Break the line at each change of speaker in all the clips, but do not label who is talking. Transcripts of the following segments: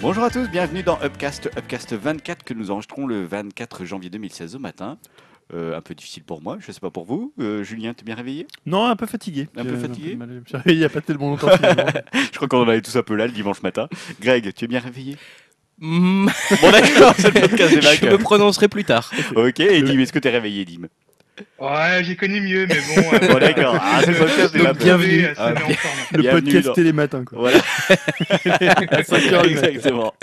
Bonjour à tous, bienvenue dans Upcast, Upcast 24 que nous enregistrons le 24 janvier 2016 au matin. Euh, un peu difficile pour moi, je sais pas pour vous. Euh, Julien, t'es bien réveillé
Non, un peu fatigué.
Un peu
J'ai-
fatigué
j'ai mal- j'ai- j'ai- Il n'y a pas tellement longtemps. finalement.
Je crois qu'on en avait tous un peu là le dimanche matin. Greg, tu es bien réveillé
Hmm,
Bon d'accord, c'est le podcast des
je me
vagues.
prononcerai plus tard.
Ok, et Dim, est-ce que t'es réveillé, Dim
Ouais, j'ai connu mieux, mais bon. euh,
Bon d'accord, ah, c'est le podcast des
Donc,
vagues.
bienvenue.
euh,
Ah,
ça met en forme.
Le
Bienvenue
podcast
dans-
télématin. Quoi. Ah,
Voilà,
À cinq heures du matin.
exactement.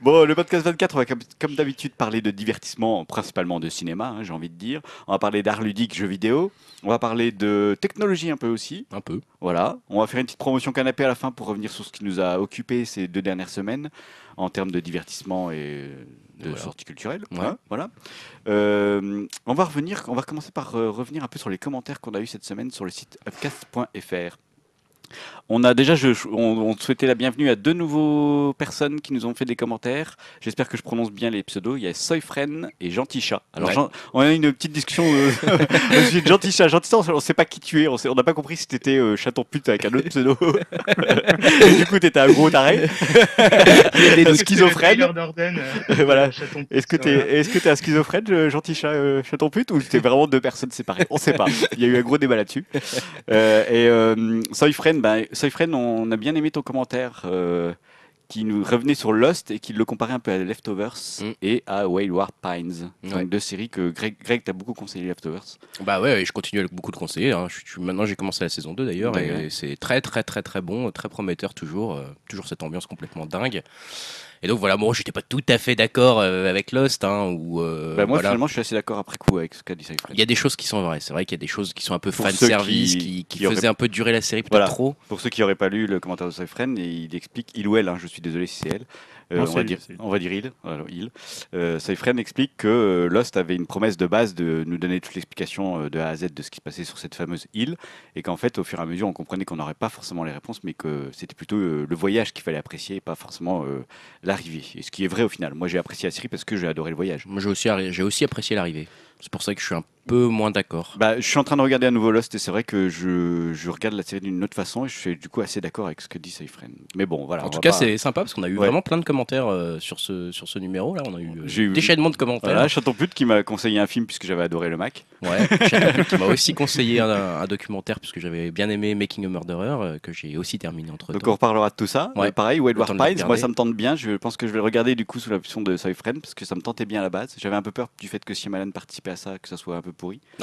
Bon, le podcast 24, on va comme, comme d'habitude parler de divertissement, principalement de cinéma, hein, j'ai envie de dire. On va parler d'art ludique, jeux vidéo. On va parler de technologie un peu aussi.
Un peu.
Voilà, on va faire une petite promotion canapé à la fin pour revenir sur ce qui nous a occupé ces deux dernières semaines en termes de divertissement et de
Voilà.
sortie culturelle.
Ouais.
Hein, voilà. Euh, on va revenir, on va commencer par euh, revenir un peu sur les commentaires qu'on a eu cette semaine sur le site upcast.fr. On a déjà, je, on, on souhaitait la bienvenue à deux nouveaux personnes qui nous ont fait des commentaires. J'espère que je prononce bien les pseudos. Il y a Soyfren et Gentil Chat. Alors,
Ouais.
Jean- on a eu une petite discussion euh, au sujet de Gentil Chat. Gentil Chat, on ne sait pas qui tu es. On sait- on n'a pas compris si tu étais chaton pute avec un autre pseudo. Et du coup, tu étais un gros taré. de
Il
Est-ce que c'est
schizophrène.
le Tyler Durden, euh,
voilà.
chaton pute,
Est-ce que tu
voilà.
es, est-ce que t'es un schizophrène, euh, gentil chat, euh, chaton pute, ou t'es vraiment deux personnes séparées On sait pas. Il y a eu un gros débat là-dessus. Euh, et euh, Soyfren, ben, Soyfren, on a bien aimé ton commentaire euh, qui nous revenait sur Lost et qui le comparait un peu à Leftovers
Mm.
et à Wayward Pines.
Ouais.
Donc deux séries que Greg, Greg t'a beaucoup conseillé Leftovers.
Bah ouais, et je continue avec beaucoup de conseillers. hein. Je suis- maintenant, j'ai commencé la saison 2 d'ailleurs, et
Ouais.
c'est très très très très bon, très prometteur toujours. euh, toujours cette ambiance complètement dingue. Et donc voilà, moi j'étais pas tout à fait d'accord euh, avec Lost, hein, ou euh,
Ben, moi,
voilà.
finalement, je suis assez d'accord après coup avec ce qu'a dit Soyfren.
Il y a des choses qui sont vraies. C'est vrai qu'il y a des choses qui sont un peu
Pour
fan
ceux
service,
qui-
qui,
qui
qui,
auraient-
faisaient un peu durer la série peut-être
Voilà.
trop.
Pour ceux qui n'auraient pas lu le commentaire de Seyfren, il explique, il ou elle, hein, je suis désolé si c'est elle, euh,
Non,
on,
c'est
va
lui,
dire,
c'est lui.
on va dire il, voilà, il. Euh, Seyfried explique que euh, Lost avait une promesse de base de nous donner toute l'explication euh, de A à Z de ce qui se passait sur cette fameuse île, et qu'en fait, au fur et à mesure, on comprenait qu'on n'aurait pas forcément les réponses, mais que c'était plutôt euh, le voyage qu'il fallait apprécier, et pas forcément euh, l'arrivée. Et ce qui est vrai au final. Moi, j'ai apprécié la série parce que j'ai adoré le voyage.
Moi j'ai aussi, arri- j'ai aussi apprécié l'arrivée. C'est pour ça que je suis un peu moins d'accord.
Bah, je suis en train de regarder à nouveau Lost et c'est vrai que je, je regarde la série d'une autre façon et je suis du coup assez d'accord avec ce que dit Seyfried. Mais bon, voilà.
en
on
tout
va
cas,
pas-
c'est sympa parce qu'on a eu
Ouais.
vraiment plein de commentaires euh, sur ce sur ce numéro là. On a eu euh,
J'ai eu-
déchaînement de commentaires.
Voilà, Chaton Pute qui m'a conseillé un film puisque j'avais adoré le Mac.
Ouais, Chaka Blue qui m'a aussi conseillé un, un documentaire puisque j'avais bien aimé Making a Murderer euh, que j'ai aussi terminé entre
Donc
temps.
on reparlera de tout ça.
Ouais.
Mais pareil, Wayward
Le temps de le
Pines, moi
regarder.
ça me tente bien. Je pense que je vais le regarder du coup sous la option de Soyfriend parce que ça me tentait bien à la base. J'avais un peu peur du fait que Shyamalan participait à ça, que ça soit un peu pourri.
Oh,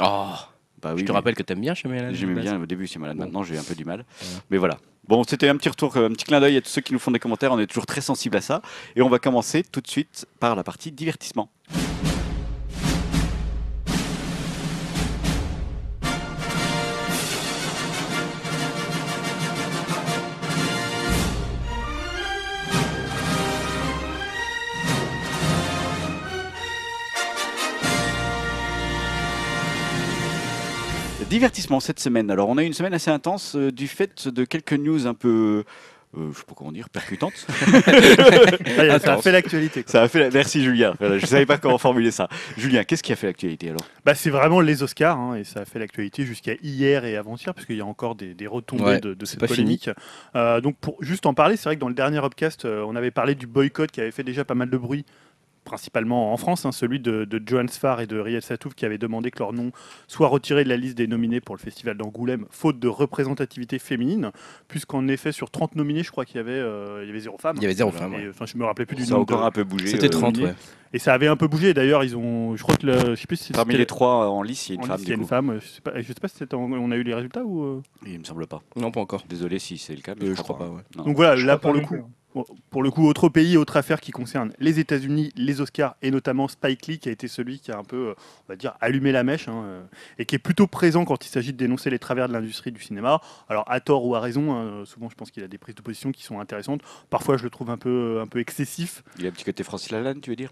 Bah
je te
mais
rappelle que t'aimes bien Shyamalan.
J'aimais
de base.
bien au début Shyamalan.
Bon.
Maintenant j'ai un peu du mal.
Ouais.
Mais voilà. Bon, c'était un petit retour, euh, un petit clin d'œil à tous ceux qui nous font des commentaires. On est toujours très sensibles à ça. Et on va commencer tout de suite par la partie divertissement. Divertissement cette semaine. Alors, on a eu une semaine assez intense euh, du fait de quelques news un peu, euh, je sais pas comment dire, percutantes.
Ah, y a- ça a
Intense.
fait l'actualité. quoi.
Ça a fait la- Merci Julien. Voilà, je savais pas comment formuler ça. Julien, qu'est-ce qui a fait l'actualité alors
Bah, c'est vraiment les Oscars hein, et ça a fait l'actualité jusqu'à hier et avant-hier parce qu'il y a encore des, des retombées
Ouais,
de, de cette
pas fini.
polémique. Euh, donc pour juste en parler, c'est vrai que dans le dernier podcast, euh, on avait parlé du boycott qui avait fait déjà pas mal de bruit principalement en France, hein, celui de, de Johan Sfar et de Riel Satouf qui avaient demandé que leur nom soit retiré de la liste des nominés pour le festival d'Angoulême, faute de représentativité féminine, puisqu'en effet sur 30 nominés, je crois qu'il y avait, euh, il y avait zéro femme.
Il y avait zéro femme,
Et,
ouais.
Enfin, je me rappelais plus du
Ça a
nom. de-
encore un peu bougé.
C'était
euh,
30,
Olivier.
ouais.
Et ça avait un peu bougé. D'ailleurs, ils ont, je crois que, le- je sais plus si
Parmi
c'était-
les trois euh, en lice, il y a une
en
femme
liste, il y a
du
une
coup.
femme, je sais pas, je sais pas si c'était en- on a eu les résultats ou. euh,
Il me semble pas.
Non, pas encore.
Désolé si c'est le cas, mais
Euh,
je, crois pas.
ouais.
Non.
Donc voilà,
Je
là
crois
pour
pas
le
non
coup,
plus, hein.
pour le coup, autre pays, autre affaire qui concerne les États-Unis, les Oscars et notamment Spike Lee qui a été celui qui a un peu, euh, on va dire, allumé la mèche hein, euh, et qui est plutôt présent quand il s'agit de dénoncer les travers de l'industrie du cinéma. Alors à tort ou à raison, hein, souvent je pense qu'il a des prises de position qui sont intéressantes. Parfois je le trouve un peu, euh, un peu excessif.
Il a un petit côté Francis Lalanne, tu veux dire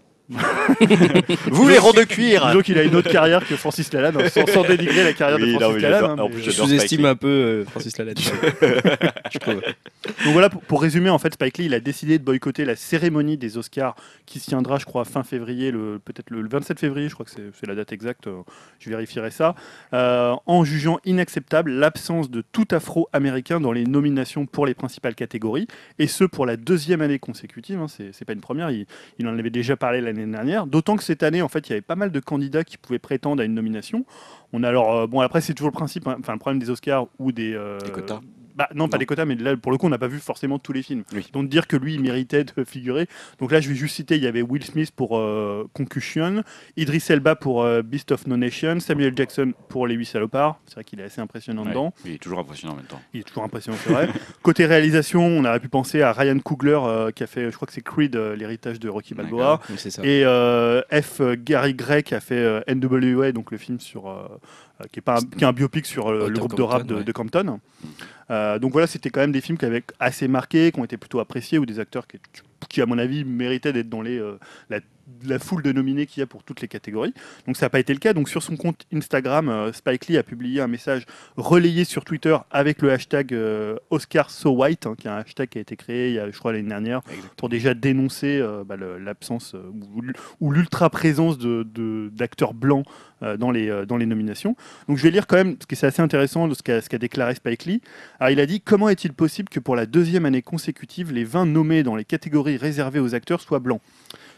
Vous les ronds de cuir
Disons qu'il a une autre carrière que Francis Lalanne, hein, sans, sans dénigrer la carrière
Oui, non, mais
de Francis
j'adore.
Lalanne. hein,
En
mais-
plus,
Je
J'adore Spike Lee.
sous-estime un peu euh, Francis Lalanne. je trouve.
Donc voilà, pour, pour résumer, en fait, Spike Lee, il a décidé de boycotter la cérémonie des Oscars qui se tiendra, je crois, fin février, le- peut-être le, le 27 février, je crois que c'est c'est la date exacte, euh, je vérifierai ça, euh, en jugeant inacceptable l'absence de tout afro-américain dans les nominations pour les principales catégories, et ce pour la deuxième année consécutive, hein, c'est c'est pas une première, il, il en avait déjà parlé l'année dernière, d'autant que cette année, en fait, il y avait pas mal de candidats qui pouvaient prétendre à une nomination. On a alors, euh, bon, après, c'est toujours le principe, hein, enfin, le problème des Oscars ou des. euh,
Des quotas.
bah, non, pas
Non.
des quotas, mais là, pour le coup, on n'a pas vu forcément tous les films.
Oui.
Donc, dire que lui, il méritait de figurer. Donc là, je vais juste citer il y avait Will Smith pour euh, Concussion, Idris Elba pour euh, Beast of No Nation, Samuel Jackson pour Les Huit Salopards. C'est vrai qu'il est assez impressionnant
Ouais.
dedans.
Il est toujours impressionnant en même temps.
Il est toujours impressionnant, c'est vrai. Côté réalisation, on aurait pu penser à Ryan Coogler euh, qui a fait, je crois que c'est Creed, euh, l'héritage de Rocky Balboa.
Oui, C'est ça.
Et euh, F. Gary Gray qui a fait euh, NWA, donc le film sur, euh, euh, qui, est pas un, qui est un biopic sur euh, le
Auteur
groupe de
Compton,
rap de,
ouais.
de Compton. Euh, donc voilà, c'était quand même des films qui avaient assez marqué, qui ont été plutôt appréciés, ou des acteurs qui, qui, à mon avis, méritaient d'être dans les, euh, la, la foule de nominés qu'il y a pour toutes les catégories. Donc ça n'a pas été le cas. Donc sur son compte Instagram, euh, Spike Lee a publié un message relayé sur Twitter avec le hashtag euh, Oscar So White, hein, qui est un hashtag qui a été créé, il y a, je crois, l'année dernière, pour déjà dénoncer euh, bah, le- l'absence euh, ou, l- ou l'ultra-présence de- de- d'acteurs blancs euh, dans, les, euh, dans les nominations. Donc je vais lire quand même, parce que c'est assez intéressant, de ce qu'a ce qu'a déclaré Spike Lee. Alors, il a dit Comment est-il possible que pour la deuxième année consécutive, les 20 nommés dans les catégories réservées aux acteurs soient blancs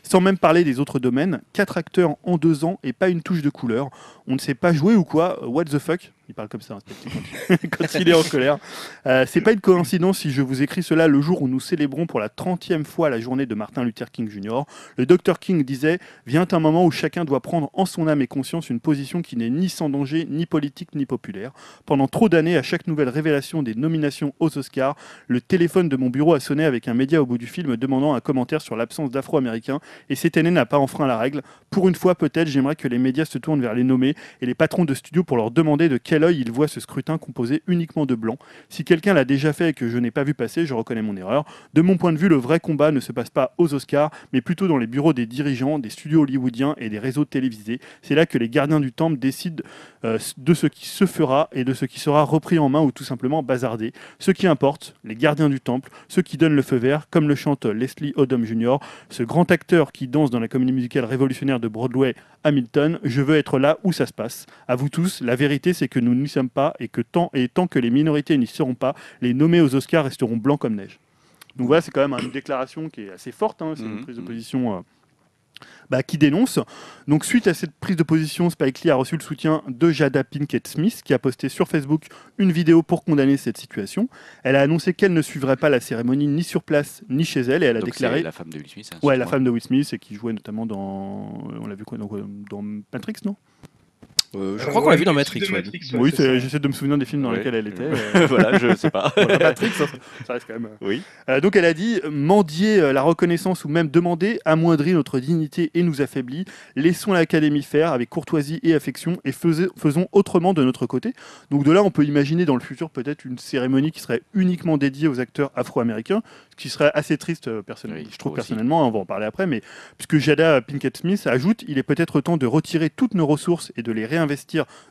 sans même parler des autres domaines, quatre acteurs en deux ans et pas une touche de couleur. On ne sait pas jouer ou quoi Euh, What the fuck Il parle comme ça hein, Spike Lee, quand il est en colère. Euh, c'est pas une coïncidence si je vous écris cela le jour où nous célébrons pour la 30e fois la journée de Martin Luther King Jr. Le Dr King disait Vient un moment où chacun doit prendre en son âme et conscience une position qui n'est ni sans danger, ni politique, ni populaire. Pendant trop d'années, à chaque nouvelle révélation des nominations aux Oscars, le téléphone de mon bureau a sonné avec un média au bout du film demandant un commentaire sur l'absence d'afro-américains, et cette année n'a pas enfreint la règle. Pour une fois, peut-être, j'aimerais que les médias se tournent vers les nommés et les patrons de studio pour leur demander de quel œil ils voient ce scrutin composé uniquement de blancs. Si quelqu'un l'a déjà fait et que je n'ai pas vu passer, je reconnais mon erreur. De mon point de vue, le vrai combat ne se passe pas aux Oscars, mais plutôt dans les bureaux des dirigeants, des studios hollywoodiens et des réseaux télévisés. C'est là que les gardiens du temple décident euh, de ce qui se fera et de ce qui sera repris en main ou tout simplement bazardé. Ce qui importe, les gardiens du temple, ceux qui donnent le feu vert, comme le chante Leslie Odom Jr., ce grand acteur qui danse dans la comédie musicale révolutionnaire de Broadway, Hamilton, je veux être là où ça se passe. À vous tous, la vérité c'est que nous n'y sommes pas et que tant et tant que les minorités n'y seront pas, les nommés aux Oscars resteront blancs comme neige. Donc voilà, c'est quand même une déclaration qui est assez forte, hein, c'est une
Mhm.
prise de position euh, bah, qui dénonce. Donc suite à cette prise de position, Spike Lee a reçu le soutien de Jada Pinkett Smith qui a posté sur Facebook une vidéo pour condamner cette situation. Elle a annoncé qu'elle ne suivrait pas la cérémonie ni sur place ni chez elle et elle a
Donc,
déclaré
c'est La femme de Will Smith. hein,
Ouais, la
surtout,
femme de Will Smith, et qui jouait notamment dans. euh, On l'a vu quoi dans, quoi dans Matrix, non
Euh, je
Euh,
crois qu'on
ouais,
l'a vu dans
le
Matrix.
film de
ouais.
ouais,
Oui,
c'est
c'est-
ça.
j'essaie de me souvenir des films dans
Ouais.
lesquels elle était. euh,
hein. voilà, je sais pas.
voilà, Matrix, ça, ça reste quand même. euh.
Oui.
Euh, donc elle a dit euh, mendier euh, la reconnaissance ou même demander amoindrit notre dignité et nous affaiblit. Laissons l'académie faire avec courtoisie et affection et faisais- faisons autrement de notre côté. Donc de là, on peut imaginer dans le futur peut-être une cérémonie qui serait uniquement dédiée aux acteurs afro-américains, ce qui serait assez triste euh, personnellement.
Oui,
je trouve
moi aussi.
personnellement, hein, on va en parler après, mais puisque Jada Pinkett Smith ajoute, il est peut-être temps de retirer toutes nos ressources et de les réinvestir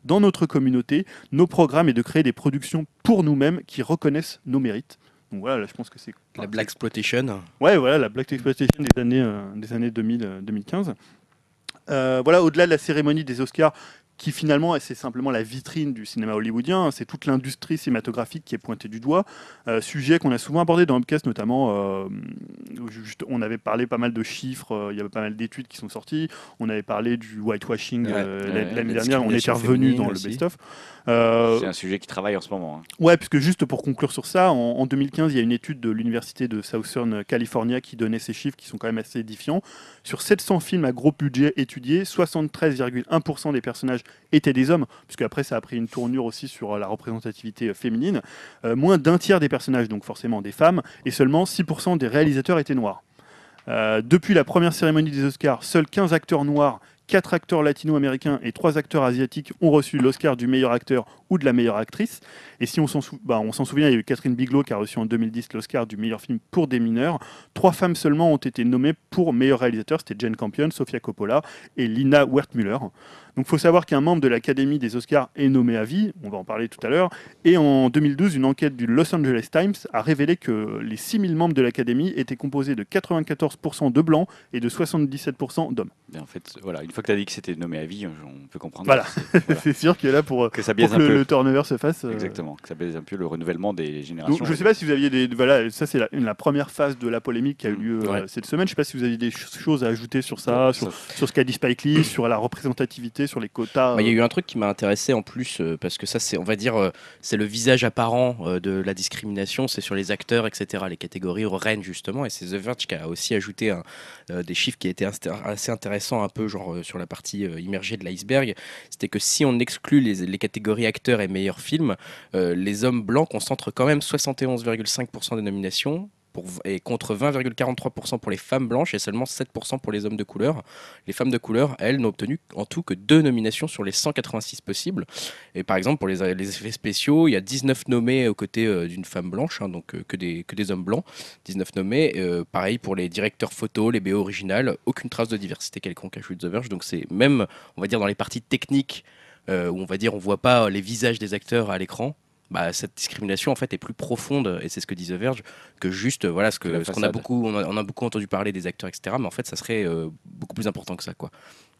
dans notre communauté, nos programmes et de créer des productions pour nous-mêmes qui reconnaissent nos mérites. Donc voilà, là, je pense que c'est
La Black Exploitation.
Ouais, voilà, la Black Exploitation des années, euh, des années 2000, euh, 2015. Euh, voilà, au-delà de la cérémonie des Oscars, qui finalement, c'est simplement la vitrine du cinéma hollywoodien, hein, c'est toute l'industrie cinématographique qui est pointée du doigt. Euh, sujet qu'on a souvent abordé dans Upcast, notamment, euh, juste- on avait parlé pas mal de chiffres, euh, il y avait pas mal d'études qui sont sorties, on avait parlé du whitewashing
Ouais,
euh,
ouais,
l'année-
la
l'année dernière, on était
discrimination
revenu dans
féminine
le
aussi.
best-of. Euh,
C'est un sujet qui travaille en ce moment. hein.
Ouais, puisque juste pour conclure sur ça, en, en 2015, il y a une étude de l'université de Southern California qui donnait ces chiffres qui sont quand même assez édifiants. Sur 700 films à gros budget étudiés, 73,1% des personnages étaient des hommes, puisque après ça a pris une tournure aussi sur euh, la représentativité euh, féminine. Euh, moins d'un tiers des personnages, donc forcément des femmes, et seulement 6% des réalisateurs étaient noirs. Euh, depuis la première cérémonie des Oscars, seuls 15 acteurs noirs, 4 acteurs latino-américains et 3 acteurs asiatiques ont reçu l'Oscar du meilleur acteur ou ou de la meilleure actrice. Et si on s'en sou- bah, on s'en souvient, il y a eu Catherine Bigelow qui a reçu en 2010 l'Oscar du meilleur film pour des mineurs. Trois femmes seulement ont été nommées pour meilleur réalisateur. C'était Jane Campion, Sofia Coppola et Lina Wertmüller. Donc, il faut savoir qu'un membre de l'Académie des Oscars est nommé à vie. On va en parler tout à l'heure. Et en 2012, une enquête du Los Angeles Times a révélé que les 6000 membres de l'Académie étaient composés de 94% de blancs et de 77% d'hommes.
Mais En fait, voilà, une fois que tu as dit que c'était nommé à vie, on peut comprendre
Voilà.
que c'est- voilà,
C'est sûr que là, pour, euh,
que ça
pour
biaise
que
un
le,
peu.
le turnover se fasse. euh,
Exactement, que ça biaise un peu le renouvellement des
Ah,
générations.
Donc, je ne sais pas si vous aviez des. Voilà, ça, c'est la, une- la première phase de la polémique qui a eu lieu euh,
Ouais.
cette semaine. Je ne sais pas si vous aviez des ch- choses à ajouter sur ça, sur, sur ce qu'a dit Spike Lee, sur la représentativité, sur les quotas.
Bah, Il y a
euh,
eu un truc qui m'a intéressé en plus, euh, parce que ça, c'est, on va dire, euh, c'est le visage apparent euh, de la discrimination, c'est sur les acteurs, etc. Les catégories règnent justement, et c'est The Verge qui a aussi ajouté un, euh, des chiffres qui étaient inst- assez intéressants, un peu genre euh, sur la partie euh, immergée de l'iceberg. C'était que si on exclut les, les catégories acteurs et meilleurs films, euh, les hommes blancs concentrent quand même 71,5% des nominations. Pour, v- et contre 20,43% pour les femmes blanches et seulement 7% pour les hommes de couleur. Les femmes de couleur, elles, n'ont obtenu en tout que deux nominations sur les 186 possibles. Et par exemple, pour les, les effets spéciaux, il y a 19 nommés aux côtés euh, d'une femme blanche, hein, donc euh, que, des, que des hommes blancs. 19 nommés. Euh, pareil pour les directeurs photos, les BO originales, aucune trace de diversité quelconque à Shoot the Verge. Donc c'est même, on va dire, dans les parties techniques euh, où on va dire on voit pas euh, les visages des acteurs à l'écran. Bah, cette discrimination en fait est plus profonde et c'est ce que dit The Verge que juste euh, voilà ce que
La
ce qu'on a
façade.
beaucoup on a, on a beaucoup entendu parler des acteurs etc mais en fait ça serait euh, beaucoup plus important que ça quoi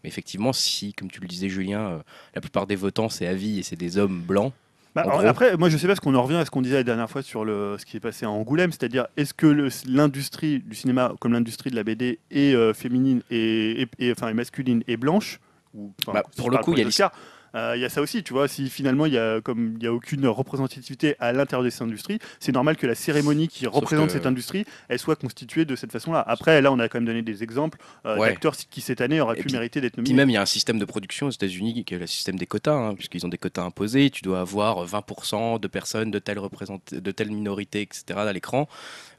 mais effectivement si comme tu le disais Julien euh, la plupart des votants c'est à vie et c'est des hommes blancs
Bah,
En
alors,
gros.
après, moi, je sais pas ce qu'on en revient à ce qu'on disait la dernière fois sur le, ce qui est passé à Angoulême, c'est-à-dire est-ce que le- l'industrie du cinéma, comme l'industrie de la BD, est euh, féminine et, et- et- enfin, est masculine et blanche ou, enfin,
Bah,
si
pour
je
le
parle
coup, il y
les
a les-
Oscars, euh, il y a ça aussi, tu vois. Si finalement il y a comme il y a aucune représentativité à l'intérieur de cette industrie, c'est normal que la cérémonie qui représente
que-
cette industrie, elle soit constituée de cette façon-là. Après, là, on a quand même donné des exemples euh,
Ouais.
d'acteurs qui cette année auraient
Et
pu
puis-
mériter d'être
Puis
nominés.
même, il y a un système de production aux États-Unis qui est le système des quotas, hein, puisqu'ils ont des quotas imposés. Tu dois avoir 20% de personnes de telle, représent- de telle minorité, etc., à l'écran,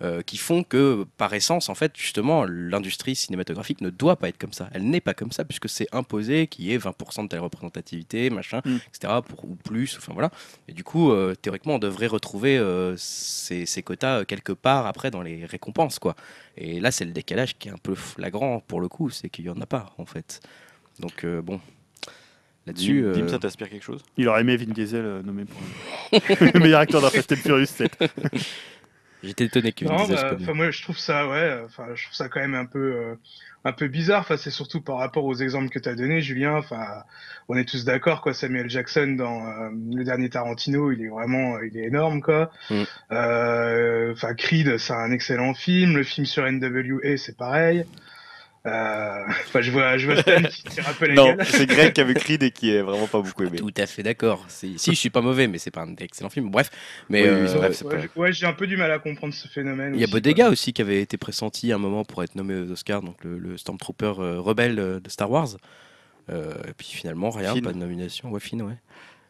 euh, qui font que, par essence, en fait, justement, l'industrie cinématographique ne doit pas être comme ça. Elle n'est pas comme ça, puisque c'est imposé qu'il y ait 20% de telle représentativité, machin,
Mm.
etc., pour, ou plus, enfin voilà. Et du coup, euh, théoriquement, on devrait retrouver euh, ces, ces quotas euh, quelque part après dans les récompenses, quoi. Et là, c'est le décalage qui est un peu flagrant pour le coup, c'est qu'il n'y en a pas, en fait. Donc euh, bon, là-dessus,
Dim, Dim,
euh,
ça t'inspire quelque chose
Il aurait aimé Vin Diesel euh, nommé pour le meilleur acteur dans Fast and Furious 7.
j'étais étonné que
Non,
Vin Diesel
bah,
soit nommé.
enfin, moi je trouve ça ouais, euh, enfin je trouve ça quand même un peu euh, un peu bizarre. Enfin c'est surtout par rapport aux exemples que tu as donné, Julien. Enfin on est tous d'accord quoi. Samuel Jackson dans euh, le dernier Tarantino, il est vraiment euh, il est énorme quoi.
Mm.
Euh, Enfin Creed, c'est un excellent film. Le film sur NWA, c'est pareil. Euh, Enfin je vois je vois Stan qui tire un peu la
Non,
gueule.
c'est Greg qui avait Creed et qui est vraiment pas beaucoup aimé.
Ah, Tout à fait d'accord. C'est- Si je suis pas mauvais, mais c'est pas un excellent film. Bref, mais
Oui, oui,
euh,
c'est vrai,
Ouais,
c'est pas-
j'ai- ouais, j'ai un peu du mal à comprendre ce phénomène.
il y a
aussi, quoi.
Bodega aussi qui avait été pressenti à un moment pour être nommé aux Oscars, donc le, le Stormtrooper euh, rebelle euh, de Star Wars. Euh, et puis finalement, rien,
Finn.
pas de nomination. Ouais, Finn, ouais.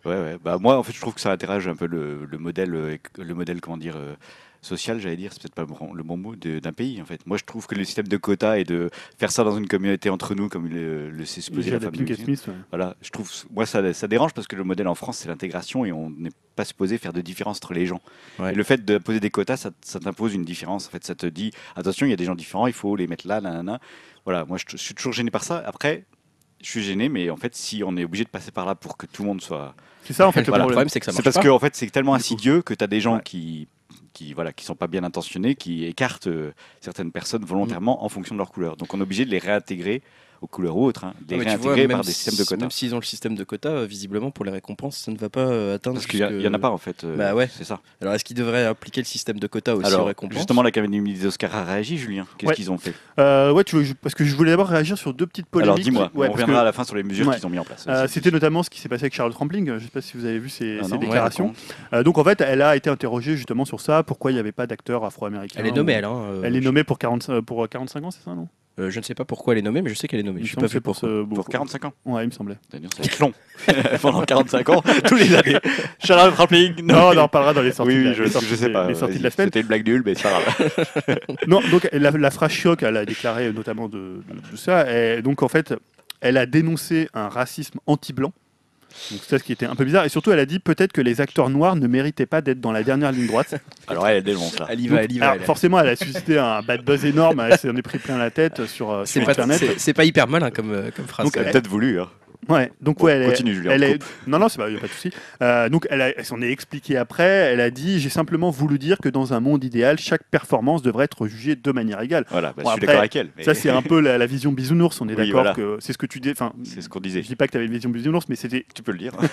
Ouais, ouais. Bah, moi, en fait, je trouve que ça interroge un peu le, le modèle, euh, éc- le modèle, comment dire, euh, social, j'allais dire, c'est peut-être pas bon- le bon mot, de- d'un pays, en fait. Moi, je trouve que le système de quotas et de faire ça dans une communauté entre nous, comme le, le s'est explosé la
Déjà, la
famille
Pinkett Smith, ouais.
Voilà, je trouve, moi, ça, ça dérange parce que le modèle en France, c'est l'intégration et on n'est pas supposé faire de différence entre les gens.
Ouais.
Et le fait de poser des quotas, ça, ça t'impose une différence. En fait, ça te dit, attention, il y a des gens différents, il faut les mettre là, nanana. Voilà, moi, je, je suis toujours gêné par ça. Après, je suis gêné, mais en fait, si on est obligé de passer par là pour que tout le monde soit
C'est ça en fait le
Voilà,
le
problème.
problème, c'est que ça
c'est
marche
parce
pas.
que en fait c'est tellement
Du coup.
insidieux que tu as des gens
Ouais.
qui qui voilà qui sont pas bien intentionnés qui écartent euh, certaines personnes volontairement
Mm.
en fonction de leur couleur donc on est obligé de les réintégrer aux couleurs ou autres hein, de les
Ah, mais tu vois,
réintégrer
même
par des systèmes de
si- Même
quotas
s'ils ont le système de quotas, euh, visiblement pour les récompenses, ça ne va pas euh, atteindre.
parce qu'il y, a-
jusque-
il y en a pas en fait euh,
Bah ouais.
c'est ça
Alors est-ce qu'ils devraient appliquer le système de quotas aussi aux
alors
récompenses
justement l'académie des Oscars a réagi Julien qu'est-ce
Ouais.
qu'ils ont fait
Euh, ouais, tu veux, je- parce que je voulais d'abord réagir sur deux petites polémiques.
alors dis-moi
Ouais,
on
parce
reviendra à
que,
la fin sur les mesures
Ouais.
qu'ils ont mis en place
euh, C'était notamment ce qui s'est passé avec Charlotte Rampling. Je ne sais pas si vous avez vu ses,
Ah
ses
non, ouais,
déclarations.
raconte.
Euh, donc en fait, elle a été interrogée justement sur ça. Pourquoi il n'y avait pas d'acteur afro-américain
Elle est nommée, elle. hein, euh,
Elle est nommée pour 45, euh, pour 45 ans, c'est ça, non
je- euh, je ne sais pas pourquoi elle est nommée, mais je sais qu'elle est
Il
nommée.
me
Je suis
semble
pas
que
fait
c'est
pour ça.
ce-
pour 45 ans
Ouais, il me semblait.
Daniel, c'est long pendant 45 ans tous les années Charlotte Rampling
Non, on en reparlera dans les sorties.
oui,
de la-
oui, je,
les sorties-
je sais pas.
Les sorties de la
vas-y,
semaine.
C'était une blague nulle, mais c'est pas grave.
Non, donc la, la phrase choc, elle a déclaré euh, notamment de, de- de ça. Et donc en fait, elle a dénoncé un racisme anti-blanc. Donc c'est ça ce qui était un peu bizarre. Et surtout, elle a dit peut-être que les acteurs noirs ne méritaient pas d'être dans la dernière ligne droite.
Alors elle, elle dénonce là.
Elle y va,
Donc,
elle y va.
alors,
elle.
forcément, elle a suscité un bad buzz énorme. Elle s'en est pris plein la tête euh, sur, euh,
C'est
sur
pas,
Internet.
c'est- c'est pas hyper malin comme, euh, comme phrase.
Donc,
Elle a peut-être voulu. hein.
Ouais. Donc
Bon,
ouais, elle est-
continue, Julien.
elle
on
est-
coupe.
Non, non, il n'y a pas de souci. Euh, donc, elle, a- elle s'en est expliquée après. Elle a dit J'ai simplement voulu dire que dans un monde idéal, chaque performance devrait être jugée de manière égale.
Voilà, bah,
Bon,
je suis
après,
d'accord avec elle. mais
Ça, c'est un peu la, la vision bisounours. On est
Oui,
d'accord
voilà.
que c'est ce que tu dis. Enfin,
c'est ce qu'on
je
disait.
dis pas que tu avais une vision bisounours, mais c'était.
Tu peux le dire.
non,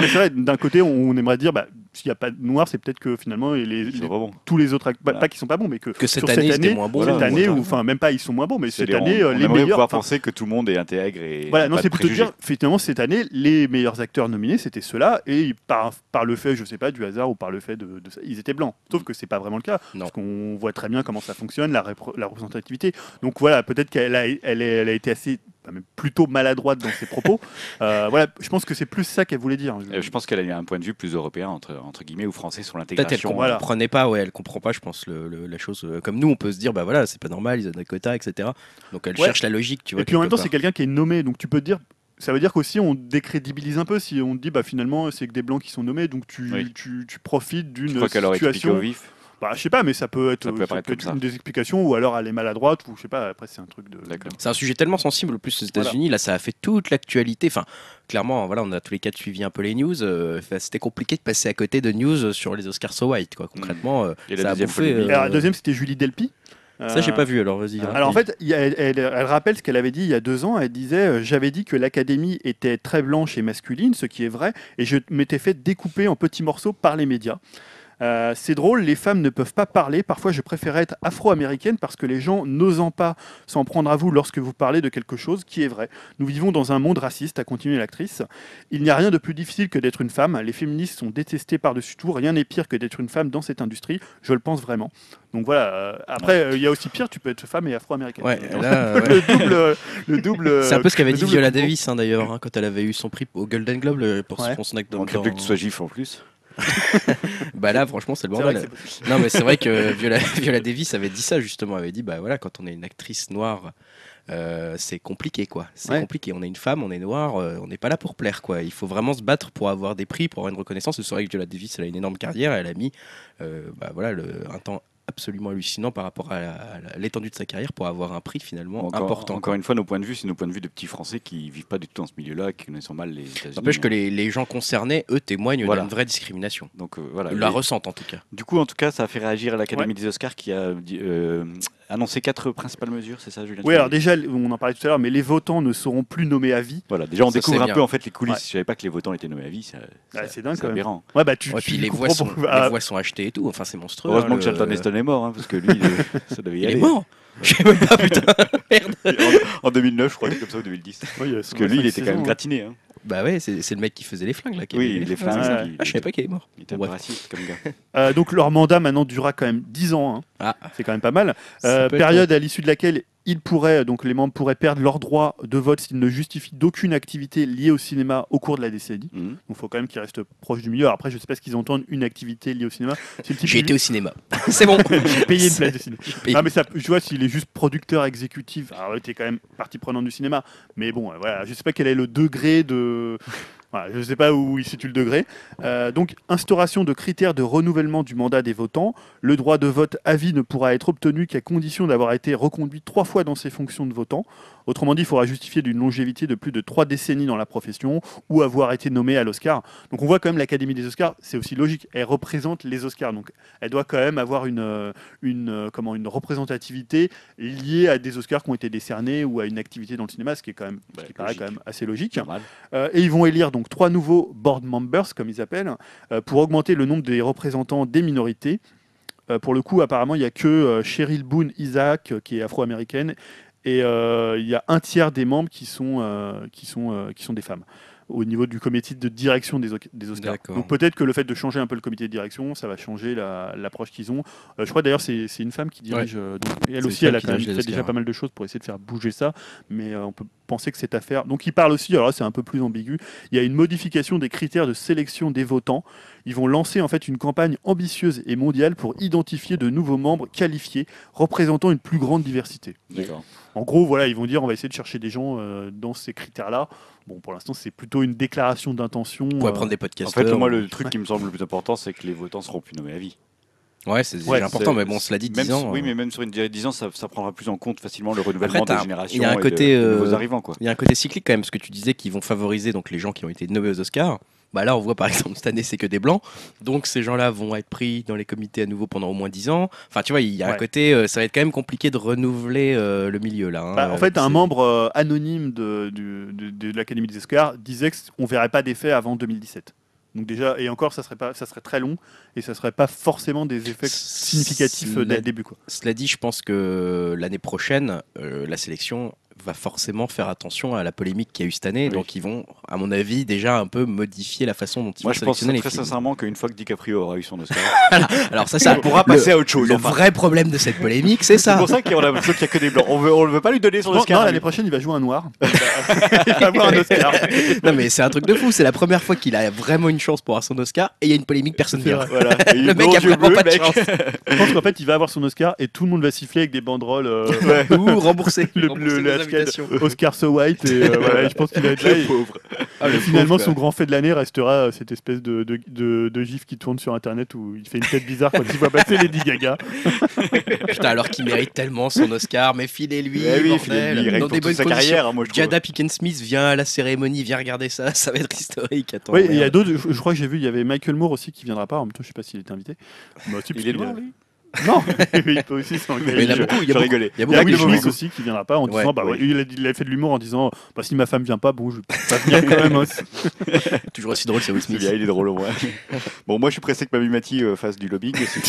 mais c'est vrai, d'un côté, on, on aimerait dire bah, S'il n'y a pas de noir, c'est peut-être que finalement, les- les-
C'est vraiment bon.
tous les autres. act- bah, pas-
Voilà.
Pas qu'ils sont pas bons, mais que,
que cette
sur
année,
cette
c'était
année,
moins bon.
voilà,
cette année,
moins
ou
bon.
enfin, même pas, ils sont moins bons, mais
C'est
cette
les-
année,
on,
euh,
on
les
aimerait
meilleurs.
pouvoir
enfin,
penser que tout le monde est intègre et.
Voilà, non,
pas
c'est
de
plutôt
préjugés.
dire, effectivement, cette année, les meilleurs acteurs nominés, c'était ceux-là, et par, par le fait, je sais pas, du hasard ou par le fait de, de ça, ils étaient blancs. Sauf que c'est pas vraiment le cas,
Non.
parce qu'on voit très bien comment ça fonctionne, la, répro- la représentativité. Donc voilà, peut-être qu'elle a, elle, est- elle a été assez, enfin, même plutôt maladroite dans ses propos. Euh, voilà, je pense que c'est plus ça qu'elle voulait dire.
Euh, Je pense qu'elle a eu un point de vue plus européen, entre, entre guillemets, ou français sur
Peut-être elle
l'intégration.
voilà.
comprenait pas, ouais, elle comprend pas, je pense, le- le- la chose. euh, Comme nous, on peut se dire, bah voilà, c'est pas normal, ils ont des quotas, etc. Donc elle
Ouais.
cherche la logique, tu vois.
Et puis en même
quelque
temps, c'est quelqu'un qui est nommé, donc tu peux te dire. Ça veut dire qu'aussi on décrédibilise un peu si on te dit bah finalement c'est que des blancs qui sont nommés donc tu,
Oui.
tu, tu profites d'une
Je crois qu'elle aurait expliqué
situation
au vif.
Bah, je sais pas, mais ça peut être,
Ça peut
ça
apparaître
peut être
comme ça.
une des explications, ou alors elle est maladroite, ou je sais pas, après c'est un truc de.
D'accord.
C'est un sujet tellement sensible, en plus aux États-Unis, là, ça a fait toute l'actualité. Enfin, clairement, voilà, on a tous les quatre suivi un peu les news. euh, enfin, C'était compliqué de passer à côté de news sur les Oscars so white, quoi. Concrètement, euh,
Et la
ça a
deuxième
bouffé.
polémique.
Et alors,
euh,
la deuxième, c'était Julie Delpy.
Ça, j'ai
Euh,
pas vu, alors vas-y. hein.
Alors en fait, il y a- elle, elle- elle rappelle ce qu'elle avait dit il y a deux ans. Elle disait euh, J'avais dit que l'académie était très blanche et masculine, ce qui est vrai, et je m'étais fait découper en petits morceaux par les médias. Euh, c'est drôle, les femmes ne peuvent pas parler. Parfois, je préfère être afro-américaine parce que les gens n'osant pas s'en prendre à vous lorsque vous parlez de quelque chose qui est vrai. Nous vivons dans un monde raciste, a continué l'actrice. Il n'y a rien de plus difficile que d'être une femme. Les féministes sont détestées par-dessus tout. Rien n'est pire que d'être une femme dans cette industrie. Je le pense vraiment. Donc voilà. euh, après, euh, il y a aussi pire, tu peux être femme et afro-américaine.
Ouais,
Donc,
là, ouais.
le double. euh, Le double
C'est un peu ce qu'avait
le
dit
double
Viola
concours.
Davis hein, d'ailleurs, hein, quand elle avait eu son prix au Golden Globe le- pour
Ouais.
son snack
On
dans,
ne crée plus
dans-
que tu sois gif en plus.
Bah là, franchement, c'est le
C'est vrai
bordel.
que c'est-
Non, mais c'est vrai que Viola, Viola Davis avait dit ça justement. Elle avait dit bah voilà, quand on est une actrice noire, euh, c'est compliqué quoi. C'est
Ouais.
compliqué. On est une femme, on est noire, euh, on n'est pas là pour plaire quoi. Il faut vraiment se battre pour avoir des prix, pour avoir une reconnaissance. Et C'est vrai que Viola Davis, elle a une énorme carrière. Elle a mis euh, bah, voilà le- un temps absolument hallucinant par rapport à la- à la- l'étendue de sa carrière pour avoir un prix finalement
Encore,
important.
encore une fois, nos points de vue, c'est nos points de vue de petits Français qui vivent pas du tout dans ce milieu-là, qui connaissent mal les États-Unis.
N'empêche que les, les gens concernés, eux, témoignent
Voilà.
d'une vraie discrimination.
Donc euh, voilà.
Ils la
Et-
ressentent en tout cas.
Du coup, en tout cas, ça a fait réagir à l'Académie des Oscars qui a dit- euh, annoncé quatre principales mesures, c'est ça, Julien
Oui, alors déjà, on en parlait tout à l'heure, mais les votants ne seront plus nommés à vie.
Voilà, déjà on
Ça,
découvre
c'est
un
bien.
peu en fait les coulisses.
Ouais.
Je savais pas que les votants étaient nommés à vie, ça-
Ah,
ça-
c'est dingue,
c'est
quand même.
aberrant.
Ouais, bah tu,
Ouais,
tu
puis les voix,
comprends
sont,
pourquoi-
les
Ah,
voix sont achetées et tout. Enfin, c'est monstrueux.
Heureusement
hein,
que
le-
Charlton Heston est mort, hein, parce que lui, il- ça devait y
Il est
aller.
mort. Je sais même pas, putain. Merde.
en, en 2009, je crois, un truc comme ça, ou 2010.
oui, il y a
Parce que lui, il était quand même
saisons,
gratiné. hein.
Bah ouais, c'est c'est le mec qui faisait les flingues là. qui avait
Oui, les
flingues,
femmes.
ouais.
il-
Ah, je savais pas qu'il est mort.
Il était un peu
Ouais.
raciste comme gars.
Euh, donc leur mandat maintenant durera quand même 10 ans, hein.
hein. Ah,
c'est quand même pas mal.
ça
Euh,
peut être-
période à l'issue de laquelle ils pourraient, donc les membres pourraient perdre leur droit de vote s'ils ne justifient d'aucune activité liée au cinéma au cours de la décennie.
Mhm.
Donc il faut quand même qu'ils restent proches du milieu. Alors, après, je sais pas ce qu'ils entendent, une activité liée au cinéma. C'est le type
J'ai
qui-
été au cinéma. c'est bon.
j'ai payé une place de cinéma.
J'ai payé.
Ah mais ça, tu vois, s'il est juste producteur exécutif, alors ouais, t'es quand même partie prenante du cinéma. Mais bon, euh, voilà, je sais pas quel est le degré de. Voilà, je sais pas où il situe le degré. Euh, donc, instauration de critères de renouvellement du mandat des votants. Le droit de vote à vie ne pourra être obtenu qu'à condition d'avoir été reconduit trois fois dans ses fonctions de votant. Autrement dit, il faudra justifier d'une longévité de plus de trois décennies dans la profession ou avoir été nommé à l'Oscar. Donc, on voit quand même l'Académie des Oscars, c'est aussi logique. Elle représente les Oscars, donc elle doit quand même avoir une, euh, une, euh, comment, une représentativité liée à des Oscars qui ont été décernés ou à une activité dans le cinéma, ce qui, est quand même, ce
Ouais,
qui paraît quand
logique.
même assez logique.
Normal.
Euh, et ils vont élire donc trois nouveaux board members, comme ils appellent, euh, pour augmenter le nombre des représentants des minorités. Euh, pour le coup, apparemment, il n'y a que euh, Cheryl Boone Isaac, euh, qui est afro-américaine, et euh, il y a un tiers des membres qui sont, euh, qui sont, euh, qui sont des femmes au niveau du comité de direction des, Oc- des Oscars.
D'accord.
Donc peut-être que le fait de changer un peu le comité de direction, ça va changer la- l'approche qu'ils ont. Euh, je crois d'ailleurs c'est c'est une femme qui dirige. euh, donc, et elle
C'est
aussi,
une
elle a
femme qui
quand même
dirige les
fait déjà
Oscars,
pas mal de choses pour essayer de faire bouger ça. Mais euh, on peut penser que cette affaire. Donc il parle aussi. Alors là, c'est un peu plus ambigu. Il y a une modification des critères de sélection des votants. Ils vont lancer en fait une campagne ambitieuse et mondiale pour identifier de nouveaux membres qualifiés représentant une plus grande diversité.
D'accord.
En gros, voilà, ils vont dire on va essayer de chercher des gens euh, dans ces critères-là. Bon, pour l'instant, c'est plutôt une déclaration d'intention.
On pourrait
euh,
prendre des
En
podcasts.
fait, moi, le truc qui me semble le plus important, c'est que les votants seront plus nommés à vie.
Ouais, c'est c'est
Ouais,
important,
C'est-
mais bon, cela dit,
même
10
sur-
ans.
oui,
euh,
mais même sur une durée de 10 ans, ça, ça prendra plus en compte facilement le renouvellement
t'as un-
des générations.
il y a un
et de-
côté,
des nouveaux
euh,
arrivants, quoi.
Il y a un côté cyclique quand même, parce que tu disais qu'ils vont favoriser donc les gens qui ont été nommés aux Oscars. Bah là, on voit par exemple cette année, c'est que des blancs. Donc ces gens-là vont être pris dans les comités à nouveau pendant au moins 10 ans. Enfin, tu vois, il y a un
Ouais.
côté, euh, ça va être quand même compliqué de renouveler euh, le milieu là. hein.
Bah, en
Euh,
fait, un
c'est-
membre euh, anonyme de, du- de- de l'Académie des Oscars disait qu'on ne verrait pas d'effet avant 2017. Donc déjà, et encore, ça serait, pas, ça serait très long et ça serait pas forcément des effets significatifs euh, dès le début. Quoi.
Cela dit, je pense que l'année prochaine, euh, la sélection va forcément faire attention à la polémique qu'il y a eu cette année.
Oui.
Donc ils vont, à mon avis, déjà un peu modifier la façon dont ils
Moi,
vont
je pense
sélectionner
très
les films.
sincèrement qu'une fois que DiCaprio aura eu son Oscar,
Alors ça, ça
on pourra
le-
passer à autre chose.
Le
enfin.
vrai problème de cette polémique, c'est
C'est
ça.
pour ça qu'on a l'impression qu'il n'y a que des blancs. On veut, on veut pas lui donner son
Non,
Oscar.
non,
à
l'année
lui.
prochaine, il va jouer un noir. Il va- il va avoir un Oscar.
Non mais c'est un truc de fou, c'est la première fois qu'il a vraiment une chance pour avoir son Oscar et il y a une polémique personne
C'est
vient.
vrai.
Voilà. Et il
Le
est
mec
blond,
a
yeux
vraiment
bleus,
pas de
mec.
chance.
Je pense qu'en fait, il va avoir son Oscar et tout le monde va siffler avec des banderoles. euh,
Ou rembourser
le,
Rembourser
le-
nos
le hashtag
invitations.
Oscar so white et euh, voilà, je pense qu'il va être là.
Le
et-
pauvre.
Ah, le
Et finalement,
pauvre,
son grand fait de l'année restera euh, cette espèce de, de, de- de gif qui tourne sur internet où il fait une tête bizarre quand il voit passer Lady Gaga.
quoi. Putain, alors qu'il mérite tellement son Oscar, mais filez-lui,
Eh oui,
bordel,
Philippe, il règle
dans
pour
des
toute
bonnes
sa
conditions.
carrière, hein, moi je trouve.
Jada Pickensmith Smith vient à la cérémonie, viens regarder ça, ça va être historique. Attends,
Oui, et il y a
merde.
d'autres. Je, je crois que j'ai vu, il y avait Michael Moore aussi qui viendra pas. En même temps, je sais pas s'il est invité. Bah, si, parce
Il est
qu'il
noir, lui
Non, il peut aussi s'engager.
Mais il y en a
Je-
beaucoup, il y a
je
beaucoup.
rigolais.
Il y a
Il y a
beaucoup de
Will
gens.
Smith aussi qui viendra pas en
Ouais,
disant bah
ouais.
ouais, il, a, il a fait de l'humour en disant bah si ma femme vient pas bon je peux pas venir quand même hein.
Toujours aussi drôle, c'est Will
C'est
Smith.
bien, il est drôle au moins. Bon, moi je suis pressé que Mamie Mati euh, fasse du lobbying aussi.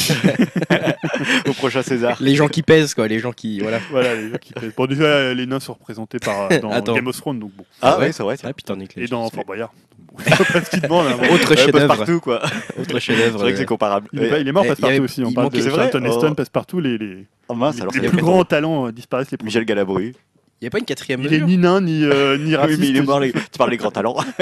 au prochain César.
Les gens qui pèsent, quoi, les gens qui. Voilà.
voilà les gens qui pèsent. bon déjà euh, les nains sont représentés par euh, dans
Attends.
Game of Thrones donc bon
Ah
ouais.
ouais, c'est vrai. tiens.
Ah putain, Nick
et
Lachey.
dans Fort Boyard Donc, bon, parce qu'il demande hein, bon.
Autre
Ouais, passe
chef-d'œuvre.
partout quoi.
Autre
C'est
chef-d'œuvre.
vrai que c'est
euh,
comparable.
il, est pas- il est mort
Eh,
passe
il y avait-
partout aussi on
il
parle
manquait-
de
C'est vrai
Charlton Heston
Oh.
passe partout les les,
Oh, mince,
les
alors
plus
c'est pas-
grands talents euh, disparaissent les premiers
Michel Galabru.
Il n'y a pas une quatrième
il est
mesure
ni nain ni euh, ni
Ah Oui,
raciste
mais il est mort. les- Tu parles des grands talents.
Vous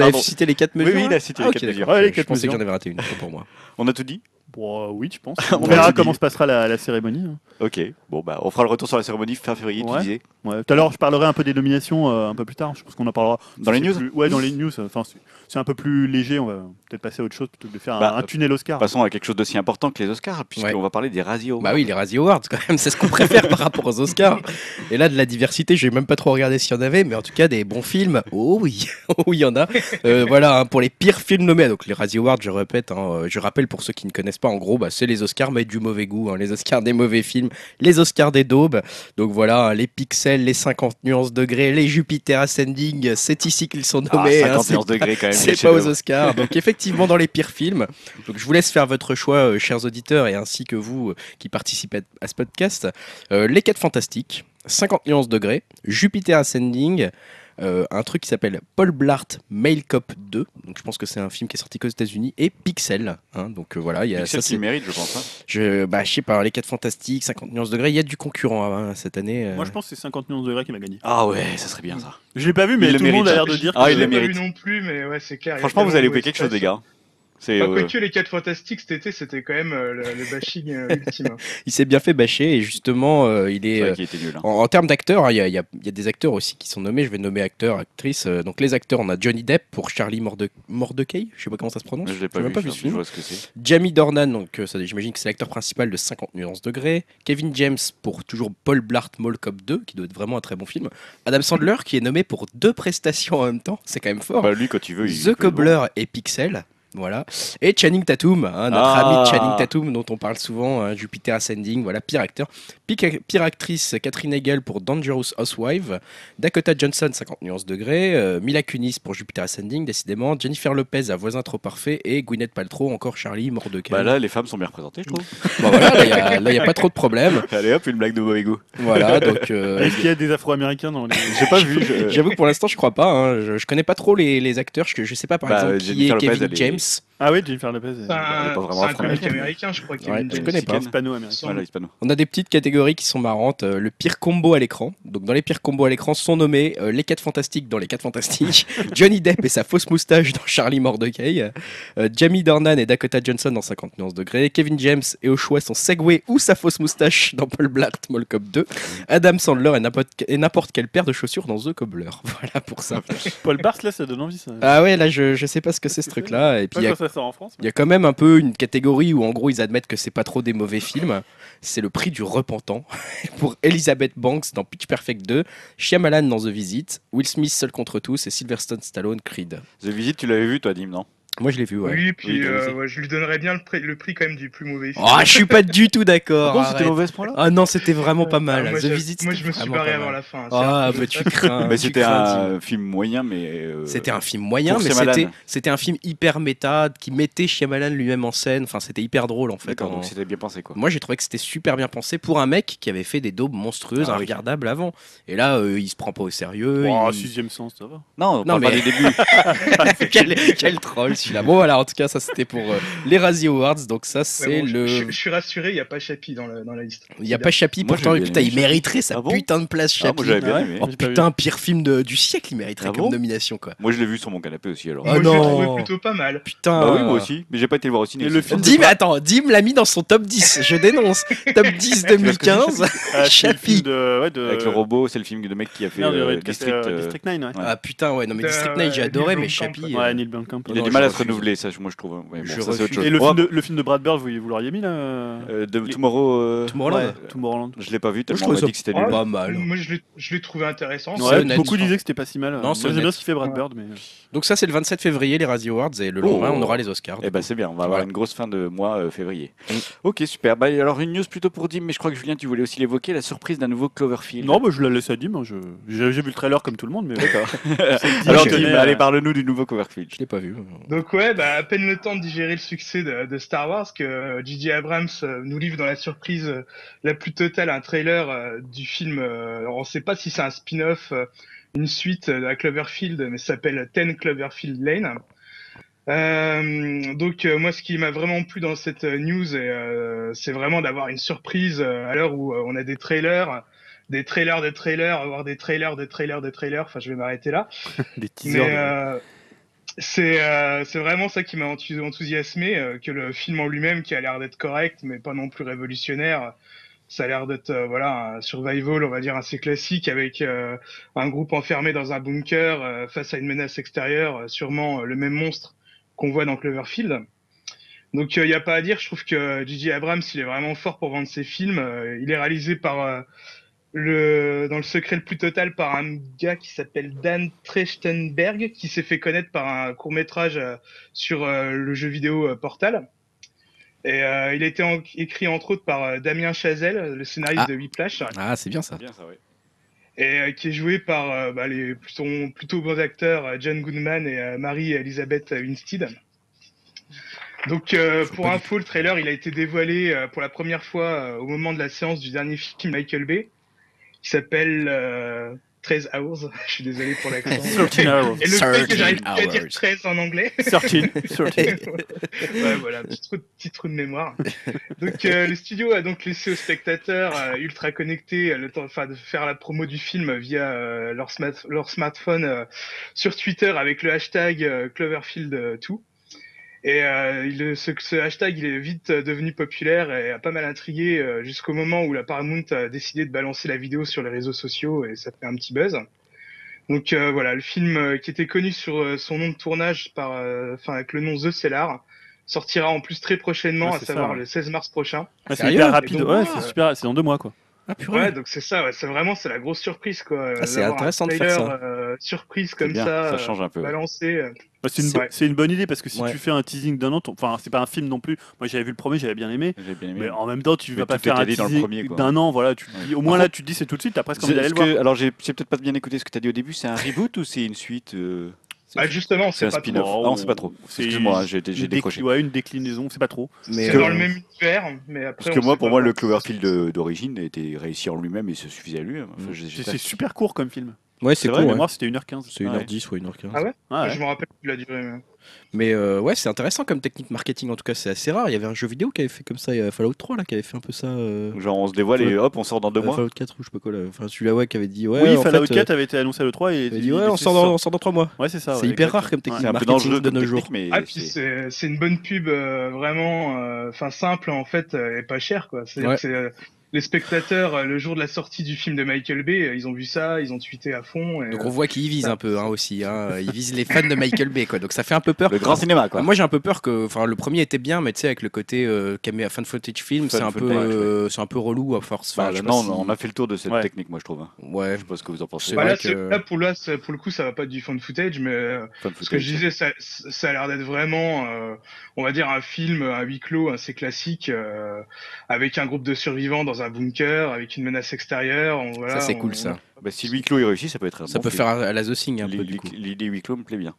avez
Pardon.
cité les quatre
Oui,
mesures
oui, il
là
a cité
Ah,
les
ok,
quatre
d'accord.
mesures.
Ouais, les
Je
quatre
pensais qu'il y en
mesures.
avait raté une c'est pour moi.
On a tout dit
Bon, euh, oui je pense
On
on
verra
verra
bien.
comment se passera la, la cérémonie hein.
Ok. Bon, bah, on fera le retour sur la cérémonie fin février, tu
Ouais.
disais.
Ouais, tout à l'heure, je parlerai un peu des nominations euh, un peu plus tard. Je pense qu'on en parlera.
Dans les
C'est
news
plus- Ouais, dans les news. Enfin, c'est- c'est un peu plus léger. On va peut-être passer à autre chose plutôt que de faire un-
Bah,
un, tunnel Oscar.
Passons à quelque chose d'aussi important que les Oscars, puisqu'on
Ouais.
va parler des Razzios.
Bah oui, les Razzie Awards, quand même, c'est ce qu'on préfère par rapport aux Oscars. Et là, de la diversité, j'ai même pas trop regardé s'il y en avait, mais en tout cas, des bons films, oh oui, oh oui, il y en a. Euh, voilà, hein, pour les pires films nommés, donc les Razzie Awards, je répète, hein, euh, je rappelle pour ceux qui ne connaissent pas, en gros, bah, c'est les Oscars, mais du mauvais goût, hein, les Oscars des mauvais films, les Oscars des daubes. Donc voilà, hein, les pixels, les 50 nuances degrés, les Jupiter Ascending, c'est ici qu'ils sont
Ah,
nommés. hein,
51
c'est
degrés quand même. les
c'est pas
chefs-d'œuvre.
aux Oscars. Donc effectivement dans les pires films. Donc je vous laisse faire votre choix, euh, chers auditeurs et ainsi que vous euh, qui participez à- à ce podcast. Euh, les 4 fantastiques, 50 nuances degrés, Jupiter Ascending. euh, un truc qui s'appelle Paul Blart Mail Cop 2, donc je pense que c'est un film qui est sorti qu'aux États-Unis et Pixel, hein. donc euh, voilà, il y a
Pixel
ça,
qui
c'est-
mérite, je pense. hein.
je, bah, je sais pas, les 4 fantastiques, 50 nuances degrés, il y a du concurrent hein, cette année. euh.
Moi, je pense que c'est 50 millions de degrés qui m'a gagné.
Ah ouais, ça serait bien ça.
Je l'ai pas vu, mais
Il le
tout le monde a
mérite,
l'air
hein.
de dire.
Ah,
que-
il le
Je l'ai pas
mérite.
vu non plus, mais ouais, c'est clair. Ah, il y a
Franchement, vous
tellement
allez
de
louper quelque chose, les
prestations.
gars. C'est.
Enfin,
euh,
quoique les 4 fantastiques cet été, c'était quand même euh, le, le bashing euh, ultime. hein.
Il s'est bien fait bâcher et justement, euh, il
c'est
est.
vrai qu'il était nul. hein.
En, en termes d'acteurs, hein, il y, a- il y a il y a des acteurs aussi qui sont nommés. Je vais nommer acteurs, actrices. Euh, Donc les acteurs, on a Johnny Depp pour Charlie Morde- Mordecai. Je sais pas comment ça se prononce.
Je l'ai pas
J'ai
vu.
même pas vu
ça,
ce
Je
film.
vois ce que c'est.
Jamie Dornan, donc euh, ça, j'imagine que c'est l'acteur principal de 50 nuances degrés. Kevin James pour toujours Paul Blart Mall Cop 2, qui doit être vraiment un très bon film. Adam Sandler qui est nommé pour deux prestations en même temps. C'est quand même fort.
Bah, lui, quand tu veux. il peut
The
le voir.
Cobbler et Pixel. Voilà. Et Channing Tatum, hein, notre
Ah.
ami Channing Tatum, dont on parle souvent, hein, Jupiter Ascending, voilà, pire acteur. Pire, pire actrice, Catherine Hegel pour Dangerous Housewife. Dakota Johnson, 50 nuances degrés. euh, Mila Kunis pour Jupiter Ascending, décidément. Jennifer Lopez, à Voisin trop parfait. Et Gwyneth Paltrow, encore Charlie, mort de
Bah là, les femmes sont bien représentées, je trouve.
voilà, là, il n'y a, pas trop de problème.
Allez hop, une blague de mauvais goût.
Voilà, donc. euh,
Est-ce qu'il y a des Afro-Américains dans les.
J'ai pas vu. je-
J'avoue que pour l'instant, je crois pas. hein, Je, je connais pas trop les, les acteurs. Je, je sais pas, par
Bah,
exemple, qui
Jennifer
est
Lopez,
Kevin
elle est-
James.
Ah oui, Jennifer Lopez.
C'est un,
est pas vraiment
c'est un
afro-américaine.
comic américain, je crois qu'il y a
Ouais,
une
je
des-
connais pas.
hispano-américain.
Voilà, hispano.
On a des petites catégories qui sont marrantes. euh, le pire combo à l'écran. Donc, dans les pires combos à l'écran sont nommés euh, les 4 fantastiques dans les 4 fantastiques, Johnny Depp et sa fausse moustache dans Charlie Mordecai, euh, Jamie Dornan et Dakota Johnson dans 50 nuances degrés, Kevin James et au choix son Segway ou sa fausse moustache dans Paul Blart Mall Cop 2, Adam Sandler et n'importe et n'importe quelle paire de chaussures dans The Cobbler. Voilà pour ça.
Paul Barthes, là, ça donne envie. Ça.
Ah ouais, là, je, je sais pas ce que c'est ce truc-là. Et puis, il y
Pas
a
quand ça sort en France.
il y a quand même un peu une catégorie où en gros ils admettent que c'est pas trop des mauvais films. C'est le prix du repentant pour Elizabeth Banks dans Pitch Perfect 2, Shyamalan dans The Visit, Will Smith seul contre tous et Sylvester Stallone Creed.
The Visit, tu l'avais vu, toi, Dim, non
Moi je l'ai vu, ouais.
Oui, puis
Oui,
euh,
aussi.
ouais, je lui donnerais bien le prix, le prix quand même du plus mauvais film.
Oh, je suis pas du tout d'accord. arrête.
mauvais ce point-là
Ah non, c'était vraiment pas mal.
Ah, moi,
The
j'ai-
Visit,
moi,
c'était
je me suis
vraiment
barré
pas
avant
mal.
la fin. hein,
Ah
c'est
bah
un
tu
peu-
crains. tu
C'était
crains, Tim.
un film moyen, mais. euh,
C'était un film moyen,
pour
mais
Shyamalan.
c'était c'était un film hyper méta qui mettait Shyamalan lui-même en scène. Enfin, c'était hyper drôle en fait.
D'accord,
en-
donc c'était bien pensé, quoi.
Moi, j'ai trouvé que c'était super bien pensé pour un mec qui avait fait des daubes monstrueuses,
Ah oui.
inregardables avant. Et là, euh, il se prend pas au sérieux.
Oh,
il-
sixième sens, ça va.
Non, on
Non,
parle pas
mais-
des débuts.
quel, quel troll celui-là. Bon, voilà, en tout cas, ça c'était pour euh, les Razzie Awards. Donc, ça,
Ouais,
c'est
bon, je-
le.
je, je suis rassuré, il n'y a pas Chappie dans, le- dans la liste.
Il n'y a pas Chappie,
Moi,
pourtant,
j'ai bien
putain,
aimé
il mériterait sa
Ah bon
putain de place,
Ah,
Chappie.
moi, j'avais bien
Ah ouais
aimé.
Oh
J'ai pas vu.
putain, pire film de- du siècle, il mériterait
Ah
comme
bon
nomination, quoi.
Moi, je l'ai vu sur mon canapé aussi, alors.
Ah
moi, je
non.
le trouvais plutôt pas mal.
Putain.
Bah oui, moi aussi, mais j'ai pas été le voir au ciné.
Et le
c'est
film
ça.
Dim, attends, Dim l'a mis dans son top 10, je dénonce. Top 10 2015.
Ah, c'est le
Chappie.
film de- ouais, de-
euh,
Avec le robot, c'est le film de mec qui a fait
Merde,
euh,
ouais,
District.
euh,
euh,
District 9, ouais.
ouais.
Ah putain, ouais, non, mais
De-
District 9, j'ai
euh,
adoré,
Neil
mais
Blomkamp,
Chappie.
Ouais,
euh,
Neil Blomkamp.
Il a
Non,
du
je
mal à se
refuse.
renouveler, ça, je- moi, je trouve. hein. Ouais, bon,
Je
ça, c'est autre
refuse.
chose.
Et le
Oh,
film, de, le film de Brad Bird, vous, vous l'auriez mis là euh,
euh, de Tomorrow. euh,
Tomorrowland.
ouais,
Tomorrowland.
Je l'ai pas vu,
Moi, je
tellement on m'a
trouvais
dit que c'était
ça-
nul.
Pas mal.
Moi, je l'ai- je l'ai trouvé intéressant.
c'est
Ouais,
honnête,
beaucoup
ça.
disaient que c'était pas si mal.
c'est
Moi, j'aime bien
honnête.
ce qu'il fait Brad
Ouais.
Bird, mais.
Donc ça, c'est le 27 février, les Razzie Awards, et le
Oh.
lendemain, on aura les Oscars.
Eh ben c'est bien, on va avoir
Voilà.
une grosse fin de mois euh, février.
Mm.
Ok super. Bah, alors une news plutôt pour Dim, mais je crois que Julien tu voulais aussi l'évoquer, la surprise d'un nouveau Cloverfield.
Non, bah, je la laisse à Dim. hein, je- J'ai j'ai vu le trailer comme tout le monde, mais.
D'accord.
Dim
alors
qui
Dim,
connaît,
allez
euh,
parle-nous du nouveau Cloverfield.
Je l'ai pas vu.
Donc ouais, bah, à peine le temps de digérer le succès de, de Star Wars que euh, J.J. Abrams euh, nous livre dans la surprise euh, la plus totale un trailer euh, du film. euh, alors on ne sait pas si c'est un spin-off, euh, une suite euh, à Cloverfield, mais ça s'appelle Ten Cloverfield Lane. Euh, donc euh, moi, ce qui m'a vraiment plu dans cette euh, news, et, euh, c'est vraiment d'avoir une surprise euh, à l'heure où euh, on a des trailers, des trailers, des trailers, voire des trailers, des trailers, des trailers. Enfin, je vais m'arrêter là.
Des teasers.
Mais
de-
euh, c'est euh, c'est vraiment ça qui m'a enthousi- enthousiasmé, euh, que le film en lui-même, qui a l'air d'être correct, mais pas non plus révolutionnaire, ça a l'air d'être euh, voilà un survival, on va dire assez classique, avec euh, un groupe enfermé dans un bunker euh, face à une menace extérieure, euh, sûrement euh, le même monstre qu'on voit dans Cloverfield. Donc il n'y a pas à dire, je trouve que Gigi Abrams, il est vraiment fort pour vendre ses films. Euh, il est réalisé par euh, le dans le secret le plus total par un gars qui s'appelle Dan Trechtenberg, qui s'est fait connaître par un court métrage sur euh, le jeu vidéo euh, Portal. Et euh, il a été en- écrit entre autres par euh, Damien Chazelle, le scénariste
Ah.
de Whiplash,
Ah, c'est bien ça.
Bien ça ouais.
et euh, qui est joué par euh, bah, les plutôt, plutôt bons acteurs euh, John Goodman et euh, Marie-Elisabeth Winstead. Donc euh, pour info, le trailer il a été dévoilé euh, pour la première fois euh, au moment de la séance du dernier film Michael Bay, qui s'appelle euh, 13 Hours. Je suis désolé pour l'accent.
13 hours.
Et le fait que
13
j'arrive pas à dire
hours.
13 en anglais.
13, 13.
ouais, voilà, un petit trou, de- petit trou de mémoire. Donc, euh, le studio a donc laissé aux spectateurs euh, ultra connectés euh, le temps enfin, de faire la promo du film via euh, leur, smart- leur smartphone euh, sur Twitter avec le hashtag euh, Cloverfield2. Et euh, il- ce, ce hashtag, il est vite euh, devenu populaire et a pas mal intrigué euh, jusqu'au moment où la Paramount a décidé de balancer la vidéo sur les réseaux sociaux et ça fait un petit buzz. Donc euh, voilà, le film euh, qui était connu sur euh, son nom de tournage par, euh, enfin avec le nom The Cellar, sortira en plus très
Ah,
prochainement,
Ouais,
à
c'est ça,
savoir
ouais.
le 16 mars prochain.
Ouais, c'est
Sérieux
hyper rapide.
Et donc,
Ouais,
moi,
c'est
euh,
super. C'est dans deux mois, quoi.
Ah,
Ouais,
purée.
donc c'est ça, ouais, c'est vraiment c'est la grosse surprise quoi. euh,
Ah, c'est
d'avoir un
intéressant de faire
trailer, euh, surprise comme
bien,
ça,
ça
euh,
change un peu. ouais.
balancé. euh.
Bah, c'est une,
C'est-
bo- c'est une bonne idée parce que si
Ouais.
tu fais un teasing d'un an, ton- enfin, c'est pas un film non plus. Moi, j'avais vu le premier, j'avais bien aimé.
J'ai bien aimé.
Mais en même temps, tu
Mais
vas pas
tout est
faire un
calé dans le premier,
teasing
quoi.
d'un an. Voilà, tu te
Ouais.
dis, au moins
Par
là, tu te dis c'est tout de suite. T'as presque
C'est-
envie d'aller
est-ce
le voir.
euh,
que- alors j'ai j'ai peut-être pas bien écouté ce que tu as dit au début, c'est un reboot ou c'est une suite euh,
Bah, justement,
C'est
c'est
un
pas
spin-off.
trop.
trop.
Ah, on sait pas trop.
C'est-
Excuse-moi, hein, j'ai
Une
j'ai
décli-
décroché.
ouais, une déclinaison, c'est pas trop.
Mais,
C'est
que-
dans le même univers, mais après.
Parce que
on
moi,
sait
pour
pas
moi,
vraiment.
le Cloverfield euh, de- d'origine était réussi en lui-même et se suffisait à lui. Enfin,
Mm.
j'ai-
C'est
j'étais-
c'est super court comme film.
Ouais,
C'est
c'est
vrai,
cool.
de
ouais.
mémoire, c'était 1h15.
C'est 1h10 ou 1h15.
Ah ouais
Ouais, ouais.
Je me rappelle plus de la durée. mais-
Mais euh, ouais, c'est intéressant comme technique marketing. En tout cas, c'est assez rare. Il y avait un jeu vidéo qui avait fait comme ça, il y a Fallout 3 là, qui avait fait un peu ça. euh,
Genre, on se dévoile et hop, on sort dans deux
euh,
mois.
Fallout 4 ou je sais pas quoi. là. Enfin, celui-là ouais, qui avait dit ouais.
oui,
en
Fallout
fait, euh,
4 avait été annoncé à l'E3 et
il avait dit ouais, on sort dans, on sort dans 3 mois.
Ouais, c'est ça.
c'est
ouais,
hyper
exactement.
rare comme technique
C'est un peu
marketing
dangereux
de
comme
nos
technique,
jours.
mais
Ah, puis
c'est-
c'est c'est une bonne pub euh, vraiment euh, enfin simple en fait euh, et pas chère quoi. C'est
Ouais.
c'est, euh, les spectateurs euh, le jour de la sortie du film de Michael Bay, euh, ils ont vu ça, ils ont tweeté à fond et,
Donc
euh,
on voit qu'ils visent un peu hein, aussi. Hein. Ils visent les fans de Michael Bay, quoi. Donc ça fait un peu peur.
le grand cinéma, quoi.
Ah, Moi j'ai un peu peur que, enfin le premier était bien, mais tu sais avec le côté euh, caméra fan footage film,
Fan
c'est un peu,
footage,
euh, c'est un peu relou à force. Enfin,
Enfin,
je sais
non,
pas si-
on a fait Bah, le tour de cette
Ouais.
technique, moi, je trouve. hein.
Ouais,
Je sais pas ce que vous en pensez.
C'est
Bah, là,
vrai
c'est-
que-
là, pour là c'est- pour le coup ça va pas être du fan footage mais euh,
Fan
ce que
footage.
je disais ça, ça a l'air d'être vraiment euh, on va dire un film un huis clos assez classique euh, avec un groupe de survivants dans un bunker avec une menace extérieure. On, voilà,
ça c'est
on-
cool ça.
Bah, si le huis clos est réussi, ça peut être un
Ça
bon
peut
film.
faire à à la The Thing un peu du
L'idée
coup.
l'idée huis clos me plaît bien.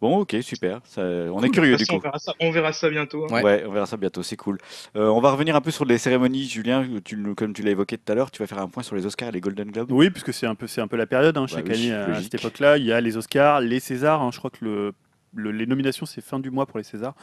Bon, ok, super. Ça- on est curieux
De
du
toute façon,
coup.
on verra ça, on verra ça bientôt. hein.
Ouais.
Ouais. on verra ça bientôt, c'est cool. Euh, on va revenir un peu sur les cérémonies, Julien, tu nous- comme tu l'as évoqué tout à l'heure, tu vas faire un point sur les Oscars et les Golden Globes.
Oui, puisque c'est un peu, c'est un peu la période. hein, chaque
Bah oui,
année, à
logique.
cette époque-là, il y a les Oscars, les Césars. hein, je crois que le, le- les nominations, c'est fin du mois pour les Césars.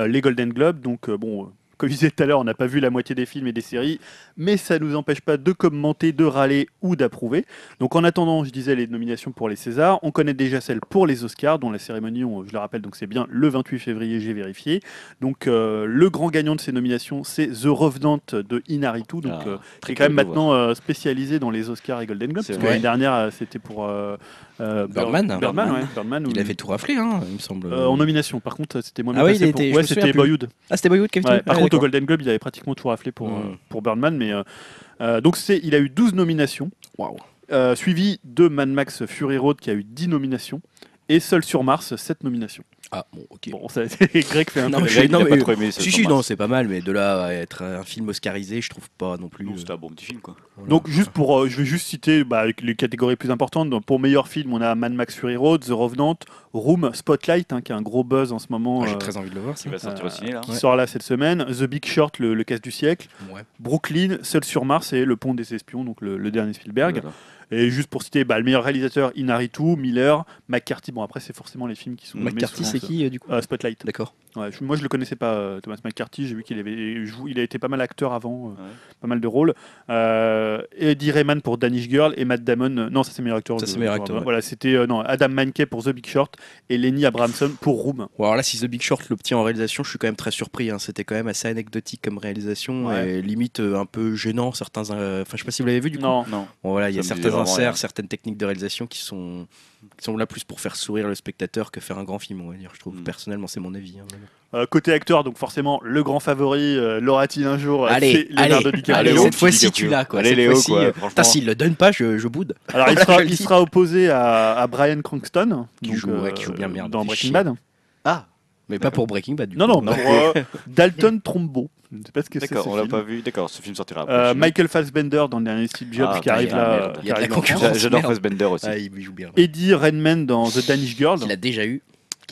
Euh, les Golden Globes, donc euh, bon. euh, Comme je disais tout à l'heure, on n'a pas vu la moitié des films et des séries, mais ça ne nous empêche pas de commenter, de râler ou d'approuver. Donc en attendant, je disais les nominations pour les Césars, on connaît déjà celles pour les Oscars, dont la cérémonie, on- je le rappelle, donc c'est bien le 28 février, j'ai vérifié. Donc euh, le grand gagnant de ces nominations, c'est The Revenant de Inaritu, donc
Ah,
euh,
très
qui est quand même
cool de voir.
maintenant euh, spécialisé dans les Oscars et Golden Globes.
C'est
Parce que
vrai.
l'année dernière, euh, c'était pour euh, euh, Bird-
Birdman, hein.
Birdman, ouais, Birdman,
Il
où-
avait tout raflé, hein, il me semble.
euh, en nomination. Par contre, c'était moi-même.
Ah ouais,
passé
il
pour-
était- je
ouais,
me souviens
c'était
plus.
Boyhood.
Ah c'était Bollywood qui avait
Ouais,
tout-
par
ah,
contre, au
d'accord.
Golden Globe, il avait pratiquement tout raflé pour,
Mm.
euh, pour Birdman. Mais, euh, euh, donc, c'est, il a eu 12 nominations,
Waouh.
euh, suivi de Mad Max Fury Road qui a eu 10 nominations. Et seul sur Mars, 7 nominations.
Ah bon, ok.
Bon, ça, Greg fait un
Non,
peu-
mais
Greg,
je- non,
il a pas
mais- euh,
trop aimé ce
Si si,
format.
non, c'est pas mal, mais de là à être un film oscarisé, je trouve pas non plus.
Non,
euh,
c'était un bon petit film, quoi.
voilà.
Donc juste pour, euh, je vais juste citer bah, les catégories plus importantes. Donc, pour meilleur film, on a Mad Max Fury Road, The Revenant, Room, Spotlight, hein, qui a un gros buzz en ce moment,
Ah, j'ai
euh,
très envie de le voir.
Qui
Ça.
va sortir au ciné, là
qui sort là cette semaine, The Big Short, le, le casse du siècle,
Ouais.
Brooklyn, Seul sur Mars et Le Pont des Espions, donc le, le dernier Spielberg.
Voilà.
Et juste pour citer bah, le meilleur réalisateur, Inaritu, Miller, McCarthy. Bon après c'est forcément les films qui sont nommés
McCarthy,
souvent,
c'est
ça.
qui euh, du coup
Ah.
Euh, Spotlight.
D'accord.
Ouais, je- moi je le connaissais pas, euh, Thomas McCarthy. J'ai vu qu'il avait, jou- il a été pas mal acteur avant, euh,
Ouais.
pas mal de rôles. Euh, Eddie Rayman pour Danish Girl et Matt Damon. euh, non, ça c'est meilleur acteur.
Ça,
je-
c'est meilleur
je-
acteur, ouais.
Voilà, c'était euh, non Adam Mankey pour The Big Short et Lenny Abramson pour Room.
Bon, alors là, si The Big Short l'obtient en réalisation, je suis quand même très surpris. hein. C'était quand même assez anecdotique comme réalisation
Ouais.
et limite euh, un peu gênant. Certains, euh, enfin, je sais pas si vous l'avez vu du coup.
Non,
Non.
Bon, voilà, il y a
Ça me dit vraiment
certains inserts,
rien.
certaines techniques de réalisation qui sont qui sont là plus pour faire sourire le spectateur que faire un grand film, on va dire. Je trouve
Mm.
personnellement, c'est mon avis. hein, vraiment.
Euh, côté acteur, donc forcément le grand favori euh, l'aura-t-il un jour euh,
Allez,
C'est Leonardo
allez,
DiCaprio.
allez,
Léo,
cette
petit
fois-ci
DiCaprio.
tu l'as quoi.
Allez,
cette
Léo,
fois-ci,
quoi,
euh,
franchement.
putain, s'il le donne pas, je, je boude.
Alors il
Je
sera,
le
il
dis.
sera opposé à, à Brian Cranston,
Qui
donc, euh,
joue, ouais, qui joue bien, merde,
dans
fait
Breaking
chier.
Bad.
Ah,
Mais pas
D'accord.
pour Breaking Bad. Du
Non,
coup.
non, pour euh, Dalton Trumbo. Je ne sais pas ce que c'est.
d'accord,
ce
on l'a
film.
pas vu. D'accord, ce film sortira après.
Euh,
je sais
Michael Fassbender dans le dernier Steve Jobs
Ah,
qui arrive
putain,
là.
merde.
qui
Il y a de la
arrive en
pas.
concurrence.
France.
J'a- J'adore
merde.
Fassbender aussi.
Ah, il joue bien.
Eddie Redman dans The Danish Girl
Il a déjà eu.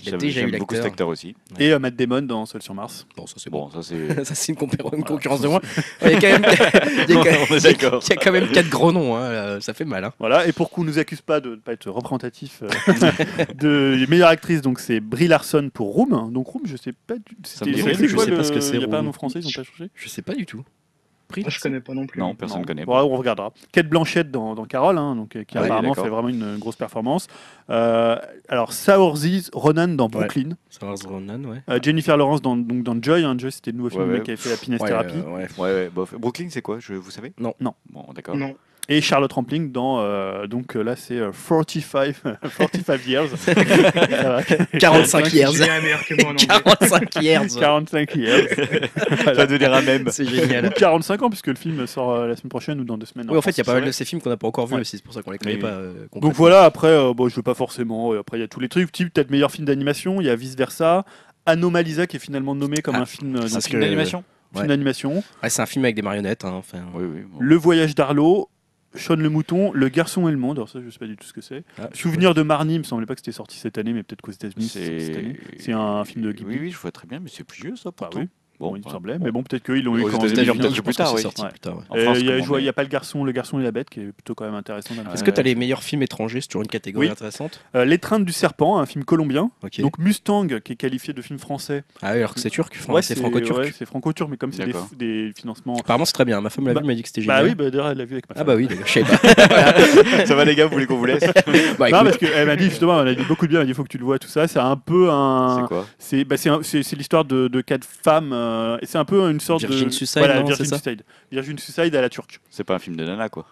Il a
J'aime-
déjà eu
J'aime beaucoup cet acteur
l'acteur.
aussi.
et euh, Matt Damon dans Seul sur Mars.
Bon, ça c'est
C'est
bon.
bon, ça c'est.
ça c'est une, compé- une concurrence de moi. Il y a quand même, il y a quand-
On est d'accord.
il y a quand même quatre gros noms, hein, là, ça fait mal. Hein.
Voilà, et pour qu'on nous accuse pas de ne pas être représentatif euh, de meilleure actrice, donc c'est Brie Larson pour Room. hein. Donc Room, je sais pas du
me
c'était-
dit rien
c'est
plus, je
quoi
sais pas
le-
ce que c'est,
Il y a pas un
Room.
nom français, ils ont pas changé
Je sais pas du tout.
Moi, je connais pas non plus.
Non, personne ne
Non.
connaît.
Bon, on regardera. Kate Blanchett dans, dans Carole, hein, donc, euh, qui
Ah oui,
apparemment
d'accord.
fait vraiment une euh, grosse performance. Euh, alors, Saoirse Ronan dans Brooklyn.
Saoirse Ronan, ouais.
Euh, Jennifer Lawrence dans, donc, dans Joy. hein. Joy, c'était le nouveau film
Ouais,
du mec
ouais.
qui avait fait la
Ouais,
Pinestérapie.
euh, ouais.
Ouais, ouais, bof. Brooklyn, c'est quoi je, Vous savez
Non.
Non.
Bon, d'accord.
Non.
Et Charlotte Rampling dans, euh, donc euh, là, c'est euh, 45, 45 Years. Euh, Voilà.
45 years.
J'ai un meilleur que moi en anglais.
45 years.
45 Years.
Ça va devenir un même.
C'est génial.
Ou 45 ans, puisque le film sort euh, la semaine prochaine ou dans deux semaines.
Oui, en fait,
France,
il y a pas mal
c'est
de
vrai.
ces films qu'on n'a pas encore vus,
Ouais.
mais c'est pour ça qu'on les connaît
Oui,
pas. euh, complètement.
Donc voilà, après, euh, bon, je veux pas forcément. et après, il y a tous les trucs. Type, peut-être meilleur film d'animation. Il y a Vice Versa. Anomalisa qui est finalement nommé comme
Ah,
un film euh,
ça,
donc,
c'est
film
que-
d'animation.
ouais.
Film d'animation.
Ouais, c'est un film avec des marionnettes. hein, enfin,
Oui, oui. bon.
Le voyage d'Arlo. Sean le mouton, Le garçon et le monde, alors ça je sais pas du tout ce que c'est.
ah,
Souvenir de Marnie, il me semblait pas que c'était sorti cette année, mais peut-être qu'aux États-Unis c'est sorti cette année.
C'est
C'est un film de Ghibli.
Oui, oui, je vois très bien, mais c'est plus vieux ça,
Bah
pourtant.
oui. Bon, il me
voilà.
semblait, mais bon, peut-être qu'ils l'ont eu
Aux
quand
États-Unis,
ils
peut-être
l'ont eu.
plus
je pense
tard, oui.
que c'est sorti
Ouais.
plus tard. ouais.
En
Euh,
France,
Il y a-
comment
je vois,
on
il
est
n'y a pas le garçon, le garçon et la bête, qui est plutôt quand même intéressant. dans le
Ouais.
Est-ce
film.
que tu as les meilleurs films étrangers C'est toujours une catégorie
Oui.
intéressante.
Euh, L'étreinte du serpent, un film colombien.
Ok.
Donc Mustang, qui est qualifié de film français.
ah oui, alors que c'est turc, enfin,
Ouais,
c'est franco-turc.
ouais, c'est franco-turc, mais comme c'est des,
D'accord.
des financements.
Apparemment, c'est très bien. Ma femme l'a
Bah-
vu, m'a dit que c'était
Bah
génial.
oui, bah, d'ailleurs, elle l'a vu avec ma
Ah
femme.
bah oui, d'ailleurs, je sais pas.
Ça va les gars, vous voulez qu'on vous laisse
Bah,
non,
écoute,
parce qu'elle m'a dit justement, elle a dit beaucoup de bien, elle a dit faut que tu le vois, tout ça. C'est un peu
C'est
un.
quoi
C'est bah, c'est un- c'est- c'est l'histoire de, de quatre femmes, euh, et c'est un peu une sorte
Virgin
de.
Suicide,
voilà,
non,
Virgin
c'est ça
Suicide. Virgin Suicide à la turque.
C'est pas un film de nana quoi.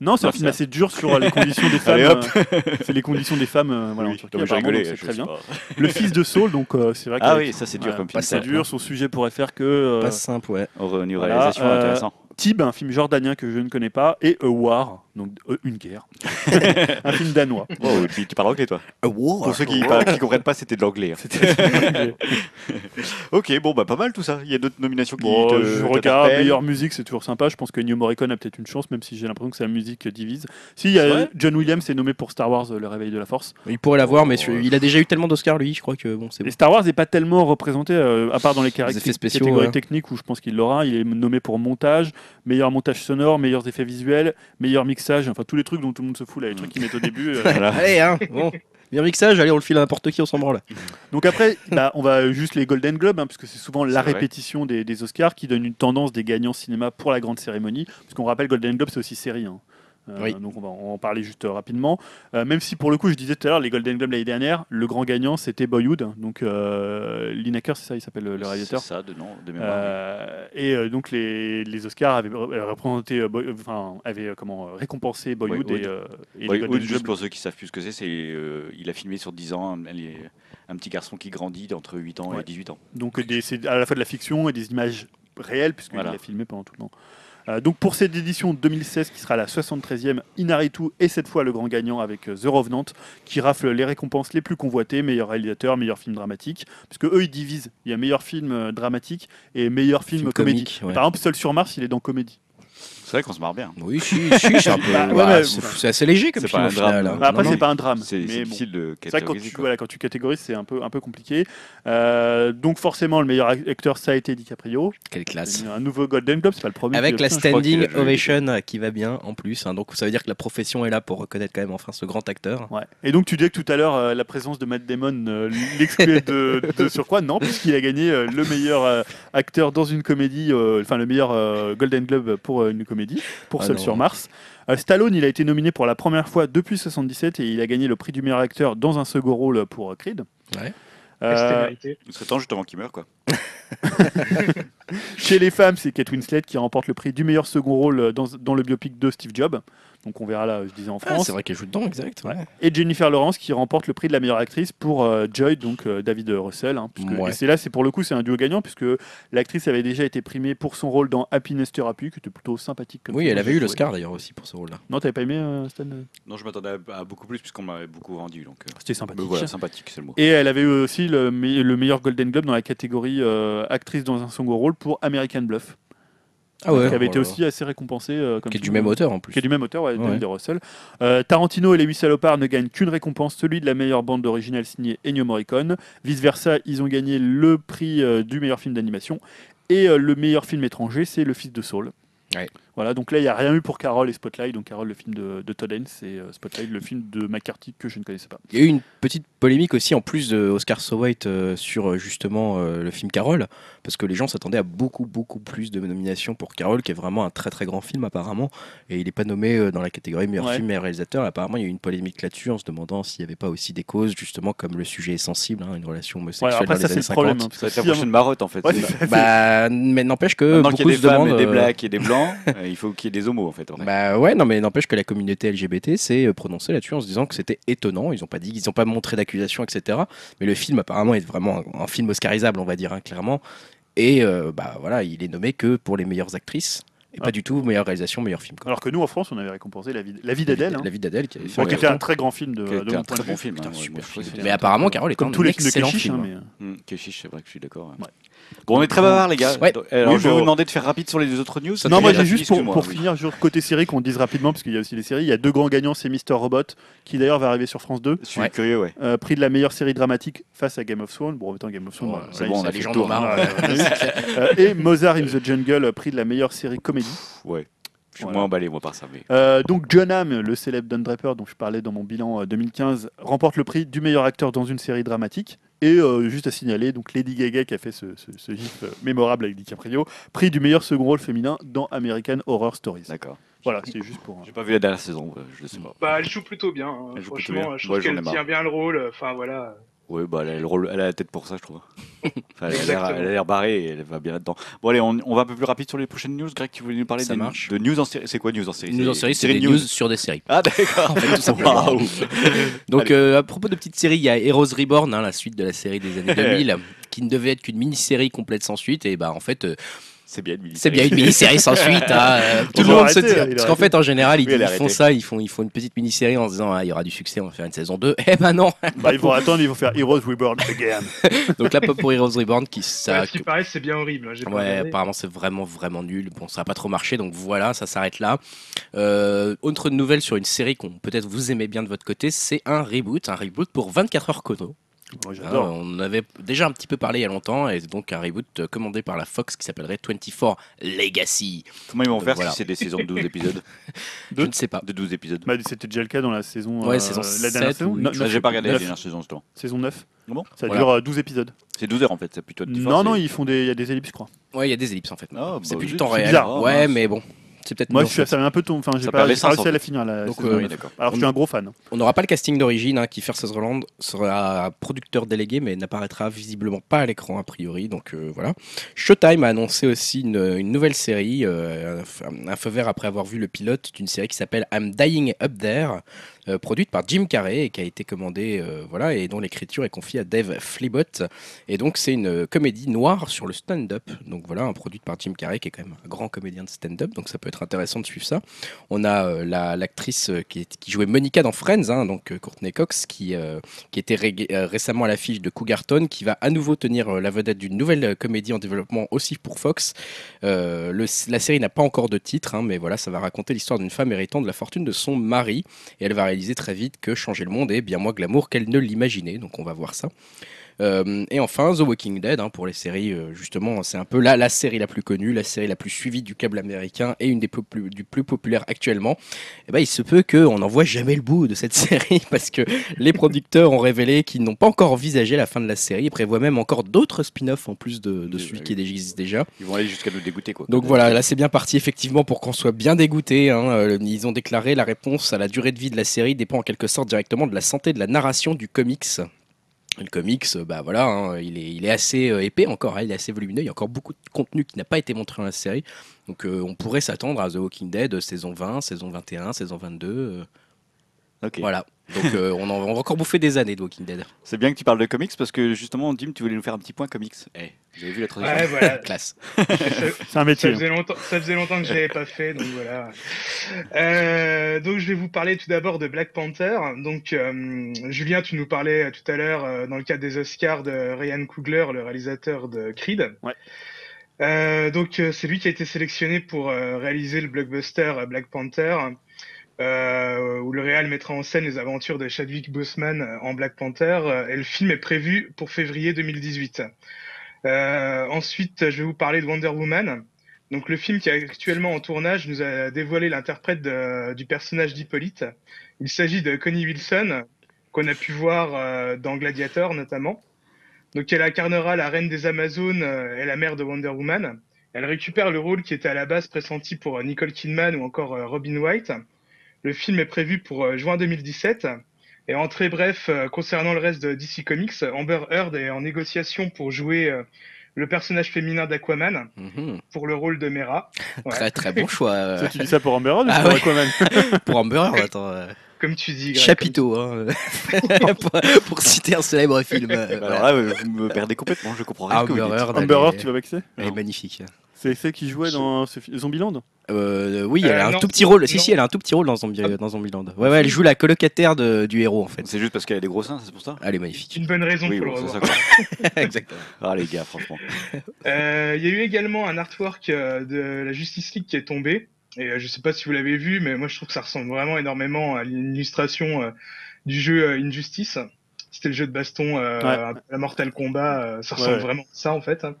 Non, c'est
Non,
un film
c'est-
assez dur sur euh, les conditions des femmes.
Allez, hop.
euh, c'est les conditions des femmes euh, voilà, en
Oui,
Turquie.
non, mais j'ai
apparemment,
rigolé,
donc c'est
je
très
sais
bien.
pas.
Le fils de Saul, donc euh, c'est vrai que
Ah oui, ça c'est dur
voilà,
comme film.
pas
c'est
ça.
simple.
dur, son sujet pourrait faire que. euh,
pas simple, ouais.
Au revenu
Voilà,
réalisation,
euh,
intéressant.
Tib, un film jordanien que je ne connais pas, et A War, donc euh, une guerre, un film danois.
Oh, et puis tu parles anglais toi. Pour ceux qui ne comprennent pas, c'était de l'anglais. hein. Ok, bon, bah pas mal tout ça. Il y a d'autres nominations qui.
Bon,
te-
je regarde,
t'interpellent.
meilleure musique, c'est toujours sympa. Je pense que New Morricone a peut-être une chance, même si j'ai l'impression que sa musique divise. Si, il y a
C'est vrai
John Williams est nommé pour Star Wars, euh, Le Réveil de la Force.
Il pourrait l'avoir, mais
Oh,
sur-
ouais.
il a déjà eu tellement d'Oscars, lui, je crois que bon, c'est bon.
Et Star Wars n'est pas tellement représenté, euh, à part dans les,
Les effets
caractéristiques
spéciaux,
catégories
ouais.
techniques où je pense qu'il l'aura. Il est nommé pour montage, meilleur montage sonore, meilleurs effets visuels, meilleur mixage, enfin tous les trucs dont tout le monde se fout là, les trucs qu'ils mettent au début. euh,
Voilà.
Allez, hein, bon. Bien mixage, allez, on le file à n'importe qui, on s'en branle.
Donc après, bah, on va juste les Golden Globes, hein, puisque c'est souvent la
C'est vrai.
répétition des, des Oscars qui donne une tendance des gagnants cinéma pour la grande cérémonie. Parce qu'on rappelle, Golden Globe, c'est aussi série. hein. Euh,
Oui.
Donc on va en parler juste euh, rapidement. Euh, même si pour le coup, je disais tout à l'heure, les Golden Globes l'année dernière, le grand gagnant, c'était Boyhood. hein. Donc euh, Lineker, c'est ça, il s'appelle le, le réalisateur.
C'est ça, de nom, de mémoire.
Euh, et euh, donc les, les Oscars avaient re- euh, représenté, euh, Boy- euh, enfin avaient euh, comment euh, récompensé Boyhood,
Boyhood.
et, euh, et
Ouais,
les
Oud,
Golden
juste
Globes.
pour ceux qui savent plus ce que c'est, c'est euh, il a filmé sur 10 ans un, les- un petit garçon qui grandit entre 8 ans
Ouais.
et 18 ans.
Donc euh, des- c'est à la fois de la fiction et des images réelles, puisqu'il
Voilà.
l'a filmé pendant tout le temps. Euh, donc pour cette édition 2016, qui sera la 73e, Inaritu est cette fois le grand gagnant avec euh, The Revenant, qui rafle les récompenses les plus convoitées, meilleur réalisateur, meilleur film dramatique, puisque eux ils divisent, il y a meilleur film euh, dramatique et meilleur film,
Film
comédie.
comique, ouais.
Par exemple, Seul sur Mars, il est dans comédie.
C'est vrai qu'on se marre bien.
Oui, si, si, c'est un peu.
Bah, ouais,
bah,
mais-
c'est c'est assez léger comme
C'est
film
pas
au
un
final.
drame.
hein.
Ah,
Après,
non,
c'est
mais
pas un drame.
C'est c'est
mais bon.
difficile de
C'est vrai que quand
catégoriser.
tu,
quoi.
voilà, quand tu catégorises, c'est un peu, un peu compliqué. Euh, donc forcément, le meilleur acteur, ça a été DiCaprio.
Quelle classe.
Un nouveau Golden Globe, c'est pas le premier.
Ah, Avec
qui-
la
Putain, je crois qu'il a
standing
joué.
ovation qui va bien en plus. hein. Donc ça veut dire que la profession est là pour reconnaître quand même enfin ce grand acteur.
Ouais. Et donc tu disais que tout à l'heure euh, la présence de Matt Damon euh, l'excluait de, de surcroît. Non, puisqu'il a gagné euh, le meilleur euh, acteur dans une comédie, euh, enfin le meilleur euh, Golden Globe pour euh, une comédie, pour
Ah
Seul
non.
sur Mars. Euh, Stallone, il a été nominé pour la première fois depuis 77 et il a gagné le prix du meilleur acteur dans un second rôle pour euh, Creed.
Ouais.
Euh,
C'était mérité.
Il serait temps juste avant qu'il meure. Quoi.
chez les femmes, c'est Kate Winslet qui remporte le prix du meilleur second rôle euh, dans, dans le biopic de Steve Jobs. Donc on verra là, je disais en
Ah,
France.
c'est vrai qu'elle joue dedans, exact. ouais.
et Jennifer Lawrence qui remporte le prix de la meilleure actrice pour euh, Joy, donc euh, David Russell. hein, puisque-
Ouais.
Et c'est là, c'est pour le coup, c'est un duo gagnant puisque l'actrice avait déjà été primée pour son rôle dans Happiness Therapy, qui était plutôt sympathique. Comme
Oui,
film,
elle avait
j'ai
eu
trouvé.
l'Oscar d'ailleurs aussi pour ce rôle-là.
Non, t'avais pas aimé euh, Stan
Non, je m'attendais à, à beaucoup plus puisqu'on m'avait beaucoup vendu. Donc, euh,
C'était sympathique.
Bah,
mais voilà, sympathique, c'est le mot.
Et elle avait eu aussi le, me- le meilleur Golden Globe dans la catégorie euh, actrice dans un second rôle pour American Bluff,
Ah
qui avait été aussi assez récompensé. euh, comme
Qui est du
film.
même auteur en plus.
Qui est du même auteur, ouais,
Ouais.
David Russell. Euh, Tarantino et Les Huit Salopards ne gagnent qu'une récompense, celui de la meilleure bande originale signée Ennio Morricone. Vice-versa, ils ont gagné le prix euh, du meilleur film d'animation. Et euh, le meilleur film étranger, c'est Le Fils de Saul.
Ouais.
Voilà, donc là, il n'y a rien eu pour Carole et Spotlight. Donc, Carole, le film de, de Todd Haynes, et euh, Spotlight, le film de McCarthy que je ne connaissais pas.
Il y a eu une petite polémique aussi en plus de Oscar So White euh, sur euh, justement euh, le film Carole, parce que les gens s'attendaient à beaucoup beaucoup plus de nominations pour Carole, qui est vraiment un très très grand film apparemment, et il n'est pas nommé euh, dans la catégorie meilleur
Ouais.
film meilleur réalisateur. Apparemment, il y a eu une polémique là-dessus en se demandant s'il n'y avait pas aussi des causes justement comme le sujet est sensible, hein, une relation
Ouais,
homosexuelle
après,
dans
ça,
les
c'est
années
le problème.
50.
hein, parce
Ça va
que
être la
si, hein,
prochaine marotte en fait.
ouais,
c'est ça.
c'est-
Bah, mais n'empêche que
hein. Maintenant qu'il
beaucoup
y a des
se demandent.
femmes et des
euh,
blacks et des blancs, euh, il faut qu'il y ait des homos en fait. après.
Bah ouais, non, mais n'empêche que la communauté LGBT s'est euh, prononcée là-dessus en se disant que c'était étonnant. Ils ont pas dit, ils ont pas montré d'accusation, etc. Mais le film apparemment est vraiment un, un film oscarisable, on va dire hein, clairement. Et euh, bah voilà, il est nommé que pour les meilleures actrices. Et pas du tout meilleure réalisation, meilleur film. quoi.
Alors que nous, en France, on avait récompensé La vie, la vie d'Adèle, hein.
La vie d'Adèle qui avait fait
Bon,
un
qui était un très grand film de,
Qui
de
était
mon
un très
point de vue.
bon film.
Putain,
hein, ouais,
super
moi, je trouve que
film.
c'était
Mais
un-
apparemment, Carole est
Comme
un
tous les films de
excellent
Keshish, hein,
film.
mais, euh,
Hmm, que chiche, c'est vrai que je suis d'accord. ouais.
Ouais.
Bon, on est très bavard, les gars.
Ouais.
Donc, alors,
Oui,
je vais
bon.
vous demander de faire rapide sur les autres news. ça
non,
te
moi
fait-
j'ai juste pour,
excuse-moi,
pour
oui.
finir, juste côté série qu'on dise rapidement, parce qu'il y a aussi les séries. Il y a deux grands gagnants, c'est Mister Robot, qui d'ailleurs va arriver sur France 2,
Je suis
Ouais.
curieux, ouais.
euh, prix de la meilleure série dramatique face à Game of Thrones. Bon, en même temps, Game of Thrones,
Ouais,
voilà,
c'est
là,
bon,
ils-
on a
ça,
fait
les gens
le tour,
en ont marre.
hein.
euh,
Euh, et Mozart in the Jungle, euh, prix de la meilleure série comédie.
Ouais. Je suis
Voilà.
moins emballé, moi, par ça. Mais...
Euh, donc John Hamm, le célèbre Don Draper dont je parlais dans mon bilan euh, 2015, remporte le prix du meilleur acteur dans une série dramatique. Et euh, juste à signaler, donc Lady Gaga qui a fait ce, ce- ce gif euh, mémorable avec DiCaprio, prix du meilleur second rôle féminin dans American Horror Stories.
D'accord.
Voilà, c'est juste pour. euh,
J'ai pas vu la dernière saison, euh, je le sais pas.
Bah, elle joue plutôt bien. hein.
Elle joue plutôt
Franchement,
bien.
je
Moi,
trouve
j'en ai
qu'elle
marre.
tient bien le rôle. Enfin, voilà.
Ouais, bah, elle, a le rôle- elle a la tête pour ça, je trouve. Enfin, elle a l'air-
Exactement.
elle a l'air barrée et elle va bien là-dedans. Bon, allez, on, on va un peu plus rapide sur les prochaines news. Greg, tu voulais nous parler
Ça
des-
marche.
de news en série. C'est quoi news en série
News en
C'est-
série, c'est des news sur des séries.
Ah, d'accord.
En fait, tout simplement.
Waouh.
Donc,
Allez.
euh, à propos de petites séries, il y a Heroes Reborn, hein, la suite de la série des années 2000, qui ne devait être qu'une mini-série complète sans suite. Et bah, en fait, euh,
C'est bien, une
c'est bien une mini-série sans suite. hein, euh, tout
Ils
le
l'ont
monde se
arrêté, hein,
tire.
ils l'ont
Parce qu'en fait, en général, ils,
Oui, elle
ils
a
font
arrêté.
ça, ils font, ils font une petite mini-série en se disant, ah, il y aura du succès, on va faire une saison 2. Eh ben non
bah, ils vont attendre, ils vont faire Heroes Reborn again.
Donc là, pas pour Heroes Reborn, qui
Ouais,
ça,
ce qui paraît, c'est bien horrible. hein, j'ai pas
Ouais,
regardé.
apparemment c'est vraiment vraiment nul. Bon, ça n'a pas trop marché, donc voilà, ça s'arrête là. Euh, autre nouvelle sur une série qu'on peut-être vous aimez bien de votre côté, c'est un reboot, un reboot pour 24 heures chrono.
Moi
Hein,
j'adore.
on en avait déjà un petit peu parlé il y a longtemps, et donc un reboot euh, commandé par la Fox qui s'appellerait 24 Legacy.
Comment ils vont
Donc,
faire
voilà.
si c'est des saisons de 12 épisodes
Je ne sais pas.
De 12 épisodes.
Bah, C'était déjà le cas dans la saison.
Ah.
euh,
Ouais, saison
la dernière
sept
saison
ou
Non,
huit,
Ah,
non,
J'ai pas regardé la
neuf.
dernière saison, justement.
Saison 9.
Ah bon
Ça
Voilà.
dure euh, 12 épisodes.
C'est 12 heures en fait, c'est plutôt de
Non, non, ils font des, il y a des ellipses, je crois.
Ouais, il y a des ellipses en fait.
Ah,
c'est
bah,
plus du
zut,
temps
c'est
réel.
bizarre. hein,
Ah,
ouais, mais bon, c'est peut-être
Moi,
mieux,
je suis
en fait.
ça m'avait un peu tombé. Enfin, j'ai
Ça
pas,
perdait
j'ai pas réussi
500.
à la finir. La
Donc,
saison
euh,
Oui,
neuf.
d'accord.
Alors, je suis un gros fan. hein.
On n'aura pas le casting d'origine, hein, qui fait Sutherland sera producteur délégué, mais n'apparaîtra visiblement pas à l'écran a priori. Donc euh, voilà. Showtime a annoncé aussi une, une nouvelle série, euh, un f- un feu vert après avoir vu le pilote d'une série qui s'appelle I'm Dying Up There, euh, produite par Jim Carrey et qui a été commandée, euh, voilà, et dont l'écriture est confiée à Dave Flibot. Et donc c'est une euh, comédie noire sur le stand-up. Donc voilà, un produite par Jim Carrey qui est quand même un grand comédien de stand-up. Donc ça peut être intéressant de suivre ça. On a euh, la- l'actrice euh, qui, est- qui jouait Monica dans Friends, hein, donc euh, Courtney Cox, qui, euh, qui était rég- euh, récemment à l'affiche de Cougarton, qui va à nouveau tenir euh, la vedette d'une nouvelle euh, comédie en développement aussi pour Fox. Euh, le- la série n'a pas encore de titre, hein, mais voilà, ça va raconter l'histoire d'une femme héritant de la fortune de son mari, et elle va réaliser très vite que changer le monde est bien moins glamour qu'elle ne l'imaginait. Donc on va voir ça. Euh, et enfin, The Walking Dead, hein, pour les séries, euh, justement, c'est un peu la, la série la plus connue, la série la plus suivie du câble américain et une des plus, plus- du plus populaire actuellement. Et ben, il se peut qu'on n'en voit jamais le bout de cette série parce que les producteurs ont révélé qu'ils n'ont pas encore envisagé la fin de la série et prévoient même encore d'autres spin-offs en plus de, de
Déjà,
celui
oui.
qui existe déjà.
Ils vont aller jusqu'à nous dégoûter quoi.
Donc voilà, là c'est bien parti effectivement pour qu'on soit bien dégoûté. hein. Euh, Ils ont déclaré la réponse à la durée de vie de la série dépend en quelque sorte directement de la santé de la narration du comics. Le comics, euh, bah voilà, hein, il, est, il est assez euh, épais encore, hein, il est assez volumineux, il y a encore beaucoup de contenu qui n'a pas été montré dans la série. Donc euh, on pourrait s'attendre à The Walking Dead euh, saison 20, saison 21, saison 22. euh,
Ok.
Voilà. Donc euh, on, en- on va encore bouffer des années de Walking Dead.
C'est bien que tu parles de comics parce que justement, Dim, tu voulais nous faire un petit point comics. Eh, vous avez vu la transition
Ouais, voilà.
Classe.
Ça-
C'est un
Ça
métier. hein.
faisait, longtemps, ça faisait longtemps que je l'avais pas fait, donc voilà. Euh, donc je vais vous parler tout d'abord de Black Panther. Donc euh, Julien, tu nous parlais tout à l'heure euh, dans le cadre des Oscars de Ryan Coogler, le réalisateur de Creed.
Ouais.
Euh, donc euh, c'est lui qui a été sélectionné pour euh, réaliser le blockbuster euh, Black Panther, euh, où le réal mettra en scène les aventures de Chadwick Boseman euh, en Black Panther. euh, Et le film est prévu pour février 2018. Euh, ensuite, je vais vous parler de Wonder Woman. Donc, le film qui est actuellement en tournage nous a dévoilé l'interprète de- du personnage d'Hippolyte. Il s'agit de Connie Wilson, qu'on a pu voir euh, dans Gladiator notamment. Donc, elle incarnera la reine des Amazones euh, et la mère de Wonder Woman. Elle récupère le rôle qui était à la base pressenti pour euh, Nicole Kidman ou encore euh, Robin White. Le film est prévu pour euh, juin 2017. Et en très bref, euh, concernant le reste de DC Comics, Amber Heard est en négociation pour jouer euh, le personnage féminin d'Aquaman
Mhm.
pour le rôle de Mera. Ouais.
Très très bon choix euh,
Ça, tu dis ça pour Amber Heard
Ah
ou pour
ouais.
Aquaman
pour Amber. Heard, Attends, euh,
Comme tu dis, Greg,
chapiteau, hein, pour, pour citer un célèbre film. euh,
Bah
voilà.
Alors là, euh, vous me perdez complètement, je comprends rien. à ce que vous
Amber
dites.
Heard,
Amber
elle bah, est-
Heard, tu vas vexer
elle est
Non.
magnifique.
C'est celle qui jouait dans ce fi- Zombieland
Euh, oui,
Euh,
elle a un
non.
tout petit rôle. Si,
Non. Ah.
si, elle a un tout petit rôle dans, Zombie, dans Zombieland. Ouais, ouais, elle joue la colocataire de- du héros en fait.
C'est juste parce qu'elle a des gros seins, c'est pour ça
Elle est
C'est
magnifique.
Une bonne raison
Oui,
pour
bon,
le
c'est ça.
revoir.
quoi.
Exactement.
Ah les gars, franchement.
Euh, Il y a eu également un artwork euh, de la Justice League qui est tombé. Et euh, je sais pas si vous l'avez vu, mais moi je trouve que ça ressemble vraiment énormément à l'illustration euh, du jeu euh, Injustice. C'était le jeu de baston, euh,
Ouais.
un peu la Mortal Kombat. euh, ça ressemble
Ouais.
vraiment à ça en fait. hein.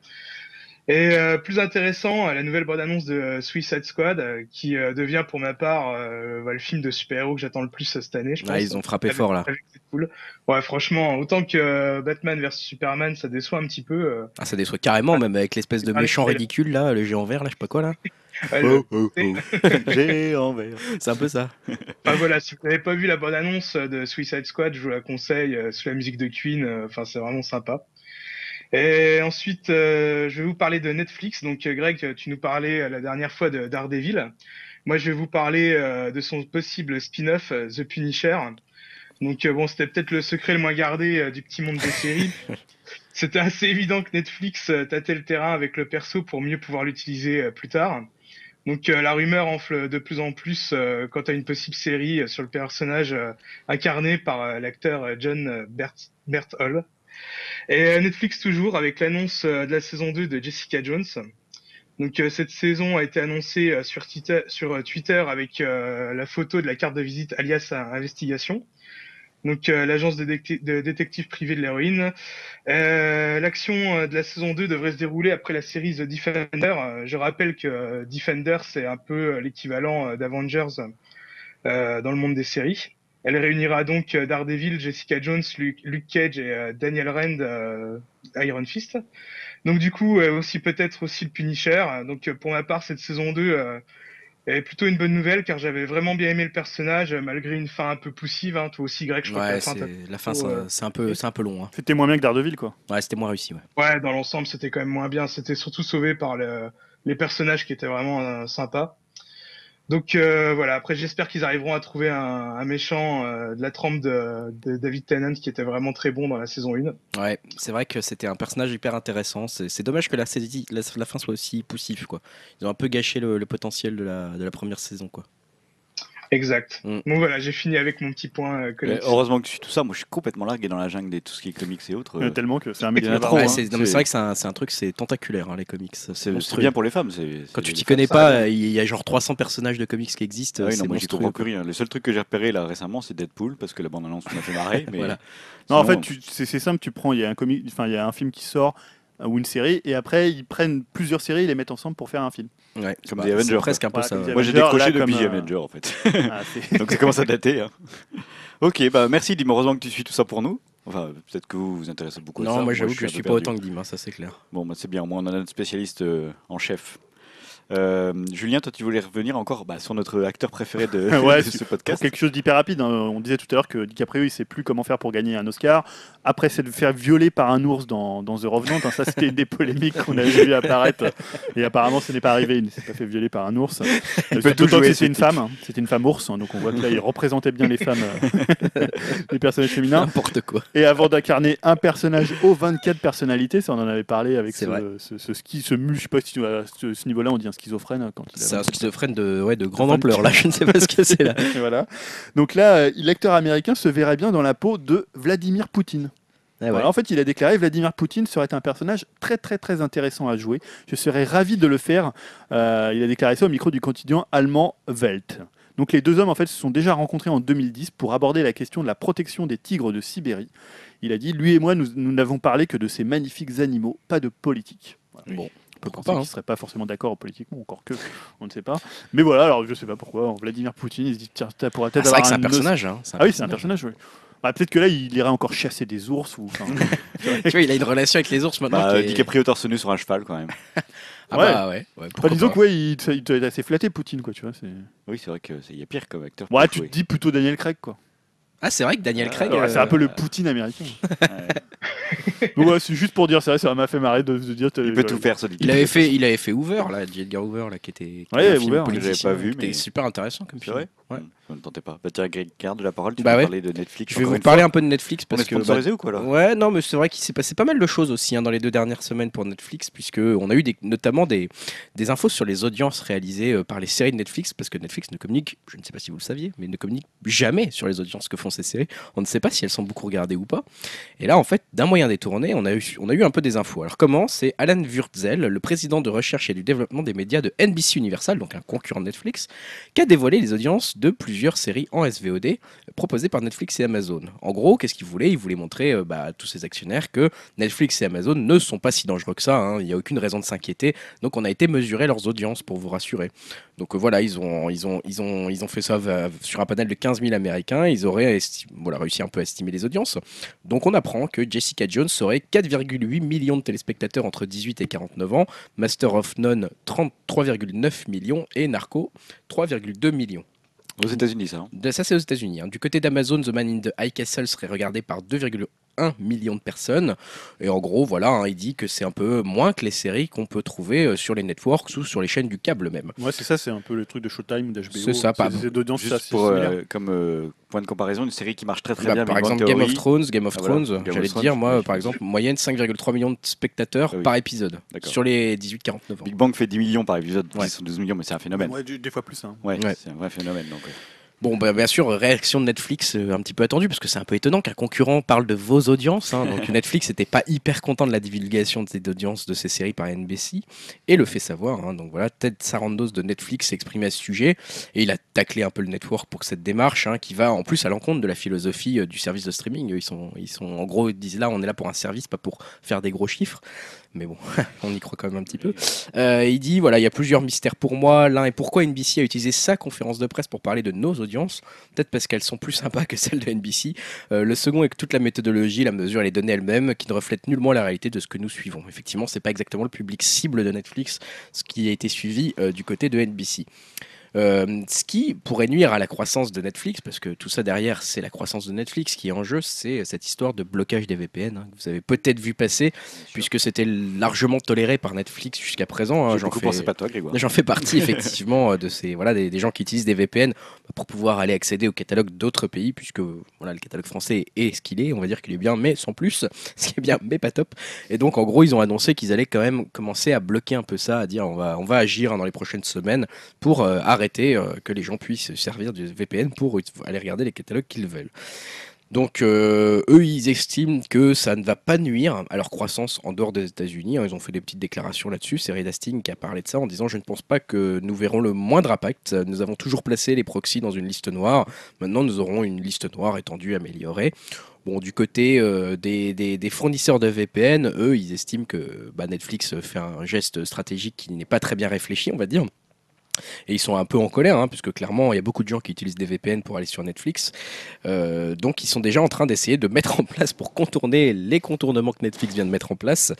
Et euh, plus intéressant, euh, la nouvelle bande-annonce de euh, Suicide Squad, euh, qui euh, devient pour ma part euh, bah, le film de super-héros que j'attends le plus euh, cette année, je pense.
Ah, ils ont frappé
Avec-
fort là.
avec- c'est cool. Ouais, franchement, autant que euh, Batman vs Superman, ça déçoit un petit peu. euh,
Ah, ça déçoit carrément, même avec l'espèce de
Ah,
méchant
c'est-
ridicule là, le géant vert là, je sais pas quoi là.
ouais, le-
Oh, oh, oh. J'ai envers.
C'est un peu ça.
Enfin, voilà, si vous n'avez pas vu la bonne annonce de Suicide Squad, je vous la conseille euh, sous la musique de Queen. euh, Enfin, c'est vraiment sympa. Et ensuite, euh, je vais vous parler de Netflix. Donc, euh, Greg, tu nous parlais euh, la dernière fois de Daredevil. Moi, je vais vous parler euh, de son possible spin-off, euh, The Punisher. Donc, euh, bon, c'était peut-être le secret le moins gardé euh, du petit monde des séries. C'était assez évident que Netflix euh, tâtait le terrain avec le perso pour mieux pouvoir l'utiliser euh, plus tard. Donc euh, la rumeur enfle de plus en plus euh, quant à une possible série euh, sur le personnage euh, incarné par euh, l'acteur euh, John euh, Bert, Bert Hall. Et euh, Netflix toujours avec l'annonce euh, de la saison 2 de Jessica Jones. Donc euh, cette saison a été annoncée euh, sur, Tita- sur euh, Twitter avec euh, la photo de la carte de visite alias euh, investigation. Donc euh, l'agence de, détec- de détective privé de l'héroïne. Euh, L'action euh, de la saison 2 devrait se dérouler après la série The Defender. Euh, Je rappelle que euh, Defender c'est un peu euh, l'équivalent euh, d'Avengers euh, dans le monde des séries. Elle réunira donc euh, Daredevil, Jessica Jones, Luke, Luke Cage et euh, Daniel Rand, euh, Iron Fist. Donc du coup, euh, aussi peut-être aussi le Punisher. Donc euh, pour ma part, cette saison 2 euh, est plutôt une bonne nouvelle car j'avais vraiment bien aimé le personnage euh, malgré une fin un peu poussive. hein. Toi aussi, Greg, je crois que
Ouais,
la fin t'a-
c'est- la fin,
plutôt,
c'est un-
euh,
c'est un peu, c'est un peu long. hein.
C'était moins bien que Daredevil, quoi.
Ouais, c'était moins réussi. Ouais.
Ouais, dans l'ensemble, c'était quand même moins bien. C'était surtout sauvé par le- les personnages qui étaient vraiment euh, sympas. Donc euh, voilà, après j'espère qu'ils arriveront à trouver un, un méchant euh, de la trempe de, de David Tennant qui était vraiment très bon dans la saison 1.
Ouais, c'est vrai que c'était un personnage hyper intéressant. C'est c'est dommage que la, saisie- la, la fin soit aussi poussive, quoi. Ils ont un peu gâché le, le potentiel de la, de la première saison, quoi.
Exact.
Mm.
Bon voilà, j'ai fini avec mon petit point euh,
Mais
comics.
heureusement que tu suis tout ça. Moi, je suis complètement largué dans la jungle des tout ce qui est comics et autres.
Euh, Tellement que c'est un mec
Il y
qui
en a
va
trop,
voir,
Ouais,
hein.
c'est- non, mais c'est
C'est-
vrai que c'est un, c'est un truc, c'est tentaculaire, hein, les comics.
C'est
C'est
c'est
monstrueux.
bien pour les femmes. c'est-
Quand
c'est-
tu
les
t'y connais
femmes, ça
pas, il y a genre 300 personnages de comics qui existent.
Ah oui,
c'est
non, moi j'y
monstrueux,
comprends plus
quoi.
rien. Le seul truc que j'ai repéré là récemment, c'est Deadpool parce que la bande annonce m'a fait marrer. Mais
Voilà.
Non, en
sinon,
fait, tu- c'est c'est simple, tu prends, il y, a un comi- enfin, il y a un film qui sort euh, ou une série, et après, ils prennent plusieurs séries, ils les mettent ensemble pour faire un film.
Ouais,
Comme
bah,
des Avengers,
C'est presque un peu
Ouais,
ça.
comme
ouais.
moi j'ai
Avengers, là,
décroché depuis
comme,
The
euh,
Avenger en fait.
Ah, c'est-
Donc ça commence à dater. hein. Ok, bah merci Dim, heureusement que tu suis tout ça pour nous. Enfin, peut-être que vous vous intéressez beaucoup à ça.
Non, moi j'avoue que je
un
suis
peu
pas
perdu.
autant que Dim, hein, ça c'est clair.
Bon, bah, c'est bien, au moins on a notre spécialiste euh, en chef. Euh, Julien, toi tu voulais revenir encore bah, sur notre acteur préféré de, de
Ouais,
ce
Pour
podcast.
quelque chose d'hyper rapide, hein, on disait tout à l'heure que DiCaprio il sait plus comment faire pour gagner un Oscar. Après, c'est de faire violer par un ours dans, dans The Revenant. hein. Ça, c'était une des polémiques qu'on avait vu apparaître. Et apparemment, ce n'est pas arrivé. Il ne s'est pas fait violer par un ours. Il
peut tout jouer,
que c'était
ce
une
type.
femme. hein. C'était une femme ours. hein. Donc on voit que là, il représentait bien les femmes, euh, les personnages féminins.
N'importe quoi.
Et avant d'incarner un personnage aux 24 personnalités, ça on en avait parlé avec
C'est
ce,
vrai.
ce, ce ski, ce mu, je sais pas si tu- à ce, ce niveau-là on dit un schizophrène hein, quand il a
C'est un
24.
schizophrène de, ouais, de grande ampleur, là. Je ne sais pas ce que c'est là.
voilà. Donc là, euh, l'acteur américain se verrait bien dans la peau de Vladimir Poutine.
Ah ouais.
Voilà, en fait, il a déclaré Vladimir Poutine serait un personnage très très très intéressant à jouer. Je serais ravi de le faire. Euh, il a déclaré ça au micro du quotidien allemand Welt. Donc les deux hommes en fait se sont déjà rencontrés en 2010 pour aborder la question de la protection des tigres de Sibérie. Il a dit lui et moi nous nous n'avons parlé que de ces magnifiques animaux, pas de politique. Voilà.
Bon,
On peut
pourquoi
penser
pas,
qu'ils
hein.
ne seraient pas forcément d'accord politiquement, encore que, on ne sait pas. Mais voilà, alors je ne sais pas pourquoi, alors, Vladimir Poutine, il se dit, tiens, ça pourrait
Ah,
peut-être
c'est vrai
avoir
que c'est un
os-
personnage. hein,
Ah oui, c'est un personnage, oui. Bah, peut-être que là, il irait encore chasser des ours ou. enfin,
tu vois, il a une relation avec les ours maintenant.
Bah,
qui est-
DiCaprio torse nu sur un cheval quand même.
Ah
Ouais.
bah ouais. ouais,
Enfin,
pourquoi
disons
pas.
que ouais, il, il doit être assez flatté, Poutine, quoi, tu vois. c'est-
Oui, c'est vrai qu'il y a pire comme acteur.
Ouais,
pour
tu te
jouer.
dis plutôt Daniel Craig, quoi.
Ah, c'est vrai que Daniel Craig.
Ouais, c'est un
euh,
peu le Poutine américain.
Ouais.
Donc, ouais, c'est juste pour dire ça, ça m'a fait marrer de, de dire. euh,
Il peut tout faire ce
Il
DiCaprio.
avait fait, il avait fait Hoover là, J. Edgar Hoover là qui était qui
Ouais,
était un film
Hoover,
politicien,
j'avais pas vu,
qui était
mais-
super intéressant comme
C'est
film.
vrai
Ouais.
Je ne tentais pas. Bah, tiens, Greg Card de la parole, tu
Bah
vas
ouais.
parler de Netflix.
Je vais
encore
vous
une
parler
fois.
un peu de
On
Netflix
est
parce que bah,
sponsorisé ou quoi là
Ouais, non, mais c'est vrai qu'il s'est passé pas mal de choses aussi hein, dans les deux dernières semaines pour Netflix, puisque on a eu des- notamment des, des infos sur les audiences réalisées euh, par les séries de Netflix, parce que Netflix ne communique, je ne sais pas si vous le saviez, mais ne communique jamais sur les audiences que font ces séries. On ne sait pas si elles sont beaucoup regardées ou pas. Et là, en fait, d'un moyen détourné, on a eu, on a eu un peu des infos. Alors comment C'est Alan Wurtzel, le président de recherche et du développement des médias de NBC Universal, donc un concurrent de Netflix, qui a dévoilé les audiences de plusieurs séries en SVOD proposé par Netflix et Amazon. En gros, qu'est-ce qu'ils voulaient Ils voulaient montrer euh, bah, à tous ces actionnaires que Netflix et Amazon ne sont pas si dangereux que ça. hein. Il n'y a aucune raison de s'inquiéter. Donc, on a été mesurer leurs audiences pour vous rassurer. Donc euh, voilà, ils ont, ils, ont, ils, ont, ils ont fait ça euh, sur un panel de 15 000 Américains. Ils auraient esti- voilà, réussi un peu à estimer les audiences. Donc, on apprend que Jessica Jones aurait 4,8 millions de téléspectateurs entre 18 et 49 ans, Master of None 33,9 millions et Narco 3,2 millions.
Aux États-Unis, ça. hein.
De- ça, c'est aux États-Unis. hein. Du côté d'Amazon, The Man in the High Castle serait regardé par 2,1 millions de personnes. Et en gros, voilà, hein, il dit que c'est un peu moins que les séries qu'on peut trouver euh, sur les networks ou sur les chaînes du câble même.
Ouais, c'est ça, c'est un peu le truc de Showtime, d'HBO.
C'est ça, pas-
C'est d'audience
Juste
assez
pour,
similaire.
euh, comme euh, point de comparaison, une série qui marche très très
Bah,
bien.
par
Big Bang
exemple, Game of
Theory.
Thrones, Game of
Ah, voilà.
Thrones,
Game of
j'allais te
Thrones,
dire, moi,
ouais.
par exemple, moyenne 5,3 millions de spectateurs
Ah oui.
par épisode
D'accord.
sur les 18-49 ans.
Big Bang fait 10 millions par épisode,
Ouais.
10 ou 12 millions, mais c'est un phénomène.
Ouais, du- des fois plus. Hein.
Ouais,
Ouais.
c'est un vrai phénomène. Donc, euh.
Bon, bah, bien sûr, réaction de Netflix euh, un petit peu attendue, parce que c'est un peu étonnant qu'un concurrent parle de vos audiences. hein. Donc Netflix n'était pas hyper content de la divulgation de ces audiences de ces séries par NBC, et le fait savoir. hein. Donc voilà, Ted Sarandos de Netflix s'est exprimé à ce sujet, et il a taclé un peu le network pour cette démarche, hein, qui va en plus à l'encontre de la philosophie euh, du service de streaming. Eux, Ils sont, ils sont, en gros, ils disent là, on est là pour un service, pas pour faire des gros chiffres. Mais bon, on y croit quand même un petit peu. Euh, il dit voilà, il y a plusieurs mystères pour moi. L'un est pourquoi NBC a utilisé sa conférence de presse pour parler de nos audiences. Peut-être parce qu'elles sont plus sympas que celles de NBC. Euh, le second est que toute la méthodologie, la mesure et les données elles-mêmes qui ne reflètent nullement la réalité de ce que nous suivons. Effectivement, c'est pas exactement le public cible de Netflix, ce qui a été suivi euh, du côté de NBC. Euh, ce qui pourrait nuire à la croissance de Netflix, parce que tout ça derrière, c'est la croissance de Netflix qui est en jeu, c'est cette histoire de blocage des VPN hein, que vous avez peut-être vu passer, puisque c'était largement toléré par Netflix jusqu'à présent. hein.
J'ai
J'en
beaucoup
fais-
pensé pas toi, Grégoire.
J'en fais partie effectivement euh, de ces voilà des, des gens qui utilisent des VPN euh, pour pouvoir aller accéder au catalogue d'autres pays puisque voilà le catalogue français est ce qu'il est, on va dire qu'il est bien mais sans plus, ce qui est bien mais pas top. Et donc en gros ils ont annoncé qu'ils allaient quand même commencer à bloquer un peu ça, à dire on va on va agir hein, dans les prochaines semaines pour euh, arrêter euh, que les gens puissent se servir du VPN pour ut- aller regarder les catalogues qu'ils veulent. Donc, euh, eux, ils estiment que ça ne va pas nuire à leur croissance en dehors des États-Unis. hein. Ils ont fait des petites déclarations là-dessus. C'est Reed Hastings qui a parlé de ça en disant Je ne pense pas que nous verrons le moindre impact. Nous avons toujours placé les proxys dans une liste noire. Maintenant, nous aurons une liste noire étendue, améliorée. Bon, du côté euh, des, des- des fournisseurs de VPN, eux, ils estiment que bah, Netflix fait un geste stratégique qui n'est pas très bien réfléchi, on va dire. Et ils sont un peu en colère, hein, puisque clairement, il y a beaucoup de gens qui utilisent des VPN pour aller sur Netflix. Euh, donc ils sont déjà en train d'essayer de mettre en place pour contourner les contournements que Netflix vient de mettre en place.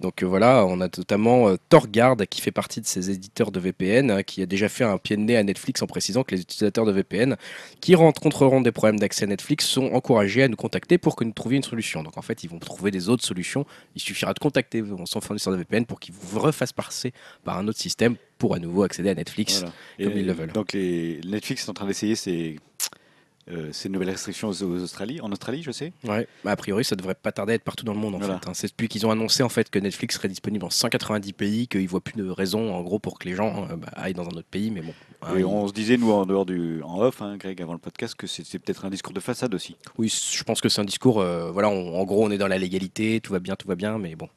Donc euh, voilà, on a notamment euh, Torgard qui fait partie de ces éditeurs de VPN hein, qui a déjà fait un pied de nez à Netflix en précisant que les utilisateurs de VPN qui rencontreront des problèmes d'accès à Netflix sont encouragés à nous contacter pour que nous trouvions une solution. Donc en fait, ils vont trouver des autres solutions. Il suffira de contacter son fournisseur de VPN pour qu'il vous refasse passer par un autre système pour à nouveau accéder à Netflix.
Voilà.
comme ils le veulent.
Donc les Netflix est en train d'essayer ces, euh, ces nouvelles restrictions aux, aux Australie, en Australie, je sais.
Ouais, bah, a priori, ça devrait pas tarder à être partout dans le monde en
Voilà.
fait. hein. C'est depuis qu'ils ont annoncé en fait que Netflix serait disponible en 190 pays, qu'ils voient plus de raison en gros pour que les gens euh, bah, aillent dans un autre pays, mais bon. hein,
Et
ils-
on se disait nous en dehors du en off, hein, Greg, avant le podcast, que c'était peut-être un discours de façade aussi.
Oui, c- je pense que c'est un discours. euh, voilà, on- en gros, on est dans la légalité, tout va bien, tout va bien, mais bon,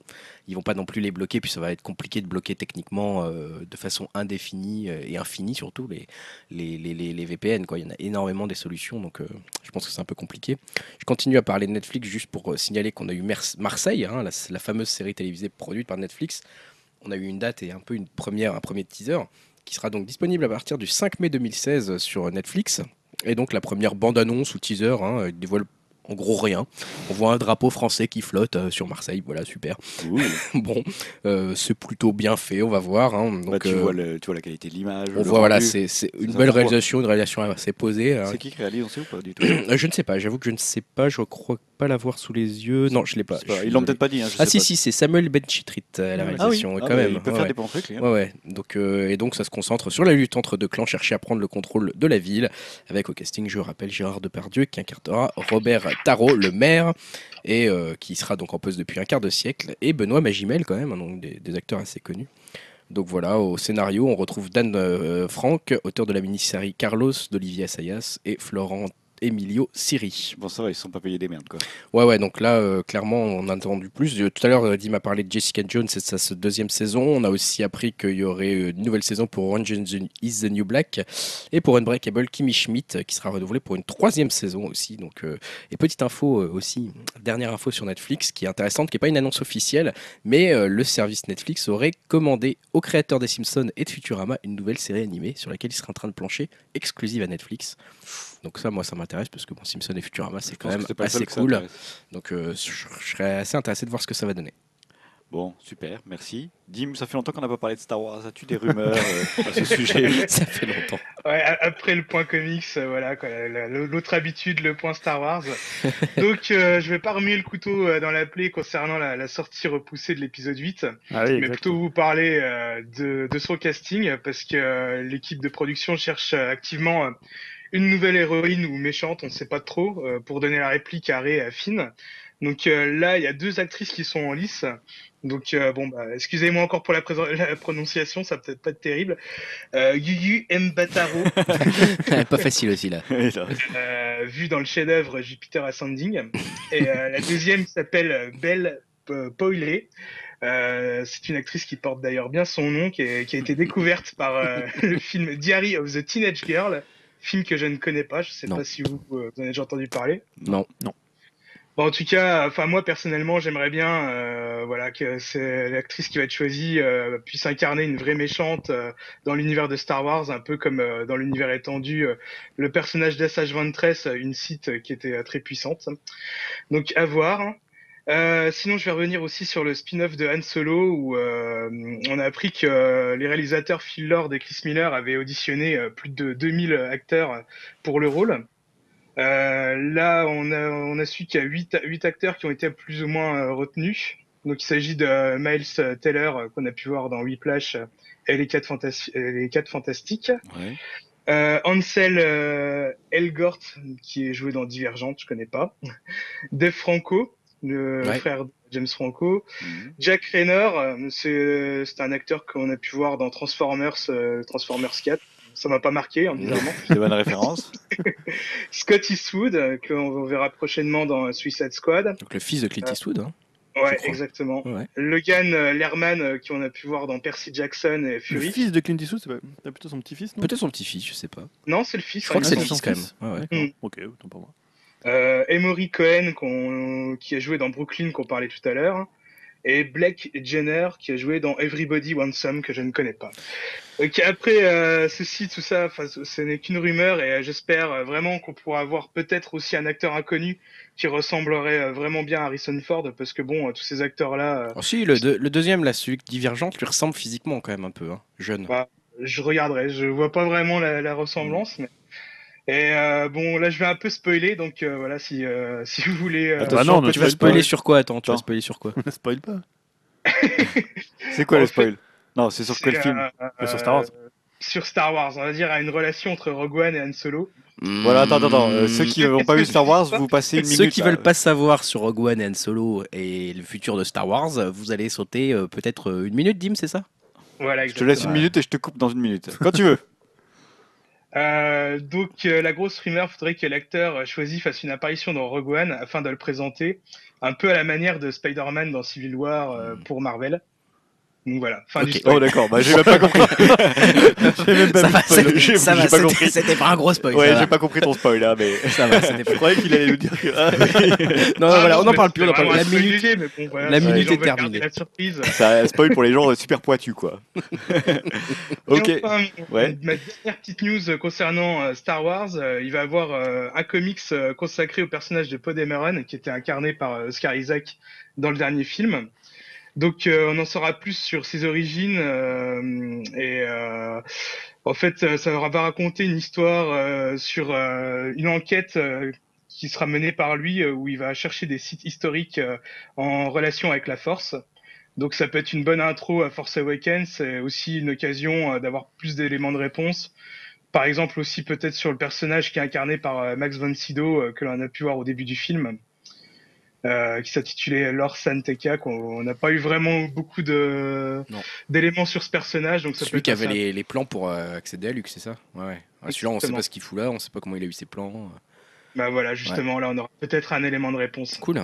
ils vont pas non plus les bloquer, puis ça va être compliqué de bloquer techniquement euh, de façon indéfinie euh, et infinie surtout les les, les, les- les VPN. Quoi, il y en a énormément des solutions, donc euh, je pense que c'est un peu compliqué. Je continue à parler de Netflix juste pour euh, signaler qu'on a eu Mer- Marseille, hein, la, la fameuse série télévisée produite par Netflix. On a eu une date et un peu une première, un premier teaser qui sera donc disponible à partir du 5 mai 2016 sur Netflix. Et donc la première bande-annonce ou teaser hein, elle dévoile en gros rien. On voit un drapeau français qui flotte euh, sur Marseille, voilà super. bon, euh, c'est plutôt bien fait, on va voir. hein. Donc,
Bah, tu,
euh,
vois le- tu vois la qualité de l'image.
on
le
voit, voilà,
rendu.
c'est c'est une
ça
belle
se voit.
réalisation, une réalisation assez posée. hein.
C'est qui qui réalise, on sait ou pas du tout
Euh, Je ne sais pas, j'avoue que je ne sais pas, je crois pas l'avoir sous les yeux. Non, je l'ai pas.
C'est
Je
pas-
suis
Ils l'ont
désolé.
peut-être pas dit. hein, je
Ah
sais
si
pas.
si, c'est Samuel Benchitrit à la
Ah oui.
réalisation
Ah,
quand
mais
même.
Il peut
Ouais,
faire
ouais.
des bons trucs. lui, hein.
Ouais, ouais. Donc, euh, et donc ça se concentre sur la lutte entre deux clans cherchés à prendre le contrôle de la ville, avec au casting, je rappelle, Gérard Depardieu qui incarnera Robert Tarot, le maire, et euh, qui sera donc en poste depuis un quart de siècle, et Benoît Magimel quand même, hein, donc des, des acteurs assez connus. Donc voilà, au scénario, on retrouve Dan euh, Franck, auteur de la mini-série Carlos d'Olivier Assayas et Florent Emilio Siri.
Bon, ça va, ils se sont pas payés des merdes. Quoi.
Ouais, ouais, donc là, euh, clairement, on a entendu plus. Euh, Tout à l'heure, euh, Dim a parlé de Jessica Jones et de sa sa deuxième saison. On a aussi appris qu'il y aurait euh, une nouvelle saison pour Orange is the- is the New Black et pour Unbreakable Kimmy Schmidt euh, qui sera renouvelée pour une troisième saison aussi. Donc, euh, et petite info euh, aussi, dernière info sur Netflix qui est intéressante, qui n'est pas une annonce officielle, mais euh, le service Netflix aurait commandé aux créateurs des Simpsons et de Futurama une nouvelle série animée sur laquelle ils seraient en train de plancher, exclusive à Netflix. Donc ça, moi, ça m'intéresse parce que bon, Simpson et Futurama, c'est
Je
quand
pense que
même
c'est pas le seul
assez
que ça
cool.
intéresse.
Donc euh, je, je serais assez intéressé de voir ce que ça va donner.
Bon, super, merci. Dim, ça fait longtemps qu'on n'a pas parlé de Star Wars. As-tu des rumeurs euh, à ce sujet
ça fait longtemps.
Ouais, a- après le point comics, euh, voilà, quoi, la- la- l'autre habitude, le point Star Wars. Donc, euh, je vais pas remuer le couteau euh, dans la plaie concernant la, la sortie repoussée de l'épisode 8,
Ah oui,
mais
exact.
plutôt vous parler euh, de, de son casting, parce que euh, l'équipe de production cherche euh, activement euh, une nouvelle héroïne ou méchante, on ne sait pas trop, euh, pour donner la réplique à Rey et à Finn. Donc euh, là, il y a deux actrices qui sont en lice. Donc euh, bon, bah, excusez-moi encore pour la, présent- la prononciation, ça va peut-être pas être terrible. Euh, Yuyu Mbataro,
Pas facile aussi là.
Et là,
euh, vu dans le chef-d'œuvre Jupiter Ascending. Et euh, la deuxième s'appelle euh, Belle euh, Poilé. Euh, c'est une actrice qui porte d'ailleurs bien son nom, qui, est- qui a été découverte par euh, le film Diary of the Teenage Girl, film que je ne connais pas. Je ne sais
Non.
pas si vous, euh, vous en avez déjà entendu parler.
Non.
Bon, Bah, en tout cas, enfin moi personnellement, j'aimerais bien, euh, voilà, que c'est l'actrice qui va être choisie euh, puisse incarner une vraie méchante euh, dans l'univers de Star Wars, un peu comme euh, dans l'univers étendu, euh, le personnage d'SH-23, euh, une site euh, qui était euh, très puissante. Donc à voir. hein. Euh, sinon, je vais revenir aussi sur le spin-off de Han Solo où euh, on a appris que euh, les réalisateurs Phil Lord et Chris Miller avaient auditionné euh, plus de 2000 acteurs euh, pour le rôle. Euh, là, on a, on a su qu'il y a 8, acteurs qui ont été plus ou moins euh, retenus. Donc il s'agit de euh, Miles Taylor euh, qu'on a pu voir dans Whiplash euh, et les 4 les quatre fantastiques.
ouais.
Euh, Ansel euh, Elgort, qui est joué dans Divergente, je connais pas. Dave Franco, le
Ouais.
frère de James Franco.
Mhm.
Jack Rayner, euh, c'est c'est un acteur qu'on a pu voir dans Transformers, euh, Transformers 4. Ça m'a pas marqué, hein, bizarrement.
Des bonnes références.
Scott Eastwood, euh, qu'on verra prochainement dans Suicide Squad.
Donc le fils de Clint Eastwood. hein.
Ouais,
crois.
exactement.
Ouais.
Logan euh, Lerman, euh, qu'on a pu voir dans Percy Jackson et
Le
Fury.
fils de Clint Eastwood, c'est pas... c'est plutôt son petit-fils, non
Peut-être son petit-fils, je sais pas.
Non, c'est le fils.
Je crois
hein,
que c'est
il
le
me
son
fils quand même.
fils.
Ouais, ouais.
D'accord.
Mm.
Ok, autant pour moi.
Euh, Emory Cohen, qu'on- qui a joué dans Brooklyn, qu'on parlait tout à l'heure, et Blake Jenner, qui a joué dans Everybody Wants Some, que je ne connais pas. Ok, après, euh, ceci, tout ça, enfin, ce ce n'est qu'une rumeur, et euh, j'espère euh, vraiment qu'on pourra avoir peut-être aussi un acteur inconnu qui ressemblerait euh, vraiment bien à Harrison Ford, parce que bon, euh, tous ces acteurs-là, euh,
Alors si, le, deux- le deuxième, là, celui divergente, lui ressemble physiquement quand même un peu. hein. Jeune.
Ouais. je regarderai, je vois pas vraiment la, la ressemblance, mais... Et euh, bon, là, je vais un peu spoiler, donc euh, voilà, si, euh, si vous voulez... euh,
Attends,
bah non, mais
tu vas spoiler sur quoi Attends, tu vas
Attends.
spoiler sur quoi
Ne spoil pas.
C'est quoi
En
le
fait-
spoil Non, c'est sur quel
C'est,
film
euh,
Mais sur Star Wars.
Sur Star Wars, on va dire à une relation entre Rogue One et Han Solo.
Voilà, attends, attends, attends. Euh,
Mmh.
ceux qui n'ont pas vu Star Wars, vous passez une minute. euh.
Ceux qui
là.
veulent pas savoir sur Rogue One et Han Solo et le futur de Star Wars, vous allez sauter euh, peut-être euh, une minute, Dim, c'est ça
Voilà,
Je te laisse une
exactement.
minute et je te coupe dans une minute. Quand tu veux.
Euh, donc, euh, la grosse rumeur, faudrait que l'acteur euh, choisi fasse une apparition dans Rogue One afin de le présenter, un peu à la manière de Spider-Man dans Civil War euh, pour Marvel. Donc voilà, fin
Hmm.
du
Ok.
spoil.
Oh, d'accord. Bah, j'ai même pas compris. j'ai même pas
Ça
vu
va,
le spoil.
c'est-
J'ai
ça va,
j'ai pas
c'était-
compris.
c'était pas un gros spoil.
Ouais,
ça va.
j'ai pas compris ton spoil, hein, mais.
Ça va, c'était pas-
Je croyais qu'il allait nous dire que. Ah,
Non,
Ah
voilà,
non,
on en
mais
parle plus, on en
c'était
parle plus. La
vraiment
minute,
spoilé, mais bon, voilà,
la
si les
minute
gens
est
veulent garder
terminée.
La surprise.
Ça spoil pour les gens euh, super pointus, quoi.
Et
ok.
enfin, euh,
Ouais.
Ma dernière petite news euh, concernant euh, Star Wars, euh, il va y avoir euh, un comics euh, consacré au personnage de Poe Dameron qui était incarné par euh, Oscar Isaac dans le dernier film. Donc euh, on en saura plus sur ses origines euh, et euh, en fait euh, ça va raconter une histoire euh, sur euh, une enquête euh, qui sera menée par lui, euh, où il va chercher des sites historiques euh, en relation avec la Force. Donc ça peut être une bonne intro à Force Awakens, c'est aussi une occasion euh, d'avoir plus d'éléments de réponse. Par exemple aussi peut-être sur le personnage qui est incarné par euh, Max von Sydow euh, que l'on a pu voir au début du film, euh, qui s'intitulait Lor Santeca, qu'on on n'a pas eu vraiment beaucoup de
Non.
d'éléments sur ce personnage. Donc ça peut
Celui
être
qui
assez
avait les, les plans pour euh, accéder à Luke, c'est ça Ouais. ouais. Ah, Celui-là, on sait
Exactement.
pas ce qu'il fout là, on sait pas comment il a eu ses plans.
Bah voilà, justement, là, on aura peut-être un élément de réponse.
Cool.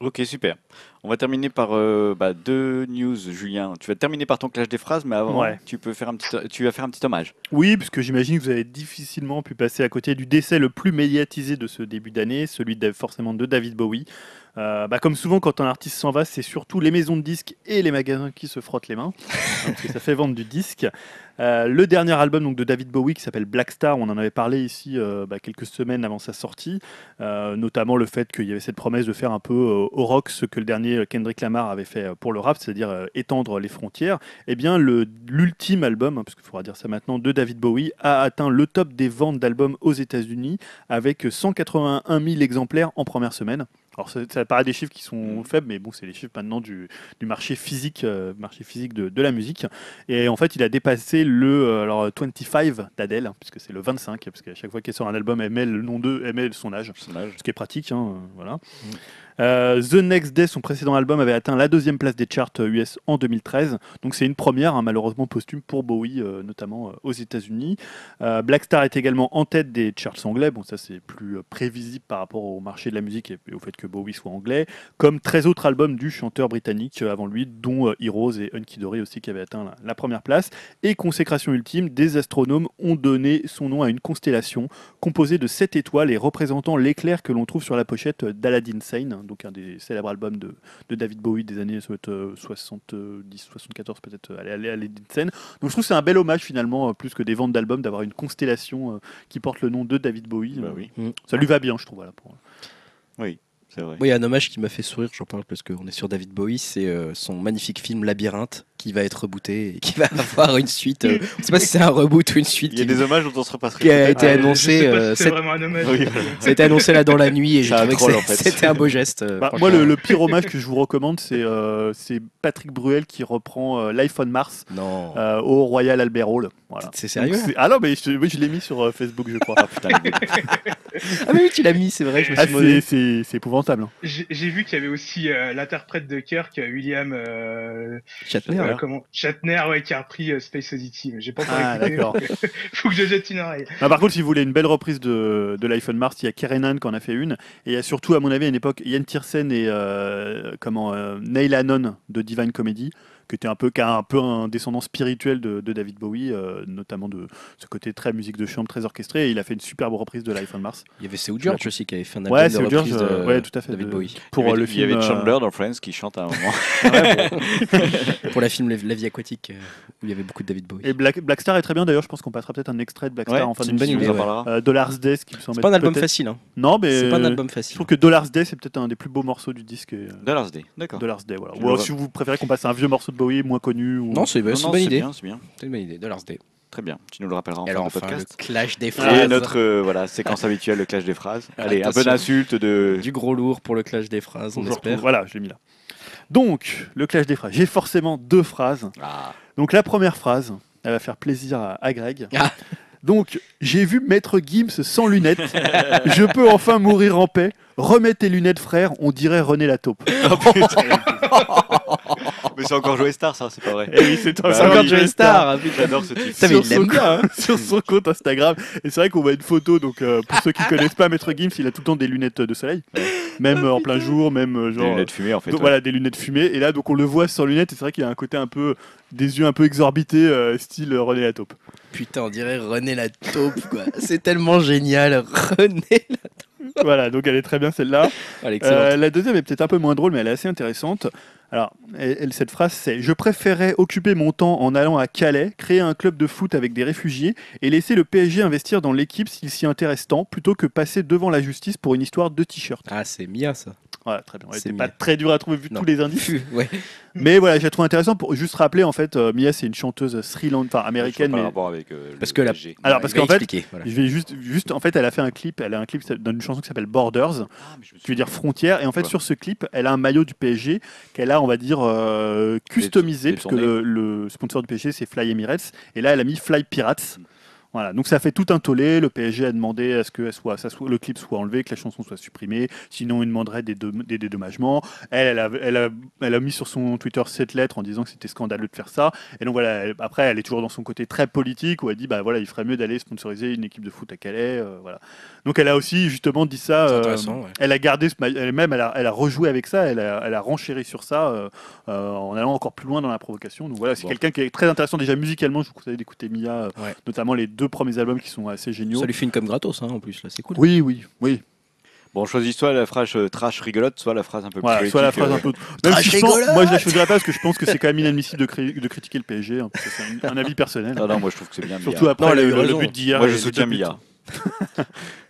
Ok, super. On va terminer par euh, bah, deux news, Julien. Tu vas terminer par ton clash des phrases, mais avant,
Ouais.
tu, peux faire un petit, tu vas faire un petit hommage.
Oui, puisque j'imagine que vous avez difficilement pu passer à côté du décès le plus médiatisé de ce début d'année, celui de, forcément de David Bowie. Euh, bah, comme souvent, quand un artiste s'en va, c'est surtout les maisons de disques et les magasins qui se frottent les mains, hein, parce que ça fait vendre du disque. Euh, le dernier album donc, de David Bowie, qui s'appelle Black Star, on en avait parlé ici euh, bah, quelques semaines avant sa sortie, euh, notamment le fait qu'il y avait cette promesse de faire un peu euh, au rock ce que le dernier Kendrick Lamar avait fait euh, pour le rap, c'est-à-dire euh, étendre les frontières eh bien, le- l'ultime album, hein, parce qu'il faudra dire ça maintenant, de David Bowie a atteint le top des ventes d'albums aux États-Unis avec 181 000 exemplaires en première semaine. Alors, ça, ça paraît des chiffres qui sont faibles, mais bon, c'est les chiffres maintenant du, du marché physique, euh, marché physique de, de la musique. Et en fait, il a dépassé le euh, alors, 25 d'Adèle, hein, puisque c'est le 25, parce qu'à chaque fois qu'elle sort un album, elle met le nom d'eux, elle met son âge ce qui est pratique. hein, euh, voilà. Euh, The Next Day, son précédent album, avait atteint la deuxième place des charts euh, US en 2013. Donc c'est une première, hein, malheureusement posthume, pour Bowie, euh, notamment euh, aux États-Unis. Euh, Black Star est également en tête des charts anglais. Bon, ça c'est plus euh, prévisible par rapport au marché de la musique et, et au fait que Bowie soit anglais. Comme 13 autres albums du chanteur britannique euh, avant lui, dont euh, Heroes et Unkidori aussi, qui avaient atteint la- la première place. Et consécration ultime, des astronomes ont donné son nom à une constellation composé de sept étoiles et représentant l'éclair que l'on trouve sur la pochette d'Aladdin Sane, hein, donc un des célèbres albums de, de David Bowie des années 70-74 peut-être, euh, Al- Al- Aladdin Sane. Donc je trouve que c'est un bel hommage finalement, euh, plus que des ventes d'albums, d'avoir une constellation euh, qui porte le nom de David Bowie. Euh,
Bah oui,
Ça lui va bien, je trouve. Voilà, pour...
c'est vrai.
Oui, il y a un hommage qui m'a fait sourire, j'en parle parce qu'on est sur David Bowie, c'est euh, son magnifique film Labyrinthe qui va être rebooté et qui va avoir une suite. euh, on ne sait pas si c'est un reboot ou une suite.
Il y a
qui-
des hommages dont on se repasserait
qui a
peut-être.
été euh,
Ouais,
annoncé.
je sais pas
euh,
si c'est
cette-
vraiment un hommage.
Oui,
Ça a été annoncé là dans la nuit et j'ai
C'est un
trouvé que
troll,
c'est-
en fait.
c'était un beau geste. euh,
Bah,
franchement.
moi, le, le pire hommage que je vous recommande, c'est euh, c'est Patrick Bruel qui reprend euh, Life on Mars
Non.
euh, au Royal Albert Hall. Voilà.
C'est sérieux hein
Donc, c'est- Ah non, mais je, oui, je l'ai mis sur euh, Facebook, je crois.
Ah, mais oui, tu l'as mis, c'est vrai, je me
Ah,
suis demandé.
c'est- c'est c'est épouvantable. hein.
J'ai j'ai vu qu'il y avait aussi euh, l'interprète de Kirk, euh, William euh,
Shatner.
euh, comment Shatner, ouais, qui a repris euh, Space Oddity. Mais j'ai pas encore
Ah,
écouté.
d'accord.
Faut que je jette une oreille.
Ah, par contre, si vous voulez une belle reprise de, de l'iPhone Mars, il y a Kerenan qui en a fait une. Et il y a surtout, à mon avis, à une époque, Ian Tiersen et euh, comment, euh, Neil Hannon de Divine Comedy, qui était un peu, qui a un peu un descendant spirituel de, de David Bowie, euh, notamment de ce côté très musique de chambre, très orchestré. Et il a fait une superbe reprise de l'iPhone Mars.
Il y avait Seu George aussi qui avait fait un album
Ouais,
de
c'est George.
reprise
euh,
de
ouais, tout à fait.
David
de-
Bowie.
Pour
il y
euh,
avait, il
le
y
film.
avait
euh,
Chandler dans Friends qui chante à un moment.
pour la film La vie aquatique euh, où il y avait beaucoup de David Bowie.
Et Black, Black Star est très bien. D'ailleurs, je pense qu'on passera peut-être un extrait de Black
Ouais,
Star en fin de
c'est une bonne
On
idée, Euh,
en
ouais.
parlera.
Dollars Death qui me semble
C'est pas un
être
album
peut-être-
facile. Hein.
Non, mais
C'est pas un
euh,
album
Je
facile.
trouve que Dollars Day, c'est peut-être un des plus beaux morceaux du disque. et, euh,
Dollars Day, d'accord.
Dollars Day, voilà.
Je
Ou
le
alors,
vois.
si vous préférez qu'on passe à un vieux morceau de Bowie moins connu. Ou...
Non, c'est bah,
Non,
c'est
non,
une bonne
c'est
idée.
bien, c'est bien.
C'est une bonne idée. Dollars Day.
Très bien. Tu nous le rappelleras en
Et alors
fin de
enfin, le Ah,
podcast.
clash des
Et
phrases.
notre euh, voilà, séquence habituelle, le clash des phrases. Allez, un peu
Attention.
d'insultes,
euh,
de...
Du gros lourd pour le clash des phrases,
Faut que
on
je retrouve.
espère.
Voilà, je l'ai mis là. Donc, le clash des phrases. J'ai forcément deux phrases.
Ah,
Donc, la première phrase, elle va faire plaisir à, à Greg.
Ah.
Donc, j'ai vu Maître Gims sans lunettes. je peux enfin mourir en paix. Remets tes lunettes, frère. On dirait René la taupe.
mais c'est encore Joey Star, ça, c'est pas vrai.
Eh oui, c'est
Bah
encore
oui.
Joey Star.
ah, putain.
J'adore ce titre.
Putain, mais
sur
il l'aime
son,
bien. hein.
sur son compte Instagram. Et c'est vrai qu'on voit une photo, donc euh, pour ceux qui connaissent pas Maître Gims, il a tout le temps des lunettes de soleil,
Ouais.
même euh, en plein jour, même euh,
Des
genre.
lunettes fumées, en fait.
donc,
ouais.
Voilà, des lunettes fumées. Et là, donc on le voit sans lunettes, et c'est vrai qu'il a un côté un peu. des yeux un peu exorbités, euh, style euh, René Lataupe.
Putain, on dirait René la taupe, quoi. C'est tellement génial. René la
voilà, donc elle est très bien celle-là.
Ah, elle est excellente.
Euh, la deuxième est peut-être un peu moins drôle, mais elle est assez intéressante. Alors, elle- elle- cette phrase, c'est Je préférais occuper mon temps en allant à Calais, créer un club de foot avec des réfugiés et laisser le PSG investir dans l'équipe s'il s'y intéresse tant, plutôt que passer devant la justice pour une histoire de t-shirt.
Ah, c'est Mia, ça.
Voilà, très bien. Ouais,
C'est
C'était pas
mieux.
très dur à trouver vu
Non.
tous les indices.
Fu, ouais.
Mais voilà, j'ai trouvé intéressant pour juste rappeler en fait, euh, Mia c'est une chanteuse Sri Lanka, enfin américaine,
Par
mais
rapport avec, euh,
Parce
le
que la-
PSG.
Alors, parce
Il va
qu'en fait,
expliquer, voilà.
je vais juste, juste en fait, elle a fait un clip, elle a un clip d'une chanson qui s'appelle Borders,
Ah, mais je me
qui veut
souviens.
dire frontière. Et en fait,
Ouais.
sur ce clip, elle a un maillot du PSG qu'elle a, on va dire, euh, customisé,
Détourné.
puisque le, le sponsor du PSG c'est Fly Emirates, et là, elle a mis Fly Pirates.
Mm.
Voilà, donc ça fait tout un tollé. Le PSG a demandé à ce que elle soit, ça soit- le clip soit enlevé, que la chanson soit supprimée. Sinon, il demanderait des, dom- des dédommagements. Elle, elle a, elle, a, elle a mis sur son Twitter cette lettre en disant que c'était scandaleux de faire ça. Et donc voilà, elle- après, elle est toujours dans son côté très politique où elle dit bah voilà, il ferait mieux d'aller sponsoriser une équipe de foot à Calais. euh, voilà. Donc elle a aussi justement dit ça.
C'est
euh,
intéressant, ouais.
Elle a gardé ce ma- elle-même, elle a, elle a rejoué avec ça, elle a, elle a renchéri sur ça euh, euh, en allant encore plus loin dans la provocation. Donc voilà, c'est
Bon.
quelqu'un qui est très intéressant déjà musicalement. Je vous conseille d'écouter Mia, euh,
Ouais.
notamment les deux premiers albums qui sont assez géniaux.
Ça lui fait une com gratos, hein, en plus, là, c'est cool.
Oui, oui, oui.
Bon, choisis soit la phrase euh, trash rigolote, soit la phrase un peu plus.
Voilà, soit la
politique,
phrase
euh,
un peu. Même
Ah,
si
je
je pense-
rigolote
moi, je la choisirais pas parce que je pense que c'est quand même inadmissible de, cri- de critiquer le PSG. hein, parce que c'est un, un avis personnel.
Ah, Non, non, moi je trouve que c'est bien. Mia.
Surtout après
Non, elle a
le,
eu
le
raison.
but d'hier.
moi
et
je
les deux
soutiens
buts.
Mia.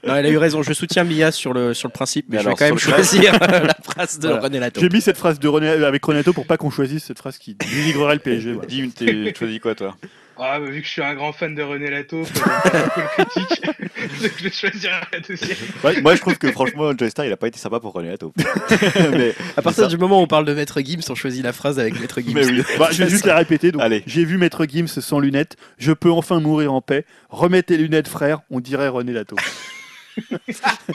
Non, elle a eu raison, je soutiens Mia sur le, sur le principe, mais,
Mais
je vais
alors,
quand même
sur le
choisir la phrase de
Voilà.
René Lato.
J'ai mis cette phrase de René, euh, avec Renato pour pas qu'on choisisse cette phrase qui dénigrerait le PSG. voilà.
Dis une, t'es- tu as dit quoi toi
Ah, bah, vu que je suis un grand fan de René Lato, faut que j'aime pas beaucoup le critique. Donc, je vais choisir la deuxième.
Moi je trouve que franchement, Joystar il a pas été sympa pour René Lato. mais,
À partir du moment où on parle de Maître Gims, on choisit la phrase avec Maître Gims.
mais oui.
Bah, je vais juste la répéter. donc,
Allez.
J'ai vu Maître Gims sans lunettes. Je peux enfin mourir en paix. Remets tes lunettes, frère. On dirait René Lato.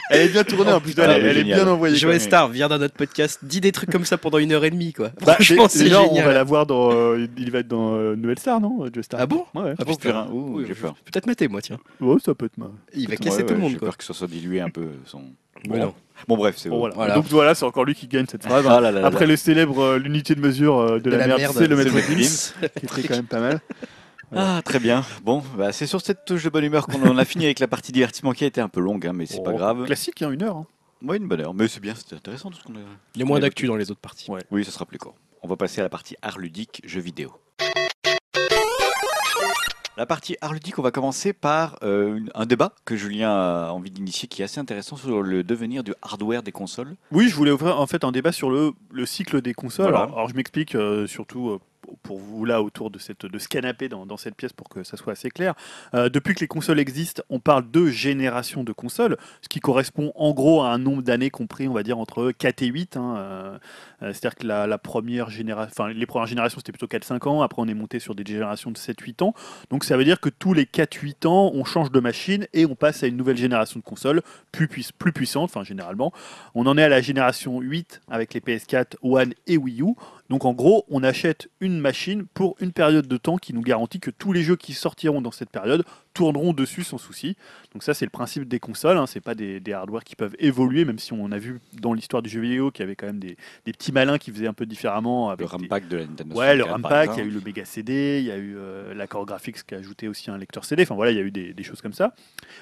elle est bien tournée en plus.
putain,
Elle,
elle est
elle est
géniale.
bien envoyée. quoi.
Joey Star vient d'un autre podcast, dit des trucs comme ça pendant une heure et demie, quoi.
Bah,
Franchement,
dé-
c'est
déjà,
génial.
on va la voir dans. euh, il va être dans euh, Nouvelle Star, non, Joe Star
Ah bon
Ouais, ouais.
Ah,
Faut
putain.
faire un- ouh,
Oui,
j'ai
je-
peur.
Peut-être mater, moi, tiens.
Ouais, ça peut être mal.
Il va
Ouais,
casser tout
ouais,
le monde,
J'ai
quoi.
peur que ça soit dilué un peu son.
Mais non.
Bon bref, c'est.
Bon, voilà.
Voilà.
Donc voilà, c'est encore lui qui gagne cette phrase.
Ah là là là
Après le célèbre euh, l'unité de mesure euh, de, la, merde, c'est le maître
Maître
Gims, qui était quand même pas mal.
Ah, très bien. Bon, bah, c'est sur cette touche de bonne humeur qu'on en a fini avec la partie divertissement qui a été un peu longue, hein, mais c'est pas
Oh,
grave.
Classique, hein, une heure. hein.
Moi, une bonne heure. Mais c'est bien, c'était intéressant tout ce qu'on a.
Il y a moins d'actu dans les autres parties.
Oui, ça sera plus court. On va passer à la partie art ludique, jeux vidéo. La partie art ludique, on va commencer par euh, une- un débat que Julien a envie d'initier qui est assez intéressant sur le devenir du hardware des consoles.
Oui, je voulais ouvrir en fait un débat sur le, le cycle des consoles.
Voilà.
Alors, alors, je m'explique euh, surtout euh, pour vous là autour de, cette, de ce canapé dans, dans cette pièce pour que ça soit assez clair. Euh, depuis que les consoles existent, on parle de génération de consoles, ce qui correspond en gros à un nombre d'années compris, on va dire, entre 4 et 8. hein, euh, euh, C'est-à-dire que la, la première génération, enfin, les premières générations, c'était plutôt 4-5 ans. Après, on est monté sur des générations de 7-8 ans. Donc, ça veut dire que tous les 4-8 ans, on change de machine et on passe à une nouvelle génération de consoles plus, puiss- plus puissante, enfin, généralement. On en est à la génération 8 avec les PS4, One et Wii U. Donc en gros, on achète une machine pour une période de temps qui nous garantit que tous les jeux qui sortiront dans cette période tourneront dessus sans souci. Donc ça, c'est le principe des consoles. Hein. C'est pas des, des hardware qui peuvent évoluer, même si on a vu dans l'histoire du jeu vidéo qu'il y avait quand même des, des petits malins qui faisaient un peu différemment
Le
avec des-
RAM pack de la Nintendo.
Ouais, le
64,
RAM
par
pack, il y a
exemple.
eu le Mega CD, il y a eu euh, l'accord graphique qui a ajouté aussi un lecteur CD. Enfin voilà, il y a eu des, des choses comme ça.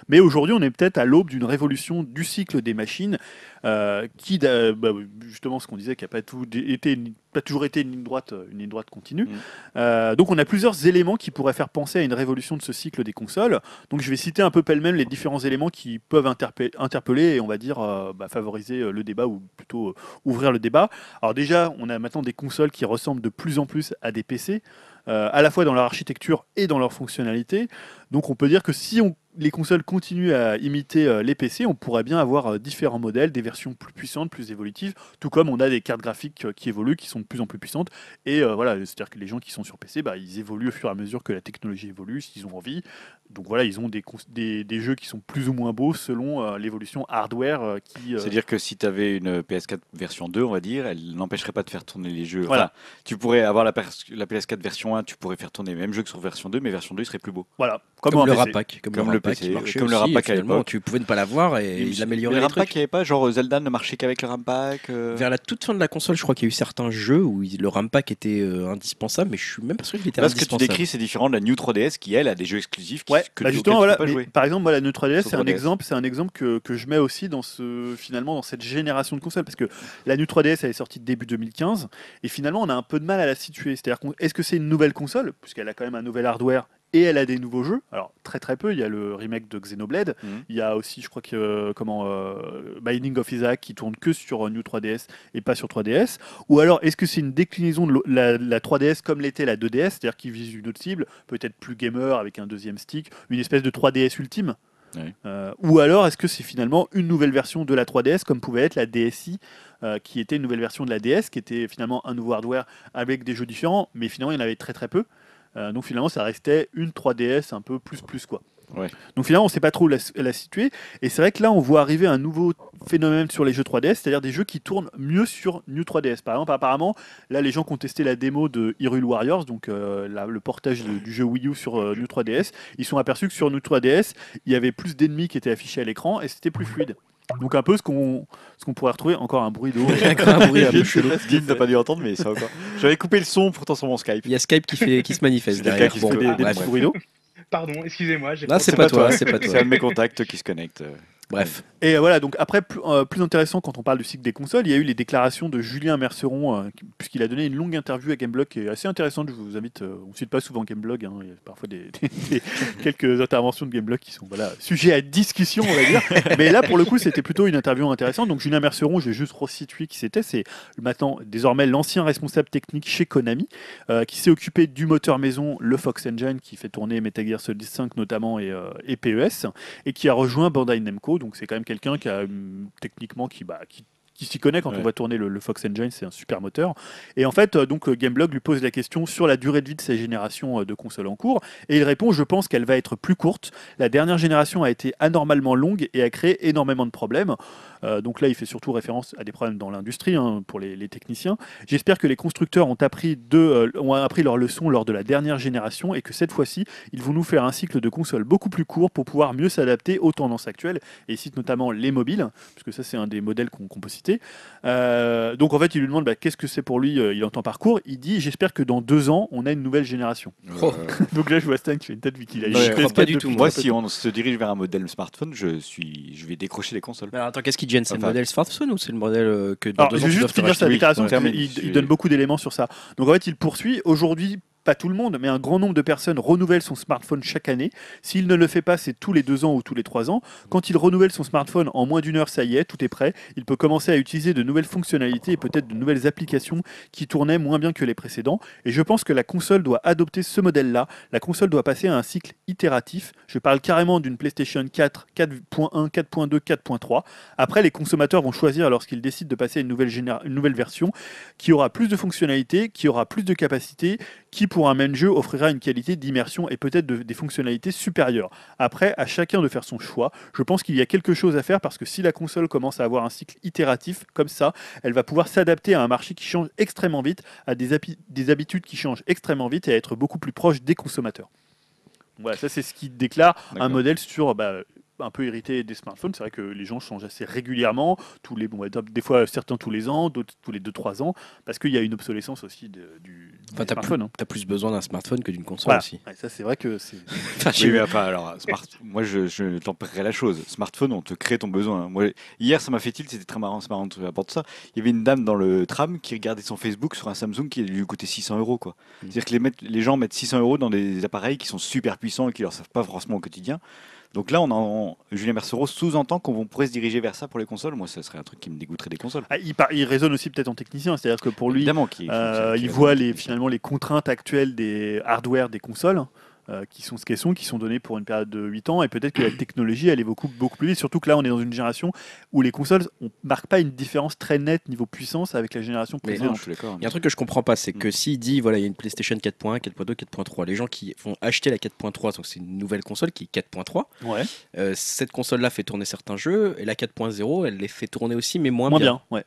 Mais aujourd'hui, on est peut-être à l'aube d'une révolution du cycle des machines, euh, qui, d'a- bah, justement, ce qu'on disait, qui n'a pas, tout été une- pas toujours été une ligne droite, euh, une ligne droite continue.
Mm.
Euh, donc on a plusieurs éléments qui pourraient faire penser à une révolution de ce cycle des consoles. Donc je vais citer un peu pêle-mêle les différents éléments qui peuvent interpe- interpeller et on va dire euh, bah, favoriser euh, le débat ou plutôt euh, ouvrir le débat. Alors déjà, on a maintenant des consoles qui ressemblent de plus en plus à des PC, euh, à la fois dans leur architecture et dans leur fonctionnalité. Donc on peut dire que si on- les consoles continuent à imiter euh, les PC, on pourrait bien avoir euh, différents modèles, des versions plus puissantes, plus évolutives, tout comme on a des cartes graphiques euh, qui évoluent, qui sont de plus en plus puissantes. Et euh, voilà, c'est-à-dire que les gens qui sont sur PC, bah, ils évoluent au fur et à mesure que la technologie évolue, s'ils ont envie. Donc voilà, ils ont des, cons- des, des jeux qui sont plus ou moins beaux selon euh, l'évolution hardware euh, qui... euh,
C'est-à-dire que si tu avais une PS4 version 2, on va dire, elle n'empêcherait pas de faire tourner les jeux.
Voilà.
Enfin, tu pourrais avoir la, pers- la PS4 version 1, tu pourrais faire tourner les mêmes jeux que sur version 2, mais version 2 il serait plus beau.
voilà,
Comme,
comme, un
le
PC.
rapac, comme,
Comme le
le rapac qui
PC,
marchait
comme le
aussi,
rapac à
finalement,
l'époque.
tu pouvais ne pas l'avoir et
Mais
il améliorait
le
les
RAM pack,
trucs.
il n'y avait pas genre Zelda ne marchait qu'avec le RAM pack. euh,
Vers la toute fin de la console, je crois qu'il y a eu certains jeux où il- le RAM pack était euh, indispensable, mais je suis même pas sûr qu'il était
Là, ce que tu
indispensable.
décris, c'est différent de la New 3DS qui, elle, a des jeux exclusifs qui,
Ouais,
que
bah
tu-
justement,
auxquels
voilà,
tu peux
mais
pas jouer.
par exemple, voilà, notre 3DS,
Sur
c'est un
3DS.
exemple, c'est un exemple que, que je mets aussi dans ce, finalement, dans cette génération de consoles, parce que la New 3DS, elle est sortie début 2015, et finalement, on a un peu de mal à la situer. C'est-à-dire, qu'on- est-ce que c'est une nouvelle console, puisqu'elle a quand même un nouvel hardware et elle a des nouveaux jeux. Alors très très peu. Il y a le remake de Xenoblade.
Mhm.
Il y a aussi, je crois que euh, comment euh, Binding of Isaac qui tourne que sur euh, New 3DS et pas sur 3DS. Ou alors est-ce que c'est une déclinaison de l'o- la, la 3DS comme l'était la 2DS, c'est-à-dire qui vise une autre cible, peut-être plus gamer avec un deuxième stick, une espèce de 3DS ultime.
Oui.
Euh, ou alors est-ce que c'est finalement une nouvelle version de la 3DS comme pouvait être la DSi euh, qui était une nouvelle version de la DS qui était finalement un nouveau hardware avec des jeux différents mais finalement il y en avait très très peu Euh, donc finalement ça restait une 3DS un peu plus plus quoi
Ouais.
donc finalement on ne sait pas trop où la, la situer et c'est vrai que là on voit arriver un nouveau phénomène sur les jeux 3DS c'est-à-dire des jeux qui tournent mieux sur New 3DS par exemple apparemment là les gens qui ont testé la démo de Hyrule Warriors donc euh, la- le portage de- du jeu Wii U sur euh, New 3DS ils sont aperçus que sur New 3DS il y avait plus d'ennemis qui étaient affichés à l'écran et c'était plus fluide. Donc un peu ce qu'on ce qu'on pourrait retrouver encore un bruit d'eau.
un bruit un peu chelou.
Guillaume n'a pas dû entendre, mais ça va quoi. J'avais coupé le son pourtant sur mon Skype.
Il y a Skype qui, fait, qui se manifeste
C'est quelqu'un
derrière.
qui se
Bon,
fait des-
Des,
Ah,
des
bref.
petits bruits d'eau.
Pardon, excusez-moi. j'ai
Non, Ah, c'est pas toi, c'est pas
C'est
toi.
un de mes contacts qui se connecte. euh.
Bref.
Et euh, voilà, donc après, plus, euh, plus intéressant quand on parle du cycle des consoles, il y a eu les déclarations de Julien Merceron, euh, qui- puisqu'il a donné une longue interview à Gameblog qui est assez intéressante. Je vous invite, euh, on ne cite pas souvent Gameblog, hein, il y a parfois des, des- des- quelques interventions de Gameblog qui sont voilà, sujets à discussion, on va dire. Mais là, pour le coup, c'était plutôt une interview intéressante. Donc Julien Merceron, j'ai juste resitué qui c'était, c'est maintenant désormais l'ancien responsable technique chez Konami, euh, qui s'est occupé du moteur maison, le Fox Engine, qui fait tourner Metal Gear Solid 5 notamment et, euh, et PES et qui a rejoint Bandai Namco. Donc c'est quand même quelqu'un qui a hum, techniquement qui bah, qui qui s'y connaît quand
Ouais.
on voit tourner le, le Fox Engine, c'est un super moteur. Et en fait, euh, donc euh, Gameblog lui pose la question sur la durée de vie de sa génération euh, de consoles en cours, et il répond je pense qu'elle va être plus courte. La dernière génération a été anormalement longue et a créé énormément de problèmes. Euh, donc là, il fait surtout référence à des problèmes dans l'industrie hein, pour les, les techniciens. J'espère que les constructeurs ont appris de, euh, ont appris leur leçon lors de la dernière génération et que cette fois-ci, ils vont nous faire un cycle de consoles beaucoup plus court pour pouvoir mieux s'adapter aux tendances actuelles. Et il cite notamment les mobiles, puisque ça c'est un des modèles qu'on qu'on peut citer. Euh, donc en fait, il lui demande bah, qu'est-ce que c'est pour lui, euh, il entend par court. Il dit j'espère que dans deux ans, on a une nouvelle génération.
Oh.
donc là, je vois Stan qui fait une tête vu qu'il a
Ouais,
juste
je
les
crois
pas
stats
du
depuis-
tout,
Moi, si on se dirige vers un modèle smartphone, je suis, je vais décrocher les consoles.
Alors attends, qu'est-ce qui te gêne C'est le
Enfin-
modèle smartphone ou c'est le modèle euh, que dans
Alors,
deux
je
ans
vais
tu dois
juste
te
finir
racheter
sa
oui,
déclaration,
ouais.
parce qu'il-
Termine,
il,
c'est-
donne beaucoup d'éléments sur ça. Donc en fait, il poursuit. Aujourd'hui, pas tout le monde, mais un grand nombre de personnes renouvellent son smartphone chaque année. S'il ne le fait pas, c'est tous les deux ans ou tous les trois ans. Quand il renouvelle son smartphone en moins d'une heure, ça y est, tout est prêt. Il peut commencer à utiliser de nouvelles fonctionnalités et peut-être de nouvelles applications qui tournaient moins bien que les précédents. Et je pense que la console doit adopter ce modèle-là. La console doit passer à un cycle itératif. Je parle carrément d'une PlayStation 4, 4.1, 4.2, 4.3. Après, les consommateurs vont choisir lorsqu'ils décident de passer à une nouvelle, généra- une nouvelle version qui aura plus de fonctionnalités, qui aura plus de capacités, qui pour un même jeu offrira une qualité d'immersion et peut-être de- des fonctionnalités supérieures. Après, à chacun de faire son choix. Je pense qu'il y a quelque chose à faire parce que si la console commence à avoir un cycle itératif comme ça, elle va pouvoir s'adapter à un marché qui change extrêmement vite, à des, habi- des habitudes qui changent extrêmement vite et à être beaucoup plus proche des consommateurs. Voilà, ça c'est ce qui déclare un
D'accord.
modèle sur bah, un peu hérité des smartphones. C'est vrai que les gens changent assez régulièrement, tous les, bon, des fois certains tous les ans, d'autres tous les 2-3 ans, parce qu'il y a une obsolescence aussi de- du
Enfin,
des
t'as plus-
smartphone. hein.
T'as plus besoin d'un smartphone que d'une console
Voilà.
aussi.
Ouais, ça c'est vrai que c'est.
Enfin,
Oui, mais enfin, alors, smart... moi, je, je tempérerais la chose. Smartphone, on te crée ton besoin. Moi, hier, ça m'a fait tilt, c'était très marrant, c'est marrant, tu apportes ça. Il y avait une dame dans le tram qui regardait son Facebook sur un Samsung qui lui coûtait 600 euros,
Mm.
quoi. C'est-à-dire que les, mettre- les gens mettent 600 euros dans des appareils qui sont super puissants et qui leur servent pas forcément au quotidien. Donc là, on en... Julien Merceau sous-entend qu'on pourrait se diriger vers ça pour les consoles. Moi, ça serait un truc qui me dégoûterait des consoles.
Ah, il, par- il raisonne aussi peut-être en technicien, c'est-à-dire que pour lui,
Évidemment, qui,
Euh, il voit les, finalement les contraintes actuelles des hardware des consoles. euh, qui sont ce qu'elles sont, qui sont données pour une période de 8 ans, et peut-être que la technologie, elle évolue beaucoup plus vite, surtout que là, on est dans une génération où les consoles, on ne marque pas une différence très nette niveau puissance avec la génération
Mais
Non,
précédente.
je suis d'accord.
Il y a un truc que je comprends pas, c'est que s'il dit voilà, il y a une PlayStation 4.1, 4.2, 4.3, les gens qui vont acheter la 4.3, donc c'est une nouvelle console qui est 4.3,
Ouais,
euh, cette console-là fait tourner certains jeux, et la 4.0, elle les fait tourner aussi, mais moins,
moins
bien.
bien. ouais.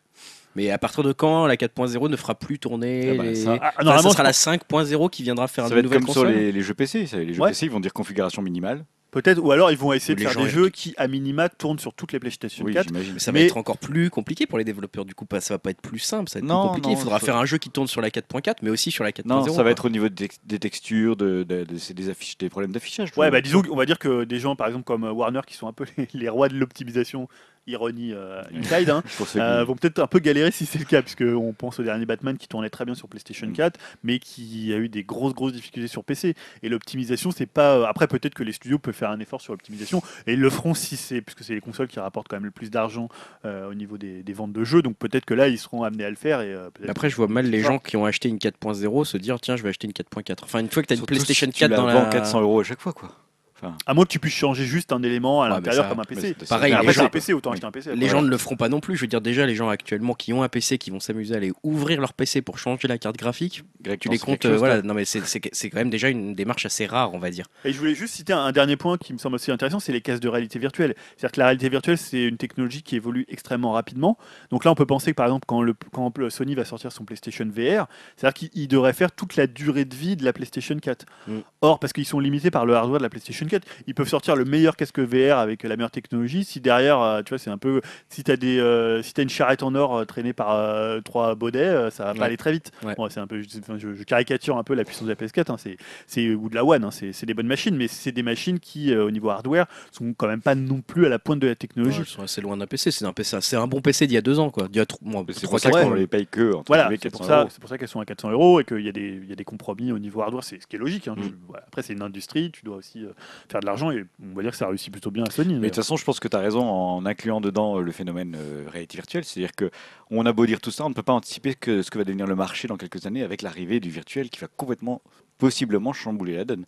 Mais à partir de quand la 4.0 ne fera plus tourner
Ah bah,
les-
ça-
Ah,
Enfin,
normalement,
ça sera
je-
la 5.0 qui viendra faire
Ça
une
va être
nouvelle
comme sur
console.
les, les jeux PC. ça, Les jeux
Ouais.
PC, ils vont dire configuration minimale.
peut-être, ou alors ils vont essayer
Ou
de
les
faire
gens
des jeux qui, à minima, tournent sur toutes les PlayStation
Oui,
4.
j'imagine.
Mais ça va
Mais-
être encore plus compliqué pour les développeurs du coup, pas- ça va pas être plus simple, ça va être
Non,
plus compliqué.
non,
Il faudra
ça-
faire un jeu qui tourne sur la 4.4, mais aussi sur la 4.0.
Non, ça
quoi.
va être au niveau des, des textures, de, de- de- c'est des, affiches, des problèmes d'affichage. je
Ouais,
veux
bah
dire.
disons, qu'on va dire que des gens, par exemple, comme euh, Warner, qui sont un peu les, les rois de l'optimisation ironie euh, inside, hein,
Pour ceux qui-
euh, vont peut-être un peu galérer si c'est le cas, puisque on pense au dernier Batman qui tournait très bien sur PlayStation
Mm.
4, mais qui a eu des grosses grosses difficultés sur PC. Et l'optimisation, c'est pas. euh, Après, peut-être que les studios peuvent faire un effort sur l'optimisation, et ils le feront si c'est, puisque c'est les consoles qui rapportent quand même le plus d'argent euh, au niveau des, des ventes de jeux. Donc peut-être que là, ils seront amenés à le faire. Et euh, peut-être-
Après, je vois mal les
Ah.
gens qui ont acheté une 4.0 se dire tiens, je vais acheter une 4.4. Enfin, une fois que tu as une
Surtout si
PlayStation
tu
4
la
dans la.
vends 400 euros à chaque fois, quoi. Enfin,
à moins que tu puisses changer juste un élément à
Ouais, mais
l'intérieur
ça-
comme un
mais
PC.
c'est-
Pareil,
Mais
les
après,
gens-
j'ai un PC, autant acheter un PC.
Les gens ne le feront pas non plus. Je veux dire, déjà, les gens actuellement qui ont un PC, qui vont s'amuser à aller ouvrir leur PC pour changer la carte graphique,
Greg,
tu
t'en
les
sais
comptes.
quelque
euh,
chose,
voilà,
toi
non, mais c'est- c'est c'est quand même déjà une démarche assez rare, on va dire.
Et je voulais juste citer un, un dernier point qui me semble aussi intéressant, c'est les cases de réalité virtuelle. C'est-à-dire que la réalité virtuelle, c'est une technologie qui évolue extrêmement rapidement. Donc là, on peut penser que par exemple, quand, le, quand le Sony va sortir son PlayStation VR, c'est-à-dire qu'il il devrait faire toute la durée de vie de la PlayStation 4.
Mm.
Or, parce qu'ils sont limités par le hardware de la PlayStation 4, ils peuvent sortir le meilleur casque VR avec la meilleure technologie. Si derrière, euh, tu vois, c'est un peu. Si tu as, si t'as une charrette en or euh, traînée par euh, trois baudets, euh, ça va
Ouais.
pas aller très vite.
Ouais.
Bon, c'est un peu, je, enfin, je- je caricature un peu la puissance de la PS4. hein, c'est c'est ou de la One, hein, c'est c'est des bonnes machines, mais c'est des machines qui, euh, au niveau hardware, sont quand même pas non plus à la pointe de la
Ouais,
technologie.
ils sont assez loin d'un PC. C'est un, PC, c'est un bon PC d'il y a deux ans, quoi. D'il y a tro- moi,
C'est
trois,
pour ça
quatre
qu'on
ans.
les paye que entre
Voilà,
guillemets,
c'est pour,
400
ça-
euros.
c'est pour ça qu'elles sont à 400 euros et qu'il y, a des- il y a des compromis au niveau hardware, c'est ce qui est logique.
Mm.
hein, tu- voilà. Après, c'est une industrie, tu dois aussi euh, faire de l'argent et on va dire que ça réussit plutôt bien à
Mais
Sony.
de
d'ailleurs.
toute façon, je pense que tu as raison en incluant dedans euh, le phénomène euh, réalité virtuelle. C'est-à-dire que on a beau dire tout ça, on ne peut pas anticiper que ce que va devenir le marché dans quelques années avec l'arrivée du virtuel qui va complètement, possiblement chambouler la donne.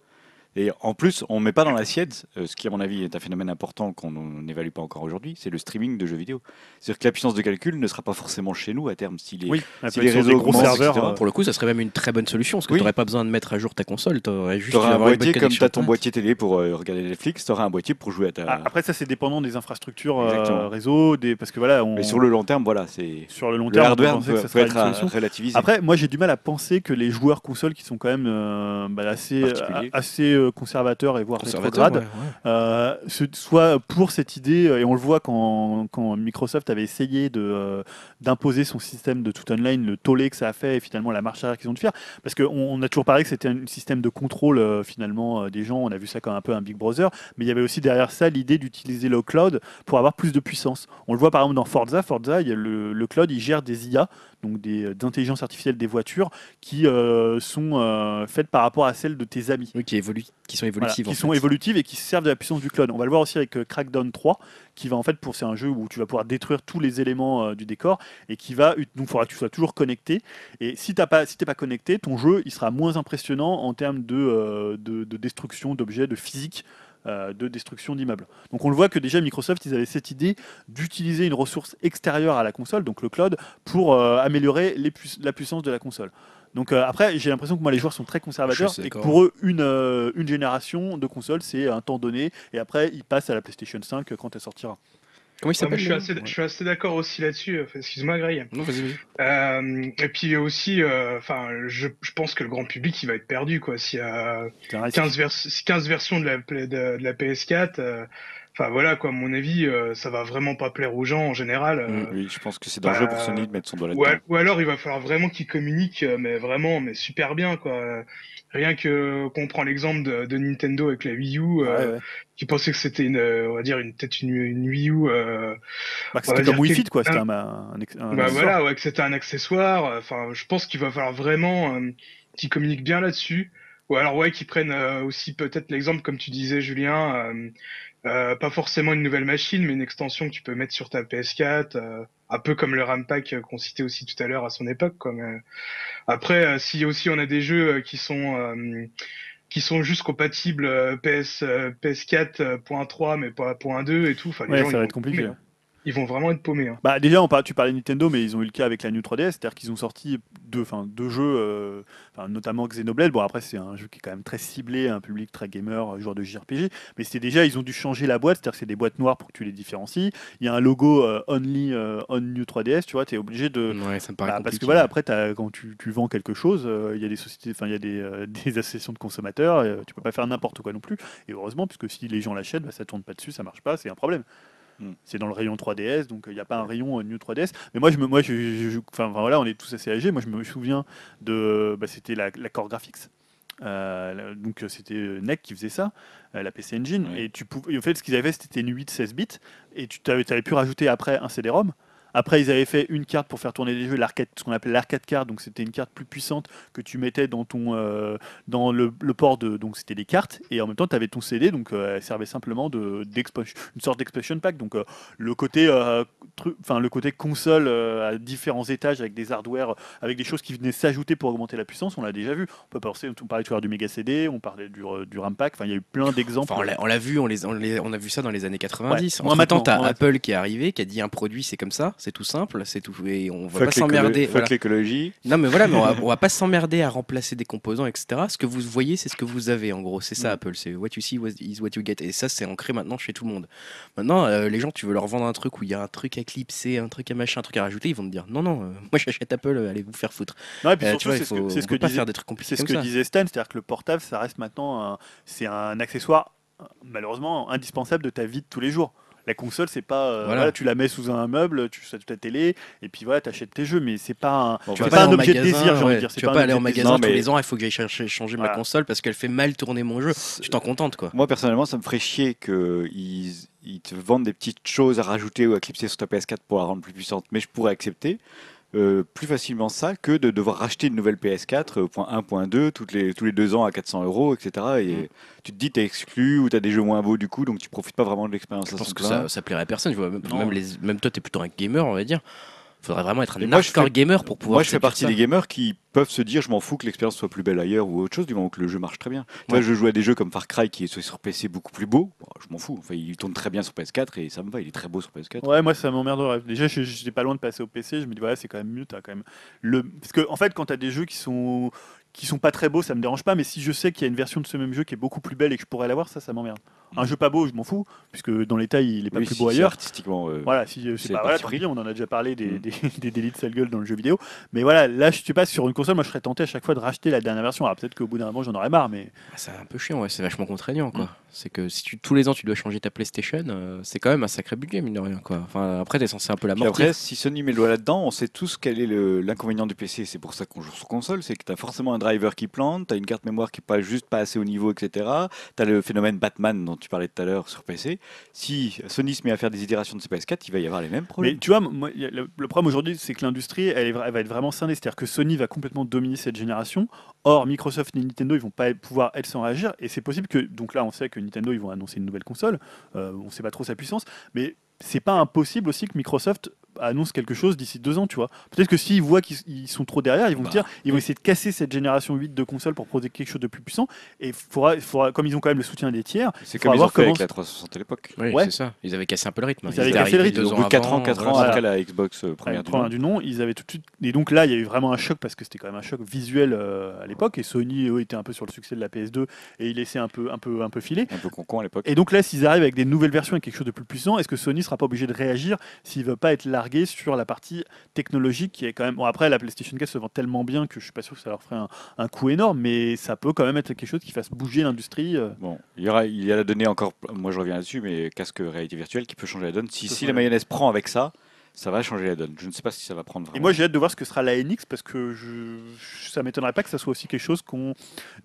Et en plus, on ne met pas dans l'assiette, euh, ce qui à mon avis est un phénomène important qu'on n'évalue pas encore aujourd'hui, c'est le streaming de jeux vidéo. C'est-à-dire que la puissance de calcul ne sera pas forcément chez nous à terme s'il est...
euh, oui, la
si
connexion
les
des
réseaux
gros
augmentent,
serveurs.
etc.,
euh,
Pour le coup, ça serait même une très bonne solution parce que
Oui.
t'aurais pas besoin de mettre à jour ta console. T'aurais juste
Tu auras un
avoir une bonne
boîtier comme tu
connexion
as ton
Internet.
boîtier télé pour euh, regarder Netflix, tu auras un boîtier pour jouer à ta...
ah, Après, ça, c'est dépendant des infrastructures euh,
Exactement.
réseau, des, parce que voilà, on,
Mais sur le long terme, voilà, c'est...
sur le long
Le
terme, on peut
hardware
penser
peut,
que ça
peut
sera une
être euh, à
solution.
relativiser.
Après, moi j'ai du mal à penser que les joueurs consoles qui sont quand même euh, bah, assez,
Particuliers.
a- assez euh, conservateurs et voire
Conservateur,
rétrogrades,
ouais, ouais.
euh, se- soient pour cette idée, euh, et on le voit quand, quand Microsoft avait essayé de, euh, d'imposer son système de tout online, le tollé que ça a fait et finalement la marche arrière qu'ils ont dû faire, parce qu'on on a toujours parlé que c'était un système de contrôle euh, finalement euh, des gens, on a vu ça comme un peu un Big Brother, mais il y avait aussi derrière ça l'idée d'utiliser le cloud pour avoir plus de puissance. On le voit par exemple dans Forza, Forza, il y a le, le cloud, il gère des IA, donc des euh, d'intelligence artificielle des voitures qui euh, sont euh, faites par rapport à celles de tes amis.
Oui, qui, évoluent- qui sont
Voilà,
évolutives.
qui
en
sont
fait.
évolutives et qui servent de la puissance du cloud. On va le voir aussi avec euh, Crackdown 3, qui va en fait pour c'est un jeu où tu vas pouvoir détruire tous les éléments euh, du décor et qui va ut- donc faudra que tu sois toujours connecté. Et si t'as pas si t'es pas connecté, ton jeu il sera moins impressionnant en termes de euh, de, de destruction d'objets, de physique. euh, de destruction d'immeubles. Donc on le voit que déjà Microsoft, ils avaient cette idée d'utiliser une ressource extérieure à la console, donc le cloud, pour euh, améliorer les pu- la puissance de la console. Donc euh, après, j'ai l'impression que moi les joueurs sont très conservateurs
Je suis
et que
d'accord.
pour eux une, euh, une génération de consoles c'est un temps donné et après ils passent à la PlayStation 5 quand elle sortira.
Comment il
Non, mais
s'appelle
je, suis
le-
assez,
Ouais.
je suis assez d'accord aussi là-dessus. euh, Enfin, Excuse-moi, Greg.
Non, vas-y, vas-y.
Euh, et puis aussi, euh, enfin, je, je pense que le grand public, il va être perdu, quoi. S'il y a
C'est un risque.
15, vers- 15 versions de la, pla- de, de la PS4, euh, enfin voilà, quoi. À mon avis, euh, ça va vraiment pas plaire aux gens en général. euh,
Mm.
Oui, je pense que c'est dangereux pour
Bah,
Sony de mettre son doigt
Ou,
là-dedans.
al- ou alors il va falloir vraiment qu'ils communiquent, euh, mais vraiment, mais super bien quoi. Euh, Rien que qu'on prend l'exemple de, de Nintendo avec la Wii U, euh,
Ouais, ouais.
qui pensait que c'était une, euh, on va dire une peut-être une, une Wii U. euh,
Bah, que
on va
c'était
dire
comme Wii
que-
Fit quoi, c'était un, un, ex- un
bah
accessoire.
voilà, ouais, que c'était un accessoire. euh, Enfin, je pense qu'il va falloir vraiment euh, qu'ils communiquent bien là-dessus. Ou alors ouais, qu'ils prennent euh, aussi peut-être l'exemple comme tu disais Julien, euh, euh, pas forcément une nouvelle machine, mais une extension que tu peux mettre sur ta PS4, euh, un peu comme le RAM pack euh, qu'on citait aussi tout à l'heure à son époque. Comme après, euh, si aussi on a des jeux euh, qui sont euh, qui sont juste compatibles euh, PS euh, PS4 euh, point 3 mais pas point 2 et tout, enfin les
Ouais,
gens,
ça
ils
va
vont
être compliqué.
être paumés, hein. Ils vont vraiment être paumés. hein.
Bah déjà on parle, tu parlais de Nintendo mais ils ont eu le cas avec la New 3DS, c'est-à-dire qu'ils ont sorti deux, enfin, deux jeux, euh, enfin, notamment Xenoblade, bon après c'est un jeu qui est quand même très ciblé, un public très gamer, euh, joueur de JRPG, mais c'était déjà, ils ont dû changer la boîte, c'est-à-dire que c'est des boîtes noires pour que tu les différencies, il y a un logo euh, Only euh, on New 3DS, tu vois, tu es obligé de,
Ouais, ça me paraît
Bah, parce que
compliqué.
voilà, après, t'as- quand tu, tu vends quelque chose, euh, il y a des sociétés, enfin, il y a des, euh, des associations de consommateurs, euh, tu peux pas faire n'importe quoi non plus. Et heureusement, puisque si les gens l'achètent, bah, ça tourne pas dessus, ça marche pas, c'est un problème.
Mm.
C'est dans le rayon 3DS, donc il n'y a pas un rayon euh, New 3DS. Mais moi, je me, moi, je, je- je- enfin, enfin, voilà, on est tous assez âgés. Moi, je me souviens de, bah, c'était la, la Core Graphics. Euh, donc euh, c'était euh, NEC qui faisait ça, euh, la PC Engine. Et tu pouvais, en fait, ce qu'ils avaient fait, c'était une 8 16 bits. Et tu avais, pu rajouter après un CD-ROM. Après, ils avaient fait une carte pour faire tourner les jeux, l'arcade, ce qu'on appelait l'arcade card. Donc c'était une carte plus puissante que tu mettais dans ton euh, dans le, le port de. Donc c'était des cartes. Et en même temps, tu avais ton CD. Donc euh, elle servait simplement de d'expansion- une sorte d'expansion pack. Donc euh, le côté euh, tru- enfin le côté console euh, à différents étages avec des hardware avec des choses qui venaient s'ajouter pour augmenter la puissance, on l'a déjà vu. On peut penser, on parlait tout à l'heure du méga CD, on parlait du, euh, du RAM pack, enfin il y a eu plein d'exemples.
Enfin, on l'a- on l'a vu, on, les, on, les- on a vu ça dans les années 90.
Ouais. Moi,
En
maintenant,
maintenant, t'as
moi,
Apple qui est arrivé, qui a dit un produit, c'est comme ça, c'est tout simple, c'est tout, et on
Fuck
va pas
l'écolo-
s'emmerder.
fuck
voilà.
l'écologie.
Non, mais voilà, mais on va, on va pas s'emmerder à remplacer des composants, etc. Ce que vous voyez, c'est ce que vous avez, en gros. C'est ça,
Mm.
Apple. C'est what you see was- is what you get. Et ça, c'est ancré maintenant chez tout le monde. Maintenant, euh, les gens, tu veux leur vendre un truc où il y a un truc à clipser, un truc à machin, un truc à rajouter, ils vont te dire non, non, euh, moi j'achète Apple, euh, allez vous faire foutre.
Non, et puis
Euh,
surtout,
tu vois, il
c'est ce
faut-
que, c'est ce
on
que
peut pas
disait,
faire des trucs compliqués
c'est ce
comme
que
ça.
disait Stan, c'est-à-dire que le portable, ça reste maintenant un- c'est un accessoire euh, malheureusement indispensable de ta vie de tous les jours. La console, c'est pas euh,
Voilà.
voilà, tu la mets sous un meuble, tu sur ta télé, et puis voilà, t'achètes tes jeux, mais c'est pas un,
Bon,
c'est
vas-y.
vas
pas un
aller en
objet de
magasin,
désir, j'ai envie
ouais.
de dire. c'est
Tu vas
un
pas aller en
objet de
magasin
Non,
tous
mais-
les ans, il faut que j'aille chercher- changer ma
Voilà.
console parce qu'elle fait mal tourner mon jeu. Tu t'en contentes, quoi.
Moi, personnellement, ça me ferait chier qu'ils ils te vendent des petites choses à rajouter ou à clipser sur ta PS4 pour la rendre plus puissante. Mais je pourrais accepter euh, plus facilement ça que de devoir racheter une nouvelle PS4, euh, point 1, point 2, toutes les, tous les deux ans à 400 euros, etc. Et
Mm.
tu te dis, t'es exclu ou t'as des jeux moins beaux du coup, donc tu profites pas vraiment de l'expérience.
Je
à
pense
son
que
plein.
ça, ça plairait à personne. Je vois, même,
Non.
même les- même toi, t'es plutôt un gamer, on va dire. Faudrait vraiment être
Et
un
moi, je
hardcore
fais-
gamer pour pouvoir.
Moi, je fais
séduire
partie
ça.
des gamers qui peuvent se dire je m'en fous que l'expérience soit plus belle ailleurs ou autre chose, du moment que le jeu marche très bien. Tu vois,
Ouais.
je joue à des jeux comme Far Cry qui est sur- sur PC beaucoup plus beau. Bon, je m'en fous. Enfin, il tourne très bien sur PS4 et ça me va. Il est très beau sur PS4.
Ouais, moi ça m'emmerderait. Déjà, je- j'étais pas loin de passer au PC. Je me dis, voilà, c'est quand même mieux. As quand même le... Parce que, en fait, quand t'as des jeux qui sont qui sont pas très beaux, ça me dérange pas. Mais si je sais qu'il y a une version de ce même jeu qui est beaucoup plus belle et que je pourrais l'avoir, ça, ça m'emmerde. Un jeu pas beau, je m'en fous, puisque dans les tailles, il est pas
Oui,
plus
si
beau
c'est
ailleurs.
Artistiquement. euh,
Voilà, si euh, c'est
c'est
pas
parti
voilà, tant
pris.
pis, on en a déjà parlé des,
Mm.
des, des délits de sale gueule dans le jeu vidéo. Mais voilà, là, je sais pas sur une console, moi, je serais tenté à chaque fois de racheter la dernière version. Alors peut-être qu'au bout d'un moment, j'en aurais marre, mais
Ah, C'est un peu chiant, ouais, c'est vachement contraignant.
Mm.
quoi. C'est que si tu, tous les ans tu dois changer ta PlayStation, euh, c'est quand même un sacré budget, mine de rien. Quoi. Enfin, après, t'es censé un peu la
Puis
mort.
après, si Sony met le doigt là-dedans, on sait tous quel est le- l'inconvénient du PC. C'est pour ça qu'on joue sur console, c'est que tu as forcément un driver qui plante, tu as une carte mémoire qui n'est pas juste pas assez au niveau, etc. Tu as le phénomène Batman dont tu parlais tout à l'heure sur PC. Si Sony se met à faire des itérations de ses PS4, il va y avoir les mêmes problèmes.
Mais tu vois, moi, y a le, le problème aujourd'hui, c'est que l'industrie, elle, est vra- elle va être vraiment scindée. C'est-à-dire que Sony va complètement dominer cette génération. Or, Microsoft et Nintendo, ils vont pas pouvoir, elles, s'en réagir. Et c'est possible que, donc là, on sait que Nintendo, ils vont annoncer une nouvelle console. Euh, on sait pas trop sa puissance. Mais c'est pas impossible aussi que Microsoft annonce quelque chose d'ici deux ans, tu vois. Peut-être que s'ils voient qu'ils ils sont trop derrière, ils vont se
Bah,
dire, ils vont essayer de casser cette génération 8 de consoles pour produire quelque chose de plus puissant. Et faudra, faudra, comme ils ont quand même le soutien des tiers,
C'est
faut
comme ils ont
avoir
fait avec
comment-
la 360 à l'époque.
Oui,
Ouais.
c'est ça. Ils avaient cassé un peu le rythme.
Ils avaient cassé le rythme.
Au bout de 4 ans, 4 ans
voilà.
après la Xbox euh,
première
première. du nom.
du, nom, ils avaient tout de suite. Et donc là, il y a eu vraiment un choc parce que c'était quand même un choc visuel euh, à l'époque. Et Sony, eux, étaient un peu sur le succès de la PS2 et ils laissaient un peu, un peu, un peu filer.
un peu concon à l'époque.
Et donc là, s'ils arrivent avec des nouvelles versions et quelque chose de plus puissant, est-ce que Sony sera pas obligé de réagir s'il veut pas être largué sur la partie technologique qui est quand même. Bon, après, la PlayStation 4 se vend tellement bien que je suis pas sûr que ça leur ferait un, un coup énorme, mais ça peut quand même être quelque chose qui fasse bouger l'industrie. euh.
Bon, il y aura, il y a la donnée encore. Moi, je reviens là-dessus, mais casque réalité virtuelle qui peut changer la donne. Si,
Ça
si la
serait-
mayonnaise prend avec ça, ça va changer la donne. Je ne sais pas si ça va prendre.
Et
Vraiment.
moi, j'ai hâte de voir ce que sera la NX parce que je, je- ça m'étonnerait pas que ça soit aussi quelque chose qu'on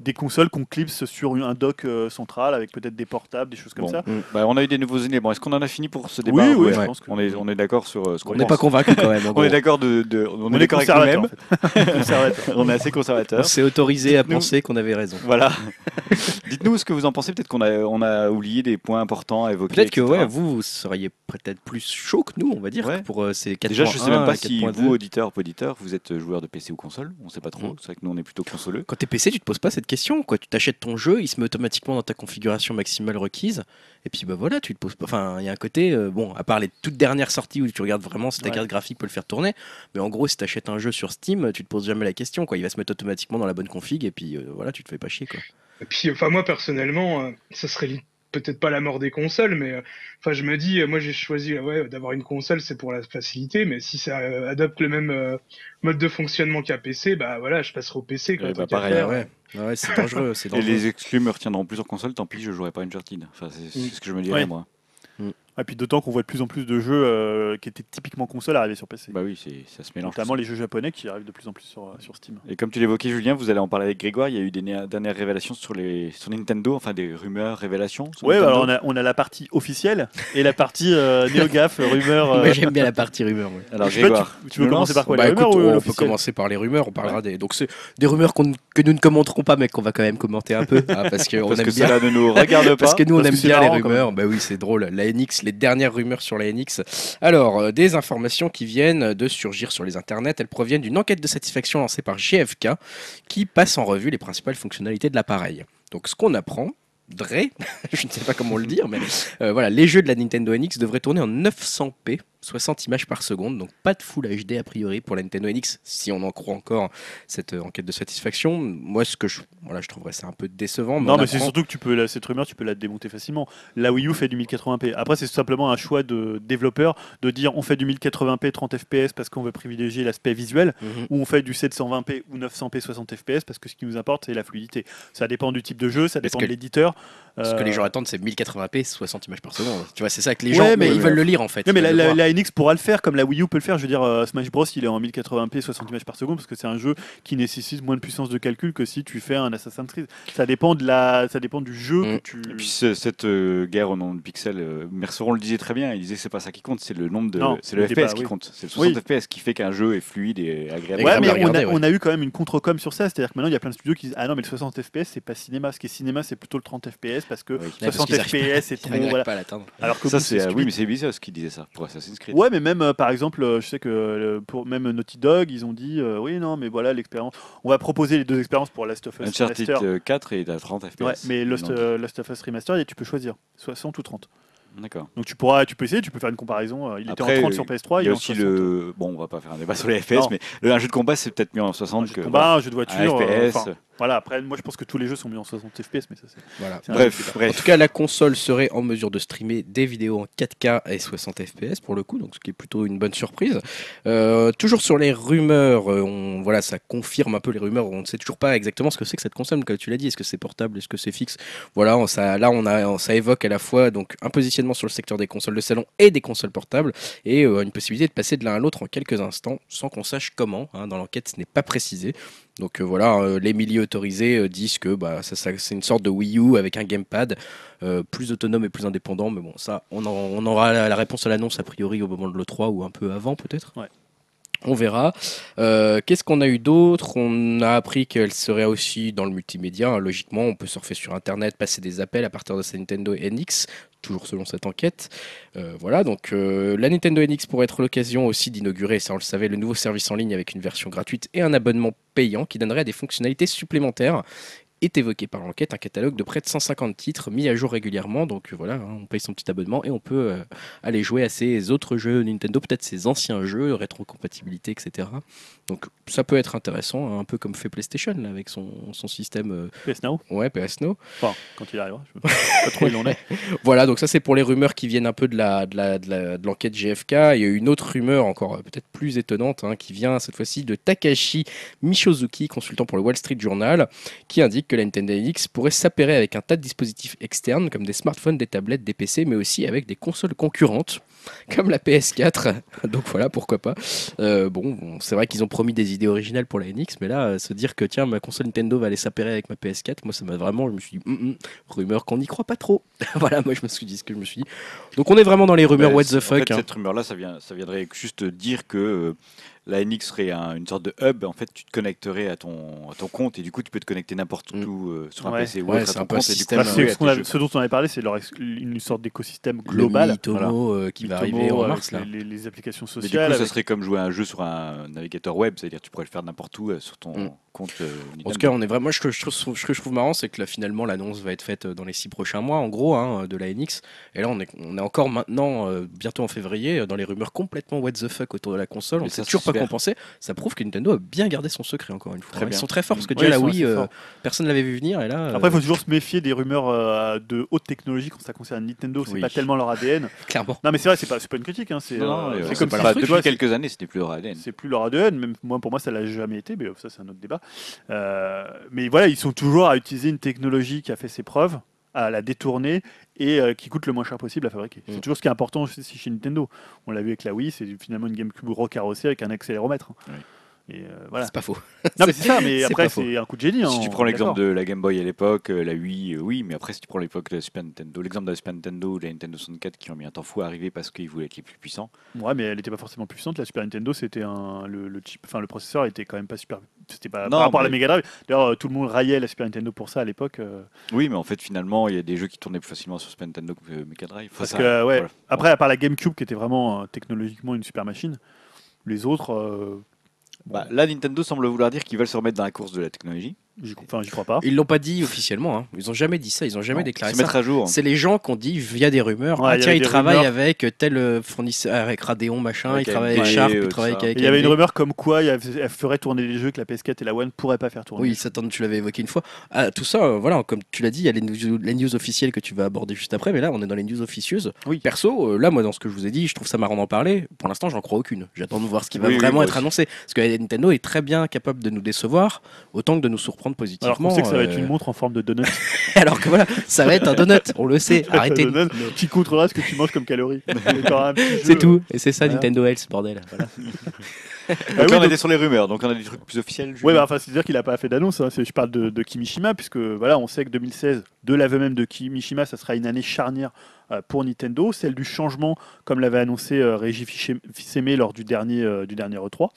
des consoles qu'on clipse sur un dock euh, central avec peut-être des portables, des choses comme
Bon.
ça.
Bah, on a eu des nouveaux éléments. Est-ce qu'on en a fini pour ce
Oui,
débat
oui,
Ouais.
je pense que
On est, on est d'accord sur euh, ce qu'on
On n'est pas
pense.
convaincu quand même. en
On
gros.
est d'accord de, de- on, est
est
d'accord avec
conservateur,
nous-mêmes.
Conservateur.
on est assez
On
conservateur.
s'est autorisé à
Dites-nous.
penser qu'on avait raison.
Voilà. Dites-nous ce que vous en pensez. Peut-être qu'on a, on a oublié des points importants à évoquer.
Peut-être que
etc.
ouais, vous, vous seriez peut-être plus chaud que nous, on va dire,
Ouais.
pour euh, ces 4
Déjà, je ne sais même pas si vous, auditeur ou auditeur, vous êtes joueur de PC ou console. On ne sait pas trop.
Mm.
C'est vrai que nous, on est plutôt consoleux.
Quand t'es PC, tu te poses pas cette question. Quoi. Tu t'achètes ton jeu, il se met automatiquement dans ta configuration maximale requise. Et puis bah voilà, tu te poses pas. Enfin, il y a un côté, euh, bon, à part les toutes dernières sorties où tu regardes vraiment si ta
Ouais.
carte graphique peut le faire tourner. Mais en gros, si t'achètes un jeu sur Steam, euh, tu te poses jamais la question. Quoi. Il va se mettre automatiquement dans la bonne config et puis euh, voilà, tu te fais pas chier. Quoi.
Et puis, enfin, moi, personnellement, euh, ça serait li- peut-être pas la mort des consoles, mais euh, enfin, je me dis, euh, moi, j'ai choisi euh, ouais, d'avoir une console, c'est pour la facilité, mais si ça euh, adopte le même euh, mode de fonctionnement qu'un PC, bah voilà, je passerai au PC. Quoi,
Eh
tant
bah,
qu'à
pareil,
faire.
ouais. Ouais, c'est dangereux. C'est
Et
dangereux.
les exclus me retiendront plus en console, tant pis, je jouerai pas une Uncharted. Enfin, c'est c'est
Mm.
ce que je me dirais,
Ouais.
moi.
Et Ah, puis d'autant qu'on voit de plus en plus de jeux euh, qui étaient typiquement console arriver sur PC.
Bah oui, c'est- ça se mélange.
Notamment les jeux japonais qui arrivent de plus en plus sur, euh, sur Steam.
Et comme tu l'évoquais, Julien, vous allez en parler avec Grégoire. Il y a eu des nia- dernières révélations sur, les, sur Nintendo, enfin des rumeurs, révélations. sur
Ouais,
Nintendo.
alors on a, on a la partie officielle et la partie euh, néogaffe, rumeur. euh,
Moi, j'aime bien la partie rumeur. ouais.
Alors,
je sais pas,
Grégoire,
tu, tu veux
nous
commencer par quoi
Bah,
la
écoute,
rumeur ou
on peut
l'officiel
commencer par les rumeurs. On parlera des donc c'est des rumeurs qu'on- que nous ne commenterons pas, mais qu'on va quand même commenter un peu hein, parce que on
parce
aime
que
bien.
cela ne nous regarde pas.
Parce que nous, on
parce
aime
que c'est
bien les
marrant, quand
rumeurs. Bah oui, c'est drôle. La NX, les dernières rumeurs sur la NX. Alors, euh, des informations qui viennent de surgir sur les internets. Elles proviennent d'une enquête de satisfaction lancée par GFK qui passe en revue les principales fonctionnalités de l'appareil. Donc, ce qu'on apprend. Dre, je ne sais pas comment le dire, mais euh, voilà, les jeux de la Nintendo NX devraient tourner en 900p, 60 images par seconde, donc pas de Full HD a priori pour la Nintendo NX, si on en croit encore cette euh, enquête de satisfaction. Moi, ce que je, voilà, je trouverais ça un peu décevant.
Non,
on
mais c'est
apprend-
surtout que tu peux la- cette rumeur, tu peux la démonter facilement. La Wii U fait du 1080p. Après, c'est simplement un choix de développeur de dire on fait du 1080p 30 fps parce qu'on veut privilégier l'aspect visuel,
Mhm.
ou on fait du 720p ou 900p 60 fps parce que ce qui nous importe c'est la fluidité. Ça dépend du type de jeu, ça
Parce
dépend
que-
de l'éditeur.
Ce que
Euh,
les gens attendent, c'est 1080p, 60 images par seconde. Tu vois, c'est ça que les
Ouais,
gens
mais- euh,
ils veulent le lire en fait.
Non, mais
ils
la,
veulent le
la,
voir.
la NX pourra le faire comme la Wii U peut le faire. Je veux dire, euh, Smash Bros, il est en 1080p 60 images par seconde parce que c'est un jeu qui nécessite moins de puissance de calcul que si tu fais un Assassin's Creed. Ça dépend de la, ça dépend du jeu
Mm.
que tu.
Et puis ce- cette euh, guerre au nom de Pixel, euh, Merceron le disait très bien, il disait c'est pas ça qui compte, c'est le nombre de.
Non,
C'est le
le
FPS
débat,
qui
oui.
compte. C'est le 60
Oui.
FPS qui fait qu'un jeu est fluide et agréable.
Ouais,
Exemple
mais
à
on,
regarder,
a,
ouais.
on a eu quand même une contre-com sur ça, c'est-à-dire que maintenant il y a plein de studios qui disent Ah non, mais le 60 FPS c'est pas cinéma, ce qui est cinéma c'est plutôt le 30 FPS parce que
Oui.
parce
60
qu'ils arrivent
FPS c'est trop.
Ils n'arrivent
voilà.
pas à l'atteindre.
Alors que
Ça,
nous,
c'est, ah oui,
stupide.
mais c'est Ubisoft qui disait ça pour Assassin's Creed.
Ouais, mais même euh, par exemple, euh, je sais que euh, pour même Naughty Dog, ils ont dit euh, Oui, non, mais voilà l'expérience. On va proposer les deux expériences pour Last of Us
Uncharted
Remaster.
euh, 4 et à 30 FPS.
Ouais, mais Lost,
Non,
euh, Last of Us Remaster, et tu peux choisir 60 ou 30.
D'accord.
Donc tu pourras, tu peux essayer, tu peux faire une comparaison. euh, Il était
Après,
en 30 sur PS3,
Il y a
est en
aussi
60.
le. Bon, on va pas faire un débat sur les FPS,
Non.
mais le- un jeu de combat, c'est peut-être mieux en 60
Un jeu
que.
de combat, un jeu de
un
voiture. euh,
FPS.
enfin, voilà, après, moi je pense que tous les jeux sont mis en 60 FPS, mais ça c'est.
Voilà.
c'est un autre débat.
bref,
En
bref.
tout cas, la console serait en mesure de streamer des vidéos en 4K et 60 FPS pour le coup, donc ce qui est plutôt une bonne surprise. Euh, toujours sur les rumeurs, euh, on, voilà, ça confirme un peu les rumeurs. On ne sait toujours pas exactement ce que c'est que cette console, comme tu l'as dit. Est-ce que c'est portable, est-ce que c'est fixe Voilà, on- ça, là, on a, on- ça évoque à la fois donc un positionnement sur le secteur des consoles de salon et des consoles portables, et euh, une possibilité de passer de l'un à l'autre en quelques instants, sans qu'on sache comment. hein. dans l'enquête, ce n'est pas précisé. Donc euh, voilà, euh, les milieux autorisés euh, disent que bah, ça- ça- c'est une sorte de Wii U avec un gamepad euh, plus autonome et plus indépendant. Mais bon, ça, on, en- on aura la, la réponse à l'annonce a priori au moment de l'E3 ou un peu avant peut-être.
Ouais.
On verra. Euh, Qu'est-ce qu'on a eu d'autre On a appris qu'elle serait aussi dans le multimédia. hein. Logiquement, on peut surfer sur Internet, passer des appels à partir de sa Nintendo NX, toujours selon cette enquête. Euh, voilà, donc euh, la Nintendo NX pourrait être l'occasion aussi d'inaugurer, ça on le savait, le nouveau service en ligne avec une version gratuite et un abonnement payant qui donnerait des fonctionnalités supplémentaires est évoqué par l'enquête un catalogue de près de 150 titres mis à jour régulièrement. Donc euh, voilà, hein, on paye son petit abonnement et on peut euh, aller jouer à ses autres jeux Nintendo, peut-être ses anciens jeux, rétrocompatibilité, etc. Donc ça peut être intéressant, hein, un peu comme fait PlayStation là, avec son, son système euh,
PS Now
ouais, PS Now.
Enfin, quand il arrivera, je sais pas trop où il en est.
Voilà, donc ça c'est pour les rumeurs qui viennent un peu de la de la- de la- de l'enquête GFK. Il y a une autre rumeur encore euh, peut-être plus étonnante hein, qui vient cette fois-ci de Takashi Michozuki, consultant pour le Wall Street Journal, qui indique que la Nintendo NX pourrait s'appairer avec un tas de dispositifs externes comme des smartphones, des tablettes, des PC, mais aussi avec des consoles concurrentes comme la PS4. donc voilà, pourquoi pas. Euh, bon, bon, c'est vrai qu'ils ont promis des idées originales pour la NX, mais là, euh, se dire que tiens, ma console Nintendo va aller s'appairer avec ma PS4, moi ça m'a vraiment, je me suis dit, Hum, hum, rumeur qu'on n'y croit pas trop. voilà, moi je me suis dit ce que je me suis dit. Donc on est vraiment dans les rumeurs
Bah,
what
c'est-
the
en
fuck.
fait,
hein.
Cette rumeur-là, ça, vient, ça viendrait juste dire que euh, la NX serait un- une sorte de hub. En fait, tu te connecterais à ton, à ton compte et du coup, tu peux te connecter n'importe
Mm.
où euh, sur un
Ouais.
PC ou
Ouais,
autre à
c'est
ton
un peu
compte. et du
un
coup,
système,
tu
Bah,
peux
c'est
jouer à
ce qu'on
tes
a-
jeux.
ce dont on avait parlé, c'est leur ex- une sorte d'écosystème
Le
global.
Mitomo,
Voilà.
euh, qui va
Mitomo
arriver en
avec
mars là.
Les, les- les applications
Mais du
sociales.
coup, ça
avec-
serait comme jouer à un jeu sur un navigateur web, c'est-à-dire tu pourrais le faire n'importe où euh, sur ton
Mm.
compte. euh,
En tout
Nintendo.
cas, on est vraiment. Ce que je trouve, ce que je trouve marrant, c'est que là, finalement, l'annonce va être faite euh, dans les six prochains mois, en gros, hein, de la NX. Et là, on est, on est encore maintenant, euh, bientôt en février, euh, dans les rumeurs complètement what the fuck autour de la console.
Et
on ne
ça,
sait
c'est
toujours pas
super.
compensé. Ça prouve que Nintendo a bien gardé son secret, encore une fois. Hein,
Très
Ils
bien.
sont très forts parce que
Mm.
déjà,
Ouais,
la
ils sont
Wii,
assez
euh,
forts.
personne ne l'avait vu venir. Et là,
Après,
euh,
il faut toujours se méfier des rumeurs euh, de haute technologie quand ça concerne Nintendo. C'est
Oui.
pas tellement leur ADN.
clairement.
Non, mais c'est vrai, c'est pas, c'est pas une critique. hein, C'est
Non, non,
euh,
euh,
c'est
c'est
comme
pas
si,
grave.
tu
depuis
vois,
quelques années, c'était plus leur ADN.
c'est plus leur ADN. Même moi, pour moi, ça l'a jamais été. Mais euh, ça, c'est un autre débat. Euh, mais voilà, ils sont toujours à utiliser une technologie qui a fait ses preuves à la détourner et euh, qui coûte le moins cher possible à fabriquer.
Mm.
C'est toujours ce qui est important aussi chez Nintendo. On l'a vu avec la Wii, c'est finalement une GameCube recarrossée avec un accéléromètre.
Oui.
Et euh, voilà.
C'est pas faux.
Non, mais c'est ça, mais
c'est
après,
pas faux.
c'est un coup de génie.
Si
hein,
tu
on
prends
est
l'exemple
d'accord.
de la Game Boy à l'époque, euh, la Wii, euh, oui, mais après, si tu prends l'époque de la Super Nintendo, l'exemple de la Super Nintendo ou de la Nintendo 64 qui ont mis un temps fou à arriver parce qu'ils voulaient être les plus puissants,
Ouais, mais elle n'était pas forcément puissante. La Super Nintendo, c'était un. Le, le chip, enfin, le processeur était quand même pas super. C'était pas.
Non,
par rapport à la
mais-
Mega Drive. D'ailleurs, euh, tout le monde raillait la Super Nintendo pour ça à l'époque. euh,
Oui, mais en fait, finalement, il y a des jeux qui tournaient plus facilement sur Super Nintendo que euh, Mega Drive. Enfin,
Parce
ça-
que, ouais,
voilà.
Après, à part la GameCube, qui était vraiment euh, technologiquement une super machine, les autres, euh,
Bah, là, Nintendo semble vouloir dire qu'ils veulent se remettre dans la course de la technologie.
j'y enfin, j'y crois pas.
Ils l'ont pas dit officiellement. hein. Ils ont jamais dit ça. Ils ont jamais
Non,
déclaré
Se
ça.
mettre à jour.
C'est les gens qui ont dit via des rumeurs.
Ouais,
ah,
il y
tiens,
avait
ils
des
travaillent
rumeurs.
avec tel euh, fournisseur, avec Radeon, machin. Ils
Avec
travaillent
AMD,
avec Sharp,
euh,
ils
tout
travaillent
ça.
avec.
Il y avait une
AMD.
rumeur comme quoi elle fais- elle ferait tourner les jeux que la PS4 et la One pourraient pas faire tourner.
Oui, ça, t'en- tu l'avais évoqué une fois. Ah, tout ça, euh, voilà, comme tu l'as dit, il y a les news, les news officielles que tu vas aborder juste après, mais là, on est dans les news officieuses.
Oui.
Perso, euh, là, moi, dans ce que je vous ai dit, je trouve ça marrant d'en parler. Pour l'instant, j'en crois aucune. J'attends de voir ce qui va
Oui, oui,
vraiment
moi
être
aussi.
annoncé. Parce que euh, Nintendo est très bien capable de nous décevoir, autant que de nous surprendre positivement.
Alors qu'on sait que ça va être
euh,
une montre en forme de donut
Alors que voilà, ça va être un donut, on le sait. Arrêtez.
Un donut qui contrôlera ce que tu manges comme calories. Et t'auras un petit
C'est
jeu.
tout. Et c'est ça,
Voilà.
Nintendo Health, bordel. Voilà.
Ah
Donc
oui,
là, on
donc-
était sur les rumeurs, donc on a des trucs plus officiels.
Ouais,
Julien.
bah, enfin, c'est-à-dire qu'il n'a pas fait d'annonce. hein. C'est- Je parle de, de Kimishima, puisque voilà, on sait que 2016, de l'aveu même de Kimishima, ça sera une année charnière euh, pour Nintendo. Celle du changement, comme l'avait annoncé euh, Régie Fils-Aimé lors du dernier, euh, du dernier E3.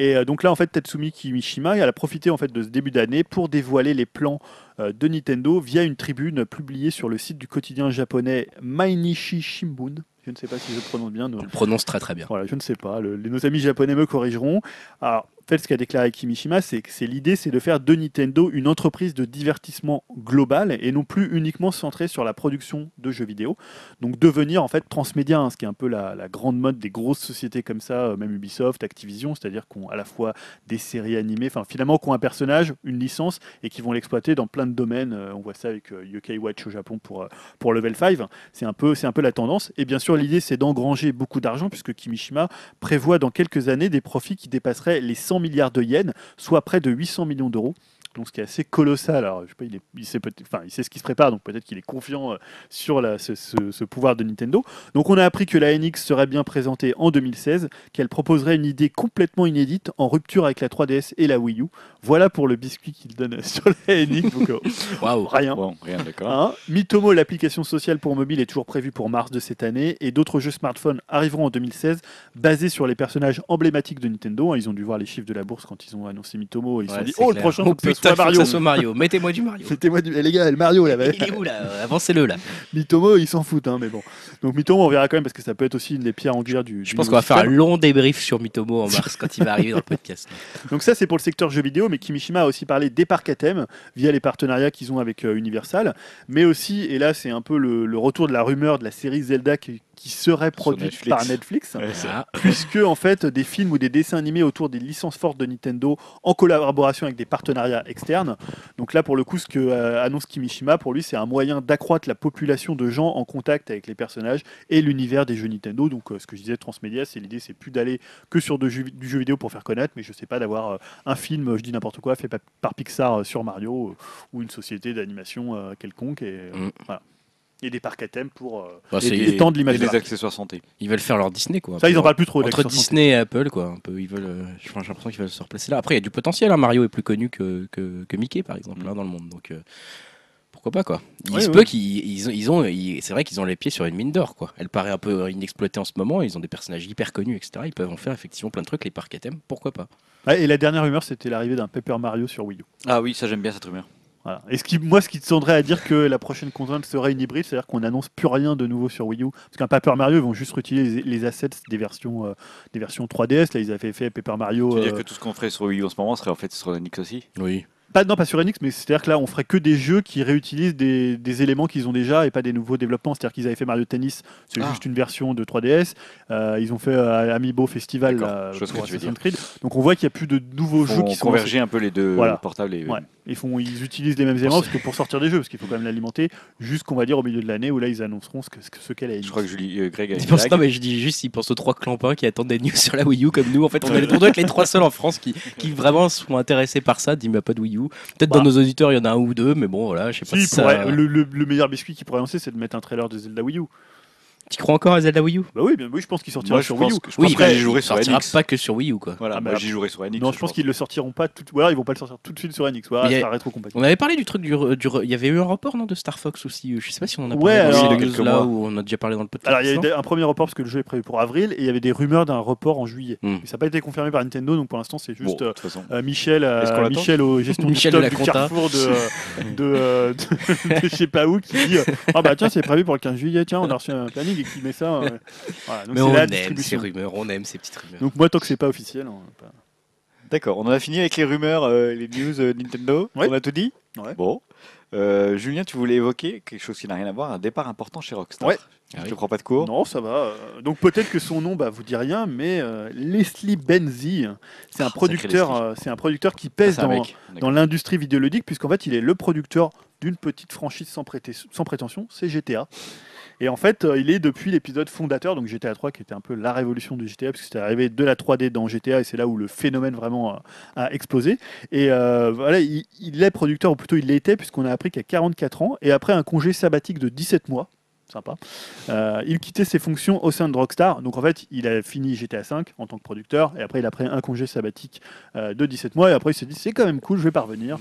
Et euh, donc là, en fait, Tatsumi Kimishima, elle a profité en fait, de ce début d'année pour dévoiler les plans euh, de Nintendo via une tribune publiée sur le site du quotidien japonais Mainichi Shimbun. Je ne sais pas si je prononce bien. nos-
Tu le prononces très très bien.
voilà, je ne sais pas. le- les- nos amis japonais me corrigeront. Alors, en fait, ce qu'a déclaré Kimishima, c'est que c'est l'idée, c'est de faire de Nintendo une entreprise de divertissement globale et non plus uniquement centrée sur la production de jeux vidéo. Donc, devenir en fait transmédia, hein, ce qui est un peu la, la grande mode des grosses sociétés comme ça, euh, même Ubisoft, Activision, c'est-à-dire qu'on à la fois des séries animées, enfin finalement qui ont un personnage, une licence et qui vont l'exploiter dans plein de domaines. Euh, on voit ça avec euh, Yokai Watch au Japon pour, euh, pour Level 5. C'est un peu, c'est un peu la tendance. Et bien sûr, l'idée, c'est d'engranger beaucoup d'argent, puisque Kimishima prévoit dans quelques années des profits qui dépasseraient les 100 milliards de yens, soit près de 800 millions d'euros. Donc, ce qui est assez colossal. Alors, je sais pas, il, est- il sait peut-être- enfin, il sait ce qui se prépare, donc peut-être qu'il est confiant euh, sur la- ce, ce- ce pouvoir de Nintendo. Donc, on a appris que la NX serait bien présentée en 2016, qu'elle proposerait une idée complètement inédite, en rupture avec la 3DS et la Wii U. Voilà pour le biscuit qu'il donne sur la NX. Donc, euh,
Waouh.
rien.
Bon, rien, d'accord.
Hein, Mitomo, l'application sociale pour mobile, est toujours prévue pour mars de cette année et d'autres jeux smartphones arriveront en 2016 basés sur les personnages emblématiques de Nintendo. Hein, Ils ont dû voir les chiffres de la bourse quand ils ont annoncé Mitomo et ils se
Ouais,
sont dit
c'est
Oh, le
clair.
prochain,
Oh,
faut que ça
putain,
soit
faut que
Mario
ça soit Mario. Mettez-moi du Mario.
Mettez-moi du. Eh, les gars, le Mario là
Il est où là Euh, Avancez-le là.
Mitomo, ils s'en foutent, hein, mais bon. Donc Mitomo, on verra quand même parce que ça peut être aussi une des pierres angulaires du.
Je
du
pense qu'on
nouveau
va faire un
système.
long débrief sur Mitomo en mars quand il va arriver dans le podcast.
Donc ça, c'est pour le secteur jeux vidéo, mais Kimishima a aussi parlé des parcs à thème via les partenariats qu'ils ont avec euh, Universal, mais aussi, et là, c'est un peu le, le retour de la rumeur de la série Zelda qui, qui serait produite
Netflix.
par Netflix.
Ouais, c'est-
Ah,
puisque en fait des films ou des dessins animés autour des licences fortes de Nintendo en collaboration avec des partenariats externes. Donc là pour le coup ce que euh, annonce Kimishima pour lui c'est un moyen d'accroître la population de gens en contact avec les personnages et l'univers des jeux Nintendo. Donc euh, ce que je disais transmédia c'est l'idée c'est plus d'aller que sur de jeux- du jeu vidéo pour faire connaître mais je sais pas d'avoir euh, un film je dis n'importe quoi fait pa- par Pixar euh, sur Mario euh, ou une société d'animation euh, quelconque et euh,
Mm.
voilà. Et des parcs à thème pour euh,
bah,
Et
c'est-
des-
étendre l'image
et
de
des
marque.
accessoires santé.
Ils veulent faire leur Disney quoi. un
ça
peu.
ils en parlent plus trop
entre
d'action santé.
Disney et Apple quoi. Un peu, ils veulent. euh, J'ai l'impression qu'ils veulent se replacer là. Après, il y a du potentiel. hein. Mario est plus connu que, que, que Mickey par exemple
Mm.
hein, dans le monde. Donc euh, pourquoi pas quoi. Il
Oui,
se
oui.
peut qu'ils ils ont. Ils ont ils- c'est vrai qu'ils ont les pieds sur une mine d'or quoi. Elle paraît un peu inexploitée en ce moment. Ils ont des personnages hyper connus etc. Ils peuvent en faire effectivement plein de trucs. Les parcs à thème. Pourquoi pas.
Ouais, Ah, et la dernière rumeur, c'était l'arrivée d'un Paper Mario sur Wii U.
Ah oui, ça j'aime bien cette rumeur.
Voilà. Et ce qui, moi, ce qui tendrait à dire que la prochaine console serait une hybride, c'est-à-dire qu'on n'annonce plus rien de nouveau sur Wii U. Parce qu'un Paper Mario, ils vont juste réutiliser les, les assets des versions, euh, des versions 3DS. Là, ils avaient fait Paper Mario.
C'est-à-dire
euh,
que tout ce qu'on ferait sur Wii U en ce moment serait en fait sur la NX aussi.
Oui.
pas, non, pas sur NX, mais c'est-à-dire que là, on ferait que des jeux qui réutilisent des, des éléments qu'ils ont déjà et pas des nouveaux développements. C'est-à-dire qu'ils avaient fait Mario Tennis, c'est
Ah.
juste une version de 3DS. Euh, ils ont fait euh, Amiibo Festival
D'accord,
là,
je vois ce
pour
que tu veux
Assassin's Creed. Donc on voit qu'il n'y a plus de nouveaux jeux
Ils
qui
ont
sont
convergé un peu les deux
Voilà.
portables et euh,
Ouais. Ils, font, ils utilisent les mêmes éléments parce que pour sortir des jeux, parce qu'il faut quand même l'alimenter, jusqu'on va dire au milieu de l'année où là ils annonceront ce qu'elle ce que, ce qu'elle est.
je crois que Julie, euh, Greg a
Ils
une
pensent- non,
blague.
mais je dis juste, ils pensent aux trois clampins qui attendent des news sur la Wii U comme nous. En fait, on, est, on doit être les trois seuls en France qui, qui vraiment sont intéressés par ça. Dis-moi pas de Wii U. cailloux. Peut-être
Bah.
dans nos auditeurs, il y en a un ou deux, mais bon, voilà, je sais pas
Si,
si
il
ça-
pourrait- le, le- le meilleur biscuit qu'il pourrait lancer, c'est de mettre un trailer de Zelda Wii U.
Tu crois encore à Zelda Wii U
Bah oui, bien, oui je pense qu'il sortira
Moi, je
sur Wii U.
pense que- je pense
Après,
que j'y jouerai
bah, il
sur
sortira
NX.
pas que sur Wii U, quoi.
Voilà,
Ah,
moi,
bah,
j'y jouerai sur NX.
non, je pense qu'ils le sortiront pas tout. Ou alors ils vont pas le sortir tout de suite sur NX. Ou alors
Mais
ça
y a-
sera rétro-compatible.
On avait parlé du truc du. re- du re- Il y avait eu un report, non, de Star Fox aussi. euh, Je sais pas si on en a parlé
Ouais,
dans
alors-
ces
Il y a quelques
news-là
mois.
ou on a déjà parlé dans le podcast.
Alors il y a eu
non
des- un premier report parce que le jeu est prévu pour avril et il y avait des rumeurs d'un report en juillet.
Hmm.
Mais ça n'a pas été confirmé par Nintendo, donc pour l'instant c'est
Bon,
juste
de toute façon.
Euh, Michel, euh,
Est-ce qu'on l'attend
Michel au gestion
Michel de
du
la
stock du
compta.
Carrefour de, euh, de, euh, de- de je sais pas où qui dit euh, ah bah tiens c'est prévu pour le 15 juillet tiens on a reçu un planning et qui met ça euh, voilà, donc
Mais
c'est
on
la
aime ces
distribution
rumeurs, on aime ces petites rumeurs.
donc moi tant que c'est pas officiel hein, pas-
D'accord, on en a fini avec les rumeurs, euh, les news euh, Nintendo.
Ouais.
On a tout dit
Ouais.
Bon. Euh, Julien, tu voulais évoquer quelque chose qui n'a rien à voir, un départ important chez Rockstar.
Ouais.
Je
Ah
te
oui.
prends pas de cours.
non ça va euh, donc peut-être que son nom bah vous dit rien mais euh, Leslie Benzi hein, c'est un
sacré
producteur
Leslie.
euh, c'est un producteur qui
Ça,
pèse
c'est un
dans,
mec.
dans l'industrie vidéoludique, puisqu'en fait, il est le producteur d'une petite franchise sans, prêter- sans prétention, c'est GTA. Et en fait, euh, il est depuis l'épisode fondateur, donc GTA 3, qui était un peu la révolution de GTA, parce que c'était arrivé de la 3D dans GTA, et c'est là où le phénomène vraiment euh, a explosé. Et euh, voilà, il, il est producteur, ou plutôt il l'était, puisqu'on a appris qu'à 44 ans, et après un congé sabbatique de 17 mois, sympa, euh, il quittait ses fonctions au sein de Rockstar. Donc en fait, il a fini GTA 5 en tant que producteur, et après il a pris un congé sabbatique euh, de 17 mois, et après il s'est dit, c'est quand même cool, je vais parvenir,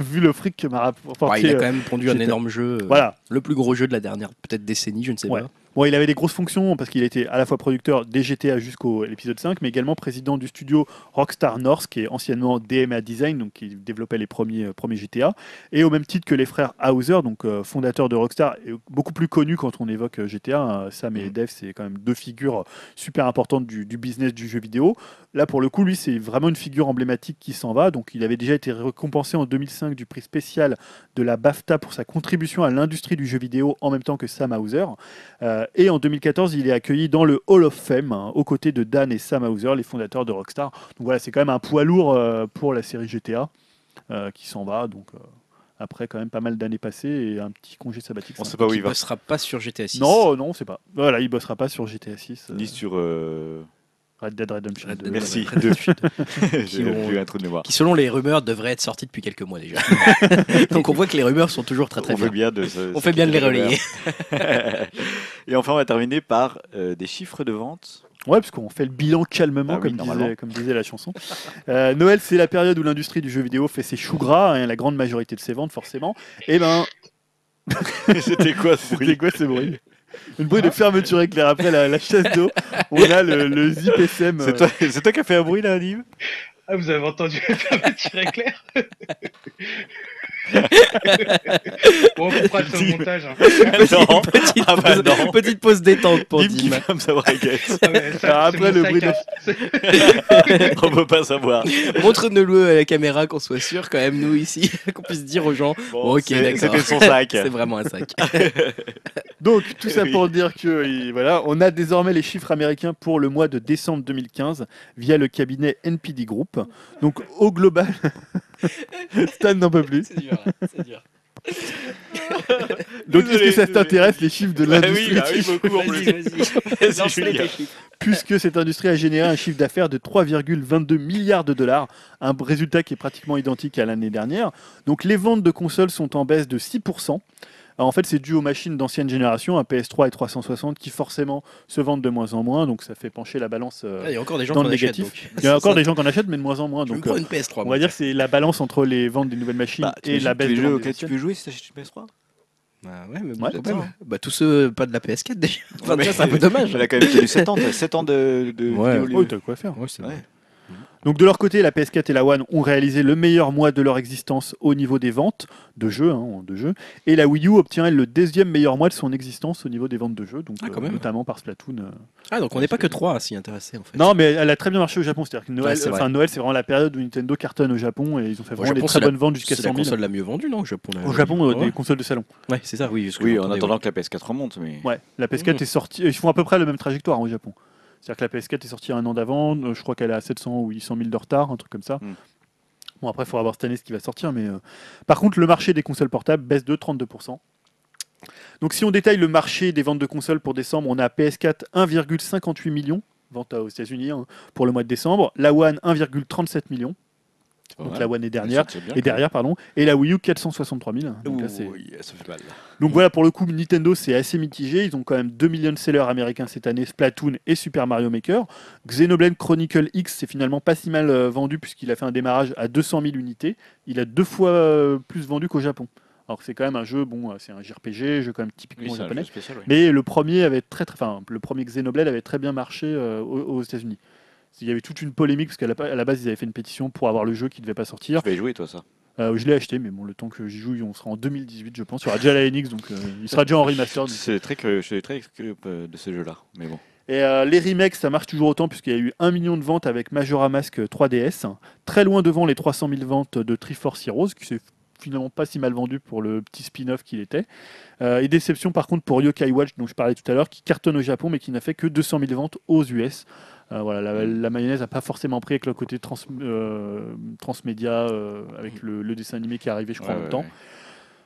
vu le fric que m'a rapporté.
Ouais, il a
euh,
quand même pondu un
j'étais-
énorme jeu, euh,
voilà.
le plus gros jeu de la dernière peut-être décennie, je ne sais
Ouais.
pas.
Bon, il avait des grosses fonctions parce qu'il était à la fois producteur des GTA jusqu'au l'épisode 5, mais également président du studio Rockstar North, qui est anciennement DMA Design, donc qui développait les premiers, euh, premiers GTA, et au même titre que les frères Hauser, donc euh, fondateurs de Rockstar, et beaucoup plus connus quand on évoque euh, GTA. euh, Sam et
Mhm.
Dev, c'est quand même deux figures super importantes du, du business du jeu vidéo. Là, pour le coup, lui, c'est vraiment une figure emblématique qui s'en va. Donc, il avait déjà été récompensé en 2005 du prix spécial de la BAFTA pour sa contribution à l'industrie du jeu vidéo en même temps que Sam Hauser. Euh, et en 2014, il est accueilli dans le Hall of Fame, hein, aux côtés de Dan et Sam Hauser, les fondateurs de Rockstar. Donc voilà, c'est quand même un poids lourd euh, pour la série GTA euh, qui s'en va. Donc euh, après quand même pas mal d'années passées et un petit congé sabbatique.
On
ça.
sait pas où
Il
il
ne
va.
bossera pas sur GTA 6.
Bah Non, non, on sait pas. Voilà, il bossera pas sur GTA 6. euh,
Ni sur. euh,
Red Dead Redemption.
Red
2.
Dead
Merci.
Red Dead Redemption.
J'ai
ont-
eu un trou de mémoire.
qui selon les rumeurs devrait être sorti depuis quelques mois déjà. Donc on voit que les rumeurs sont toujours très très
on
bien.
fait bien de, se-
On fait bien de les
s'inquiéter
relayer.
Et enfin, on va terminer par euh, des chiffres de vente.
Ouais, parce qu'on fait le bilan calmement,
Ah oui,
comme,
normalement.
disait, comme disait la chanson. Euh, Noël, c'est la période où l'industrie du jeu vidéo fait ses choux gras, hein, la grande majorité de ses ventes, forcément. Et ben,
C'était quoi ce
C'était
bruit
quoi ce bruit Le bruit de fermeture éclair après la, la chasse d'eau. On a le, le zip euh. SM.
C'est toi, c'est toi qui as fait un bruit là, Anime
Ah, vous avez entendu le tirer clair Bon, on fera ça au montage. hein.
Non.
Petite,
Ah bah
pause,
non.
petite pause détente pour
Dim qui
Dim.
ferme sa braguette.
Ah, mais ça,
Alors
c'est
après,
bon,
le
ça
bruit de-
casse. C'est-
On peut pas savoir.
Montre-nous-le à la caméra qu'on soit sûr quand même nous ici qu'on puisse dire aux gens
Bon,
Ok,
c'est-
d'accord.
C'était son sac.
c'est vraiment un sac.
Donc, tout ça
Oui.
pour dire que et voilà, on a désormais les chiffres américains pour le mois de décembre 2015 via le cabinet NPD Group. Donc, au global, Stan n'en peut plus.
C'est dur, là, c'est dur.
Donc,
Désolé,
est-ce que ça
désolé.
t'intéresse les chiffres de
Bah oui,
l'industrie
bah oui, beaucoup en
Vas-y,
plus.
vas-y.
C'est
Lance-les,
Julien.
tes chiffres.
puisque cette industrie a généré un chiffre d'affaires de 3,22 milliards de dollars, un résultat qui est pratiquement identique à l'année dernière. Donc les ventes de consoles sont en baisse de 6%. Alors, en fait, c'est dû aux machines d'ancienne génération, à PS3 et 360, qui forcément se vendent de moins en moins, donc ça fait pencher la balance. euh,
Ah, Il y a encore des gens
Dans
qui
le
en achètent.
négatif,
donc.
Il y a encore
Ça,
des gens qui en achètent, mais de moins en moins.
Je me
Donc,
prends
euh,
une PS3.
on
moi.
va dire que c'est la balance entre les ventes des nouvelles machines
Bah,
et
t'imagines
la
tous les
baisse des
jeux
ventes des
auxquels tu
anciennes.
peux jouer si t'achètes une PS3
Bah ouais, mais bon,
Ouais,
quand
j'attends.
même. Bah, tous ceux pas de la PS4 déjà. Enfin,
Ouais,
ça,
mais-
c'est un peu dommage.
Elle a quand même tenu 7 ans, t'as 7 ans de, de
Ouais.
vidéo.
Oh, t'as quoi faire.
Ouais, c'est
Ouais.
vrai.
Donc de leur côté, la PS4 et la One ont réalisé le meilleur mois de leur existence au niveau des ventes de jeux, hein, de jeux. et la Wii U obtient elle, le deuxième meilleur mois de son existence au niveau des ventes de jeux, donc
Ah, quand
euh,
même.
notamment par Splatoon. euh.
Ah, donc on n'est pas que trois à s'y intéresser en fait.
Non, mais elle a très bien marché au Japon, c'est-à-dire que
Ouais,
Noël,
c'est vrai.
enfin, Noël, c'est vraiment la période où Nintendo cartonne au Japon et ils ont fait
Au
vraiment des
Japon,
très
c'est la-
bonnes ventes jusqu'à
C'est la
100 000.
console la mieux vendue, non Au Japon, la-
Au Japon, euh,
Ouais.
des consoles de salon.
Ouais, c'est ça, oui. ce que
Oui, en
j'entendais,
attendant que la PS4 remonte, mais.
Ouais, la PS4
Mmh.
Mhm.
est sortie, ils font à peu près la même trajectoire hein, au Japon. C'est-à-dire que la PS4 est sortie un an d'avant, euh, je crois qu'elle est à 700 ou 800 000 de retard, un truc comme ça.
Mm.
Bon, après, il faudra voir cette année ce qui va sortir, mais. euh, Par contre, le marché des consoles portables baisse de 32%. Donc, si on détaille le marché des ventes de consoles pour décembre, on a PS4 1,58 million, vente aux États-Unis hein, pour le mois de décembre, la One 1,37 million.
C'est pas
donc
mal.
la One est
Elle
dernière.
sortira bien,
Et
quand même.
derrière, pardon. Et la Wii U, 463 000. Donc, là, c'est-
Ouh, yeah, ça fait mal.
donc voilà, pour le coup, Nintendo, c'est assez mitigé. Ils ont quand même 2 millions de sellers américains cette année, Splatoon et Super Mario Maker. Xenoblade Chronicle X, c'est finalement pas si mal euh, vendu puisqu'il a fait un démarrage à 200 000 unités. Il a deux fois euh, plus vendu qu'au Japon. Alors que c'est quand même un jeu, bon, euh, c'est un JRPG, jeu quand même typiquement
c'est un
japonais.
jeu spécial, oui.
Mais le premier avait très, très- enfin, le premier Xenoblade avait très bien marché euh, aux, aux États-Unis. Il y avait toute une polémique parce qu'à la, à la base ils avaient fait une pétition pour avoir le jeu qui ne devait pas sortir.
Tu vas y jouer, toi, ça.
Euh, je l'ai acheté, mais bon, le temps que j'y joue, on sera en 2018, je pense. Il y aura déjà la NX, donc euh, il sera déjà en remaster. donc.
C'est très curieux. Je suis très curieux euh, de ce jeu-là. Mais bon.
Et euh, les remakes, ça marche toujours autant puisqu'il y a eu 1 million de ventes avec Majora Mask 3DS, hein. très loin devant les 300 000 ventes de Triforce Heroes, qui s'est finalement pas si mal vendu pour le petit spin-off qu'il était. Euh, et déception par contre pour Yokai Watch, dont je parlais tout à l'heure, qui cartonne au Japon mais qui n'a fait que 200 000 ventes aux US. Euh, voilà, la, la mayonnaise n'a pas forcément pris avec le côté trans- euh, transmédia, euh, avec le, le dessin animé qui est arrivé, je
Ouais,
crois, en
ouais,
même temps.
ouais.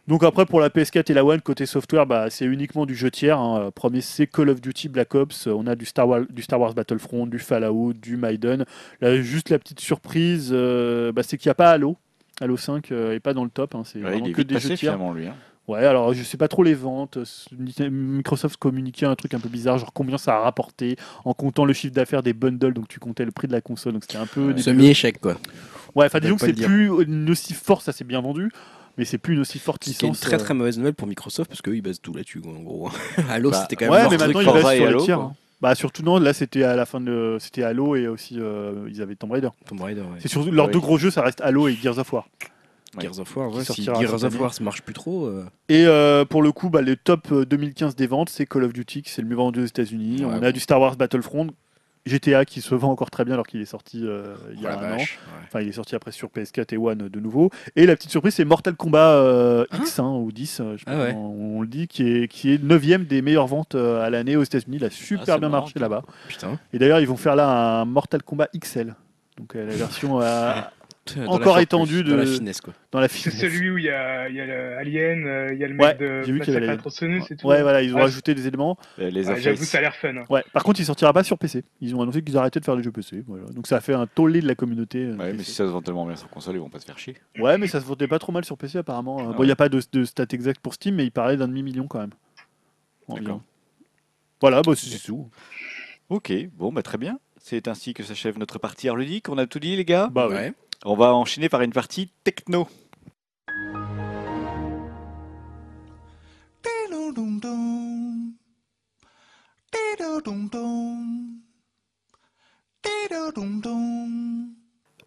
Donc après pour la PS4 et la One côté software, bah, c'est uniquement du jeu tiers. hein. Premier c'est Call of Duty Black Ops, Euh, on a du Star Wars, du Star Wars Battlefront, du Fallout, du Maiden. Là, juste la petite surprise, euh, bah, c'est qu'il n'y a pas Halo. Halo 5 euh, est pas dans le top, hein. c'est
Ouais,
vraiment
il est
que
vite
des jeux
passé,
tiers.
finalement, lui. hein.
Ouais, alors je sais pas trop les ventes. Euh, Nite- Microsoft communiquait un truc un peu bizarre, genre combien ça a rapporté en comptant le chiffre d'affaires des bundles, donc tu comptais le prix de la console, donc c'était un peu. nébuleux.
Semi-échec, quoi.
Ouais, enfin disons
veulent
que
pas
c'est
le dire.
plus une aussi forte, ça s'est bien vendu, mais c'est plus une aussi forte
C'est une
licence.
très
euh,
très mauvaise nouvelle pour Microsoft parce qu'eux ils basent tout là-dessus, quoi, en gros. Halo,
Bah,
c'était quand même
Ouais,
leur
mais
truc
maintenant ils
Forza
restent
et
sur les
Halo,
tiers.
quoi.
hein. Bah surtout non, là c'était à la fin de c'était Halo et aussi euh, ils avaient Tomb Raider.
Tomb Raider, ouais. Ah
C'est surtout leurs
Ouais.
deux gros jeux, ça reste Halo et Gears of War.
Ouais.
Gears of War,
Qui
ouais, si
sortira
Gears
cette
of
année.
War ça marche plus trop. euh,
Et euh, pour le coup, bah, le top euh, 2015 des ventes, c'est Call of Duty qui c'est le mieux vendu aux États-Unis.
Ah Ouais,
On
bon.
a du Star Wars Battlefront, GTA qui se vend encore très bien alors qu'il est sorti euh, il y
oh
a
la
un an.
vache, ouais.
Enfin, il est sorti après sur PS4 et One euh, de nouveau. Et la petite surprise, c'est Mortal Kombat euh, X hein, ou 10, euh, je sais
Ah
pas
ouais.
comment on le dit, qui est, qui est 9 des meilleures ventes euh, à l'année aux États-Unis.
Ah,
Il a super
c'est
bien
marrant,
marché
ça.
là-bas.
Putain.
Et d'ailleurs, ils vont faire là un Mortal Kombat XL. Donc euh, la version euh,
Dans la
Encore
surplus,
étendu
dans la
de-
finesse, quoi.
dans la
C'est
finesse.
celui où il y a, il y a le Alien, euh, il y a le mec
Ouais,
de
j'ai vu qu'il y avait
Massacre à
l'Alien.
tronçonneuse et tout.
Ouais, voilà, ils ont
Ouais,
rajouté des éléments.
Euh, Les
Ouais, J'avoue,
Airface.
ça a l'air fun. hein.
Ouais. Par contre, il sortira pas sur PC. Ils ont annoncé qu'ils arrêtaient de faire des jeux PC. voilà. Donc ça a fait un tollé de la communauté. euh,
Ouais, mais si
PC.
ça se vend tellement bien sur console, ils vont pas se faire chier.
Ouais, mais ça se vendait pas trop mal sur PC apparemment. Euh,
Ah
bon, il n'y a pas de, de stats exactes pour Steam, mais il parlait d'un demi-million quand même. Environ.
D'accord.
Voilà, bah, c'est c'est tout.
Ok, bon, bah très bien. C'est ainsi que s'achève notre partie art ludique. On a tout dit, les gars.
Bah ouais.
Ouais.
On va enchaîner par une partie techno.
Diddle-dum-dum. Diddle-dum-dum. Diddle-dum-dum.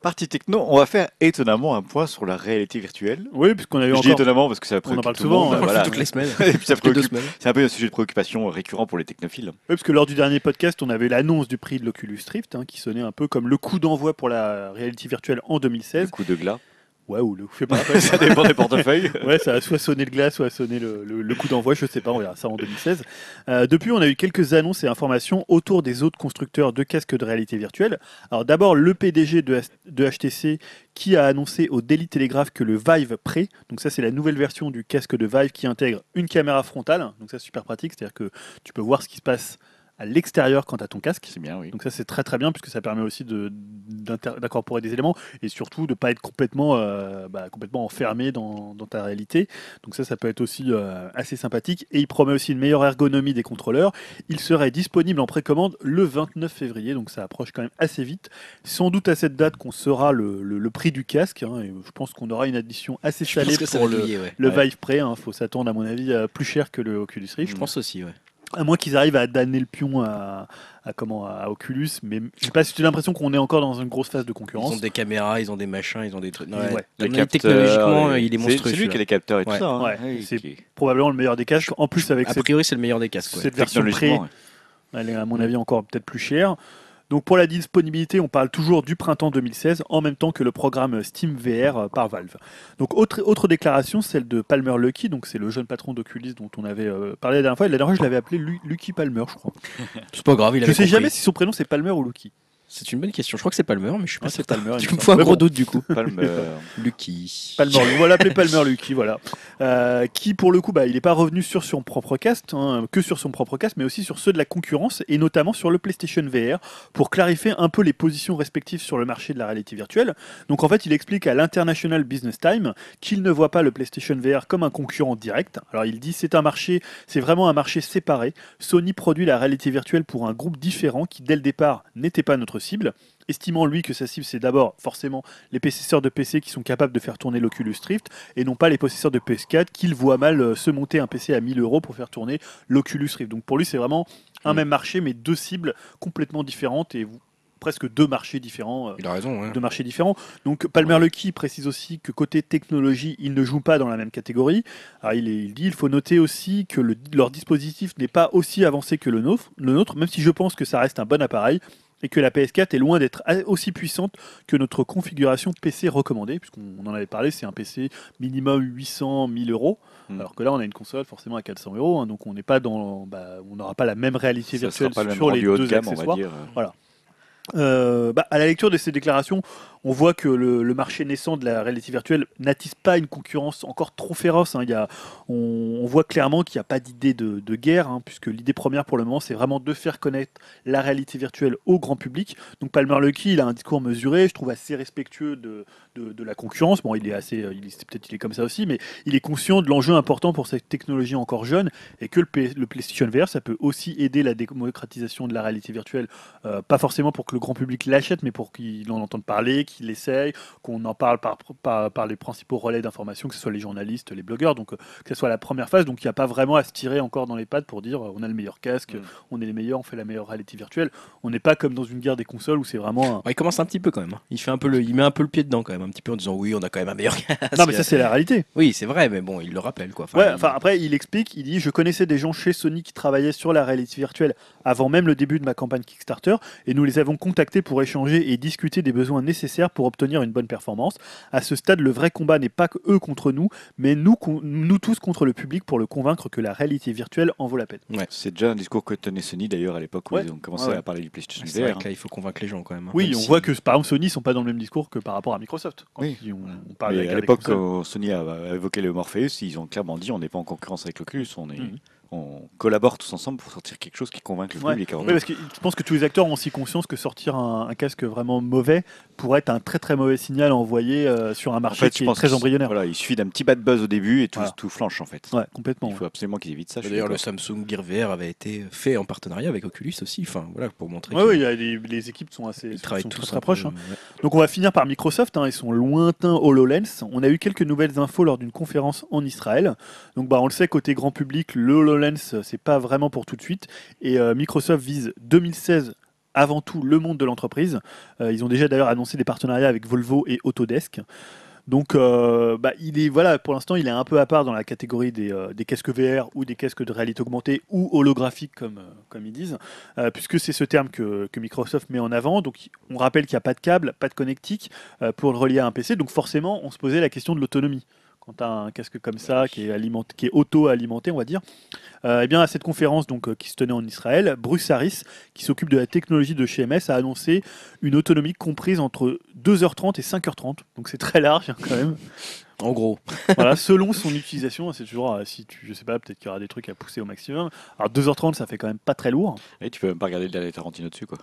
Partie techno, on va faire étonnamment un point sur la réalité virtuelle.
Oui, puisqu'on a eu
Je dis
encore.
étonnamment parce que ça
On en
préoccupe
parle
tout
souvent,
le monde.
hein.
On le
voilà.
fait toutes les semaines.
Et puis ça
toutes les deux
préoccupe-
semaines.
C'est un peu un sujet de préoccupation récurrent pour les technophiles.
Oui, parce que lors du dernier podcast, on avait eu l'annonce du prix de l'Oculus Rift, hein, qui sonnait un peu comme le coup d'envoi pour la réalité virtuelle en
Le
2016.
coup de glas.
Ouais, ou le. Je sais pas.
ça dépend des portefeuilles.
Ouais, ça a soit sonné le glas, soit sonné le, le- le coup d'envoi, je sais pas, on verra ça en 2016. Euh, depuis, on a eu quelques annonces et informations autour des autres constructeurs de casques de réalité virtuelle. Alors d'abord, le PDG de, H- de HTC qui a annoncé au Daily Telegraph que le Vive Pre, donc ça c'est la nouvelle version du casque de Vive qui intègre une caméra frontale, donc ça c'est super pratique, c'est-à-dire que tu peux voir ce qui se passe à l'extérieur quand à ton casque.
C'est bien, oui.
Donc ça c'est très très bien puisque ça permet aussi de- d'inter- d'incorporer des éléments et surtout de ne pas être complètement, euh, bah, complètement enfermé dans, dans ta réalité. Donc ça ça peut être aussi euh, assez sympathique et il promet aussi une meilleure ergonomie des contrôleurs. Il serait disponible en précommande le 29 février donc ça approche quand même assez vite. Sans doute à cette date qu'on saura le, le- le prix du casque hein, et je pense qu'on aura une addition assez
Je
salée
pense que ça
pour
va
le,
griller, ouais.
le
Ouais.
Vive Pre. Il faut s'attendre à mon avis à plus cher que le Oculus Rift.
Je pense aussi, ouais.
À moins qu'ils arrivent à damner le pion à, à comment, à Oculus, mais je sais pas si j'ai l'impression qu'on est encore dans une grosse phase de
Ils
concurrence.
ont des caméras, ils ont des machins, ils ont des trucs. Non,
Ouais.
ouais.
Les
Dans-
capteurs,
Technologiquement,
les-
il est
c'est-
monstrueux.
C'est lui qui a
celui-là.
les capteurs et tout
Ouais.
ça. hein.
Ouais,
Ouais,
c'est-
ok.
Probablement le meilleur des casques. En plus, avec
A
cette,
priori, c'est le meilleur des casques. ouais.
cette version pré,
Technologiquement,
elle est à mon avis encore peut-être plus chère. Donc pour la disponibilité, on parle toujours du printemps 2016, en même temps que le programme Steam VR euh, par Valve. Donc autre, autre déclaration, celle de Palmer Lucky, donc c'est le jeune patron d'Oculus dont on avait euh, parlé la dernière fois. Et la dernière fois, je l'avais appelé Lu- Lucky Palmer, je crois.
C'est pas grave, il
Je
avait
sais
compris.
jamais si son prénom c'est Palmer ou Lucky.
C'est une bonne question. Je crois que c'est Palmer, mais je suis pas
Ah,
sûr.
c'est Palmer. il
Tu
me
me fais un
semble.
gros
bon.
doute du coup.
Palmer.
Lucky.
Palmer, on va l'appeler Palmer Lucky, voilà. Euh, qui, pour le coup, bah, il n'est pas revenu sur son propre cast, hein, que sur son propre cast, mais aussi sur ceux de la concurrence, et notamment sur le PlayStation VR, pour clarifier un peu les positions respectives sur le marché de la réalité virtuelle. Donc, en fait, il explique à l'International Business Time qu'il ne voit pas le PlayStation VR comme un concurrent direct. Alors, il dit c'est un marché, c'est vraiment un marché séparé. Sony produit la réalité virtuelle pour un groupe différent qui, dès le départ, n'était pas notre cible. Estimant lui que sa cible c'est d'abord forcément les possesseurs de PC qui sont capables de faire tourner l'Oculus Rift et non pas les possesseurs de PS4 qu'ils voient mal euh, se monter un PC à 1000 euros pour faire tourner l'Oculus Rift. Donc pour lui, c'est vraiment un
Mm.
même marché, mais deux cibles complètement différentes et vous- presque deux marchés différents. euh,
Il a raison. hein.
de marchés différents. Donc Palmer Lucky précise aussi que côté technologie, ils ne jouent pas dans la même catégorie. Alors, il, est- il dit il faut noter aussi que le- leur dispositif n'est pas aussi avancé que le nôtre, le nôtre, même si je pense que ça reste un bon appareil et que la PS4 est loin d'être a- aussi puissante que notre configuration PC recommandée, puisqu'on on en avait parlé, c'est un PC minimum 800 1000 euros,
Hmm.
alors que là on a une console forcément à 400 euros, hein, donc on n'est pas dans, bah, on n'aura pas la même réalité
Ça sera
virtuelle
pas le même
sur les
rendu haut de
deux
gamme, on
accessoires.
va dire.
Euh, bah, à la lecture de ces déclarations, on voit que le, le marché naissant de la réalité virtuelle n'attise pas une concurrence encore trop féroce. hein. Il y a- on, on voit clairement qu'il n'y a pas d'idée de, de guerre, hein, puisque l'idée première pour le moment, c'est vraiment de faire connaître la réalité virtuelle au grand public. Donc Palmer Lucky, il a un discours mesuré, je trouve assez respectueux de, de- de la concurrence. Bon, il est assez, euh, il est- peut-être il est comme ça aussi, mais il est conscient de l'enjeu important pour cette technologie encore jeune et que le, P- le PlayStation VR, ça peut aussi aider la démocratisation de la réalité virtuelle euh, pas forcément pour que le grand public l'achète, mais pour qu'il en entende parler, qu'il l'essaye, qu'on en parle par, par, par les principaux relais d'information, que ce soit les journalistes, les blogueurs, donc euh, que ce soit la première phase. Donc il n'y a pas vraiment à se tirer encore dans les pattes pour dire euh, on a le meilleur casque,
Mm.
on est les meilleurs, on fait la meilleure réalité virtuelle. On n'est pas comme dans une guerre des consoles où c'est vraiment.
Ouais, il commence un petit peu quand même. hein. Il fait un peu le, il met un peu le pied dedans quand même, un petit peu en disant oui, on a quand même un meilleur casque.
Un... Non, mais ça c'est la réalité.
Oui, c'est vrai, mais bon, il le rappelle quoi.
Ouais,
il-
enfin après il explique, il dit je connaissais des gens chez Sony qui travaillaient sur la réalité virtuelle avant même le début de ma campagne Kickstarter et nous les avons contactés pour échanger et discuter des besoins nécessaires pour obtenir une bonne performance. À ce stade, le vrai combat n'est pas que eux contre nous, mais nous con- nous tous contre le public pour le convaincre que la réalité virtuelle en vaut la peine.
C'est déjà un discours que tenait Sony d'ailleurs à l'époque où
Ouais.
ils ont commencé
Ouais, Ah, ouais.
à parler du PlayStation
c'est vrai
VR.
que là, il faut convaincre les gens quand même. hein.
Oui,
Même
on
si-
voit que par exemple Sony ils sont pas dans le même discours que par rapport à Microsoft. Quand
Oui.
ils- on, on
hein.
parle de la
Mais à
guerre des
l'époque,
consoles.
quand Sony a a évoqué le Morpheus, ils ont clairement dit on n'est pas en concurrence avec l'Oculus, on, est,
Mhm.
on collabore tous ensemble pour sortir quelque chose qui convainque le
Ouais.
public. avant
Oui, parce que je pense que tous les acteurs ont aussi conscience que sortir un, un casque vraiment mauvais pourrait être un très très mauvais signal à envoyer euh, sur un marché
En fait,
qui
je
est
pense
très
que-
embryonnaire.
Voilà, il suffit d'un petit bad buzz au début et tout,
Voilà.
tout flanche en fait.
Ouais, complètement.
Il faut absolument qu'ils évitent ça. je suis
D'ailleurs, le
d'accord.
Samsung Gear VR avait été fait en partenariat avec Oculus aussi. Enfin, voilà, pour montrer
Ouais,
qu'ils
ouais, il y a des- les équipes sont assez
ils
sont-
travaillent
sont
tous
très, très
un peu,
proches. hein.
ouais.
Donc on va finir par Microsoft, hein, ils sont lointains HoloLens. On a eu quelques nouvelles infos lors d'une conférence en Israël. Donc bah, on le sait, côté grand public, le HoloLens, euh, c'est pas vraiment pour tout de suite. Et euh, Microsoft vise 2016 avant tout le monde de l'entreprise. Euh, ils ont déjà d'ailleurs annoncé des partenariats avec Volvo et Autodesk. Donc, euh, bah, il est voilà, pour l'instant, il est un peu à part dans la catégorie des, euh, des casques VR ou des casques de réalité augmentée ou holographique, comme, euh, comme ils disent, euh, puisque c'est ce terme que, que Microsoft met en avant. Donc, on rappelle qu'il n'y a pas de câble, pas de connectique euh, pour le relier à un PC. Donc, forcément, on se posait la question de l'autonomie. Quand tu as un casque comme ça, qui est, alimenté- qui est auto-alimenté, on va dire, euh, eh bien, à cette conférence donc, euh, qui se tenait en Israël, Bruce Harris, qui s'occupe de la technologie de chez MS, a annoncé une autonomie comprise entre 2h30 et 5h30. Donc c'est très large hein, quand même.
En gros,
voilà, selon son utilisation, c'est toujours, euh, si tu, je sais pas, peut-être qu'il y aura des trucs à pousser au maximum. Alors 2h30, ça fait quand même pas très lourd. hein.
Et tu peux même pas regarder le dernier Tarantino dessus quoi.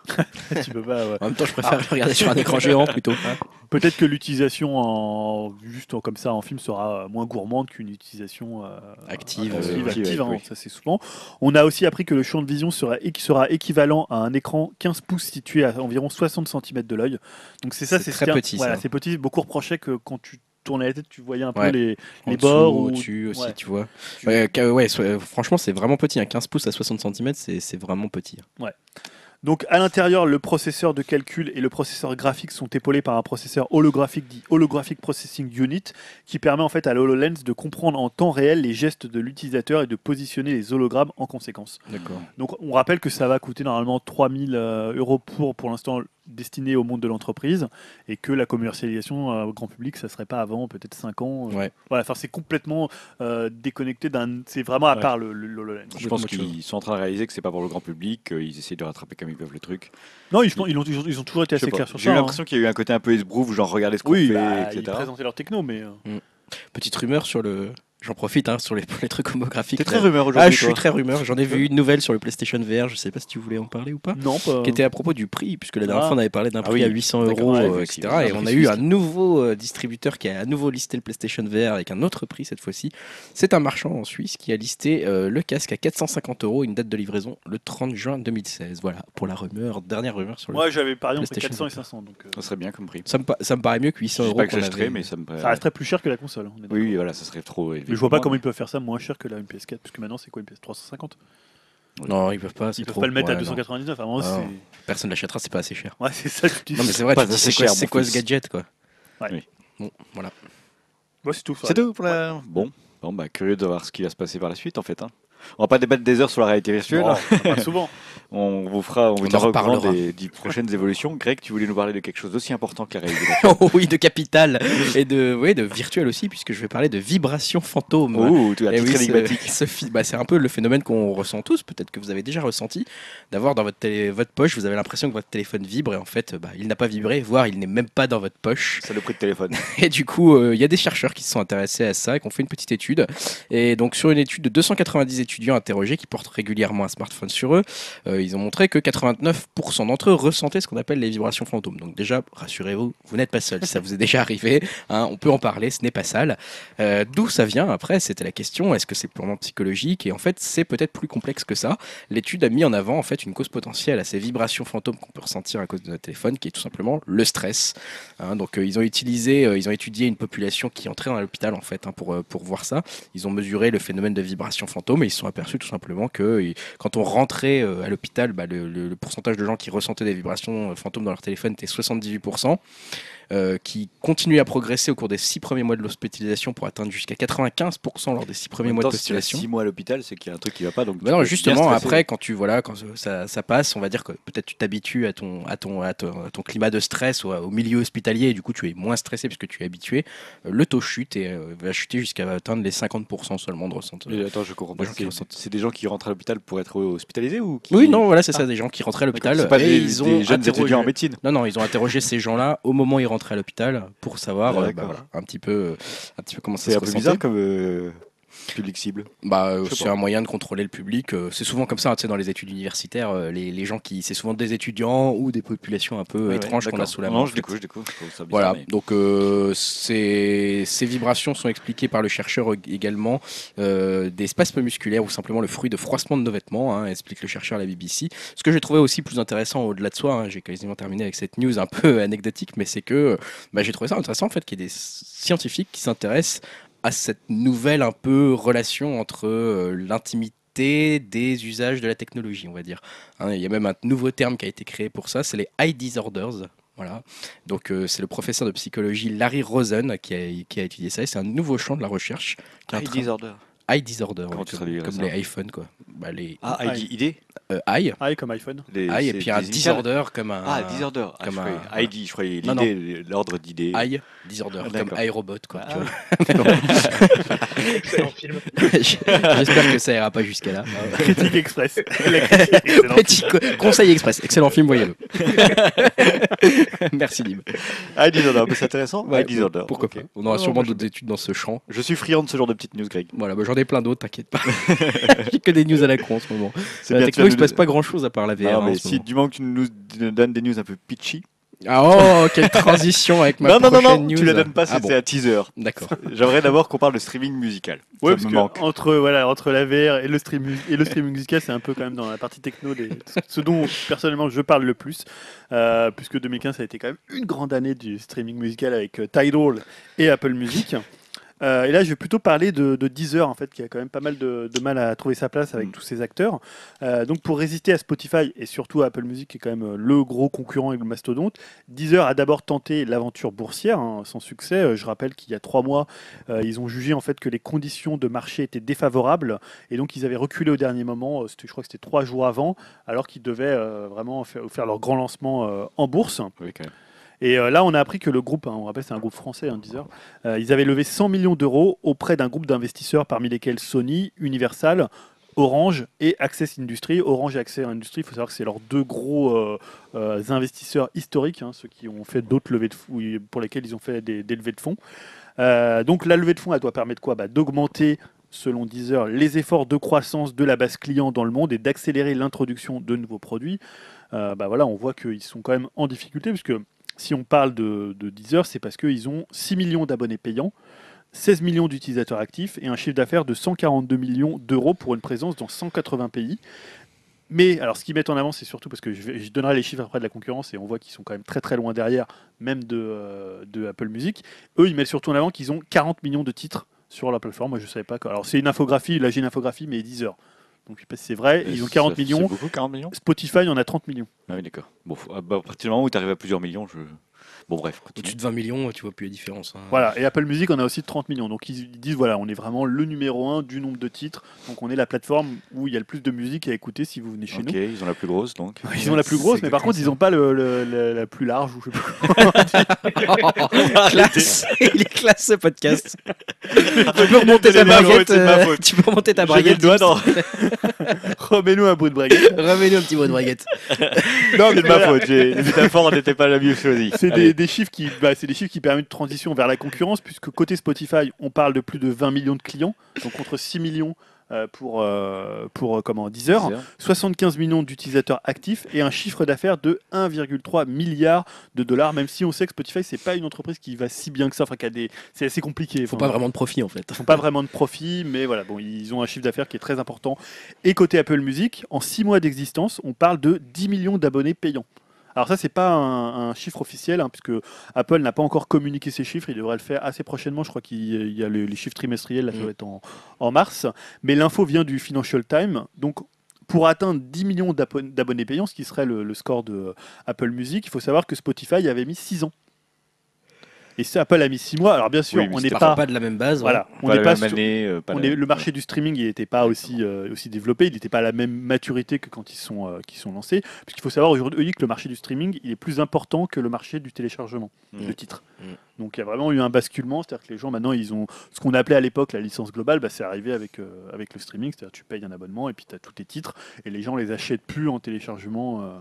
tu peux pas, ouais.
en même temps, je préfère le regarder sur un écran géant plutôt.
Peut-être que l'utilisation en juste en- comme ça en film sera euh, moins gourmande qu'une utilisation euh,
Active,
intensive,
euh,
active,
active,
hein,
oui.
ça c'est souvent. On a aussi appris que le champ de vision sera, équ- sera équivalent à un écran 15 pouces situé à environ 60 cm de l'œil. Donc c'est ça,
C'est
c'est ce
très
qui-
petit, ça.
Voilà, c'est petit. Beaucoup reprochaient que quand tu tournais la tête, tu voyais un peu
Ouais.
les,
En
les
dessous,
bords ou
au-dessus aussi,
ouais.
tu vois.
tu-
Ouais, ca- ouais, so- euh, franchement, c'est vraiment petit. Un 15 pouces à 60 cm, c'est c'est vraiment petit. hein.
Donc à l'intérieur, le processeur de calcul et le processeur graphique sont épaulés par un processeur holographique dit Holographic Processing Unit qui permet en fait à l'HoloLens de comprendre en temps réel les gestes de l'utilisateur et de positionner les hologrammes en conséquence.
D'accord.
Donc on rappelle que ça va coûter normalement 3000 euh, euros pour pour l'instant destiné au monde de l'entreprise et que la commercialisation euh, au grand public, ça serait pas avant peut-être 5 ans. euh.
Ouais.
Voilà, enfin, c'est complètement euh, déconnecté d'un. C'est vraiment à
Ouais.
part le, le- le HoloLens.
Je pense qu'ils sont en train de réaliser que c'est pas pour le grand public, euh, ils essayent de rattraper comme ils peuvent le truc.
Non, ils, je pense- ils, ont, ils ont- ils ont toujours été
Je sais
assez
pas.
clairs sur ça.
J'ai eu
hein.
l'impression qu'il y a eu un côté un peu esbrouf, genre regardez ce qu'on
Oui,
fait,
bah, ils
etc.
présentaient leur techno, mais. euh,
Petite rumeur sur le. J'en profite hein, sur les, pour les trucs homographiques.
T'es très
là.
rumeur aujourd'hui.
Ah, je suis
toi.
très rumeur. J'en ai vu une nouvelle sur le PlayStation VR. Je sais pas si tu voulais en parler ou pas.
Non, pas.
Qui était à propos du prix, puisque la dernière
Ah.
fois on avait parlé d'un
Euh. Ah
prix
oui.
à 800
D'accord,
euros,
ouais,
euh, etc.
effectivement.
Et on a eu un nouveau euh, distributeur qui a à nouveau listé le PlayStation VR avec un autre prix cette fois-ci. C'est un marchand en Suisse qui a listé euh, le casque à 450 euros, une date de livraison le 30 juin 2016. Voilà pour la rumeur, dernière rumeur sur le.
Moi, j'avais parié entre 400
PlayStation
et 500, donc euh,
Ça serait bien compris.
Ça, me pa- ça me paraît mieux que
Je
800
sais
euros.
pas que
qu'on
j'achèterais,
avait.
mais ça me paraît.
ça resterait plus cher que la console. hein, on est
Oui,
d'accord.
oui, voilà, ça serait trop élevé.
Mais je vois pas
pour
comment
moi,
ils peuvent faire ça moins cher que la une PS4, puisque maintenant c'est quoi une PS350
Non, ils peuvent pas. c'est
Ils peuvent
trop.
pas le mettre à
Ouais, non.
299. à un moment,
Ah,
c'est-
non. Personne l'achètera, c'est pas assez cher.
Ouais, c'est ça que je dis.
Non, mais c'est vrai,
Pas
tu dis,
assez
c'est quoi,
cher,
c'est
mon
quoi
fils.
ce gadget quoi
Ouais.
Oui.
Bon, voilà.
Moi, c'est tout.
C'est tout pour la. Bon, bon bah, curieux de voir ce qui va se passer par la suite en fait. Hein. On va pas débattre des heures sur la réalité virtuelle. hein.
Non, ça parle souvent.
On vous fera, on vous
en
dira au courant
reparlera.
des, des prochaines évolutions. Greg, tu voulais nous parler de quelque chose d'aussi important que la réalité virtuelle.
Oh oui, de capital et de, oui, de virtuel aussi, puisque je vais parler de vibrations fantômes.
Ouh, tu as
Eh
titré
oui,
l'énigmatique.
ce, ce phy- bah, c'est un peu le phénomène qu'on ressent tous, peut-être que vous avez déjà ressenti, d'avoir dans votre, télé- votre poche, vous avez l'impression que votre téléphone vibre et en fait, bah, il n'a pas vibré, voire il n'est même pas dans votre poche.
C'est le prix de téléphone.
Et du coup, euh, il y a des chercheurs qui se sont intéressés à ça et qui ont fait une petite étude. Et donc, sur une étude de 290 étudiants interrogés qui portent régulièrement un smartphone sur eux, euh, ils ont montré que 89% d'entre eux ressentaient ce qu'on appelle les vibrations fantômes. Donc, déjà, rassurez-vous, vous n'êtes pas seul. Si ça vous est déjà arrivé, hein, on peut en parler, ce n'est pas sale. Euh, D'où ça vient après C'était la question. Est-ce que c'est purement psychologique Et en fait, c'est peut-être plus complexe que ça. L'étude a mis en avant en fait une cause potentielle à ces vibrations fantômes qu'on peut ressentir à cause de notre téléphone, qui est tout simplement le stress. Hein, donc euh, ils ont utilisé, euh, ils ont étudié une population qui entrait dans l'hôpital en fait hein, pour, euh, pour voir ça. Ils ont mesuré le phénomène de vibration fantôme et ils se sont aperçus tout simplement que euh, ils- quand on rentrait euh, à l'hôpital, bah, le, le- le pourcentage de gens qui ressentaient des vibrations euh, fantômes dans leur téléphone était 78%, euh, qui continuait à progresser au cours des six premiers mois de l'hospitalisation pour atteindre jusqu'à 95% lors des six
En
premiers
même
mois
temps,
de
si tu restes
postulation.
six mois à l'hôpital, c'est qu'il y a un truc qui va pas. Donc
Bah
tu
non,
peux bien
justement,
stresser.
après, quand tu voilà, quand ça, ça passe, on va dire que peut-être tu t'habitues à ton, à, ton, à, ton, à ton climat de stress, au, au milieu hospitalier, et du coup tu es moins stressé puisque tu es habitué, euh, le taux chute et euh, va chuter jusqu'à atteindre les 50% seulement de ressenti.
Mais euh, attends, je comprends pas.
Des gens qui
C'est-
ressentent.
C'est des gens qui rentrent à l'hôpital pour être hospitalisés ou qui...
Oui, non, voilà, c'est ça, des gens qui rentraient à
D'accord,
l'hôpital
C'est pas
et
des,
ils ont
des jeunes
interrogé-
étudiants en médecine.
Non, non, ils ont interrogé ces gens-là au moment où ils rentraient à l'hôpital pour savoir
Ah,
euh, bah,
d'accord.
voilà, un, petit peu, euh, un petit peu comment ça
C'est
se
un peu
ressentait.
bizarre comme euh, public cible.
Bah, euh,
Je sais
c'est
pas.
un moyen de contrôler le public. euh, C'est souvent comme ça, hein, tu sais, dans les études universitaires, euh, les, les gens qui, c'est souvent des étudiants ou des populations un peu étranges qu'on a
D'accord.
sous la main.
Non,
en
je
fait.
découvre, je découvre. je trouve ça bizarre,
Voilà,
mais-
donc euh, ces, ces vibrations sont expliquées par le chercheur ég- également euh, des spasmes musculaires ou simplement le fruit de froissement de nos vêtements, hein, explique le chercheur à la BBC. Ce que j'ai trouvé aussi plus intéressant au-delà de soi, hein, j'ai quasiment terminé avec cette news un peu anecdotique, mais c'est que bah, j'ai trouvé ça intéressant en fait qu'il y ait des scientifiques qui s'intéressent à cette nouvelle un peu relation entre euh, l'intimité des usages de la technologie, on va dire. Hein, il y a même un nouveau terme qui a été créé pour ça, c'est les eye disorders. Voilà, donc euh, c'est le professeur de psychologie Larry Rosen qui a, qui a étudié ça et c'est un nouveau champ de la recherche. qui est en train- Eye disorder,
Comment
ouais,
tu
comme,
traduirais
comme
ça
les iPhones quoi. Bah, les
Ah, ID, ID
euh, eye,
Ah, et comme iPhone.
Les-
eye et
c'est
puis un
des initiales.
disorder comme un
Ah, disorder. Ah,
comme
je
un-
croyais-
voilà.
ID, je croyais
Non,
l'idée, l'ordre d'idées.
eye disorder
Ah,
comme
d'accord.
iRobot quoi. tu
Ah,
vois.
Excellent film.
J'espère que ça ira pas jusqu'à là.
Ah,
Critique Express. La critique, excellent.
Petit co- conseil express, excellent film, voyez-le. Merci Lib.
ID Order, mais c'est intéressant.
Ouais,
ID Order.
Pourquoi
Ok.
pas On aura
Non,
sûrement
moi, je-
d'autres études dans ce champ.
Je suis friand de ce genre de petites news, Greg.
Voilà, bah, j'en ai plein d'autres, t'inquiète pas. J'ai que des news à la con en ce moment.
C'est
La
bien, tu
techno,
vas
il se
nous-
passe pas grand-chose à part la VR.
Non,
hein, en
mais
ce
si,
moment.
du moment que tu nous nous donnes des news un peu pitchy.
Ah oh, quelle transition avec ma
non, non, non,
prochaine
non,
news.
tu la donnes pas, c'est
Ah bon,
c'est un teaser.
D'accord.
J'aimerais d'abord qu'on parle de streaming musical.
Ouais,
Ça
parce
me
que
manque.
entre, voilà, entre la VR et le stream, mu- et le stream musical, c'est un peu quand même dans la partie techno des, ce dont personnellement je parle le plus. euh, puisque 2015, ça a été quand même une grande année du streaming musical avec euh, Tidal et Apple Music. Euh, et là, je vais plutôt parler de, de Deezer, en fait, qui a quand même pas mal de, de mal à trouver sa place
Mm.
avec tous ces acteurs. Euh, donc, pour résister à Spotify et surtout à Apple Music, qui est quand même euh, le gros concurrent et le mastodonte, Deezer a d'abord tenté l'aventure boursière, hein, sans succès. Euh, Je rappelle qu'il y a trois mois, euh, ils ont jugé en fait que les conditions de marché étaient défavorables, et donc ils avaient reculé au dernier moment. Euh, c'était- Je crois que c'était trois jours avant, alors qu'ils devaient euh, vraiment faire, faire leur grand lancement euh, en bourse.
Oui, quand même.
Et euh, là, on a appris que le groupe, hein, on rappelle, c'est un groupe français, hein, Deezer, euh, ils avaient levé 100 millions d'euros auprès d'un groupe d'investisseurs, parmi lesquels Sony, Universal, Orange et Access Industries. Orange et Access Industries, il faut savoir que c'est leurs deux gros euh, euh, investisseurs historiques, hein, ceux qui ont fait d'autres levées de fonds, oui, pour lesquels ils ont fait des, des levées de fonds. Euh, donc la levée de fonds, elle doit permettre quoi Bah, D'augmenter selon Deezer, les efforts de croissance de la base client dans le monde et d'accélérer l'introduction de nouveaux produits. Euh, bah voilà, on voit qu'ils sont quand même en difficulté, puisque si on parle de, de Deezer, c'est parce qu'ils ont 6 millions d'abonnés payants, 16 millions d'utilisateurs actifs et un chiffre d'affaires de 142 millions d'euros pour une présence dans 180 pays. Mais alors, ce qu'ils mettent en avant, c'est surtout parce que je, vais- je donnerai les chiffres après de la concurrence et on voit qu'ils sont quand même très très loin derrière, même de, euh, de Apple Music. Eux, ils mettent surtout en avant qu'ils ont 40 millions de titres sur la plateforme. Moi, je ne savais pas. quoi. Alors, c'est une infographie, là j'ai une infographie, mais Deezer. Donc, je ne sais pas si c'est vrai. Ils ont 40
C'est-
millions.
C'est beaucoup, 40 millions
Spotify en a 30 millions.
Ah oui, d'accord. Bon, faut- ah bah, à partir du moment où tu arrives à plusieurs millions, je. Bon, bref. continue.
Au-dessus de 20 millions, tu vois plus la différence. hein.
Voilà, et Apple Music, on a aussi 30 millions. Donc ils disent, voilà, on est vraiment le numéro un du nombre de titres. Donc on est la plateforme où il y a le plus de musique à écouter si vous venez chez
Ok, ils ont la plus grosse donc.
nous. Ils ont la plus grosse,
C'est
mais par contre, ils n'ont pas le, le- le- la plus large. Ou je sais pas.
Ah, classe. Il est classe ce podcast.
tu peux remonter
ta
ta
braguette.
baguette.
euh, tu peux remonter ta
J'ai mis le
braguette.
doigt dans. Remets-nous un bout de braguette.
Remets-le un petit mot de braguette.
Non, c'est de ma faute. j'ai- Les métaphores n'étaient pas la mieux choisie.
C'est
Allez.
des, des chiffres qui, bah, c'est des chiffres qui permettent une transition vers la concurrence, puisque côté Spotify, on parle de plus de 20 millions de clients, donc contre 6 millions euh, pour, euh, pour euh, comment, Deezer. 75 millions d'utilisateurs actifs et un chiffre d'affaires de 1,3 milliard de dollars, même si on sait que Spotify, c'est pas une entreprise qui va si bien que ça. Enfin, qui a des- C'est assez compliqué.
Ils font
Enfin,
pas vraiment de profit en fait.
Ils font pas vraiment de profit, mais voilà, bon, ils ont un chiffre d'affaires qui est très important. Et côté Apple Music, en 6 mois d'existence, on parle de 10 millions d'abonnés payants. Alors ça, c'est pas un, un chiffre officiel, hein, puisque Apple n'a pas encore communiqué ses chiffres. Il devrait le faire assez prochainement. Je crois qu'il y a- il y a le- les chiffres trimestriels, là, ça
Mm.
doit être en, en mars. Mais l'info vient du Financial Times. Donc, pour atteindre 10 millions d'abon- d'abonnés payants, ce qui serait le, le score de euh, Apple Music, il faut savoir que Spotify avait mis 6 ans. Et ça, Apple a mis 6 mois. Alors bien sûr,
Oui, mais
on n'est
Ils
c'était
pas...
partent pas de la même base. hein.
Voilà, on
Pas la
n'est pas
même
sur-
année, euh, pas
on
la-
est- le marché du streaming il n'était pas aussi, euh, aussi développé, il n'était pas à la même maturité que quand ils sont, euh, qu'ils sont lancés. Puisqu'il faut savoir aujourd'hui que le marché du streaming il est plus important que le marché du téléchargement
Mhm.
de titres.
Mhm.
Donc il y a vraiment eu un basculement, c'est-à-dire que les gens maintenant ils ont ce qu'on appelait à l'époque la licence globale, bah, c'est arrivé avec, euh, avec le streaming, c'est-à-dire que tu payes un abonnement et puis tu as tous tes titres et les gens les achètent plus en téléchargement. euh.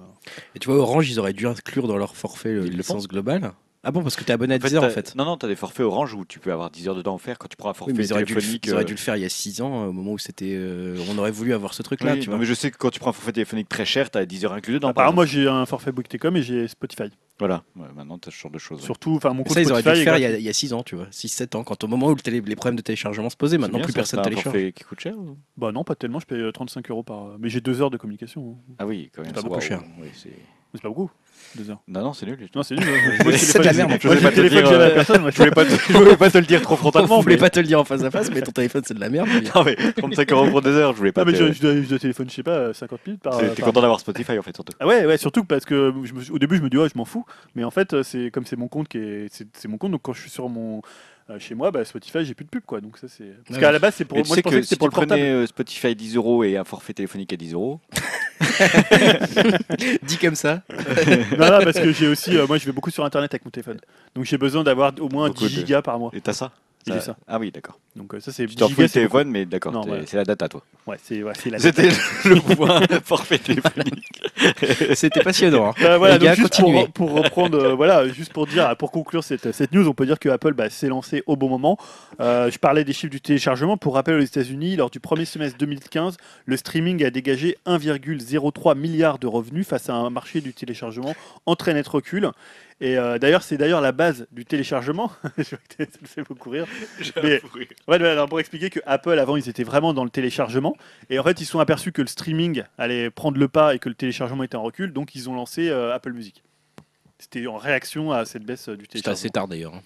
Et tu vois, Orange, ils auraient dû inclure dans leur forfait le
Ils le
licence globale. Ah bon, parce que t'es abonné à Deezer
t'as-
en fait.
Non, non, t'as des forfaits orange où tu peux avoir 10 heures dedans offerts quand tu prends un forfait
Oui, mais ils auraient, dû le,
téléphonique.
ils auraient
euh,
dû le faire il y a 6 ans, euh, au moment où c'était. euh, on aurait voulu avoir ce truc-là,
oui,
tu
non,
vois.
mais je sais que quand tu prends un forfait téléphonique très cher, t'as 10 heures inclus dedans. par
Apparemment, moi j'ai un forfait Bouygues.com et j'ai Spotify.
exemple. Voilà, Ouais, maintenant t'as ce genre de choses. ouais.
Surtout, enfin mon
Mais
compte
ça, ils auraient dû
Spotify
le
est
faire il y
gratuit.
a- il y a 6 ans, tu vois. 6-7 ans, quand au moment où le télé- les problèmes de téléchargement se posaient,
C'est
maintenant
bien,
plus
ça,
personne
t'as
télécharge.
Un forfait qui coûte cher ou-
Bah non, pas tellement, je paye euh, 35 euros par. Mais j'ai deux heures de communication. hein.
Ah oui, quand même.
C'est pas
ça-
beaucoup
waouh,
cher.
oui, c'est-
Mais C'est pas beaucoup, deux heures.
non, non, c'est nul. du tout.
Non, c'est nul. hein. Moi, le
C'est de la
téléphone-
merde.
Je voulais
Moi, j'ai
pas
le
te
téléphone
dire,
que j'avais à
euh,
personne. Moi,
Je voulais pas te- je voulais pas te le dire trop
On
frontalement.
voulait
mais-
pas te le dire en face à face, mais ton téléphone c'est de la merde. mais-
Non, mais 35 euros pour 2 heures, je voulais pas
Non, Ah, mais
te-
je, je dois, je dois téléphoner, je sais pas, euh, 50 minutes par.
T'es
par-
t'es content d'avoir Spotify en fait, surtout.
Ah ouais, ouais, surtout parce que je me suis- au début je me dis ouais, je m'en fous, mais en fait euh, c'est comme c'est mon compte qui est c'est c'est mon compte donc quand je suis sur mon euh, chez moi bah, Spotify j'ai plus de pub quoi donc ça c'est parce
Ouais.
qu'à la base c'est pour
Et
moi
tu
je
sais
pensais
que
que
si
c'était
tu
pour le portable.
prenais euh, Spotify 10 euros et un forfait téléphonique à 10 euros,
Dit comme ça.
non, non parce que j'ai aussi euh, moi je vais beaucoup sur internet avec mon téléphone donc j'ai besoin d'avoir au moins
Beaucoup
10
de-
gigas par mois
et t'as ça
J'ai ça.
Ah oui, d'accord.
donc euh, ça c'est
Tu
10
t'en fous
gigas
le
c'est
téléphone, mais d'accord,
Non,
t'es-
voilà.
c'est la data, toi.
ouais c'est ouais, c'est la
C'était le point forfait téléphonique.
C'était passionnant. hein.
Bah, voilà,
Les gars,
donc juste
continuez.
pour, pour reprendre, euh, voilà, juste pour dire, pour conclure cette, cette news, on peut dire que Apple bah, s'est lancé au bon moment. Euh, je parlais des chiffres du téléchargement. Pour rappel, aux États-Unis, lors du premier semestre 2015, le streaming a dégagé 1,03 milliard de revenus face à un marché du téléchargement en très net recul. Et euh, d'ailleurs, c'est d'ailleurs la base du téléchargement. Je vois que ça me fait beaucoup rire. Mais- Ouais, ouais, alors pour expliquer que Apple, avant, ils étaient vraiment dans le téléchargement. Et en fait, ils se sont aperçus que le streaming allait prendre le pas et que le téléchargement était en recul. Donc, ils ont lancé euh, Apple Music. C'était en réaction à cette baisse euh, du
C'était assez
téléchargement.
tard d'ailleurs. hein.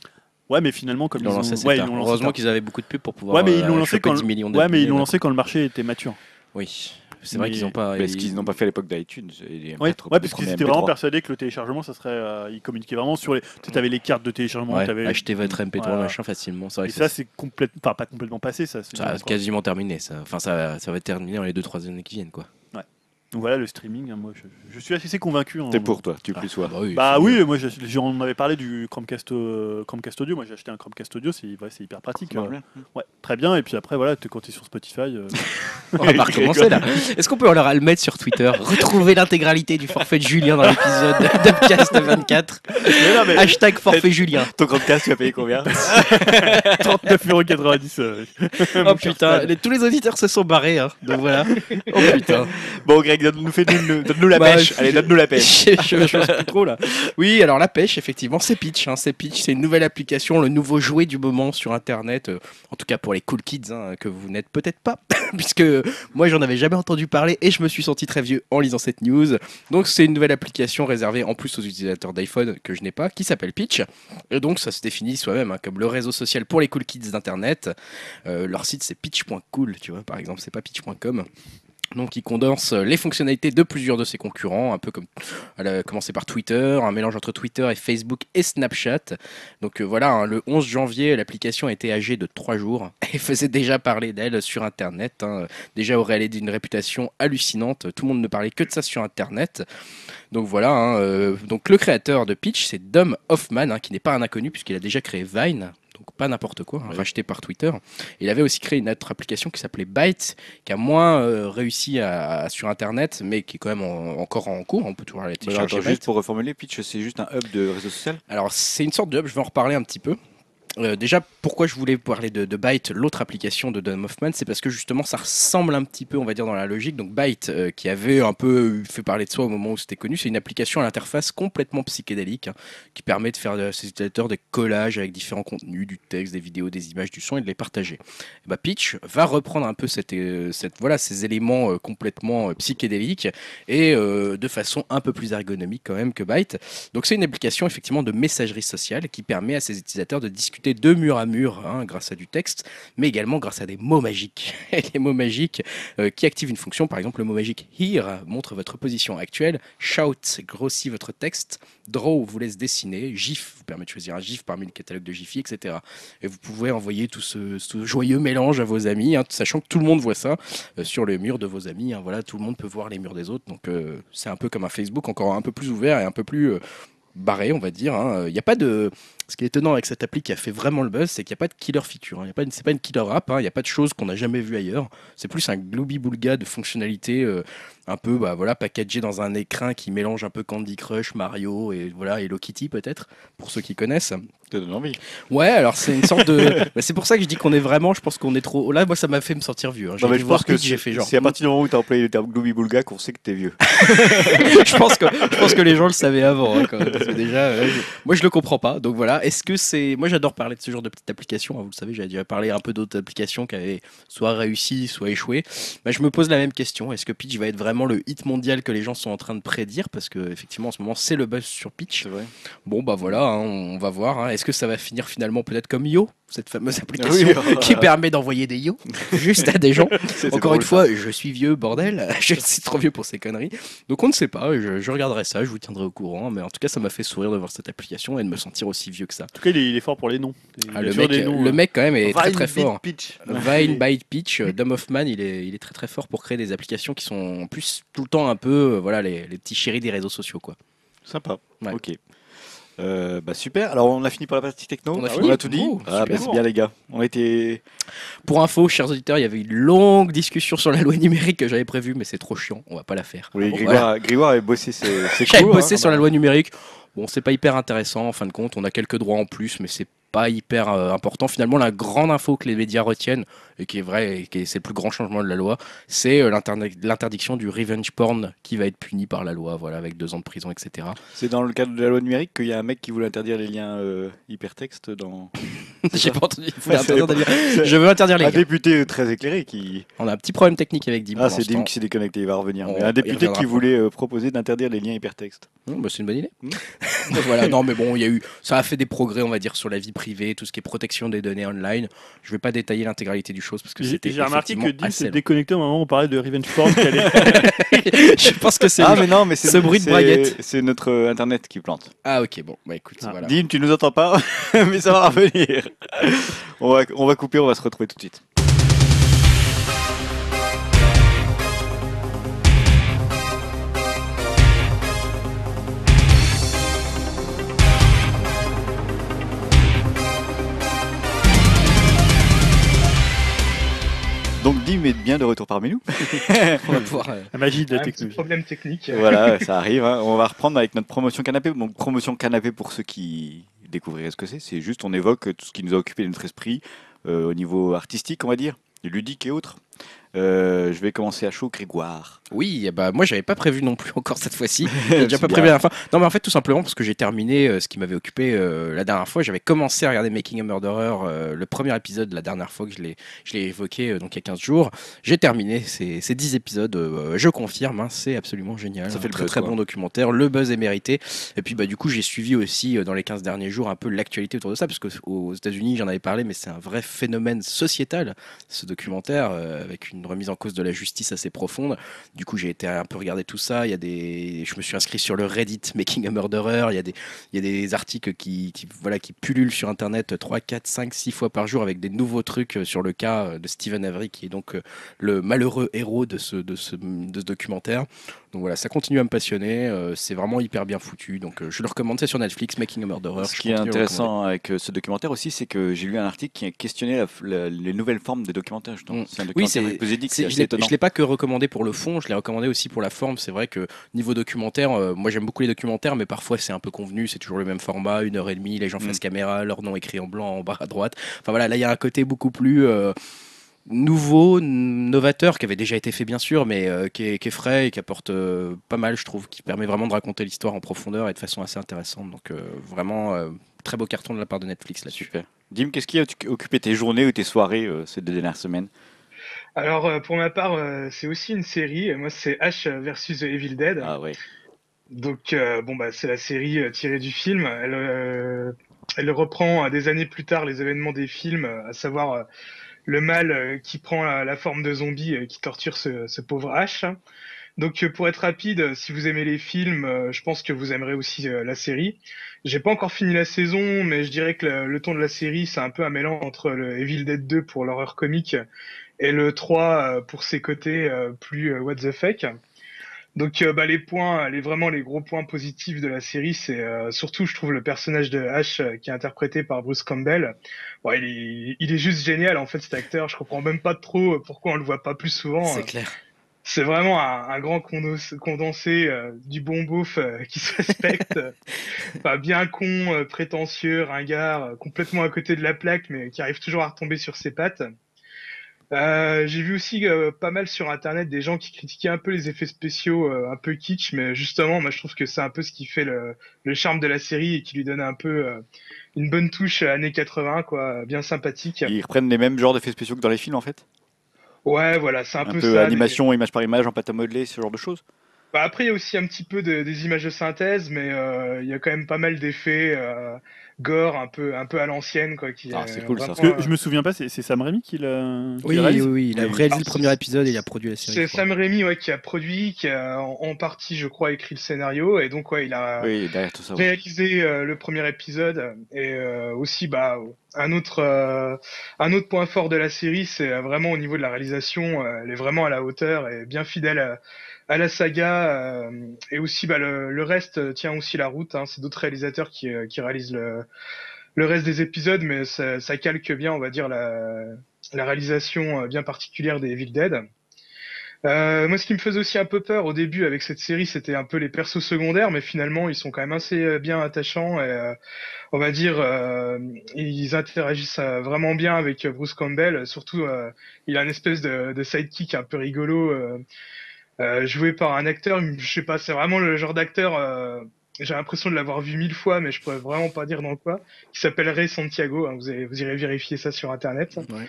Ouais, mais finalement, comme
Ils
ils,
l'ont
ont-
lancé assez
ouais, ils
tard.
l'ont lancé
Heureusement
tard.
qu'ils avaient beaucoup de pubs pour pouvoir.
Ouais, mais ils
euh,
l'ont lancé
choper
quand
10 millions
ouais, mais ils l'ont
d'abonnés,
lancé quand le marché était mature.
donc- Oui, c'est vrai
Mais-
qu'ils n'ont pas.
Parce
ils-
qu'ils n'ont pas fait à l'époque d'iTunes. et les MP3,
Ouais, ouais,
les
parce qu'ils
premiers
étaient vraiment
MP3.
persuadés que le téléchargement, ça serait, euh, ils communiquaient vraiment sur les. Tu avais les cartes de téléchargement,
Ouais,
t'avais-
acheter votre MP3
Voilà.
machin facilement. C'est vrai
Et
que
ça, c'est complètement, enfin pas complètement passé, ça. c'est
ça va
bien,
être
quoi.
quasiment terminé. Ça. Enfin, ça, ça va être terminé dans les 2-3 années qui viennent. Quoi.
Donc voilà le streaming. hein, moi, je, je suis assez convaincu. hein.
T'es pour toi, tu plus sois.
bah oui,
Bah
c'est-
oui, moi, j'ai- j'ai- on avait parlé du Chromecast, euh, Chromecast audio. Moi, j'ai acheté un Chromecast audio. C'est ouais, c'est hyper pratique.
Ça marche
euh.
bien.
Ouais, très bien. Et puis après, voilà, tu- quand t'es sur Spotify. euh,
On va recommencer là. Est-ce qu'on peut leur le mettre sur Twitter Retrouver l'intégralité du forfait de Julien dans l'épisode d'Upcast 24.
mais non, mais
Hashtag forfait Julien.
Ah, Ton Chromecast, tu as payé combien
39,90€. euh,
Oh putain, les- tous les auditeurs se sont barrés. hein. Donc voilà. Oh putain.
Bon, Greg, donne-nous fais- donne-nous- donne-nous la
Bah,
pêche.
je-
Allez, donne-nous la
Je,
pêche.
je- je sais plus trop là. Oui, alors la pêche, effectivement, c'est Pitch. hein, c'est Pitch, c'est une nouvelle application, le nouveau jouet du moment sur Internet. euh, en tout cas pour les cool kids hein, que vous n'êtes peut-être pas, puisque moi j'en avais jamais entendu parler et je me suis senti très vieux en lisant cette news. Donc c'est une nouvelle application réservée en plus aux utilisateurs d'iPhone que je n'ai pas, qui s'appelle Pitch. Et donc ça se définit soi-même hein, comme le réseau social pour les cool kids d'Internet. Euh, leur site c'est pitch.cool, tu vois, par exemple, c'est pas pitch.com. Donc, il condense les fonctionnalités de plusieurs de ses concurrents, un peu comme elle a commencé par Twitter, un mélange entre Twitter et Facebook et Snapchat. Donc euh, voilà, hein, le 11 janvier, l'application était âgée de 3 jours et faisait déjà parler d'elle sur Internet. hein. Déjà aurait elle d'une réputation hallucinante, tout le monde ne parlait que de ça sur Internet. Donc voilà, hein, euh, donc le créateur de Pitch, c'est Dom Hoffman, hein, qui n'est pas un inconnu puisqu'il a déjà créé Vine. Donc pas n'importe quoi, hein, racheté par Twitter. Il avait aussi créé une autre application qui s'appelait Byte, qui a moins euh, réussi à- à- sur Internet, mais qui est quand même en- encore en cours. On peut toujours aller
Bah,
télécharger.
attends,
Byte.
juste pour reformuler, Pitch, c'est juste un hub de réseau social
Alors, c'est une sorte de hub, je vais en reparler un petit peu. Euh, déjà, pourquoi je voulais parler de, de Byte, l'autre application de Don Hoffman, c'est parce que justement, ça ressemble un petit peu, on va dire, dans la logique. Donc, Byte, euh, qui avait un peu fait parler de soi au moment où c'était connu, c'est une application à l'interface complètement psychédélique hein, qui permet de faire à ses utilisateurs des collages avec différents contenus, du texte, des vidéos, des images, du son et de les partager. Et bah, Pitch va reprendre un peu cette, euh, cette- voilà, ces éléments euh, complètement euh, psychédéliques et euh, de façon un peu plus ergonomique quand même que Byte. Donc c'est une application effectivement de messagerie sociale qui permet à ses utilisateurs de discuter de mur à mur hein, grâce à du texte, mais également grâce à des mots magiques. Et les mots magiques euh, qui activent une fonction, par exemple le mot magique here montre votre position actuelle, shout grossit votre texte, draw vous laisse dessiner, gif vous permet de choisir un gif parmi le catalogue de Giphy, etc. Et vous pouvez envoyer tout ce, ce joyeux mélange à vos amis, hein, sachant que tout le monde voit ça euh, sur le mur de vos amis. hein. voilà, tout le monde peut voir les murs des autres, donc euh, c'est un peu comme un Facebook, encore un peu plus ouvert et un peu plus euh, barré, on va dire. hein. Il n'y a pas de. Ce qui est étonnant avec cette appli qui a fait vraiment le buzz, c'est qu'il n'y a pas de killer feature. Hein. Y a pas une- C'est pas une killer app. Il n'y a pas de choses qu'on n'a jamais vues ailleurs. C'est plus un gloobie-boulga de fonctionnalités euh, un peu bah, voilà, packagées dans un écrin qui mélange un peu Candy Crush, Mario et voilà Hello Kitty peut-être, pour ceux qui connaissent.
Ça donne envie.
Ouais, alors c'est une sorte de. Bah, c'est pour ça que je dis qu'on est vraiment. Je pense qu'on est trop. Là, moi, ça m'a fait me sentir vieux. hein. J'ai
Non, mais
dû
je
voir
pense que
Pitch, j'ai fait genre.
c'est à partir du moment où t'as employé le terme Gloomy Bulga qu'on sait que t'es vieux.
je pense que je pense que les gens le savaient avant. hein, quand même, parce que déjà, euh, je- moi je le comprends pas. Donc voilà. Est-ce que c'est moi j'adore parler de ce genre de petites applications. hein, vous le savez, j'avais déjà parlé un peu d'autres applications qui avaient soit réussi, soit échoué. Bah, je me pose la même question. Est-ce que Pitch va être vraiment le hit mondial que les gens sont en train de prédire Parce que effectivement en ce moment c'est le buzz sur Pitch.
vrai.
Bon bah voilà, hein, on va voir. hein. Est-ce que ça va finir finalement peut-être comme Yo, cette fameuse application
Oui,
qui permet d'envoyer des Yo juste à des gens encore une fois, je suis vieux, bordel. je suis trop vieux pour ces conneries. Donc on ne sait pas. Je, je regarderai ça, je vous tiendrai au courant. Mais en tout cas, ça m'a fait sourire de voir cette application et de me sentir aussi vieux que ça.
En tout cas, il est, il est fort pour les noms. Il
Ah,
est
le,
sûr
mec,
des noms,
le
euh.
mec, quand même, est très
Vine,
très
Vid,
fort.
Pitch.
Vine, Byte, Pitch, euh, Dom Hoffman, il est, il est très très fort pour créer des applications qui sont en plus tout le temps un peu euh, voilà, les, les petits chéris des réseaux sociaux. quoi.
Sympa.
Ouais.
Ok. Euh, bah super. Alors on a fini par la partie techno.
On a fini
tout dit.
Oh,
ah, bah,
super.
c'est bien les gars. On était.
Pour info, chers auditeurs, il y avait une longue discussion sur la loi numérique que j'avais prévue, mais c'est trop chiant, on va pas la faire.
Oui,
Ah bon,
Grégoire, Grégoire avait bossé ses, ses
J'avais
cours,
bossé
hein.
sur la loi numérique. Bon, c'est pas hyper intéressant en fin de compte. On a quelques droits en plus, mais c'est pas hyper euh, important. Finalement, la grande info que les médias retiennent, et qui est vrai, et qui est- c'est le plus grand changement de la loi, c'est euh, l'interdic- l'interdiction du revenge porn qui va être puni par la loi, voilà, avec deux ans de prison, etc.
C'est dans le cadre de la loi numérique qu'il y a un mec qui voulait interdire les liens euh, hypertextes dans.
J'ai pas entendu. il voulait
Ouais, c'est
interdire
bon.
des liens. Je veux interdire les
Un
liens.
député très éclairé qui.
On a un petit problème technique avec Dim.
Ah,
pour
c'est
l'instant.
Dim qui s'est déconnecté, il va revenir.
On-
Mais un
il
député
reviendra
qui
pas.
voulait euh, proposer d'interdire les liens hypertextes.
Mmh.
Hum, bah, c'est une bonne idée.
Hum.
Donc voilà, non mais bon, il y a eu, ça a fait des progrès, on va dire, sur la vie privée, tout ce qui est protection des données online. Je vais pas détailler l'intégralité du chose parce que
J'ai
c'était
j'ai remarqué que
effectivement
Dean
assez
s'est
long.
déconnecté au moment où on parlait de Revenge Porn. qui allait-
Je pense que c'est
Ah,
lui.
mais non, mais c'est
ce bruit de
c'est-
braguette.
C'est notre euh, internet qui plante.
Ah ok bon bah écoute
Ah,
voilà.
Dim, tu nous entends pas, mais ça va revenir. on, va, on va couper, on va se retrouver tout de suite. Donc Dim est bien de retour parmi nous.
On va pouvoir, euh,
La magie de
Un
la
petit
technologie.
problème technique.
voilà, ça arrive. hein. On va reprendre avec notre promotion canapé. Donc, promotion canapé pour ceux qui découvriraient ce que c'est. C'est juste, on évoque tout ce qui nous a occupé de notre esprit euh, au niveau artistique, on va dire, ludique et autres. Euh, je vais commencer à chaud, Grégoire.
Oui, eh bah moi j'avais pas prévu non plus encore cette fois-ci.
C'est
J'avais déjà pas
bien.
prévu la dernière fois. Non mais en fait tout simplement parce que j'ai terminé euh, ce qui m'avait occupé euh, la dernière fois. J'avais commencé à regarder Making a Murderer, euh, le premier épisode la dernière fois que je l'ai je l'ai évoqué euh, donc il y a 15 jours. J'ai terminé ces, ces 10 épisodes, euh, je confirme, hein, c'est absolument génial.
Ça
Un
fait le
très
buzz,
très
quoi.
bon documentaire, le buzz est mérité. Et puis bah du coup j'ai suivi aussi euh, dans les 15 derniers jours un peu l'actualité autour de ça parce que aux États-Unis j'en avais parlé mais c'est un vrai phénomène sociétal ce documentaire euh, avec une remise en cause de la justice assez profonde. Du coup, j'ai été un peu regarder tout ça. Il y a des, je me suis inscrit sur le Reddit Making a Murderer. Il y a des, il y a des articles qui, qui, voilà, qui pullulent sur Internet 3, 4, 5, 6 fois par jour avec des nouveaux trucs sur le cas euh, de Stephen Avery, qui est donc euh, le malheureux héros de ce, de ce, de ce documentaire. Donc voilà, ça continue à me passionner. euh, C'est vraiment hyper bien foutu. Donc euh, je le recommande. C'est sur Netflix, Making a Murderer.
Ce
Je
qui est
continue à le
intéressant avec euh, ce documentaire aussi, c'est que j'ai lu un article qui questionnait la- la- les nouvelles formes des documentaires. justement.
Mm.
C'est un
Oui,
documentaire
c'est-
avec Posedic,
C'est-
c'est
je
assez
l'ai-
étonnant.
Je l'ai pas que recommandé pour le fond, je l'ai recommandé aussi pour la forme. C'est vrai que niveau documentaire, euh, moi j'aime beaucoup les documentaires, mais parfois c'est un peu convenu. C'est toujours le même format, une heure et demie, les gens face caméra, leur nom écrit en blanc en bas à droite. Enfin voilà, là il y a un côté beaucoup plus euh, nouveau, n- novateur, qui avait déjà été fait bien sûr, mais euh, qui, est, qui est frais et qui apporte euh, pas mal, je trouve, qui permet vraiment de raconter l'histoire en profondeur et de façon assez intéressante. Donc euh, vraiment euh, très beau carton de la part de Netflix là-dessus.
Super. Dim, qu'est-ce qui a occupé tes journées ou tes soirées euh, ces deux dernières semaines
Alors euh, pour ma part, euh, c'est aussi une série. Moi, c'est H versus The Evil Dead.
Ah ouais.
Donc euh, bon bah c'est la série euh, tirée du film. Elle, euh, elle reprend euh, des années plus tard les événements des films, euh, à savoir euh, le mal euh, qui prend la, la forme de zombie euh, qui torture ce, ce pauvre H. Donc euh, pour être rapide, euh, si vous aimez les films, euh, je pense que vous aimerez aussi euh, la série. J'ai pas encore fini la saison, mais je dirais que le, le ton de la série c'est un peu un mélange entre le Evil Dead 2 pour l'horreur comique et le 3 euh, pour ses côtés euh, plus euh, what the fuck. Donc euh, bah, les points, les vraiment les gros points positifs de la série, c'est euh, surtout je trouve le personnage de Ash euh, qui est interprété par Bruce Campbell. Bon, il est, il est juste génial en fait cet acteur. Je comprends même pas trop euh, pourquoi on le voit pas plus souvent.
C'est
Euh,
clair.
C'est vraiment un, un grand condos- condensé euh, du bon beauf euh, qui se respecte, Enfin, bien con, euh, prétentieux, ringard, euh, complètement à côté de la plaque, mais qui arrive toujours à retomber sur ses pattes. Euh, j'ai vu aussi euh, pas mal sur internet des gens qui critiquaient un peu les effets spéciaux euh, un peu kitsch, mais justement, moi je trouve que c'est un peu ce qui fait le, le charme de la série et qui lui donne un peu euh, une bonne touche euh, années 80, quoi, euh, bien sympathique.
Ils reprennent les mêmes genres d'effets spéciaux que dans les films en fait
Ouais, voilà, c'est un,
Un,
peu,
peu
ça. des-
animation, image par image, en pâte à modeler, ce genre de choses
Bah, après, il y a aussi un petit peu de- des images de synthèse, mais euh, il y a quand même pas mal d'effets euh, gore un peu, un peu à l'ancienne, quoi. Qui,
Ah,
euh,
c'est cool, ça.
vraiment,
Parce que
euh,
je me souviens pas, c'est c'est Sam Raimi qui l'a. qui
Oui,
l'a
oui,
réalisé
oui, il a
Oui.
réalisé
Ah,
le
c'est-
premier épisode et il a produit la série.
C'est
je crois.
Sam Raimi ouais, qui a produit, qui a en, en partie, je crois, écrit le scénario, et donc ouais, il a
Oui, derrière tout ça. oui.
réalisé euh, le premier épisode. Et euh, aussi, bah, un autre, euh, un autre point fort de la série, c'est euh, vraiment au niveau de la réalisation, euh, elle est vraiment à la hauteur et bien fidèle à, à la saga. euh, et aussi, bah, le, le reste euh, tient aussi la route. hein. C'est d'autres réalisateurs qui, euh, qui réalisent le, le reste des épisodes, mais ça, ça calque bien, on va dire, la, la réalisation euh, bien particulière des Evil Dead. Euh, moi, ce qui me faisait aussi un peu peur au début avec cette série, c'était un peu les persos secondaires, mais finalement, ils sont quand même assez euh, bien attachants. Et, euh, on va dire, euh, ils interagissent euh, vraiment bien avec euh, Bruce Campbell. Surtout, euh, il a une espèce de, de sidekick un peu rigolo, euh, euh, joué par un acteur. Je sais pas, c'est vraiment le genre d'acteur. euh, j'ai l'impression de l'avoir vu mille fois, mais je pourrais vraiment pas dire dans quoi. Qui s'appelle Ray Santiago. hein, vous, allez- vous irez vérifier ça sur internet.
Ouais.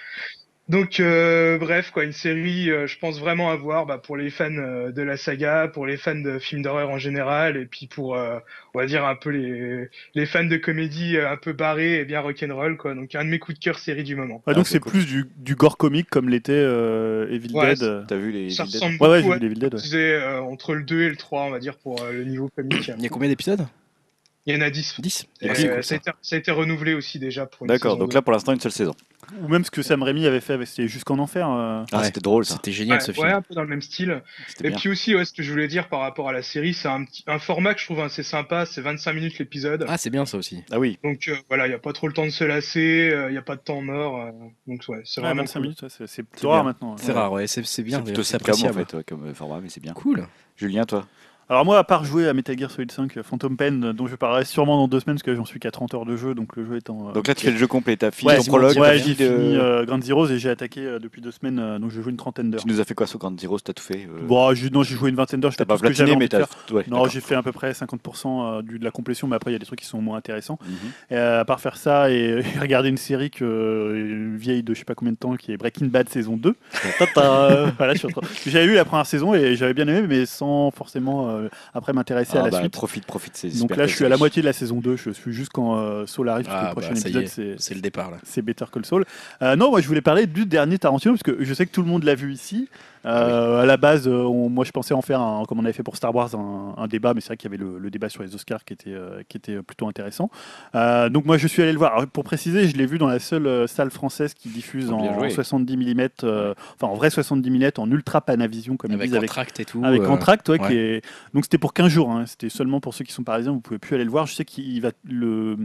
Donc euh, bref quoi, une série, euh, je pense vraiment à voir bah, pour les fans euh, de la saga, pour les fans de films d'horreur en général, et puis pour euh, on va dire un peu les, les fans de comédie euh, un peu barrés et bien rock'n'roll quoi. Donc un de mes coups de cœur série du moment.
Ah, donc
Ah, c'est
c'est
cool.
plus du, du gore comique comme l'était euh, Evil
Ouais,
Dead. euh.
T'as vu les.
Ça
Evil Dead
ressemble
Ouais, ouais,
beaucoup à
j'ai vu Evil Dead. ouais.
ce que disait, euh, entre le 2 et le 3 on va dire pour euh, le niveau comique.
Il y a combien d'épisodes
Il y en a 10.
10
Et,
c'est
euh,
cool,
ça,
hein.
a été, ça a été renouvelé aussi déjà pour une
D'accord,
saison
donc
deux.
là pour l'instant une seule saison.
Ou même ce que Sam Raimi avait fait avec c'était Jusqu'en Enfer. euh.
Ah,
Ouais.
c'était drôle ça.
C'était génial ce
Ouais,
film.
ouais, un peu dans le même style.
C'était
Et
bien.
puis aussi, ouais, ce que je voulais dire par rapport à la série, c'est un, petit- un format que je trouve assez sympa, c'est 25 minutes l'épisode.
Ah, c'est bien ça aussi.
Ah oui,
Donc euh, voilà, il n'y a pas trop le temps de se lasser, il n'y a pas de temps mort. euh, donc ouais, c'est
Ouais,
vraiment
25
cool.
minutes, ouais, c'est- c'est
C'est
plus rare
bien.
maintenant. ouais.
C'est rare, ouais, c'est c'est bien.
c'est plutôt
C'est
sitcom en
appréciable.
fait euh, comme euh, format, mais c'est bien.
Cool.
Julien, toi
Alors moi, à part jouer à Metal Gear Solid 5 euh, Phantom Pen, euh, dont je parlerai sûrement dans deux semaines, parce que j'en suis qu'à 30 heures de jeu, donc le jeu étant... euh,
Donc là tu fais le jeu complet, t'as fini
Ouais,
ton
c'est
prologue, t'as
bon,
ouais,
t'as
j'ai
fini le-
fini euh, Grand Zeroes et j'ai attaqué euh, depuis deux semaines, euh, donc je joue une trentaine d'heures.
Tu nous as fait quoi sur Grand Zero T'as tout fait euh,
Bon, j'ai- non, j'ai joué une vingtaine d'heures, je
T'as pas
ce que j'avais
platiné,
envie
mais
de faire.
t'as. Ouais,
Non,
d'accord.
j'ai fait à peu près 50% euh, du- de la complétion, mais après il y a des trucs qui sont moins intéressants.
Mhm.
Euh, à part faire ça et, et regarder une série que, euh, vieille de je sais pas combien de temps qui est Breaking Bad saison 2. Tata. voilà, je suis en train- J'avais vu la première saison et j'avais bien aimé, mais sans forcément euh, après m'intéresser
Ah,
à la
bah,
suite.
Profite, profite. c'est
Donc
super
là, je
belle
suis à la
série.
moitié de la saison 2. Je suis juste quand euh, Saul arrive, parce que
Ah,
le prochain
bah, ça y est.
épisode, c'est
C'est le départ là.
c'est Better Call Saul. Euh, non, moi je voulais parler du dernier Tarantino parce que je sais que tout le monde l'a vu ici. Euh, À la base, euh, on- moi je pensais en faire, un, comme on avait fait pour Star Wars, un, un débat, mais c'est vrai qu'il y avait le, le débat sur les Oscars qui était, euh, qui était plutôt intéressant. Euh, donc moi je suis allé le voir. Alors, pour préciser, je l'ai vu dans la seule euh, salle française qui diffuse
Bien
en,
joué.
70 mm, enfin en vrai 70 mm, en ultra panavision comme ils
Avec
disent avec
Contract et tout.
avec
euh,
Entracte, ouais,
ouais.
qui est... donc c'était pour 15 jours. hein. C'était seulement pour ceux qui sont parisiens. Vous pouvez plus aller le voir. Je sais qu'il va le,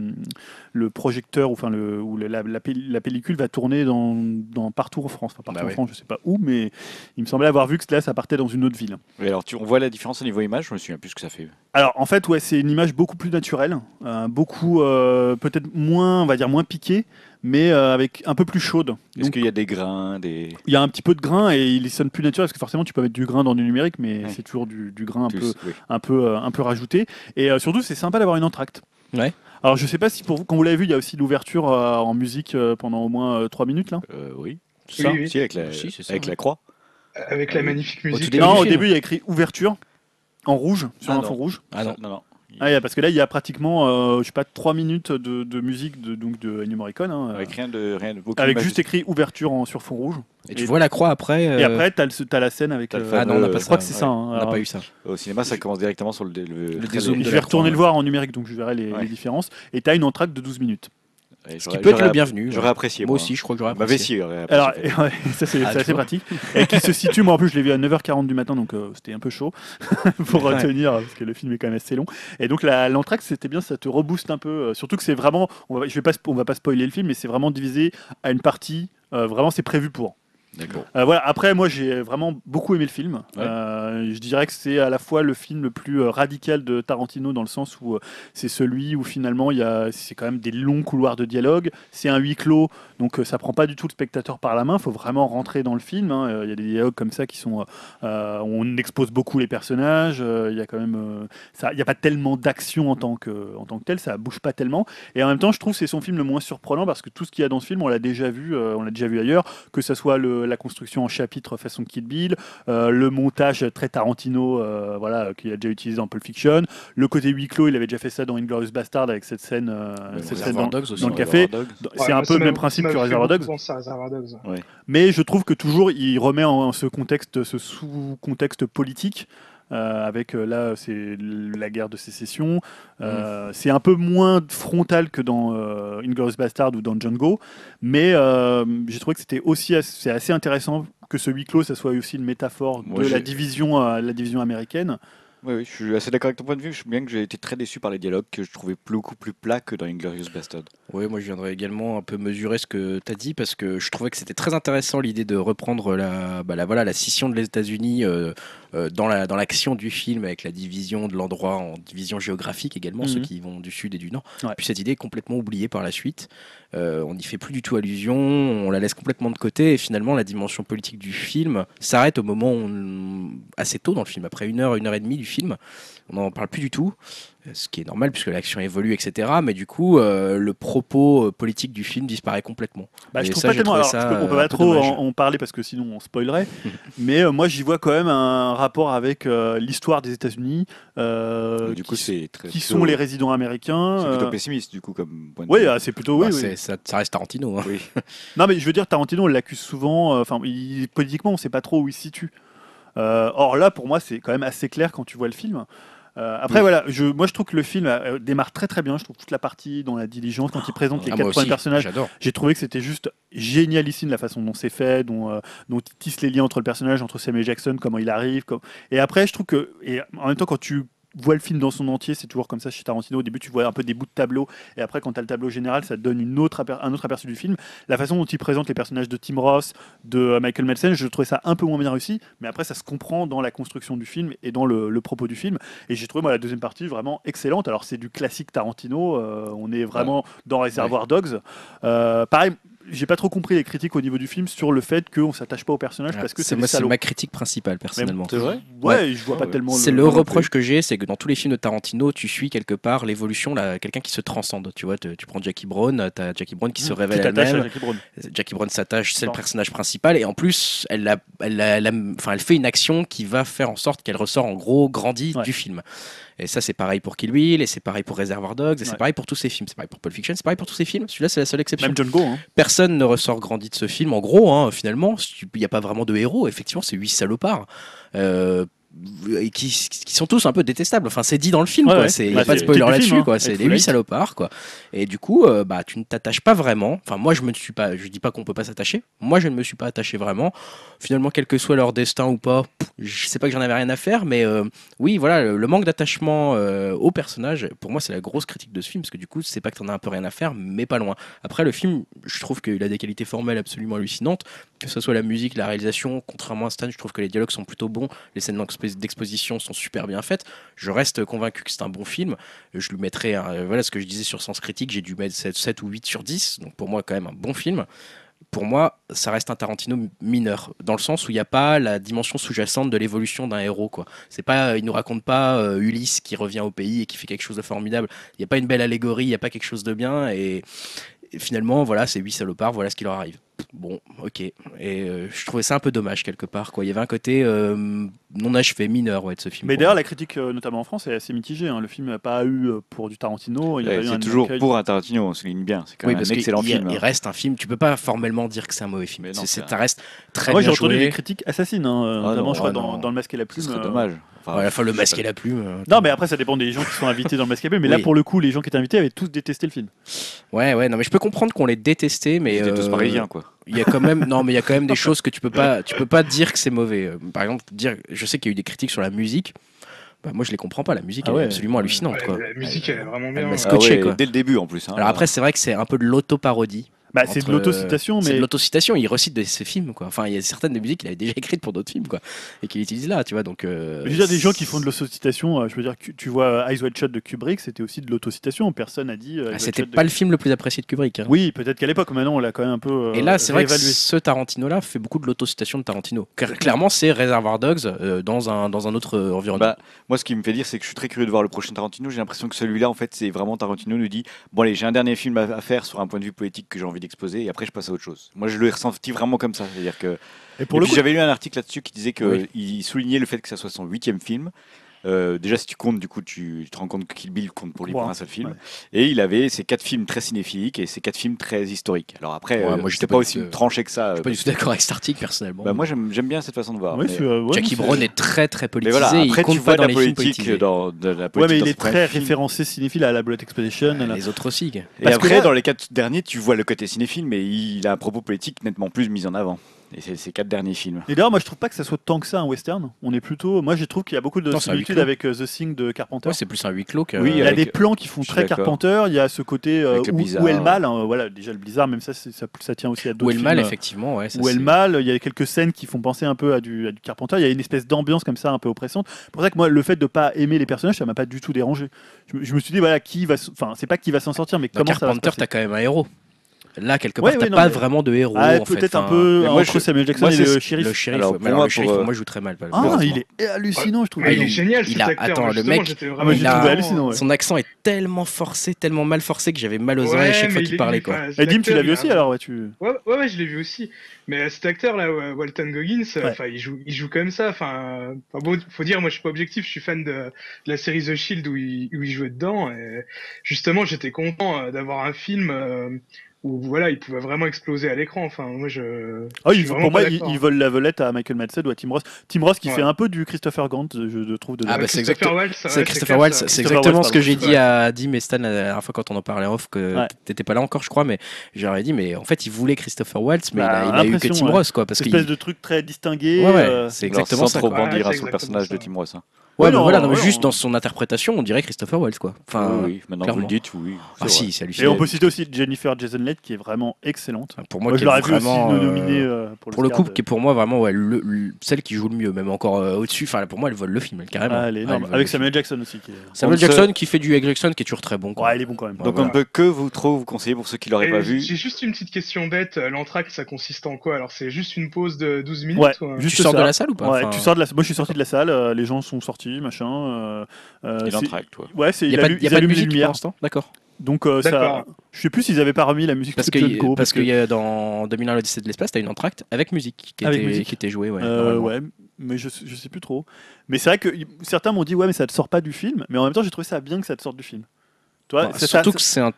le projecteur ou enfin le ou la, la, la pel- la pellicule va tourner dans, dans partout en France. Enfin, partout
Bah
en
ouais.
France, je sais pas où, mais il me semblait avoir vu que là, ça partait dans une autre ville.
Et alors, tu, on voit la différence au niveau image, je me souviens plus ce que ça fait.
Alors en fait, ouais, c'est une image beaucoup plus naturelle, euh, beaucoup euh, peut-être moins, on va dire moins piquée, mais euh, avec un peu plus chaude.
Est-ce
Donc,
qu'il y a des grains, des.
il y a un petit peu de grain et il sonne plus naturel parce que forcément, tu peux mettre du grain dans du numérique, mais
Ouais.
c'est toujours du, du grain un
tu-
peu
oui.
un peu, euh, un peu rajouté. Et euh, surtout, c'est sympa d'avoir une entracte.
Ouais.
Alors, je sais pas si pour vous, quand vous l'avez vu, il y a aussi l'ouverture euh, en musique euh, pendant au moins 3 minutes là.
Euh, oui.
Oui, oui.
Si, avec la,
Si, c'est ça,
avec
ouais.
la croix.
Avec la magnifique
tout
musique.
début
non,
du
au
film.
début, il y a écrit ouverture en rouge, sur
Ah
un
non.
fond rouge.
Ah non.
Ça- non, non.
Ah, il y a- parce que là, il y a pratiquement, euh, je sais pas, 3 minutes de, de musique de, donc de Ennio Morricone. hein, euh,
Avec
avec
rien de. Rien de beaucoup
juste écrit ouverture en, sur fond rouge.
Et tu vois la croix après.
Et
euh,
après, t'as le- t'as la scène avec.
t'as le
euh,
fameux-
Ah non, on n'a pas
je crois que
ça,
c'est
ouais.
ça. hein.
On n'a
Alors,
pas eu ça.
Au cinéma, ça commence directement sur le. dé- Le,
Le
très-
dézoom
les-
de
Je
la
vais retourner
croix,
le voir en numérique, donc je verrai les,
Ouais.
les différences. Et t'as une entracte de 12 minutes.
Ouais,
Ce qui
j'aurais-
peut être
j'aurais-
le bienvenu.
J'aurais apprécié.
Moi aussi, je crois que j'aurais
Bah,
apprécié.
si, j'aurais
Alors,
apprécié.
ouais, ça c'est
Ah,
c'est
tu
assez
vois.
pratique. Et qui se situe, moi en plus je l'ai vu à 9h40 du matin, donc euh, c'était un peu chaud pour
Ouais.
retenir, parce que le film est quand même assez long. Et donc la- l'entracte c'était bien, ça te rebooste un peu. euh, surtout que c'est vraiment, on va, je vais pas, spo- on va pas spoiler le film, mais c'est vraiment divisé à une partie, euh, vraiment c'est prévu pour.
D'accord.
Euh, voilà, après moi j'ai vraiment beaucoup aimé le film.
Ouais.
Euh, je dirais que c'est à la fois le film le plus euh, radical de Tarantino dans le sens où euh, c'est celui où finalement il y a c'est quand même des longs couloirs de dialogue, c'est un huis clos donc euh, ça prend pas du tout le spectateur par la main, faut vraiment rentrer dans le film. hein. Euh, Il y a des dialogues comme ça qui sont euh, euh, on expose beaucoup les personnages, euh, il y a quand même euh, ça il y a pas tellement d'action en tant que en tant que tel, ça bouge pas tellement et en même temps je trouve que c'est son film le moins surprenant parce que tout ce qu'il y a dans ce film on l'a déjà vu euh, on l'a déjà vu ailleurs que ça soit le- la construction en chapitre façon Kill Bill, euh, le montage très Tarantino, euh, voilà, euh, qu'il a déjà utilisé dans Pulp Fiction. Le côté huis clos, il avait déjà fait ça dans Inglorious Bastard avec cette scène, euh,
Ouais,
cette
bon,
scène
Reservoir
dans,
Dogs aussi.
dans le
Reservoir
café.
Dogs.
dans-
Ouais,
c'est un
moi, ça
peu le
m'a-
même principe
ça m'a
que
fait
Reservoir
beaucoup
Dogs,
penser à Reservoir Dogs.
mais je trouve que toujours il remet en ce contexte, ce sous-contexte politique. euh, avec euh, là, c'est la guerre de sécession. Euh, C'est un peu moins frontal que dans euh, Inglourious Bastard ou dans Django, mais euh, j'ai trouvé que c'était aussi assez, c'est assez intéressant que ce huis clos, ça soit aussi une métaphore
Moi,
de la
j'ai-
division, euh, la division américaine.
Oui, oui, je suis assez d'accord avec ton point de vue. Je sais bien que j'ai été très déçu par les dialogues que je trouvais beaucoup plus plats que dans Inglorious Bastard.
Oui, moi je viendrais également un peu mesurer ce que tu as dit parce que je trouvais que c'était très intéressant l'idée de reprendre la, bah, la, voilà, la scission de les États-Unis euh, euh, dans la- dans l'action du film avec la division de l'endroit en division géographique également,
Mhm.
ceux qui vont du sud et du nord.
Ouais.
Puis cette idée est complètement oubliée par la suite. Euh, on n'y fait plus du tout allusion, on la laisse complètement de côté et finalement la dimension politique du film s'arrête au moment où on- assez tôt dans le film, après une heure, une heure et demie du film. On n'en parle plus du tout, euh, ce qui est normal puisque l'action évolue, etc. Mais du coup, euh, le propos euh, politique du film disparaît complètement.
Bah, je
Et
trouve
ça,
pas
j'ai
tellement.
trouvé
Alors,
ça,
je peux- on peut
euh, un
pas
peu
trop
dommage.
en, en parler parce que sinon on spoilerait. mais euh, moi, j'y vois quand même un rapport avec euh, l'histoire des États-Unis. euh,
du
qui
coup,
s-
c'est très.
qui
plutôt-
sont les résidents américains.
C'est plutôt
euh,
pessimiste, du coup, comme point de
Oui,
vue.
ah, c'est plutôt. Oui,
Bah,
oui.
c'est- Ça, ça reste Tarantino. hein.
Oui.
Non, mais je veux dire, Tarantino, on l'accuse souvent. euh, Enfin, il- politiquement, on ne sait pas trop où il se situe. Euh, or là, pour moi, c'est quand même assez clair quand tu vois le film. Euh, après,
Oui.
voilà, je, moi, je trouve que le film euh, démarre très très bien. Je trouve toute la partie dans la diligence, quand il présente
Ah,
les
moi
quatre
aussi,
premiers personnages,
J'adore.
j'ai trouvé que c'était juste génialissime la façon dont c'est fait, dont, euh, dont ils tissent les liens entre le personnage, entre Samuel Jackson, comment il arrive. comme- Et après, je trouve que, et en même temps, quand tu vois le film dans son entier, c'est toujours comme ça chez Tarantino. Au début, tu vois un peu des bouts de tableau, et après, quand tu as le tableau général, ça te donne une autre aper- un autre aperçu du film. La façon dont il présente les personnages de Tim Ross, de euh, Michael Madsen, je trouvais ça un peu moins bien réussi, mais après, ça se comprend dans la construction du film et dans le, le propos du film. Et j'ai trouvé moi, la deuxième partie vraiment excellente. Alors, c'est du classique Tarantino, euh, on est vraiment dans Reservoir Dogs. Euh, pareil, j'ai pas trop compris les critiques au niveau du film sur le fait qu'on s'attache pas au personnage parce que
C'est
c'est
moi,
des
c'est
salauds.
ma critique principale, personnellement.
C'est vrai
Ouais, je vois
Ah
pas
ouais.
tellement.
C'est le
non plus.
reproche que j'ai, c'est que dans tous les films de Tarantino, tu suis quelque part l'évolution, là, quelqu'un qui se transcende. Tu vois, tu, tu prends Jackie Brown, t'as Jackie Brown qui se révèle
Tu t'attaches Mmh. à
elle-même.
Jackie Brown.
Jackie Brown s'attache, c'est le
Non.
personnage principal, et en plus, elle, la- elle, la- elle la- enfin, elle fait une action qui va faire en sorte qu'elle ressort en gros grandie
Ouais.
du film. Et ça, c'est pareil pour Kill Bill, et c'est pareil pour Reservoir Dogs, et
Ouais.
c'est pareil pour tous ces films, c'est pareil pour Pulp Fiction, c'est pareil pour tous ces films. Celui-là, c'est la seule exception
Même John Go. Hein.
personne ne ressort grandi de ce film. En gros, hein, finalement, il n'y a pas vraiment de héros. Effectivement, c'est huit salopards. euh, et qui, qui sont tous un peu détestables. Enfin, c'est dit dans le film.
Ouais,
quoi.
ouais.
C'est y
Bah,
a pas de
c'est le
spoiler
titre du film,
là-dessus.
hein,
quoi. C'est
Hateful
les huit
Eight.
salopards. Quoi. Et du coup, euh, bah, tu ne t'attaches pas vraiment. Enfin, moi, je me suis pas. Je dis pas qu'on peut pas s'attacher. Moi, je ne me suis pas attaché vraiment. Finalement, quel que soit leur destin ou pas, pff, je sais pas que j'en avais rien à faire. Mais euh, oui, voilà, le, le manque d'attachement euh, au personnage, pour moi, c'est la grosse critique de ce film. Parce que du coup, c'est pas que t'en as un peu rien à faire, mais pas loin. Après, le film, je trouve qu'il a des qualités formelles absolument hallucinantes, que ce soit la musique, la réalisation. Contrairement à Stan, je trouve que les dialogues sont plutôt bons, les scènes d'expo- d'exposition sont super bien faites. Je reste convaincu que c'est un bon film. Je lui mettrai, un- euh, voilà ce que je disais sur Sens Critique, j'ai dû mettre 7, 7 ou 8 sur 10, donc pour moi, quand même un bon film. Pour moi, ça reste un Tarantino mineur, dans le sens où il n'y a pas la dimension sous-jacente de l'évolution d'un héros. Quoi. C'est pas, il nous raconte pas euh, Ulysse qui revient au pays et qui fait quelque chose de formidable. Il n'y a pas une belle allégorie, il n'y a pas quelque chose de bien. Et et finalement, voilà, ces huit salopards, voilà ce qui leur arrive. Bon, ok. Et euh, je trouvais ça un peu dommage quelque part. Quoi. Il y avait un côté euh, non achevé, mineur ouais, de ce film.
Mais
pour
d'ailleurs,
moi.
la critique, euh, notamment en France, est assez mitigée. hein. Le film n'a pas eu euh, pour du Tarantino. Il y a
Ouais,
eu un
c'est toujours
accueil-
pour un Tarantino, on souligne bien. C'est quand
Oui,
même
parce
un
qu'il
excellent
il-
film.
il
hein.
reste un film. Tu peux pas formellement dire que c'est un mauvais film.
Mais non,
C'est-
c'est
c'est-
un-
ça reste très
Moi, j'ai
bien
entendu des
joué.
critiques assassines, hein,
Ah
notamment,
non,
je crois,
ah
dans,
non.
dans Le Masque et la
Ce
Plume.
serait
euh,
dommage. Enfin,
Ouais, à la fois, le
je sais
masque
pas.
et la plume. euh,
Non, mais après, ça dépend des gens qui sont invités dans Le Masque et la Plume. Mais là,
Oui.
pour le coup, les gens qui étaient invités avaient tous détesté le film.
Ouais, ouais. Non, mais je peux comprendre qu'on les détestait, mais
Ils étaient tous
euh,
parisiens, quoi.
il y a quand même non mais il y a quand même des choses que tu peux pas tu peux pas dire que c'est mauvais Euh, par exemple dire je sais qu'il y a eu des critiques sur la musique bah, moi je les comprends pas la musique
Ah
elle
ouais.
est absolument hallucinante
Ouais,
quoi
La musique, elle est vraiment bien.
m'a
hein.
scotché,
Ah ouais,
quoi.
Dès le début, en plus. hein.
alors après c'est vrai que c'est un peu de l'auto-parodie
Bah, c'est de
Entre, euh,
l'autocitation,
c'est de
mais.
l'autocitation il recite de ses films quoi enfin il y a certaines des musiques qu'il avait déjà écrites pour d'autres films quoi et qu'il utilise là tu vois donc euh,
Je veux dire, des gens qui font de l'autocitation, euh, je veux dire, tu, tu vois euh, Eyes Wide Shut de Kubrick, c'était aussi de l'autocitation. Personne n'a dit. euh, Eyes
Ah,
Wide
c'était
Shut de-
pas le film le plus apprécié de Kubrick hein.
Oui, peut-être qu'à l'époque, maintenant, on l'a quand même un peu. euh,
Et là, c'est vrai que
réévalué.
ce Tarantino-là fait beaucoup de l'autocitation de Tarantino. Cla- Clairement, c'est Reservoir Dogs euh, dans, un, dans un autre euh, environnement.
Bah, moi, ce qui me fait dire, c'est que je suis très curieux de voir le prochain Tarantino. J'ai l'impression que celui-là, en fait, c'est vraiment Tarantino nous dit Bon, allez, j'ai un dernier film à à faire sur un point de vue politique que j'ai envie d'exposer, et après, je passe à autre chose. Moi, je le ressenti vraiment comme ça. C'est-à-dire que.
Et pour
et
le
puis,
coup,
j'avais lu un article là-dessus qui disait
Oui.
qu'il soulignait le fait que ça soit son huitième film. Euh, déjà, si tu comptes, du coup, tu te rends compte que Kill Bill compte pour lui pour
Ouais.
un seul film.
Ouais.
Et il avait ces quatre films très cinéphiliques et ces quatre films très historiques. Alors après,
Ouais,
euh,
moi,
c'était
j'étais pas
pas,
du-
aussi tranché que ça.
Je suis
euh,
pas du tout d'accord avec cet article personnellement.
bah, moi, j'aime j'aime bien cette façon de voir.
oui,
mais-
c'est, euh, ouais,
Jackie
c'est-
Brown est très très
Mais
politisé.
voilà, après
il compte
tu vois
pas
de
dans
la
les films
politique
politisés.
dans de la
Ouais,
politique.
mais
dans
il
ce
est
premier
très
film.
référencé cinéphile à la Bullet Expedition. à la-
Les autres aussi.
Et
Parce que
après,
là-
dans les quatre derniers, tu vois le côté cinéphile, mais il a un propos politique nettement plus mis en avant. Et c'est ces quatre derniers films.
Et d'ailleurs, moi, je trouve pas que ça soit tant que ça un western. On est plutôt. Moi, je trouve qu'il y a beaucoup de
Non, c'est un huis
similitudes
clos.
avec euh, The Thing de Carpenter.
Ouais, c'est euh, plus un huis clos que.
Oui,
il y a
avec-
des plans qui font
je suis
très
d'accord.
Carpenter. Il y a ce côté euh,
Avec le
où,
blizzard.
où est le mal. hein, voilà, déjà le blizzard, même ça, c'est- ça, ça tient aussi à
Où
d'autres
est le mal,
films, euh,
effectivement. Ouais, ça,
Où est le
c'est-
mal, il y a quelques scènes qui font penser un peu à du, à du Carpenter, il y a une espèce d'ambiance comme ça un peu oppressante. C'est pour ça que moi, le fait de pas aimer les personnages, ça m'a pas du tout dérangé. Je, me- je me suis dit, voilà, qui va. s- Enfin, c'est pas qui va s'en sortir, mais
Dans
comment ça va se
Carpenter,
passer.
t'as quand même un héros. Là, quelque part,
Ouais,
t'as
ouais, non,
pas
mais-
vraiment de héros.
Ah,
en fait,
peut-être un
hein.
peu
mais moi,
entre
je-
Samuel Jackson
moi,
et
c'est-
le
Le
shérif.
shérif,
Alors,
ouais,
pour
mais alors,
moi,
le shérif,
pour, euh,
moi, je joue très mal. pas le-
Ah,
Heureusement.
il est hallucinant, je trouve.
Mais il est
il-
génial
il
cet
a-
acteur.
attends,
moi,
le
justement,
mec-
j'étais
Ah,
vraiment
moi, j'ai
il a-
trouvé hallucinant. ouais.
Son accent est tellement forcé, tellement mal forcé que j'avais mal aux
Ouais,
oreilles à chaque
mais
fois
il
qu'il
est-
parlait.
il-
Quoi.
enfin,
Et
cet
Dim, tu
acteur,
l'as vu
il a
aussi
un-
alors ouais, tu...
Ouais, ouais, ouais, je l'ai vu aussi. Mais euh, cet acteur là, Wa- Walton Goggins, euh,
Ouais.
enfin, il joue, il joue comme ça. Enfin, euh, enfin, bon, faut dire, moi, je suis pas objectif. Je suis fan de, de la série The Shield où il, où il jouait dedans. Et justement, j'étais content euh, d'avoir un film euh, où, voilà, il pouvait vraiment exploser à l'écran. Enfin, moi, je.
Ah,
je
ils-
suis vraiment
pour moi,
pas
ils,
d'accord.
ils volent la volette à Michael Madsen ou à Tim Ross. Tim Ross qui
Ouais.
fait un peu du Christopher Gant, je, je trouve. De
Ah, bah,
Ouais,
c'est
Euh, Christopher
exact-
Waltz, ouais,
C'est Christopher
clair,
Waltz,
ça.
c'est
Christopher
exactement
Waltz,
ce que j'ai
pardon.
dit à Dim et Stan la dernière fois quand on en parlait en off, que
Ouais.
t'étais pas là encore, je crois, mais j'aurais dit, mais en fait, il voulait Christopher Waltz, mais
Bah,
il, a, il a eu que
l'impression,
Tim
ouais.
Ross, quoi. Parce
Cette
que
espèce de truc très distingué.
Ouais, ouais,
euh,
c'est
Alors,
exactement
sans
ça.
trop
quoi.
Ouais,
bandir à
c'est
son
exactement
personnage
ça.
de Tim Ross. hein.
Ouais,
Ouais,
mais
non,
voilà, non, mais
ouais,
juste
on-
dans son interprétation, on dirait Christopher Waltz, quoi. Enfin,
oui, oui, maintenant que vous
Ah, clairement.
le dites, oui. c'est
ah
vrai.
si,
Et on
c'est hallucinant.
peut citer aussi Jennifer Jason Leigh qui est vraiment excellente.
Pour moi,
Moi,
qui
je
est
l'aurais vu aussi
vraiment, euh,
nominée euh, pour,
pour le
l'Oscar
coup,
de-
qui est pour moi vraiment ouais, le- le- celle qui joue le mieux, même encore euh, au-dessus. Enfin, pour moi, elle vole le film, elle, carrément.
Ah, elle est
Ouais,
énorme.
elle vole
Avec
le film.
Samuel Jackson aussi. Qui est...
Samuel
On
Jackson qui fait du Egg Jackson, qui est toujours très bon. quoi.
Ouais, il est bon quand même.
Ouais,
Donc on
voilà.
ne peut que vous trop vous conseiller pour ceux qui l'auraient
Et
pas
j'ai-
vu.
J'ai juste une petite question bête. euh, L'entracte, ça consiste en quoi Alors, c'est juste une pause de 12 minutes
Ouais,
ou un-
juste
tu sors
ça.
de la salle ou pas
Ouais,
Enfin,
tu sors de la... Moi, je suis sorti de la salle. euh, les gens sont sortis, machin. euh, euh,
Il
c'est-
entraque, toi.
Ouais, c'est.
Il n'y
Il
a, pas de-
allume
il y
ils
a pas de
allument les
musique pendant
lumières.
ce temps D'accord.
Donc euh, ça.
D'accord.
Je sais plus s'ils avaient pas remis la musique
Parce
de
que,
John Go,
parce que il y a dans 2001 l'Odyssée de l'espace, t'as une entracte avec musique qui,
Avec
était,
musique.
qui était jouée. Ouais,
Euh,
normalement.
ouais, mais je, je sais plus trop. Mais c'est vrai que y- certains m'ont dit ouais, mais ça te sort pas du film. Mais en même temps, j'ai trouvé ça bien que ça te sorte du film. Toi,
Enfin,
c'est ça-
Bah, surtout que c'est un.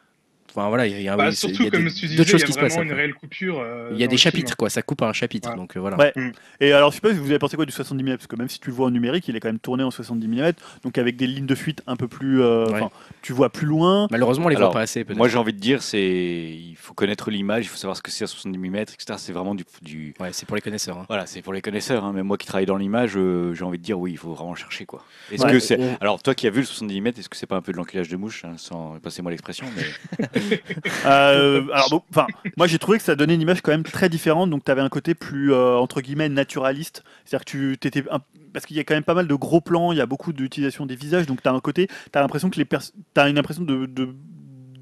Enfin voilà, il y a,
Bah,
Ah oui, c'est- il
surtout,
y a
comme
des-
tu disais,
d'autres
il
choses
y a
qui se passent.
vraiment une
après.
réelle coupure. euh,
Il y a
dans
des
le film.
chapitres, quoi, ça coupe par un chapitre.
Ouais.
Donc euh, voilà.
Ouais.
Mm.
Et alors, je sais pas si vous avez pensé quoi du 70 mm, parce que même si tu le vois en numérique, il est quand même tourné en 70 mm, donc avec des lignes de fuite un peu plus. euh,
Ouais.
enfin, Tu vois plus loin.
Malheureusement, on les voit
Alors,
pas assez. peut-être.
Moi j'ai envie de dire, c'est il faut connaître l'image, il faut savoir ce que c'est à 70 mm, etc. C'est vraiment du, du...
Ouais, c'est pour les connaisseurs. hein.
Voilà, c'est pour les connaisseurs, hein, mais moi qui travaille dans l'image, euh, j'ai envie de dire oui, il faut vraiment chercher quoi. Est-ce
Ouais.
que c'est...
On-
Alors toi qui as vu le 70 mm, est-ce que c'est pas un peu de l'enculage de mouche hein, sans... Passez-moi l'expression, mais...
Euh, alors, bon, enfin, moi j'ai trouvé que ça donnait une image quand même très différente, donc tu avais un côté plus euh, entre guillemets naturaliste. C'est-à-dire que tu t'étais. un- Parce qu'il y a quand même pas mal de gros plans, il y a beaucoup d'utilisation des visages, donc tu as un côté. Tu as l'impression que les pers- t'as une impression de. de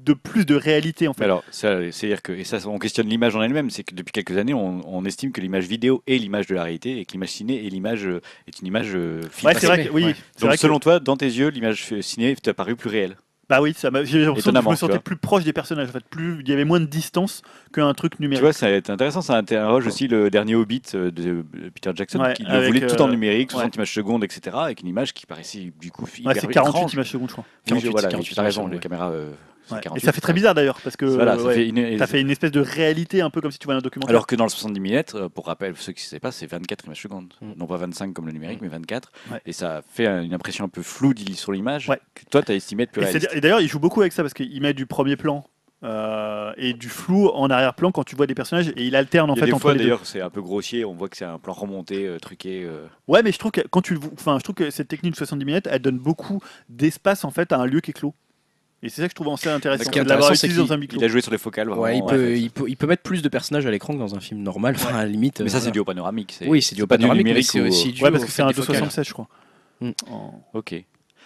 de plus de réalité en fait.
Mais alors, ça, c'est-à-dire que, et ça, on questionne l'image en elle-même, c'est que depuis quelques années, on, on estime que l'image vidéo est l'image de la réalité et que l'image ciné est l'image euh, est une image euh,
ouais,
filtrée.
c'est vrai que oui,
Ouais.
c'est
Donc,
vrai que-
selon toi, dans tes yeux, l'image euh, ciné t'a paru plus réelle.
bah oui, ça m'a- j'ai l'impression que je
Étonnamment,
me
tu
sentais
vois.
plus proche des personnages en fait, plus il y avait moins de distance qu'un truc
Tu
numérique.
vois, c'est intéressant, ça interroge aussi le dernier Hobbit euh, de Peter Jackson,
Ouais,
qui le
avec,
voulait tout en
euh,
numérique,
ouais.
60 images secondes, etc., avec une image qui paraissait du coup hyper
Ouais, c'est 48
étrange.
images secondes, je crois.
Oui, je-
48,
voilà,
48,
t'as raison,
ouais.
les caméras. euh, c'est
Ouais.
48,
Et ça fait très bizarre d'ailleurs, parce que
Voilà, ça
ouais,
fait une-
t'as fait une espèce de réalité un peu comme si tu voyais un documentaire.
Alors que dans le 70 mm, pour rappel, ceux qui ne savent pas, c'est 24 images secondes.
Mm.
Non pas 25 comme le numérique, mais 24.
Ouais.
Et ça fait un- une impression un peu floue d'il- sur l'image
Ouais.
que toi, tu as estimé de plus
Et c'est-
réaliste.
et d'ailleurs, il joue beaucoup avec ça parce qu'il met du premier plan euh, et du flou en arrière-plan quand tu vois des personnages et il alterne en
Il y a
fait
des
entre
fois,
les deux.
d'ailleurs, c'est un peu grossier, on voit que c'est un plan remonté, euh, truqué. euh.
Ouais, mais je trouve que quand tu le vois- enfin, je trouve que cette technique de 70 minutes, elle donne beaucoup d'espace en fait à un lieu qui est clos. Et c'est ça que je trouve assez intéressant.
Ce qui est
de l'avoir
intéressant, c'est
utilisé
qu'il-
dans un huis clos.
Il a joué sur les focales. vraiment,
Ouais, il,
ouais.
peut, il, peut, il peut mettre plus de personnages à l'écran que dans un film normal, enfin, à la limite.
Mais
euh,
ça,
voilà.
c'est dû au panoramique. c'est-
Oui, c'est du
pas du
panoramique, mais
numérique
c'est
ou-
aussi dû
Ouais,
au
parce que
fait
c'est un
des focales.
267, je crois.
Mm.
Hmm.
En-
Ok.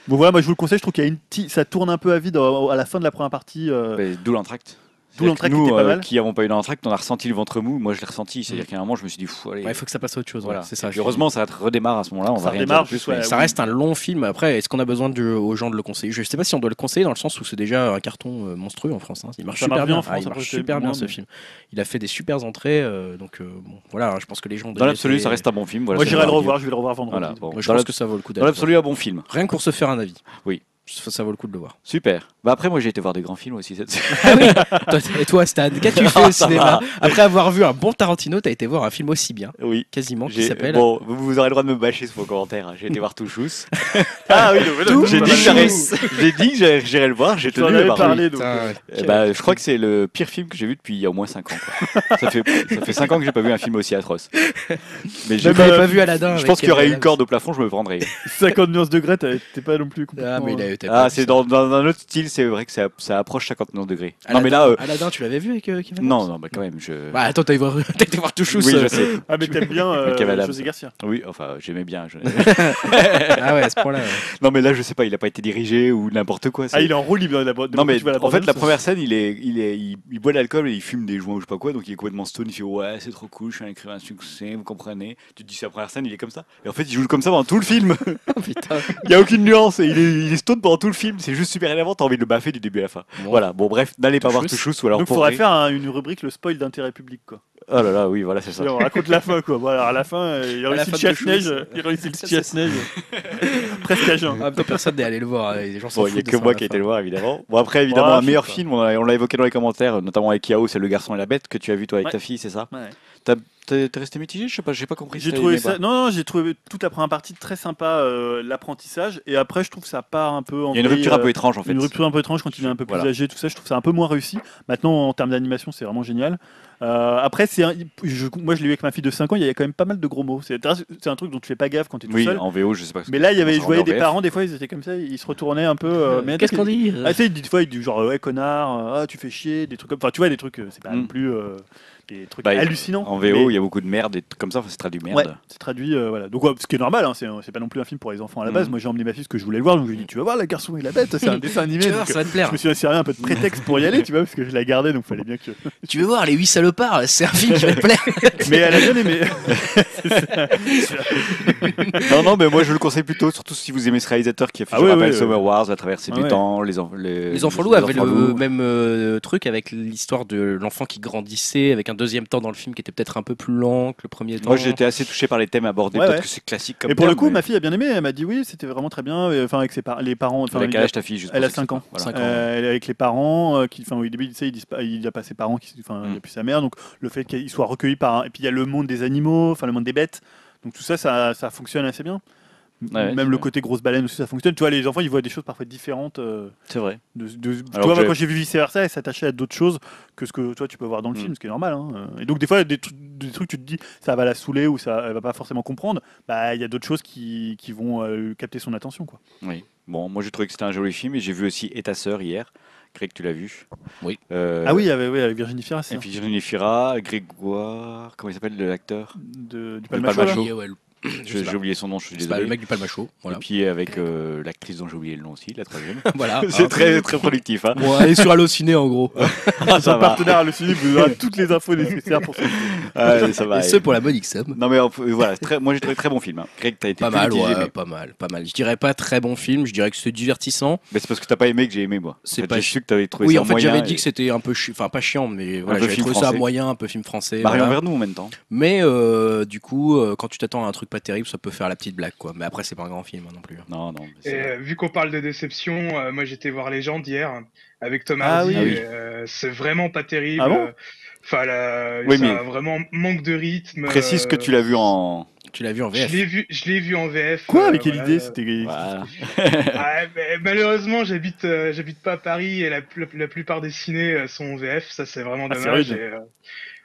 Bon voilà, moi je vous le conseille, je trouve qu'il y a une petite- ça tourne un peu à vide euh, à la fin de la première partie. euh,
Mais D'où l'entracte.
D'où
C'est-à-dire
l'entracte
que
était
Nous,
pas
euh,
mal.
qui n'avons pas eu l'entracte, on a ressenti le ventre mou. Moi, je l'ai ressenti. C'est-à-dire qu'à un moment, je me suis dit, fou, allez.
Ouais, il faut que ça passe à autre chose.
voilà.
ouais, c'est ça.
Et puis, heureusement, ça redémarre à ce moment-là. On
Ça
va rien dire
redémarre,
de plus.
ouais.
mais-
Ça reste un long film. Après, est-ce qu'on a besoin de, aux gens de le conseiller Je ne sais pas si on doit le conseiller dans le sens où c'est déjà un carton euh, monstrueux en France. hein. Il marche
Ça
super
marche bien
bien.
en France,
Ah, il
après,
marche
c'est
super bien
moins,
ce
mais-
film. Il a fait des supers entrées. euh, donc euh, bon, voilà, hein, je pense que les gens.
Dans l'absolu, ça reste un bon film. voilà,
moi
c'est
j'irai le
merveilleux.
revoir, je vais le revoir vendredi.
Voilà, bon.
Moi, je
Dans
pense
l'ab-
que ça vaut le coup
Dans
d'aller.
l'absolu, un bon film.
Rien que pour se faire un avis.
Oui.
Ça, ça vaut le coup de le voir.
Super. Bah après, moi, j'ai été voir des grands films aussi cette semaine.
Toi, t- Et toi, Stan, qu'as-tu fait au cinéma Après avoir vu un bon Tarantino, t'as été voir un film aussi bien,
oui.
quasiment, qui
J'ai-
s'appelle.
Bon, vous, vous aurez le droit de me bâcher sur vos commentaires. hein. J'ai été voir Touchous.
Ah oui,
Tout
J'ai dit, que
Touchous.
j'allais- j'ai dit que j'allais- j'irais le voir. J'ai
tu en
tenu le
avais
bar.
parlé. donc, euh,
Putain,
Eh bah, je crois que c'est le pire film que j'ai vu depuis il y a au moins 5 ans. quoi. ça, fait, ça fait 5 ans que j'ai pas vu un film aussi atroce. Mais j'ai
Je n'avais
pas-
pas vu Aladdin.
Je
euh, avec
pense qu'il y aurait
Amy
une
Adams.
corde au plafond, je me prendrais.
50 nuances de Grey, t'es pas non plus complètement. euh,
Ah, mais il a- t'as pas
Ah,
vu
c'est
ça.
dans, dans un autre style, c'est vrai que ça, ça approche 59 degrés.
Aladdin,
non, mais là, euh,
Aladdin, tu l'avais vu avec euh, Kevin
non,
Adams
non, bah, quand même, je.
Bah, attends, t'as été voir, t'as été voir Touchous.
oui, je
euh.
sais.
Ah, mais t'aimes bien euh,
Michael Adams.
José Garcia.
Oui, enfin, j'aimais bien. je-
Ah ouais, à ce point-là. ouais.
non, mais là, je sais pas, il a pas été dirigé ou n'importe quoi. c'est-
Ah, il est en roue libre. de la bo- de
Non
la-
mais
tu vois
en fait la
bande-annonce,
première scène il est il est il, il boit de l'alcool et il fume des joints ou je sais pas quoi donc il est complètement stone il fait ouais c'est trop cool je suis un écrivain à succès vous comprenez tu te dis c'est la première scène il est comme ça et en fait il joue comme ça pendant tout le film
Oh, putain.
il y a aucune nuance et il est, il est stone pendant tout le film c'est juste super énervant t'as envie de le baffer du début à la fin
Bon.
voilà bon bref n'allez pas voir
Touchous.
Touchous ou alors
Donc,
pour
faudrait
rire.
faire un- une rubrique le spoil d'intérêt public. Quoi.
oh là là oui voilà c'est ça
Et on raconte la fin. Quoi. Bon, alors, à la fin, euh, il a
À la
réussi le
fin de
chasse-neige.
Touchous.
Il a réussi le
C'est ça.
chasse-neige. Presque à jeun.
En même temps, personne n'est allé le voir. euh, Les gens s'en
Bon, il n'y a
foutent de
que
ça,
moi
à la
qui ai
fin.
été le voir, évidemment. Bon, après, évidemment,
Ouais,
un
je
meilleur
sais pas.
film, on l'a on l'a évoqué dans les commentaires, notamment avec Yao, c'est Le Garçon et la Bête que tu as vu, toi, avec
Ouais.
ta fille, c'est ça
Ouais.
T'as- T'es t'es resté mitigé Je sais pas, j'ai pas compris. si
J'ai
t'as
trouvé
aimé
ça.
pas.
Non, non, j'ai trouvé toute la première partie très sympa, euh, l'apprentissage. Et après, je trouve que ça part un peu en.
Il y a une
vrille, euh,
rupture un peu étrange, en fait.
Une rupture un peu étrange quand il est un peu plus
Voilà.
âgé, tout ça, je trouve ça un peu moins réussi. Maintenant, en termes d'animation, c'est vraiment génial. Euh, après, c'est un- je- moi je l'ai eu avec ma fille de 5 ans, il y avait quand même pas mal de gros mots. C'est c'est un truc dont tu fais pas gaffe quand tu es tout
Oui,
seul.
en VO, je sais pas.
Mais là, il y avait, je
en
voyais des
VF.
parents, des fois, ils étaient comme ça, ils se retournaient un peu. euh, mais
Qu'est-ce qu'on dit
ah, tu sais, des fois, ils disent genre, ouais, connard, euh, ah, tu fais chier, des trucs comme. Enfin, tu vois, des trucs, euh, c'est pas
Mm.
non plus euh, des trucs
Bah,
hallucinants.
En
mais-
VO, il y a beaucoup de merde et tout comme ça, enfin, c'est traduit merde.
Ouais, c'est traduit, euh, voilà. Donc, ouais, ce qui est normal, hein, c'est c'est pas non plus un film pour les enfants à la base.
Mhm.
Moi, j'ai emmené ma fille parce que je voulais le voir, donc je lui ai dit, tu vas voir, la garçon et la bête, c'est un dessin animé.
Tu vas
donc,
voir, ça va te plaire.
je me suis assuré un peu de prétexte pour y aller, tu vois, parce que je la gardais, donc fallait bien que.
Tu veux voir les 8 salopards euh, C'est un film qui va te plaire.
Mais elle a bien aimé.
Non, non, mais moi je le conseille plutôt, surtout si vous aimez ce réalisateur qui a fait,
Ah
je
oui,
rappelle,
oui,
Summer
oui.
Wars, La Traversée
Ah
du
ouais.
Temps, Les, Enf- les,
Les enfants loups avaient le même euh, truc avec l'histoire de l'enfant qui grandissait, avec un deuxième temps dans le film qui était peut-être un peu plus lent que le premier temps.
Moi j'étais assez touché par les thèmes abordés,
Ouais,
peut-être
ouais.
que c'est classique comme
et pour le
terme,
coup,
mais-
ma fille a bien aimé, elle m'a dit, oui, c'était vraiment très bien, et, enfin, avec ses par- les parents. enfin,
Enfin,
il-
quel âge ta fille juste
elle
pour
a
que
5
ça-
ans.
voilà.
Cinq ans.
Euh, elle est avec les parents, euh, qui, enfin, au début, tu sais, ils disent pas- il n'y a pas ses parents, qui, enfin, il n'y
Mm.
a plus sa mère, donc le fait qu'il soit recueilli par un- Et puis il y a le monde des animaux, enfin le monde des bêtes, donc tout ça, ça, ça fonctionne assez bien. M-
Ouais,
Même
c'est
le
vrai.
côté grosse baleine aussi, ça fonctionne. Tu vois, les enfants, ils voient des choses parfois différentes. euh,
C'est vrai.
de, de-
Alors
toi,
que-
quand j'ai vu vice versa, elle s'attachait à d'autres choses que ce que toi tu peux voir dans le
Mm.
film, ce qui est normal. hein. Et donc, des fois, des, tru- des trucs, tu te dis, ça va la saouler ou ça, elle va pas forcément comprendre. Bah, il y a d'autres choses qui, qui vont euh, capter son attention, quoi.
Oui. Bon, moi j'ai trouvé que c'était un joli film et j'ai vu aussi Et ta sœur hier. Greg, tu l'as vu
Oui.
Euh,
Ah oui, avec, oui, avec Virginie Fira,
Et
c'est
puis Virginie Fira, Grégoire, comment il s'appelle l'acteur
de- du
Palma
Palma Show, là.
Show.
Et ah ouais, le- je sais
Je-
pas.
J'ai oublié son nom, je suis
C'est pas le
désolé.
mec du Palmacho. Voilà. Ah,
Et puis avec euh, l'actrice dont j'ai oublié le nom aussi, la troisième.
voilà.
C'est très très productif. Hein.
Bon, allez sur Allociné en gros.
Ah,
Son
ça va.
partenaire halluciné vous aura toutes les infos nécessaires pour ça.
Ah, ça va.
Et ce pour la modique somme.
Non mais euh, voilà, c'est très- moi j'ai trouvé très bon film. hein. Greg, t'as été
Pas
plus
mal,
mitigé,
ouais,
mais,
pas mal, pas mal. Je dirais pas très bon film, je dirais que c'est divertissant.
mais c'est parce que t'as pas aimé que j'ai aimé moi.
C'est
En fait,
pas
j'ai
chi-
su que t'avais trouvé
oui,
ça
en fait,
moyen
j'avais dit
et-
que c'était un peu chi- enfin pas chiant, mais voilà,
peu
j'avais
film
trouvé ça
français.
moyen, un peu film français.
Marion
voilà.
Vernou en même temps.
Mais euh, du coup, euh, quand tu t'attends à un truc pas terrible, ça peut faire la petite blague quoi. Mais après, c'est pas un grand film hein, non plus.
Non non. mais
Et
c'est-
euh, vu qu'on parle de déception, euh, moi j'étais voir Légende hier hein, avec Thomas
Ah
Hardy.
oui. Ah oui.
et, euh, c'est vraiment pas terrible.
Ah bon
Enfin, la-
Oui,
ça
mais-
a vraiment manque de rythme.
Précise que tu
l'as.
l'as vu en.
Tu l'as vu en
Je
VF
l'ai vu, je l'ai vu en VF.
Quoi,
euh,
mais quelle
voilà.
idée C'était.
Voilà.
Ah, mais malheureusement, j'habite, euh, j'habite pas à Paris et la, pl- la plupart des cinés euh, sont en VF. Ça, c'est vraiment
Ah, c'est
dommage.
rude.
et, euh,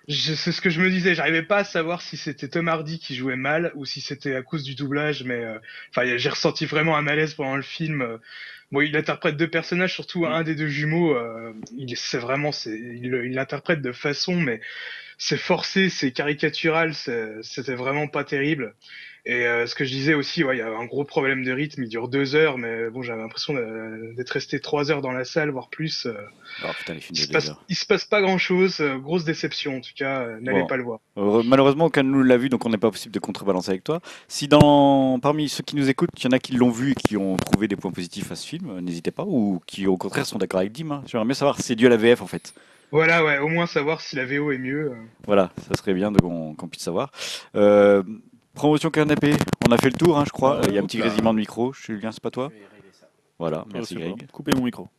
je- c'est ce que je me disais. J'arrivais pas à savoir si c'était Tom Hardy qui jouait mal ou si c'était à cause du doublage. Mais euh, enfin, y a- j'ai ressenti vraiment un malaise pendant le film. euh. Bon, il interprète deux personnages, surtout
Mm.
un des deux jumeaux. euh, il, c'est vraiment, c'est, il le- il l'interprète de façon, mais c'est forcé, c'est caricatural. c'est- C'était vraiment pas terrible. Et euh, ce que je disais aussi, ouais, il y a un gros problème de rythme. Il dure deux heures, mais bon, j'avais l'impression de- d'être resté trois heures dans la salle, voire plus. Euh,
Oh putain les films
il,
de
se
deux
passe,
heures.
il se passe pas grand chose. grosse déception, en tout cas. euh, N'allez
Bon.
pas le voir.
Heureux- Malheureusement aucun de nous l'a vu donc on n'est pas possible de contrebalancer avec toi. Si dans parmi ceux qui nous écoutent, il y en a qui l'ont vu et qui ont trouvé des points positifs à ce film, euh, n'hésitez pas ou qui au contraire sont d'accord avec Dim. hein. J'aimerais bien savoir si c'est dû à la VF en fait.
Voilà, ouais, au moins savoir si la VO est mieux. euh.
Voilà, ça serait bien de- qu'on qu'on puisse savoir. Euh, promotion canapé, on a fait le tour, hein, je crois.
Ouais,
Il y a un petit
hop là.
grésillement de micro. Julien, c'est pas toi Voilà, merci
Greg.
Greg.
Coupez mon micro.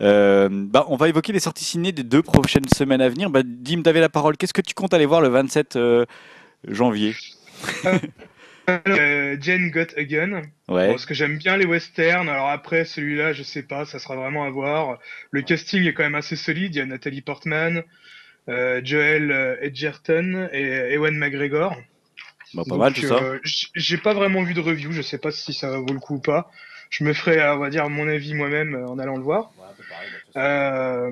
Euh, bah, on va évoquer les sorties ciné des deux prochaines semaines à venir. Bah, Dim, t'avais la parole. Qu'est-ce que tu comptes aller voir le 27 euh, janvier
Euh, Jane Got a Gun.
Ouais.
Parce que j'aime bien les westerns. Alors après, celui-là, je sais pas, ça sera vraiment à voir. Le casting est quand même assez solide. Il y a Nathalie Portman, euh, Joel euh, Edgerton et euh, Ewan McGregor.
Bah, pas
Donc,
mal tout ça.
euh, j- J'ai pas vraiment vu de review, je sais pas si ça vaut le coup ou pas. je me ferai, euh, on va dire, mon avis moi-même euh, en allant le voir. Euh,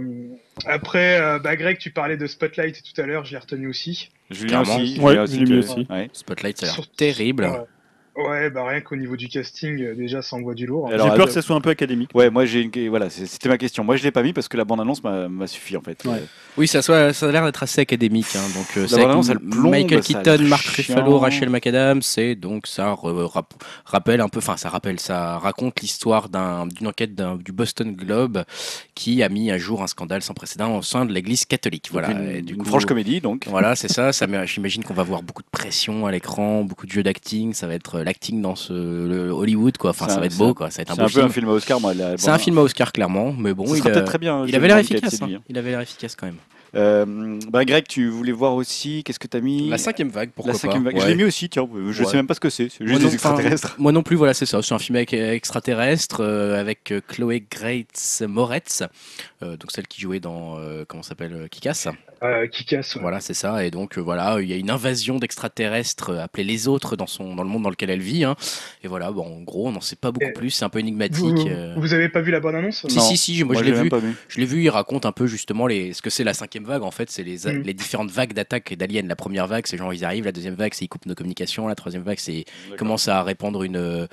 après, euh, bah, Greg, tu parlais de Spotlight tout à l'heure, je l'ai retenu aussi.
Julien
Clairement.
aussi.
Ouais,
Julien aussi.
Julien
que-
aussi.
ouais.
Spotlight, ça a l'air
Surtout-
terrible.
Ouais, Ouais, bah rien qu'au niveau du casting, euh, déjà, ça envoie du lourd.
Alors,
J'ai peur
euh,
que ça soit un peu académique.
Ouais, moi j'ai une... voilà, c'est- c'était ma question. Moi je l'ai pas mis parce que la bande annonce m'a m'a suffi en fait. Euh,
Ouais.
Oui, ça, soit, ça a l'air d'être assez académique. hein, donc, euh, c'est avec
bande-annonce, elle plombe,
Michael
ça a
Keaton,
l'air
Mark
chiant.
Ruffalo, Rachel McAdams. C'est donc ça re- rap- rappelle un peu, enfin ça rappelle, ça raconte l'histoire d'un- d'une enquête d'un- du Boston Globe qui a mis à jour un scandale sans précédent au sein de l'Église catholique. Voilà.
Donc, une,
Et du
une
coup,
franche comédie donc.
Voilà, c'est ça. ça m'a- J'imagine qu'on va voir beaucoup de pression à l'écran, beaucoup de jeux d'acting. Ça va être euh, l'acting dans ce le Hollywood, quoi. Enfin,
C'est
ça
un-
va être
c'est un-
beau, quoi. Ça va être un
C'est
beau
un peu
film.
un film à Oscar moi. la
C'est un
bande-
film à Oscar, clairement, mais
Ce
bon, il,
sera
a-
peut-être très bien.
il
je
avait
me
l'air
demande quel
efficace.
c'est, lui,
hein. Il avait l'air efficace quand même.
hein. Euh, bah, Greg, tu voulais voir aussi. Qu'est-ce que t'as mis
La cinquième vague, pourquoi
La cinquième
pas.
vague. Je
Ouais.
l'ai mis aussi. Tiens, je
Ouais.
sais même pas ce que c'est. C'est
Moi
juste
non-
des extraterrestres.
enfin, Moi non plus, hein. voilà, c'est ça. C'est un film avec, extraterrestre euh, avec euh, Chloé Grace Moretz, euh, donc celle qui jouait dans euh, comment ça s'appelle euh, Kick-Ass.
Euh, qui casse, ouais.
Voilà, c'est ça. Et donc euh, voilà, il y a une invasion d'extraterrestres euh, appelés les autres dans son dans le monde dans lequel elle vit. hein. Et voilà, bon, en gros, on n'en sait pas beaucoup
Et-
plus. C'est un peu énigmatique.
Vous,
euh.
vous avez pas vu la bande-annonce
Si,
Non.
si, si, moi,
Moi,
je l'ai
l'ai
vu.
même pas vu.
Je l'ai vu, il raconte un peu justement les, ce que c'est la cinquième vague en fait, c'est les,
Mm.
les différentes vagues d'attaques d'aliens. La première vague, c'est genre ils arrivent, la deuxième vague, c'est ils coupent nos communications, la troisième vague, c'est ils commencent à répandre une, euh,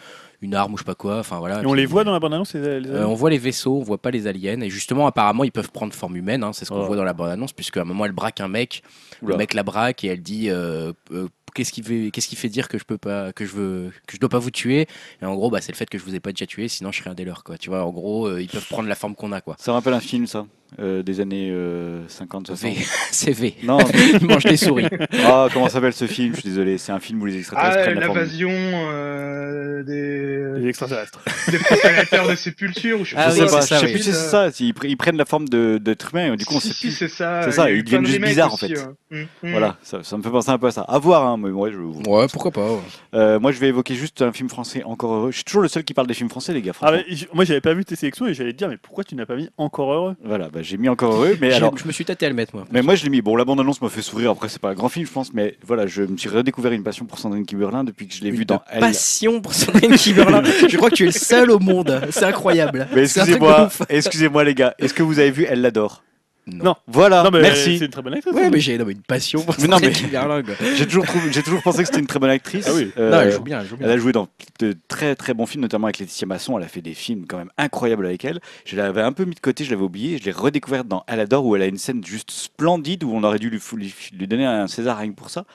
une arme ou je sais pas quoi. Enfin
Ah,
voilà.
Et on
Puis,
les voit
euh,
dans la bande-annonce les- les
euh, on voit les vaisseaux, on voit pas les aliens. Et justement, apparemment, ils peuvent prendre forme humaine. hein, c'est ce qu'on
Oh.
voit dans la bande-annonce, puisqu'à un moment, elle braque un mec.
Oula.
Le mec la braque et elle dit euh, euh, qu'est-ce qui fait, qu'est-ce qui fait dire que je peux pas, que je veux, que je dois pas vous tuer. Et en gros, bah, c'est le fait que je vous ai pas déjà tué, sinon je serais un des leurs, quoi. Tu vois, en gros, euh, ils peuvent prendre la forme qu'on a, quoi.
Ça rappelle un film ça euh, des années euh, 50 60.
V, c'est V.
Non,
Ils mangent des souris.
ah, comment s'appelle ce film Je suis désolé, c'est un film où les extraterrestres
Ah,
prennent la forme.
l'invasion euh, des,
Les extraterrestres.
des propriétaires de sépultures ou je sais
je
Ah
pas
sais
oui,
quoi.
pas,
c'est ça,
je sais
oui.
plus si c'est ça. Ils, pr- ils prennent la forme de- d'êtres humains, du coup on
si,
sait
si,
plus.
c'est ça.
C'est ça,
il y a
ils
eu
deviennent
plein de
juste
remakes
bizarres, en
aussi,
fait.
ouais. Mm, mm.
Voilà, ça, ça me fait penser un peu à ça. À voir, hein, mais ouais, je,
Ouais, pourquoi pas.
Euh, moi je vais évoquer juste un film français encore heureux. Je suis toujours le seul qui parle des films français, les gars.
Ah,
franchement.
mais j- moi, j'avais pas vu tes sélections et j'allais te dire, mais pourquoi tu n'as pas mis encore heureux
Voilà, bah, j'ai mis encore heureux, mais alors.
je me suis tâté à le mettre, moi.
Mais moi je l'ai mis. Bon, la bande-annonce m'a fait sourire. Après, c'est pas un grand film, je pense, mais voilà, je me suis redécouvert une passion pour Sandrine Kiberlin depuis que je l'ai
Une
vue dans Elle.
Passion pour Sandrine Kiberlin. Je crois que tu es le seul au monde. C'est incroyable.
Mais
C'est un truc de
excusez-moi,
ouf.
excusez-moi les gars, est-ce que vous avez vu Elle l'adore
Non.
Voilà,
Non, mais
merci.
C'est une très bonne actrice.
Ouais,
hein.
mais j'ai non, mais une passion pour
Mais non,
Sandrine
mais-
Kiberlin. quoi.
J'ai toujours, trouvé- j'ai toujours pensé que c'était une très bonne actrice.
Ah oui.
Euh,
Non, elle joue bien, elle joue bien.
elle a joué dans de très très bons films, notamment avec Laetitia Masson. Elle a fait des films quand même incroyables avec elle. Je l'avais un peu mis de côté, je l'avais oublié. Je l'ai redécouverte dans Elle adore, où elle a une scène juste splendide, où on aurait dû lui, fou- lui- lui donner un César rien que pour ça.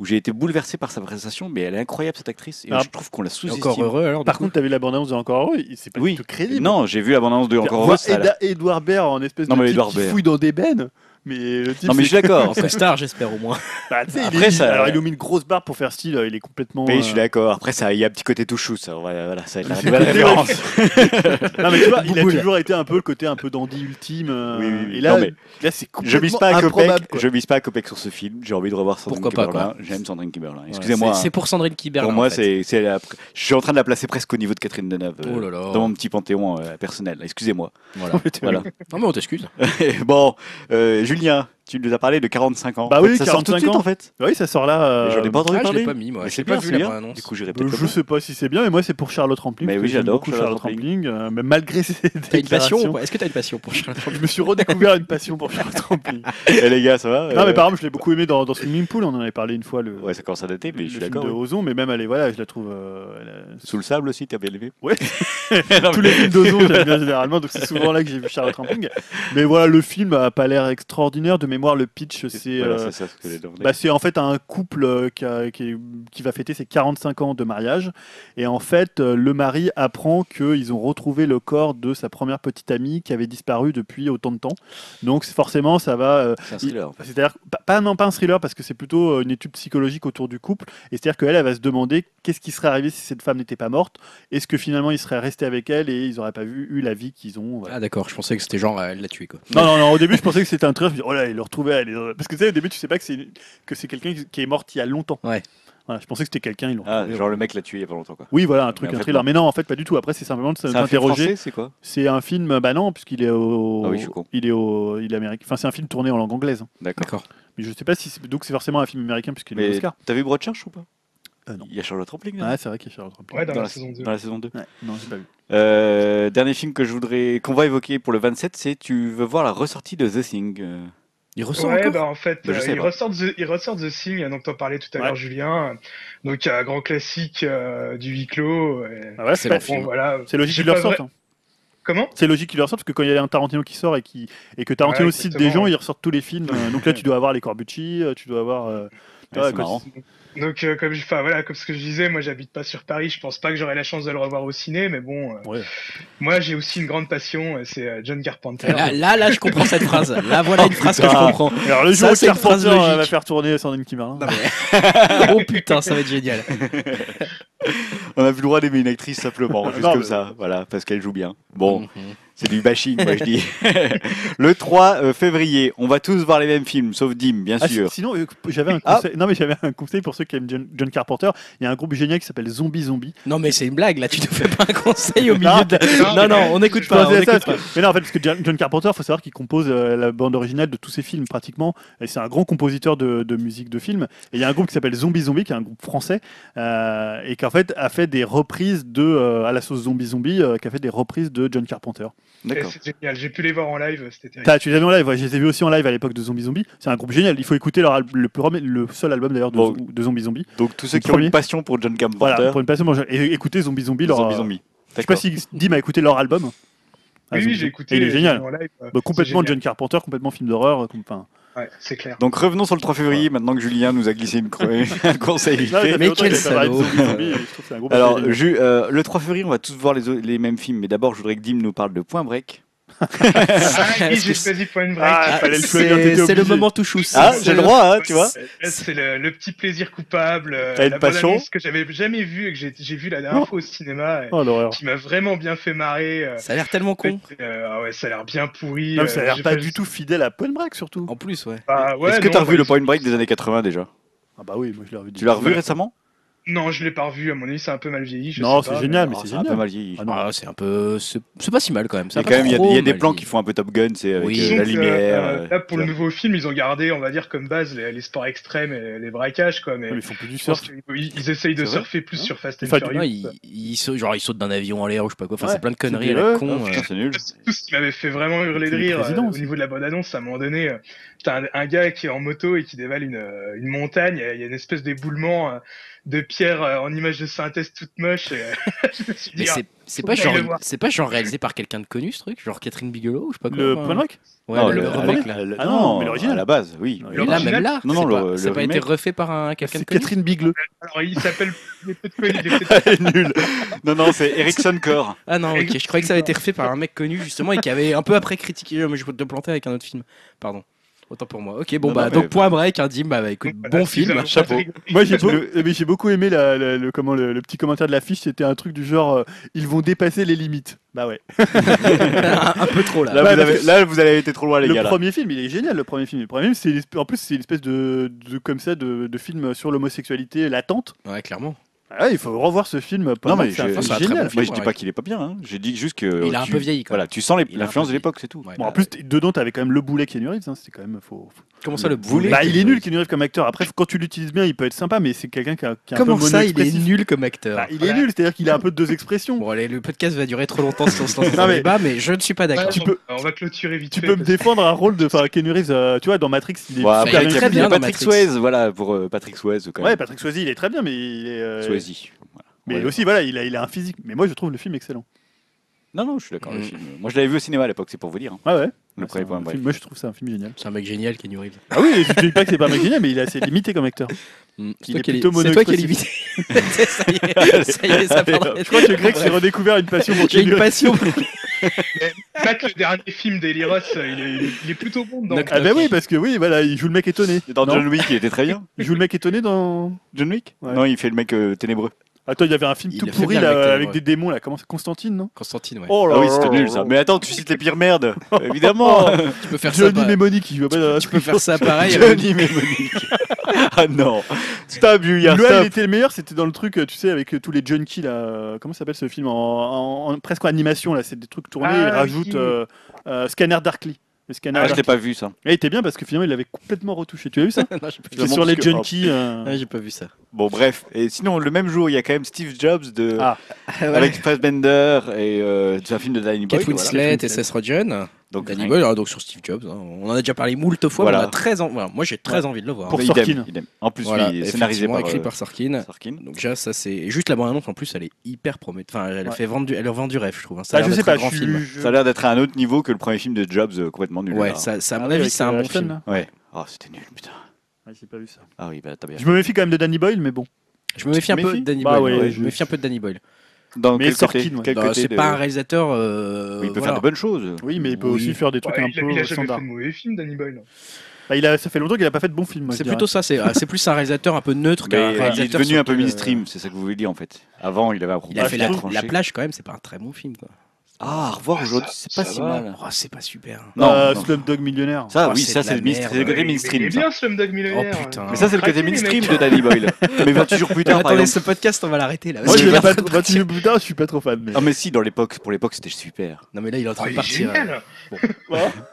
Où j'ai été bouleversé par sa prestation, mais elle est incroyable cette actrice. Et
Ah.
je trouve qu'on la
Et
sous-estime.
Encore heureux alors. du
Par
coup.
contre, t'as vu la bande-annonce de encore heureux, il- c'est pas
Oui.
du tout crédible.
Non, j'ai vu l'abondance de Encore Heureux.
Voir
ça a l'air-
Eda- Edouard Baird en espèce
Non,
de
mais
type
Edouard
qui
Baird.
fouille dans des bennes. Mais euh, le type,
Non, mais
c'est-
je suis d'accord.
En costard, j'espère au moins.
Bah, tu sais, il
Après,
est-
ça-
Alors, ils lui ont mis une grosse barbe pour faire style, euh, il est complètement.
Oui,
euh,
je suis d'accord. Après, ça, il y a un petit côté touchou, ça. on va- Voilà, ça va être la
C'est
nouvelle
le côté
référence.
Non, mais tu vois, il a
Bouboule.
toujours été un peu le côté un peu dandy ultime. euh,
Oui, oui, oui.
Et là,
Non, mais
là c'est complètement
Je mise pas à
improbable.
Copec.
quoi.
Je mise pas à Copec sur ce film. J'ai envie de revoir Sandrine
Pourquoi pas,
Kiberlin. J'aime Sandrine Kiberlin. Excusez-moi.
C'est
hein.
c'est pour Sandrine Kiberlin.
Pour moi,
en fait.
c'est c'est la- je suis en train de la placer presque au niveau de Catherine Deneuve euh,
Oh là là.
dans mon petit panthéon euh, personnel. Excusez-moi.
Voilà.
Voilà.
Non mais on t'excuse.
Et bon, euh, Julien, tu nous as parlé de 45 ans.
Bah
En fait,
oui,
ça sort tout de
45
suite
ans.
en fait.
Oui, ça sort là. euh,
Et J'en ai pas entendu
Ah, je
parler.
l'ai pas mis moi.
Mais
J'ai
c'est
pas
bien,
vu
c'est
la
bien.
bande-annonce.
Du coup, j'irai
euh,
peut-être.
je
le
sais pas si c'est bien, mais moi c'est pour Charlotte Rampling.
Mais
parce
oui,
que j'aime
j'adore
beaucoup
Charlotte
Charlotte Rampling. euh, mais malgré ses
T'as une passion ou
déclarations,
pas Est-ce que t'as une passion pour Charlotte
je me suis redécouvert une passion pour Charlotte Rampling.
voir. Eh les gars, ça va
Non,
Euh,
mais par exemple, je l'ai beaucoup aimé dans, dans Swimming Pool. On en avait parlé une fois le,
Ouais, ça commence à dater, mais
le
je suis
film de
d'accord. oui.
Ozon, mais même elle est voilà, je la trouve. euh, elle a-
Sous le sable aussi, t'as bien aimé.
Ouais.
Non, mais-
Tous les films d'Ozon, j'aime bien généralement, donc c'est souvent là que j'ai vu Charlotte Rampling. Mais voilà, le film a pas l'air extraordinaire. De mémoire, le pitch, c'est
Voilà,
euh,
c'est ça ce que j'ai demandé.
Bah, c'est en fait un couple euh, qui, a- qui est- qui va fêter ses 45 ans de mariage. Et en fait, euh, le mari apprend qu'ils ont retrouvé le corps de sa première petite amie qui avait disparu depuis autant de temps. Donc c'est- forcément, ça va... euh,
C'est un thriller. en fait.
c'est-à-dire, pas- pas, non, pas un thriller, parce que c'est plutôt euh, une étude psychologique autour du couple. Et c'est-à-dire qu'elle, elle va se demander qu'est-ce qui serait arrivé si cette femme n'était pas morte. Est-ce que finalement, ils seraient restés avec elle et ils n'auraient pas vu, eu la vie qu'ils ont. voilà.
Ah d'accord, je pensais que c'était genre euh, elle l'a tué quoi.
Non, non, non, au début, je pensais que c'était un thriller. Je me dis, oh là, il le retrouvait. elle est- Parce que tu sais, au début, tu sais pas que c'est, que c'est quelqu'un qui est mort il y a longtemps.
Ouais.
Voilà, je pensais que c'était quelqu'un, ils l'ont
Ah,
retrouvé.
genre le mec l'a tué il y a pas longtemps quoi.
Oui, voilà, un truc,
Mais en
un
fait,
thriller.
non.
Mais non, en fait, pas du tout. Après, c'est simplement de
C'est un film
s'interroger.
français, c'est quoi
C'est un film, bah non, puisqu'il est au.
Ah oui, je suis con.
Il est au. Il est américain. Enfin, c'est un film tourné en langue anglaise. hein.
D'accord.
D'accord.
Mais je sais pas si. c'est- Donc, c'est forcément un film américain, puisqu'il est
Mais
Oscar.
t'as vu Broadchurch ou pas
Euh, non.
Il y a Charlotte Rampling là,
Ouais, c'est vrai qu'il y a Charlotte Rampling.
Ouais, dans, la,
la,
saison 2.
dans la saison 2.
Ouais, non, j'ai pas vu.
Euh, dernier film que je voudrais qu'on va évoquer pour le 27, c'est tu veux voir la ressortie de The Thing. euh,
Il ressort
Ouais,
encore
bah en fait,
Bah, je
euh,
sais
ils,
pas.
ressortent The, ils ressortent The Thing, hein, dont t'en parlais tout à
Ouais.
l'heure, Julien. Donc, il y a un grand classique euh, du huis clos. et-
Ah, voilà,
C'est
c'est
la
pas-
fin.
Bon,
film.
voilà.
c'est logique
J'ai
qu'il leur
pas vrai-
sorte. hein.
Comment
C'est logique qu'il leur sorte parce que quand il y a un Tarantino qui sort et, qui, et que Tarantino
Ouais,
cite des
exactement,
gens,
ouais.
ils ressortent tous les films. Euh, Donc là, tu dois avoir les Corbucci, euh, tu dois avoir. euh,
Ah ouais,
ouais,
c'est
quand-
marrant.
Donc, euh, comme, je, enfin, voilà, comme ce que je disais, moi, j'habite pas sur Paris. Je pense pas que j'aurai la chance de le revoir au ciné, mais bon, euh,
Ouais.
moi, j'ai aussi une grande passion, euh, c'est euh, John
bah,
Carpenter.
Ah,
Là, là, là, je comprends cette phrase. Là, voilà
Oh,
une phrase que je
putain.
comprends.
Alors le jour
Ça,
où
c'est une phrase
Carpenter euh, va
logique.
faire tourner Sandrine Kimarin.
Oh putain, ça va être génial.
On a plus le droit d'aimer une actrice simplement, juste
Non,
comme
mais-
ça, voilà, parce qu'elle joue bien. Bon,
Mhm.
c'est du bashing, moi je dis. le 3 euh, février, on va tous voir les mêmes films, sauf Dim, bien
Ah, si-
sûr.
sinon, euh, j'avais un
Ah.
conseil. Non, mais j'avais un conseil pour ceux qui aiment John, John Carpenter. Il y a un groupe génial qui s'appelle Zombie Zombie.
Non, mais c'est une blague. Là, tu ne fais pas un conseil au
Non.
milieu de. Non, non, on n'écoute
Je
pas.
Non,
on
c'est ça,
n'écoute pas.
parce que- Mais non, en fait, parce que John John Carpenter, faut savoir qu'il compose euh, la bande originale de tous ses films pratiquement. Et c'est un grand compositeur de, de musique de film. Et il y a un groupe qui s'appelle Zombie Zombie, qui est un groupe français, euh, et qui en fait a fait des reprises de euh, à la sauce Zombie Zombie, euh, qui a fait des reprises de John Carpenter.
Et
D'accord.
C'est génial. J'ai pu les voir en live, c'était terrible.
T'as- Tu les avais en live, ouais, je les ai vus aussi en live à l'époque de Zombie Zombie. C'est un groupe génial. Il faut écouter leur al- le, premier- le seul album d'ailleurs de,
Bon.
de Zombie Zombie.
Donc tous ceux
Le
qui ont
premier.
une passion pour John Carpenter,
Voilà, pour une passion. Et écoutez Zombie Zombie, leur.
Zombie
euh,
Zombie.
Je sais pas
D'accord.
si Dim a écouté leur album. Ah,
Oui, oui,
Zombie
j'ai
Zombie.
écouté.
Et il est
j'ai
génial.
vu En live, euh,
Bah, complètement
c'est génial.
John Carpenter, complètement film d'horreur. com- Enfin,
Ouais, c'est clair.
Donc revenons sur le 3 février, maintenant que Julien nous a glissé une cro- un conseil.
Ah,
vite fait.
mais quel salaud.
Alors, Ju- euh, le 3 février, on va tous voir les, o- les mêmes films, mais d'abord, je voudrais que Dim nous parle de Point Break.
Ah, oui,
Est-ce que
j'ai
c'est-
choisi Point Break.
Ah, fallait le choisir,
C'est
t'étais
c'est le
obligé.
moment tout chousse.
Ah, j'ai le droit, hein, tu vois.
Là, C'est le, le petit plaisir coupable, euh,
T'as une
la
passion
bande-annonce que j'avais jamais vue et que j'ai j'ai vue la dernière
Oh.
fois au cinéma, et
Oh l'horreur.
qui m'a vraiment bien fait marrer. euh,
Ça a l'air tellement con.
euh, ah ouais, ça a l'air bien pourri.
Non, mais
euh,
ça a l'air
j'ai
pas du tout fidèle à Point Break surtout.
Oh.
En plus, ouais.
Bah, ouais,
Est-ce que
non,
t'as revu
bah,
le Point Break des années 80 déjà
Ah bah oui, moi je l'ai revu.
Tu l'as revu récemment
Non, je l'ai pas revu. À mon avis, c'est un peu mal vieilli. je
Non,
sais
c'est
pas,
génial, mais
Oh,
c'est
ça a un peu
génial.
mal vieilli.
Ah non.
Ah, c'est un peu. C'est c'est pas si mal quand même.
Mais quand même, il y a- il y, a des plans qui font un peu Top Gun, c'est avec
Oui.
euh,
Disons
la
que,
lumière.
euh,
euh,
là,
tu
pour le
vois.
nouveau film, ils ont gardé, on va dire, comme base les, les sports extrêmes et les braquages, quoi. Mais
Mais ils font plus du
je pense
surf.
qu'ils ils essayent de
C'est vrai
surfer plus
Hein
sur Fast and
Enfin, tu-
Furious.
Non, il, il saute, genre, il saute d'un avion en l'air ou je sais pas quoi. Enfin,
Ouais,
c'est plein de conneries
Ah, c'est
à la
des-
con.
Oh,
euh.
putain, c'est nul.
C'est tout ce qui m'avait fait vraiment hurler de
Tous les
rire euh,
présidents
au
aussi.
niveau de la bande-annonce, à un moment donné, euh, t'as un, un gars qui est en moto et qui dévale une, euh, une montagne, il y a- il y a une espèce d'éboulement euh, de pierre euh, en image de synthèse toute moche. et, euh, je me suis
Mais
dit,
c'est- c'est
faut
pas,
que j'aille
genre,
le voir.
c'est pas genre réalisé par quelqu'un de connu ce truc, genre Catherine Bigelow ou je sais pas quoi.
Le
enfin.
hein.
Point Break
Ouais,
Non,
le,
le-
le
avec
remake là.
la- le-
Ah non,
non,
mais l'original.
à la base, oui.
Mais
Mais là, même
l'original
là,
Non, non,
c'est
le-
pas,
le
ça a pas été
remake.
refait par un, quelqu'un de
C'est
connu.
Catherine Bigleux.
Alors, il s'appelle. il est peut-être connu, il est peut-être-
Elle est nulle. Non, non, c'est Erickson Core.
Ah non, ok, je croyais que ça avait été refait par un mec connu justement et qui avait un peu après critiqué. euh, Mais je peux te planter avec un autre film. Pardon. Autant pour moi. Ok, bon
Non,
bah
non, mais-
donc point break, un dim, bah, bah, écoute,
Voilà,
bon
si vous
film.
avez
chapeau.
envie de rigoler,
Moi j'ai beau- euh, mais j'ai beaucoup aimé la- la- le, comment, le, le petit commentaire de l'affiche, c'était un truc du genre euh, ils vont dépasser les limites. Bah ouais.
un, un peu trop là.
Là,
Ouais,
vous
parce
avez,
que-
là, vous avez été trop loin, Oh, les
le
gars. là.
premier film, il est génial le premier film. Le premier film, c'est une esp- en plus c'est une espèce de, de- comme ça de, de film sur l'homosexualité latente.
Ouais, clairement.
Ah ouais, il faut revoir ce film. pas
Non,
mal,
mais
c'est un
j'ai-
film
c'est un très
génial.
bon film,
Moi, je dis
ouais.
pas qu'il est pas bien. hein. J'ai dit juste que.
Il a un
tu-
peu vieilli, quoi.
Voilà, tu sens les-
Il a un
l'influence
peu
de l'époque, c'est tout.
Ouais,
Bon,
bah,
en plus, t- dedans, t'avais quand même le boulet Keanu Reeves, hein, c'était quand même faut. faut-
comment ça le
vous
boulet
Bah, il est nul Keanu Reeves comme acteur. Après, quand tu l'utilises bien, il peut être sympa, mais c'est quelqu'un qui a, qui a un peu
Comment ça, il est
mono-expressif.
nul comme acteur
Bah, il est
Voilà.
nul, c'est-à-dire qu'il a un peu deux expressions.
Bon, allez, le podcast va durer trop longtemps si on se lance dans
Non,
un
mais-
débat, mais je ne suis pas d'accord.
tu
on-
peux-
On va clôturer vite
Tu
fait,
peux me
parce
défendre un rôle de. Enfin, Keanu Reeves, euh, tu vois, dans Matrix, il est
Ouais,
après,
après,
super
il
il est
y a
bien
très
fait.
bien dans
Patrick
Matrix.
Suez, voilà, pour euh, Patrick Suez, quand
Ouais,
même.
Patrick Swayze, il est très bien, mais il est. euh,
Suezy. Voilà.
Mais
Ouais.
aussi, voilà, il a, il a un physique. Mais moi, je trouve le film excellent.
Non, non, je suis d'accord. le
Mm.
film. Moi, je l'avais vu au cinéma à l'époque, c'est pour vous dire. hein.
Ouais, ouais.
Le
Ouais,
premier
c'est un
point,
film-
bref.
Moi, je trouve ça un film génial.
C'est un mec génial, Kenny Reeves.
Ah oui, je te dis pas que c'est pas un mec génial, mais il est assez limité comme acteur.
Mm. C'est
Il
toi
est
qui es-
plutôt
c'est toi qui es limité.
mono-expressif.
ça y est, ça y est, ça
Allez,
part.
hop.
Je
Je crois que Greg s'est redécouvert une passion pour
J'ai
Keanu
une
Reeves.
passion. pour-
que Pat, le dernier film d'Eliros, il, est- il est- il est plutôt bon dedans.
Donc,
Ah bah oui, parce que oui, voilà, il joue le mec étonné.
Et Dans
Non
John Wick, il était très bien.
Il joue le mec étonné dans.
John Wick
Ouais.
Non, il fait le mec euh, ténébreux.
Attends, il y avait un film
Il
tout
a fait
pourri
bien le
là,
mec ténébreux.
avec des démons là. Comment c'est Constantine, non
Constantine, ouais.
Oh
Ah oui, c'était nul ça. Mais attends, tu cites les pires merdes. Évidemment.
tu peux Oh, faire ça.
Johnny
pa-
Mémonique, qui joue pas dans la
Tu peux faire ça pareil. avec-
Johnny Mémonique. ah non. Stop, Julien,
L'OL, il
stop.
était le meilleur, c'était dans le truc, euh, tu sais, avec euh, tous les junkies là. euh, Comment ça s'appelle ce film en, en- en- presque en animation là C'est des trucs tournés.
Ah,
ils rajoutent
oui.
euh, euh, Scanner Darkly. Le scanner.
Ah, je
Dark.
l'ai pas vu ça.
Et il était bien parce que finalement, il l'avait complètement retouché. Tu as vu ça
Non, j'ai pas vu
C'est
Je
ça.
sur
montre
les
que-
junkies. euh,
Ah, j'ai pas vu ça.
Bon, bref. Et sinon, le même jour, il y a quand même Steve Jobs de...
Ah,
avec Fassbender et euh, c'est un film de Danny Boyle.
Kate
voilà.
Winslet,
Kate Winslet.
et Seth Rogen.
Donc,
Danny
rien-
Boyle, alors donc sur Steve Jobs. hein. On en a déjà parlé moult fois.
Voilà.
mais on a très en- voilà, Moi, j'ai très envie de le voir.
Pour
idem,
Sorkin.
idem. En plus,
Voilà,
oui, scénarisé par,
effectivement, écrit
euh,
par Sorkin.
Sorkin.
Donc déjà, ça c'est et juste la bande annonce en plus, elle est hyper prometteuse. Enfin, elle
Ouais.
fait vendre du, elle leur vend du rêve, je trouve. hein. Ça a
bah,
l'air
je sais
d'être un
pas.
grand
je-
film.
je-
Ça a l'air d'être à un autre niveau que le premier film de Jobs, euh, complètement nul.
Ouais,
là.
ça, ça, à mon
Ah,
avis,
avec,
c'est un
euh,
bon
Ashton,
film.
là.
Ouais. Oh, c'était nul, putain.
Ouais, j'ai pas vu ça.
Ah oui, bah t'as bien.
Je me méfie quand même de Danny Boyle, mais bon.
Je me méfie un
Tu te
peu de
méfies
Danny
Bah
Boyle.
ouais,
ouais,
je-
je me méfie un peu de Danny Boyle.
Dans
Mais
quel côté-
Sorkin, ouais.
quel
Non,
côté
C'est
de-
pas un réalisateur. euh,
Oui, il peut
voilà.
faire de bonnes choses.
Oui, mais il peut
Oui.
aussi faire des
Ouais,
trucs un
il, a, il
peu
a
euh,
jamais
standards.
fait de mauvais films, Danny Boyle.
Bah, il a, ça fait longtemps qu'il a pas fait de bons films. moi, je
C'est
dirais.
plutôt ça. C'est ah, c'est plus un réalisateur un peu neutre
Mais,
qu'un
euh, il est
réalisateur.
devenu
sur
un peu
lequel, euh,
mainstream, c'est ça que vous voulez dire en fait. Avant, il avait un propos
Il
Ah,
a
très
fait
je
la,
trouve-
tranché.
la plage quand même. C'est pas un très bon film. quoi.
Ah, à revoir
Ah,
aujourd'hui,
ça-
c'est pas
ça
si
va.
mal.
Oh, c'est pas super.
Non,
Euh,
non.
Slumdog Millionnaire.
Ça,
Oh,
oui,
c'est
ça
de la
c'est le mainstream.
merde.
c'est le côté
Il est
mainstream. ça.
bien Slumdog Millionaire.
Oh, putain.
Mais ça, c'est le côté
Craquez, les
mainstream
mecs.
de Danny Boyle. Mais 28 jours plus tard, par
attendez,
exemple.
ce podcast, on va l'arrêter là.
Moi,
parce
je
qu'il est
l'ai
en
pas
train de
trop- 28
partir.
minutes plus tard, je suis pas trop fan. mais-
Ah, mais si, dans l'époque, pour l'époque, c'était super.
Non mais là, il est en
Oh,
train de
il est
partir.
génial.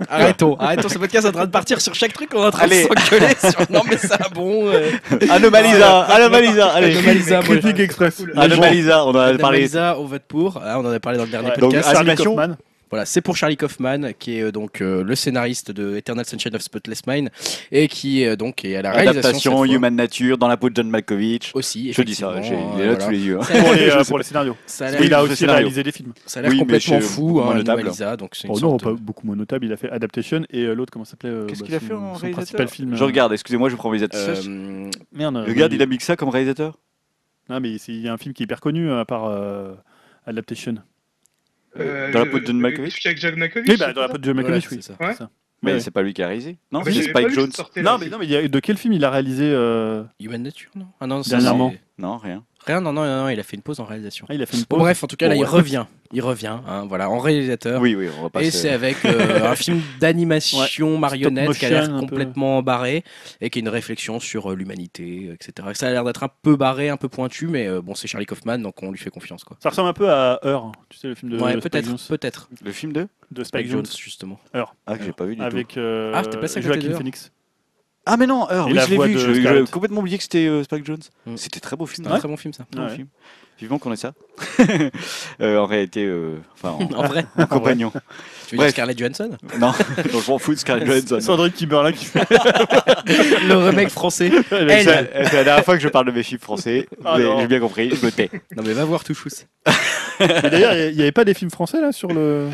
Arrêtons, arrêtons ce podcast est en train de partir sur chaque truc, on est en train de
Allez.
s'engueuler sur non mais c'est un bon. euh,
Anomalisa, Anomalisa, allez.
Anomalisa,
Critique,
bon,
Critique Express.
Cool.
Les gens-
Anomalisa, Ah, on en a parlé.
Anomalisa, au vote pour. Ah, on en a parlé dans le dernier
Ouais.
Donc,
podcast.
As-
Charlie
animation.
Kaufman.
Voilà, c'est pour Charlie Kaufman, qui est euh, donc euh, le scénariste de Eternal Sunshine of Spotless Mind et qui euh, donc est à la réalisation. cette
Adaptation,
fois.
Human Nature, dans la peau de John Malkovich.
Aussi.
Je dis ça, j'ai-
effectivement,
il
euh,
est là
voilà.
tous les yeux. hein.
Pour les, euh, pour les scénarios.
Ça a
Mais il
l'air-
a
le
aussi
scénario.
réalisé des films.
ça a l'air
Oui, mais
complètement
chez-
fou, hein,
moins notable.
Anomalisa, donc c'est une
Oh non,
sorte
pas
de-
beaucoup moins notable. Il a fait Adaptation et euh, l'autre, comment ça s'appelait euh,
Qu'est-ce
bah,
qu'il a
son-
fait en
Son
réalisateur
principal film.
Je
euh,
regarde, excusez-moi, je prends mes
Euh,
réalisateurs.
Merde. euh,
Regarde, il a mis que ça comme réalisateur.
Non, mais c'est- il y a un film qui est hyper connu euh, à part euh, Adaptation.
Euh, Dans la peau de John Malkovich.
Avec John Malkovich.
Oui, bah, dans la peau de John
voilà,
Malkovich,
c'est
oui.
ça.
Ouais.
c'est ça.
Mais
Ouais.
c'est pas lui qui a réalisé. Non,
Ah, mais
c'est
j'avais pas
Spike
vu que
Jones.
ça sortait, là,
Non, mais, non, mais il y a- de quel film il a réalisé euh,
Human Nature, non Ah non, ça,
Dernièrement.
c'est-
Non, rien.
Rien, non, non, non, non, il a fait une pause en réalisation.
ah, Il a fait une
Bon,
pause.
bref, en tout cas, là,
Bon,
il
ouais.
revient. Il revient, hein, voilà, en réalisateur.
Oui, oui, on
bah,
va pas
Et
se-
c'est avec euh, un film d'animation marionnette qui a l'air
motion, un peu.
complètement barré et qui est une réflexion sur euh, l'humanité, etc. Ça a l'air d'être un peu barré, un peu pointu, mais euh, bon, c'est Charlie Kaufman, donc on lui fait confiance, quoi.
Ça ressemble un peu à Heure, tu sais, le film de
ouais,
Euh, Spike Jones.
peut-être, peut-être.
le film de
De Spike
Spike Jones,
Jones.
justement.
Ah, que j'ai pas vu du tout.
Avec euh,
Ah, t'es passé à côté
Joaquin
d'Heure.
Phoenix.
Ah, mais non, Heure,
Et
oui,
la
je l'ai
voix
vu.
de
je- J'avais
Scarlett.
complètement oublié que c'était euh, Spike Jones.
Mm.
C'était très beau film.
C'est un très bon film, ça.
très bon
Ouais.
film. Vivement qu'on ait ça. Euh, en réalité, euh, enfin, en,
En vrai,
en compagnon.
tu veux dire
Bref.
Scarlett Johansson
non, non, je m'en fous de Scarlett Johansson.
Sandrine Kimberlin qui fait.
Le remake français.
C'est
Elle.
la- c'est la dernière fois que je parle de mes chiffres français.
Ah,
mais
non.
J'ai bien compris, je me tais.
Non, mais va voir Touchous.
Mais D'ailleurs, il n'y avait pas des films français là sur le.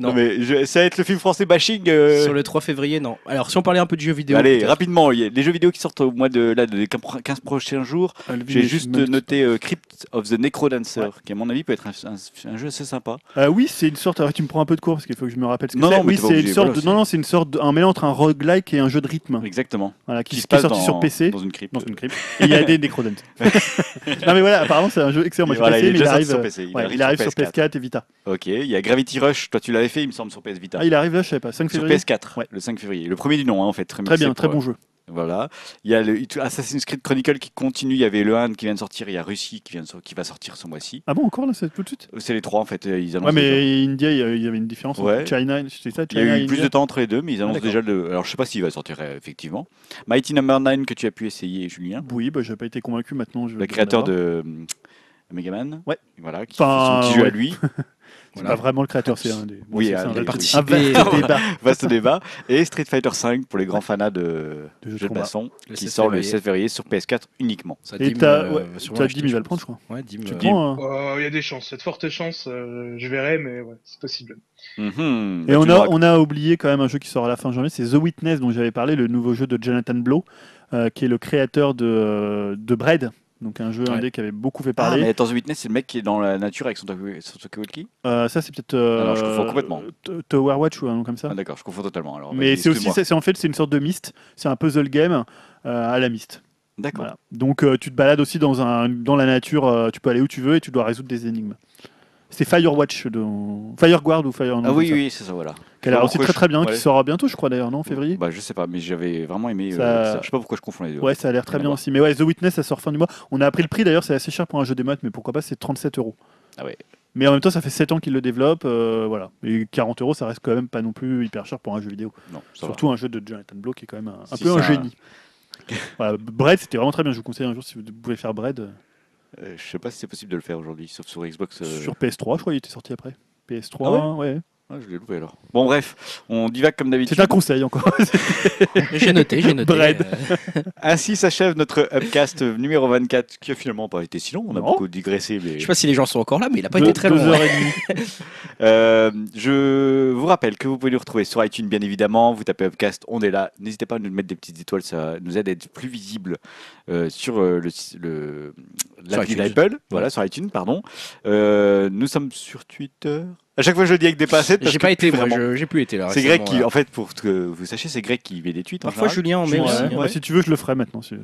Non,
Non.
mais je- ça va être le film français bashing. euh,
Sur le 3 février, non. Alors, si on parlait un peu de jeux vidéo.
Allez,
peut-être.
rapidement, il y a les jeux vidéo qui sortent au mois de là, des 15 prochains jours. J'ai juste noté euh, Crypt of the Necrodancer,
Ouais.
qui à mon avis peut être un, un- un jeu assez sympa.
Ah oui, c'est une sorte. Alors, tu me prends un peu de cours parce qu'il faut que je me rappelle ce que
Non,
c'est.
non, mais
Oui,
t'es pas
c'est une
obligé,
sorte.
voilà,
de- Non, non, c'est une sorte. de- Un mélange entre un roguelike et un jeu de rythme.
Exactement.
Voilà, qui,
Qui se
qui est
passe
sorti
dans-
sur PC.
dans une crypte.
Dans une crypte. Et il y a des Necrodent. non, mais voilà, apparemment, c'est un jeu excellent. Moi,
Et
je
voilà,
PC,
il est
mais il
déjà sorti
arrive.
sur
euh,
PC. Il
ouais,
arrive
il arrive
sur
sur
PS4.
PS4 et Vita.
Ok, il y a Gravity Rush. Toi, tu l'avais fait, il me semble, sur PS Vita.
Ah, il arrive là, je sais pas, 5
sur
février.
PS4,
Ouais.
le 5 février. Le premier du nom, hein, en fait.
Très bien,
remercié
très
pour-
bon jeu.
Voilà. Il y a le Assassin's Creed Chronicle qui continue. Il y avait le 1 qui vient de sortir. Il y a Russie qui, vient de sor- qui va sortir ce mois-ci.
Ah bon, encore là, c'est tout de suite
C'est les trois, en fait. Ils annoncent
Ouais,
les deux.
mais India, il y a- il y avait une différence. entre
Ouais.
China, c'était ça,
Il y
China.
a eu plus
India. Ah,
de temps entre les deux, mais ils annoncent
d'accord.
déjà le. Alors, je sais pas s'il va sortir euh, effectivement. Mighty Number 9 que tu as pu essayer, Julien,
Oui, bah, j'ai pas été convaincu maintenant. Je
le créateur de euh, Megaman.
Ouais.
Voilà, qui
Enfin,
fait son petit jeu
ouais.
à lui.
C'est
Voilà.
pas vraiment le créateur, c'est un des. bon,
Oui,
c'est-
un
c'est
des
vrai
parties.
truc. Un vaste
Participer.
débat
Vaste débat. Et Street Fighter 5 pour les grands fanats de
de jeux de
jeux de
combat.
baston,
Le
qui
7
sort le
février.
7 février sur PS4 uniquement.
Ça,
Et
Dim,
t'as
euh,
ouais,
va sûrement
t'as
l'acheter,
Dim, il
je
va le prendre, je
pense.
crois.
Ouais, Dim.
Tu
euh,
le prends. hein.
Euh, Il y a des chances, il y a de fortes chances. euh, je verrai, mais ouais, c'est possible.
Mhm.
Mm-hmm. Et
Bah,
on
tu nous
a,
racontes.
on a oublié quand même un jeu qui sort à la fin janvier, c'est The Witness dont j'avais parlé, le nouveau jeu de Jonathan Blow, euh, qui est le créateur de, euh, de Bread, donc un jeu
Ouais.
indé qui avait beaucoup fait
Ah,
parler.
mais attends, The Witness, c'est le mec qui est dans la nature avec son Toki- son Tokiwoki
Euh, ça c'est peut-être euh,
Ah non, je confonds complètement.
T- Tower Watch ou un nom comme ça.
Ah, D'accord, je confonds totalement. Alors,
mais
vas-y,
c'est aussi,
excuse-moi.
c'est c'est en fait c'est une sorte de mist, c'est un puzzle game euh, à la mist.
D'accord.
Voilà. Donc euh, tu te balades aussi dans, un, dans la nature, euh, tu peux aller où tu veux et tu dois résoudre des énigmes. C'est Firewatch, de... Fireguard ou Fire.
Ah oui, oui, c'est ça, voilà.
Qui a l'air
Bon,
aussi
pourquoi
très
je-
très bien,
ouais.
qui sort bientôt, je crois d'ailleurs, non, en février.
Bah, je sais pas, mais j'avais vraiment aimé. euh,
Ça-
ça. Je sais pas pourquoi je confonds les deux.
Ouais, ça a l'air très
Rien à
bien
voir.
aussi. Mais ouais, The Witness, ça sort fin du mois. On a appris le prix d'ailleurs, c'est assez cher pour un jeu des maths, mais pourquoi pas, c'est 37 euros.
Ah ouais.
Mais en même temps, ça fait 7 ans qu'il le développe. euh, voilà. Et 40 euros, ça reste quand même pas non plus hyper cher pour un jeu vidéo.
Non, ça va.
Surtout un jeu de Jonathan Blow qui est quand même un, un
Si
peu un
ça-
génie. voilà, Bread, c'était vraiment très bien. Je vous conseille un jour si vous pouvez faire Bread euh,
Euh, je sais pas si c'est possible de le faire aujourd'hui, sauf sur Xbox. euh,
sur PS3. Je crois qu'il était sorti après. PS3,
Ah
ouais.
ah, je l'ai loupé alors. Bon, bref, on divague comme d'habitude.
C'est un conseil encore.
J'ai noté, j'ai noté.
Bread.
euh,
Ainsi s'achève notre Upcast numéro 24, qui a finalement pas été si long. On a
Non.
beaucoup digressé, mais.
je sais pas si les gens sont encore là, mais il a pas
Deux-
été très
deux
long.
heures
hein.
et demie.
Euh, je vous rappelle que vous pouvez nous retrouver sur iTunes, bien évidemment. Vous tapez Upcast, on est là. N'hésitez pas à nous mettre des petites étoiles, ça nous aide à être plus visible euh, sur euh, le, si- le l'appli
iTunes.
d'Apple. Voilà, sur iTunes, pardon. Euh, nous sommes sur Twitter. À chaque fois, je le dis avec des pincettes. parce
J'ai
que
pas été, moi,
vraiment-
je- j'ai plus été là.
C'est Greg
récemment,
qui,
là.
en fait, pour que vous sachiez, c'est Greg qui met des tweets. en
Parfois
général.
Julien en met
Julien,
aussi.
Ouais,
hein.
ouais, Si tu veux, je le ferai maintenant. si-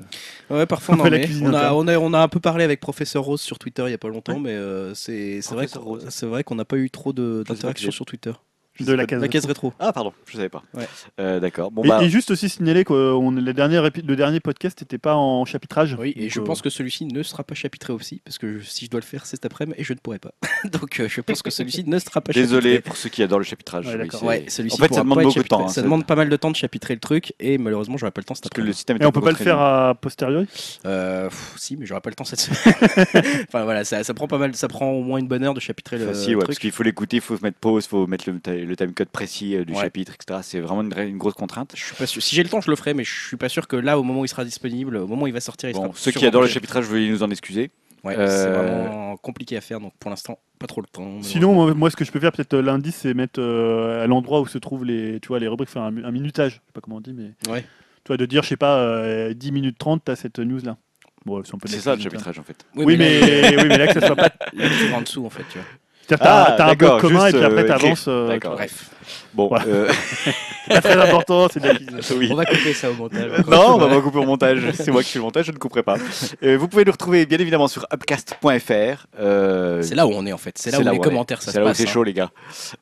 Ouais, parfois on en
Après la
met.
cuisine
On a,
interne.
on, a, on a un peu parlé avec Professeur Rose sur Twitter il y a pas longtemps, mais euh, c'est c'est vrai
Professeur
qu'on-
Rose.
c'est vrai qu'on n'a pas eu trop de-
sais pas
d'interactions
qui est.
sur Twitter.
De la case.
La caisse rétro.
Ah, pardon, je savais pas.
Ouais.
Euh, D'accord. Bon,
et,
bah,
et juste aussi signaler que euh, le dernier, épi- le dernier podcast n'était pas en chapitrage.
Oui, et
Donc,
je
euh,
pense que celui-ci ne sera pas chapitré aussi, parce que je- si je dois le faire, c'est cet après-midi et je ne pourrai pas. Donc euh, je pense que celui-ci ne sera pas
désolé
chapitré.
pour ceux qui adorent le chapitrage.
Ouais,
mais
d'accord.
c'est-
Ouais, celui-ci
En fait,
pourra
ça demande
pas être
beaucoup de temps.
chapitré.
hein,
ça demande pas mal de temps de chapitrer le truc, et malheureusement, j'aurais pas le temps cet
Parce que le
après-midi.
système est
Et
un
on peut
peu
pas le
contraignant.
faire à posteriori
Euh, pff, si, mais j'aurais pas le temps cette semaine. enfin voilà, ça, ça prend pas mal, ça prend au moins une bonne heure de chapitrer le
Enfin, si, ouais,
truc.
parce qu'il faut l'écouter, il faut mettre pause, il faut mettre le, ti- le timecode précis euh, du
Ouais.
chapitre, etc. C'est vraiment une, vraie- une grosse contrainte.
Je suis pas sûr. Si j'ai le temps, je le ferai, mais je suis pas sûr que là, au moment où il sera disponible, au moment où il va sortir, il
Bon,
sera.
ceux qui
sûrement
adorent le
déjà-
chapitrage, veuillez nous en excuser.
Ouais, c'est
Euh,
vraiment compliqué à faire, donc pour l'instant, pas trop le temps.
Sinon, moi, moi, ce que je peux faire peut-être euh, lundi, c'est mettre euh, à l'endroit où se trouvent les, tu vois, les rubriques, faire un, mu- un minutage. Je sais pas comment on dit, mais
Ouais.
tu vois, de dire, je sais pas, euh, 10 minutes 30, t'as cette news là. Bon, si on peut
C'est
l'expliquer,
ça le
putain.
hein.
chapitrage en fait.
hein. Oui, mais, oui, mais là que ça soit pas.
là, tu vas en dessous, en fait, tu vois.
C'est-à-dire, t'as
Ah,
t'as un
d'accord,
bloc commun
juste,
et puis après
euh,
t'avances. euh,
D'accord.
Bref,
Bon,
Ouais.
euh,
c'est pas très important, c'est de l'acquisition.
oui.
on va couper ça au montage.
Non, on
bah,
va pas couper au montage. C'est moi qui fais le montage, je ne couperai pas. Euh, vous pouvez nous retrouver bien évidemment sur upcast.fr. euh,
C'est là où on est en fait, c'est là où les
on est.
commentaires ça
C'est
se
là où
passe.
c'est
hein.
chaud, les gars.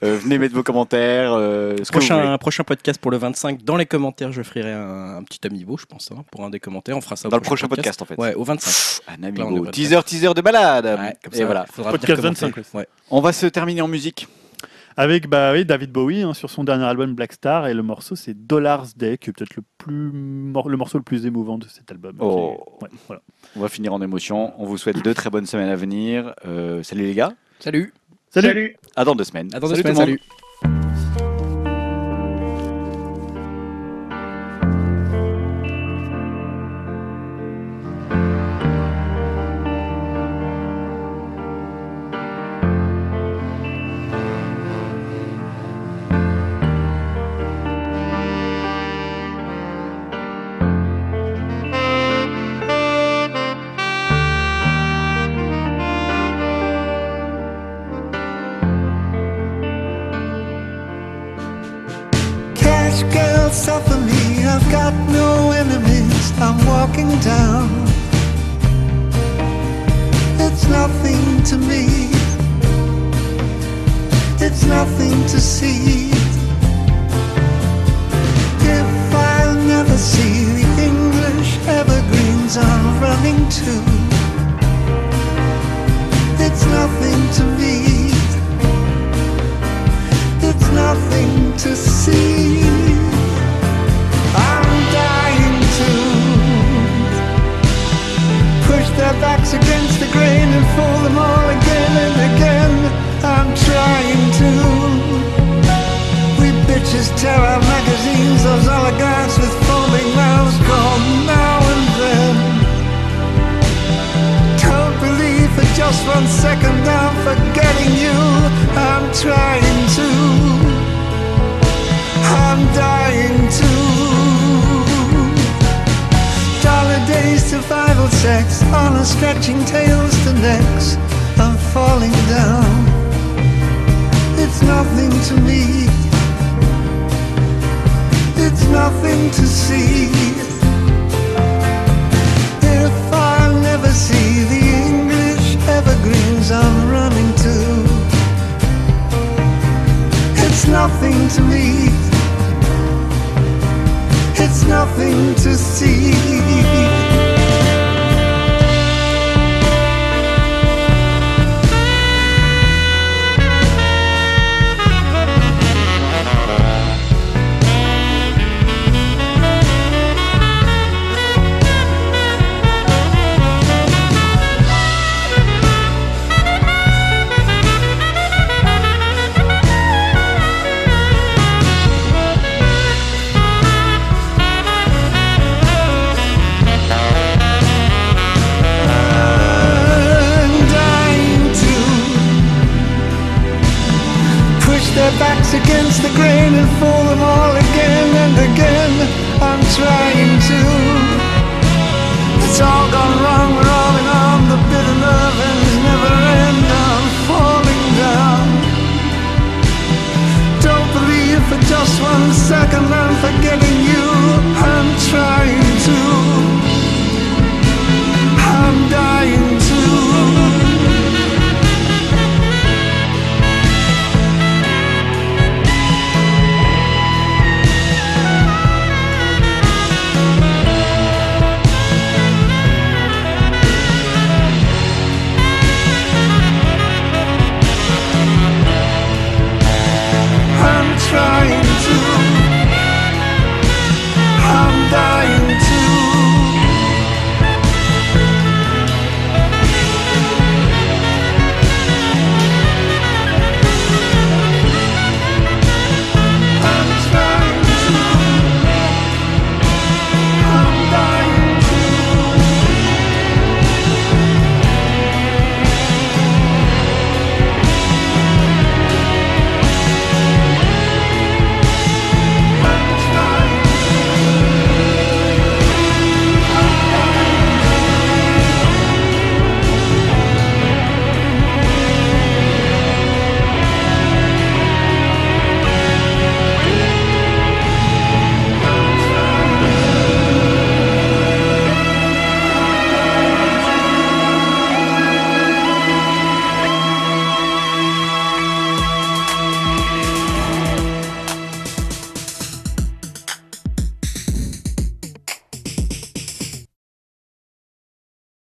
Euh, venez mettre vos commentaires. euh, ce que vous voulez.
Prochain, prochain podcast pour le 25, dans les commentaires, je ferai un, un petit amiibo, je pense, hein, pour un des commentaires. On fera ça au
Dans le prochain podcast, en fait.
Ouais, au 25.
Un
Là, on
amigo.
devrait
Teaser, teaser de balade.
Ouais, comme
Euh, Et
ça,
voilà.
faudra
Podcast
dire comment
25,
c'est.
ouais.
Ouais.
On va se terminer en musique.
Avec bah, oui, David Bowie hein, sur son dernier album Black Star et le morceau c'est Dollars Day qui est peut-être le, plus mor- le morceau le plus émouvant de cet album.
Oh.
Qui est- ouais, voilà.
On va finir en émotion. On vous souhaite deux très bonnes semaines à venir. Euh, salut les gars.
Salut.
Salut.
Salut
À dans deux semaines.
À dans deux
Salut tout le
semaines,
monde.
salut.
Cash girl, suffer me. I've got no enemies. I'm walking down. It's nothing to me. It's nothing to see. If I never see the English evergreens I'm running to, it's nothing to me it's nothing to see. I'm dying to push their backs against the grain and fool them all again and again. I'm trying to. We bitches tear our magazines, those oligarchs with foaming mouths call now and then. Don't believe for just one second I'm forgetting you. I'm trying to. I'm dying to. Dollar days, survival sex, honor stretching tails to necks. I'm falling down. It's nothing to me. It's nothing to see. If I never see the English evergreens I'm running to, it's nothing to me. It's nothing to see.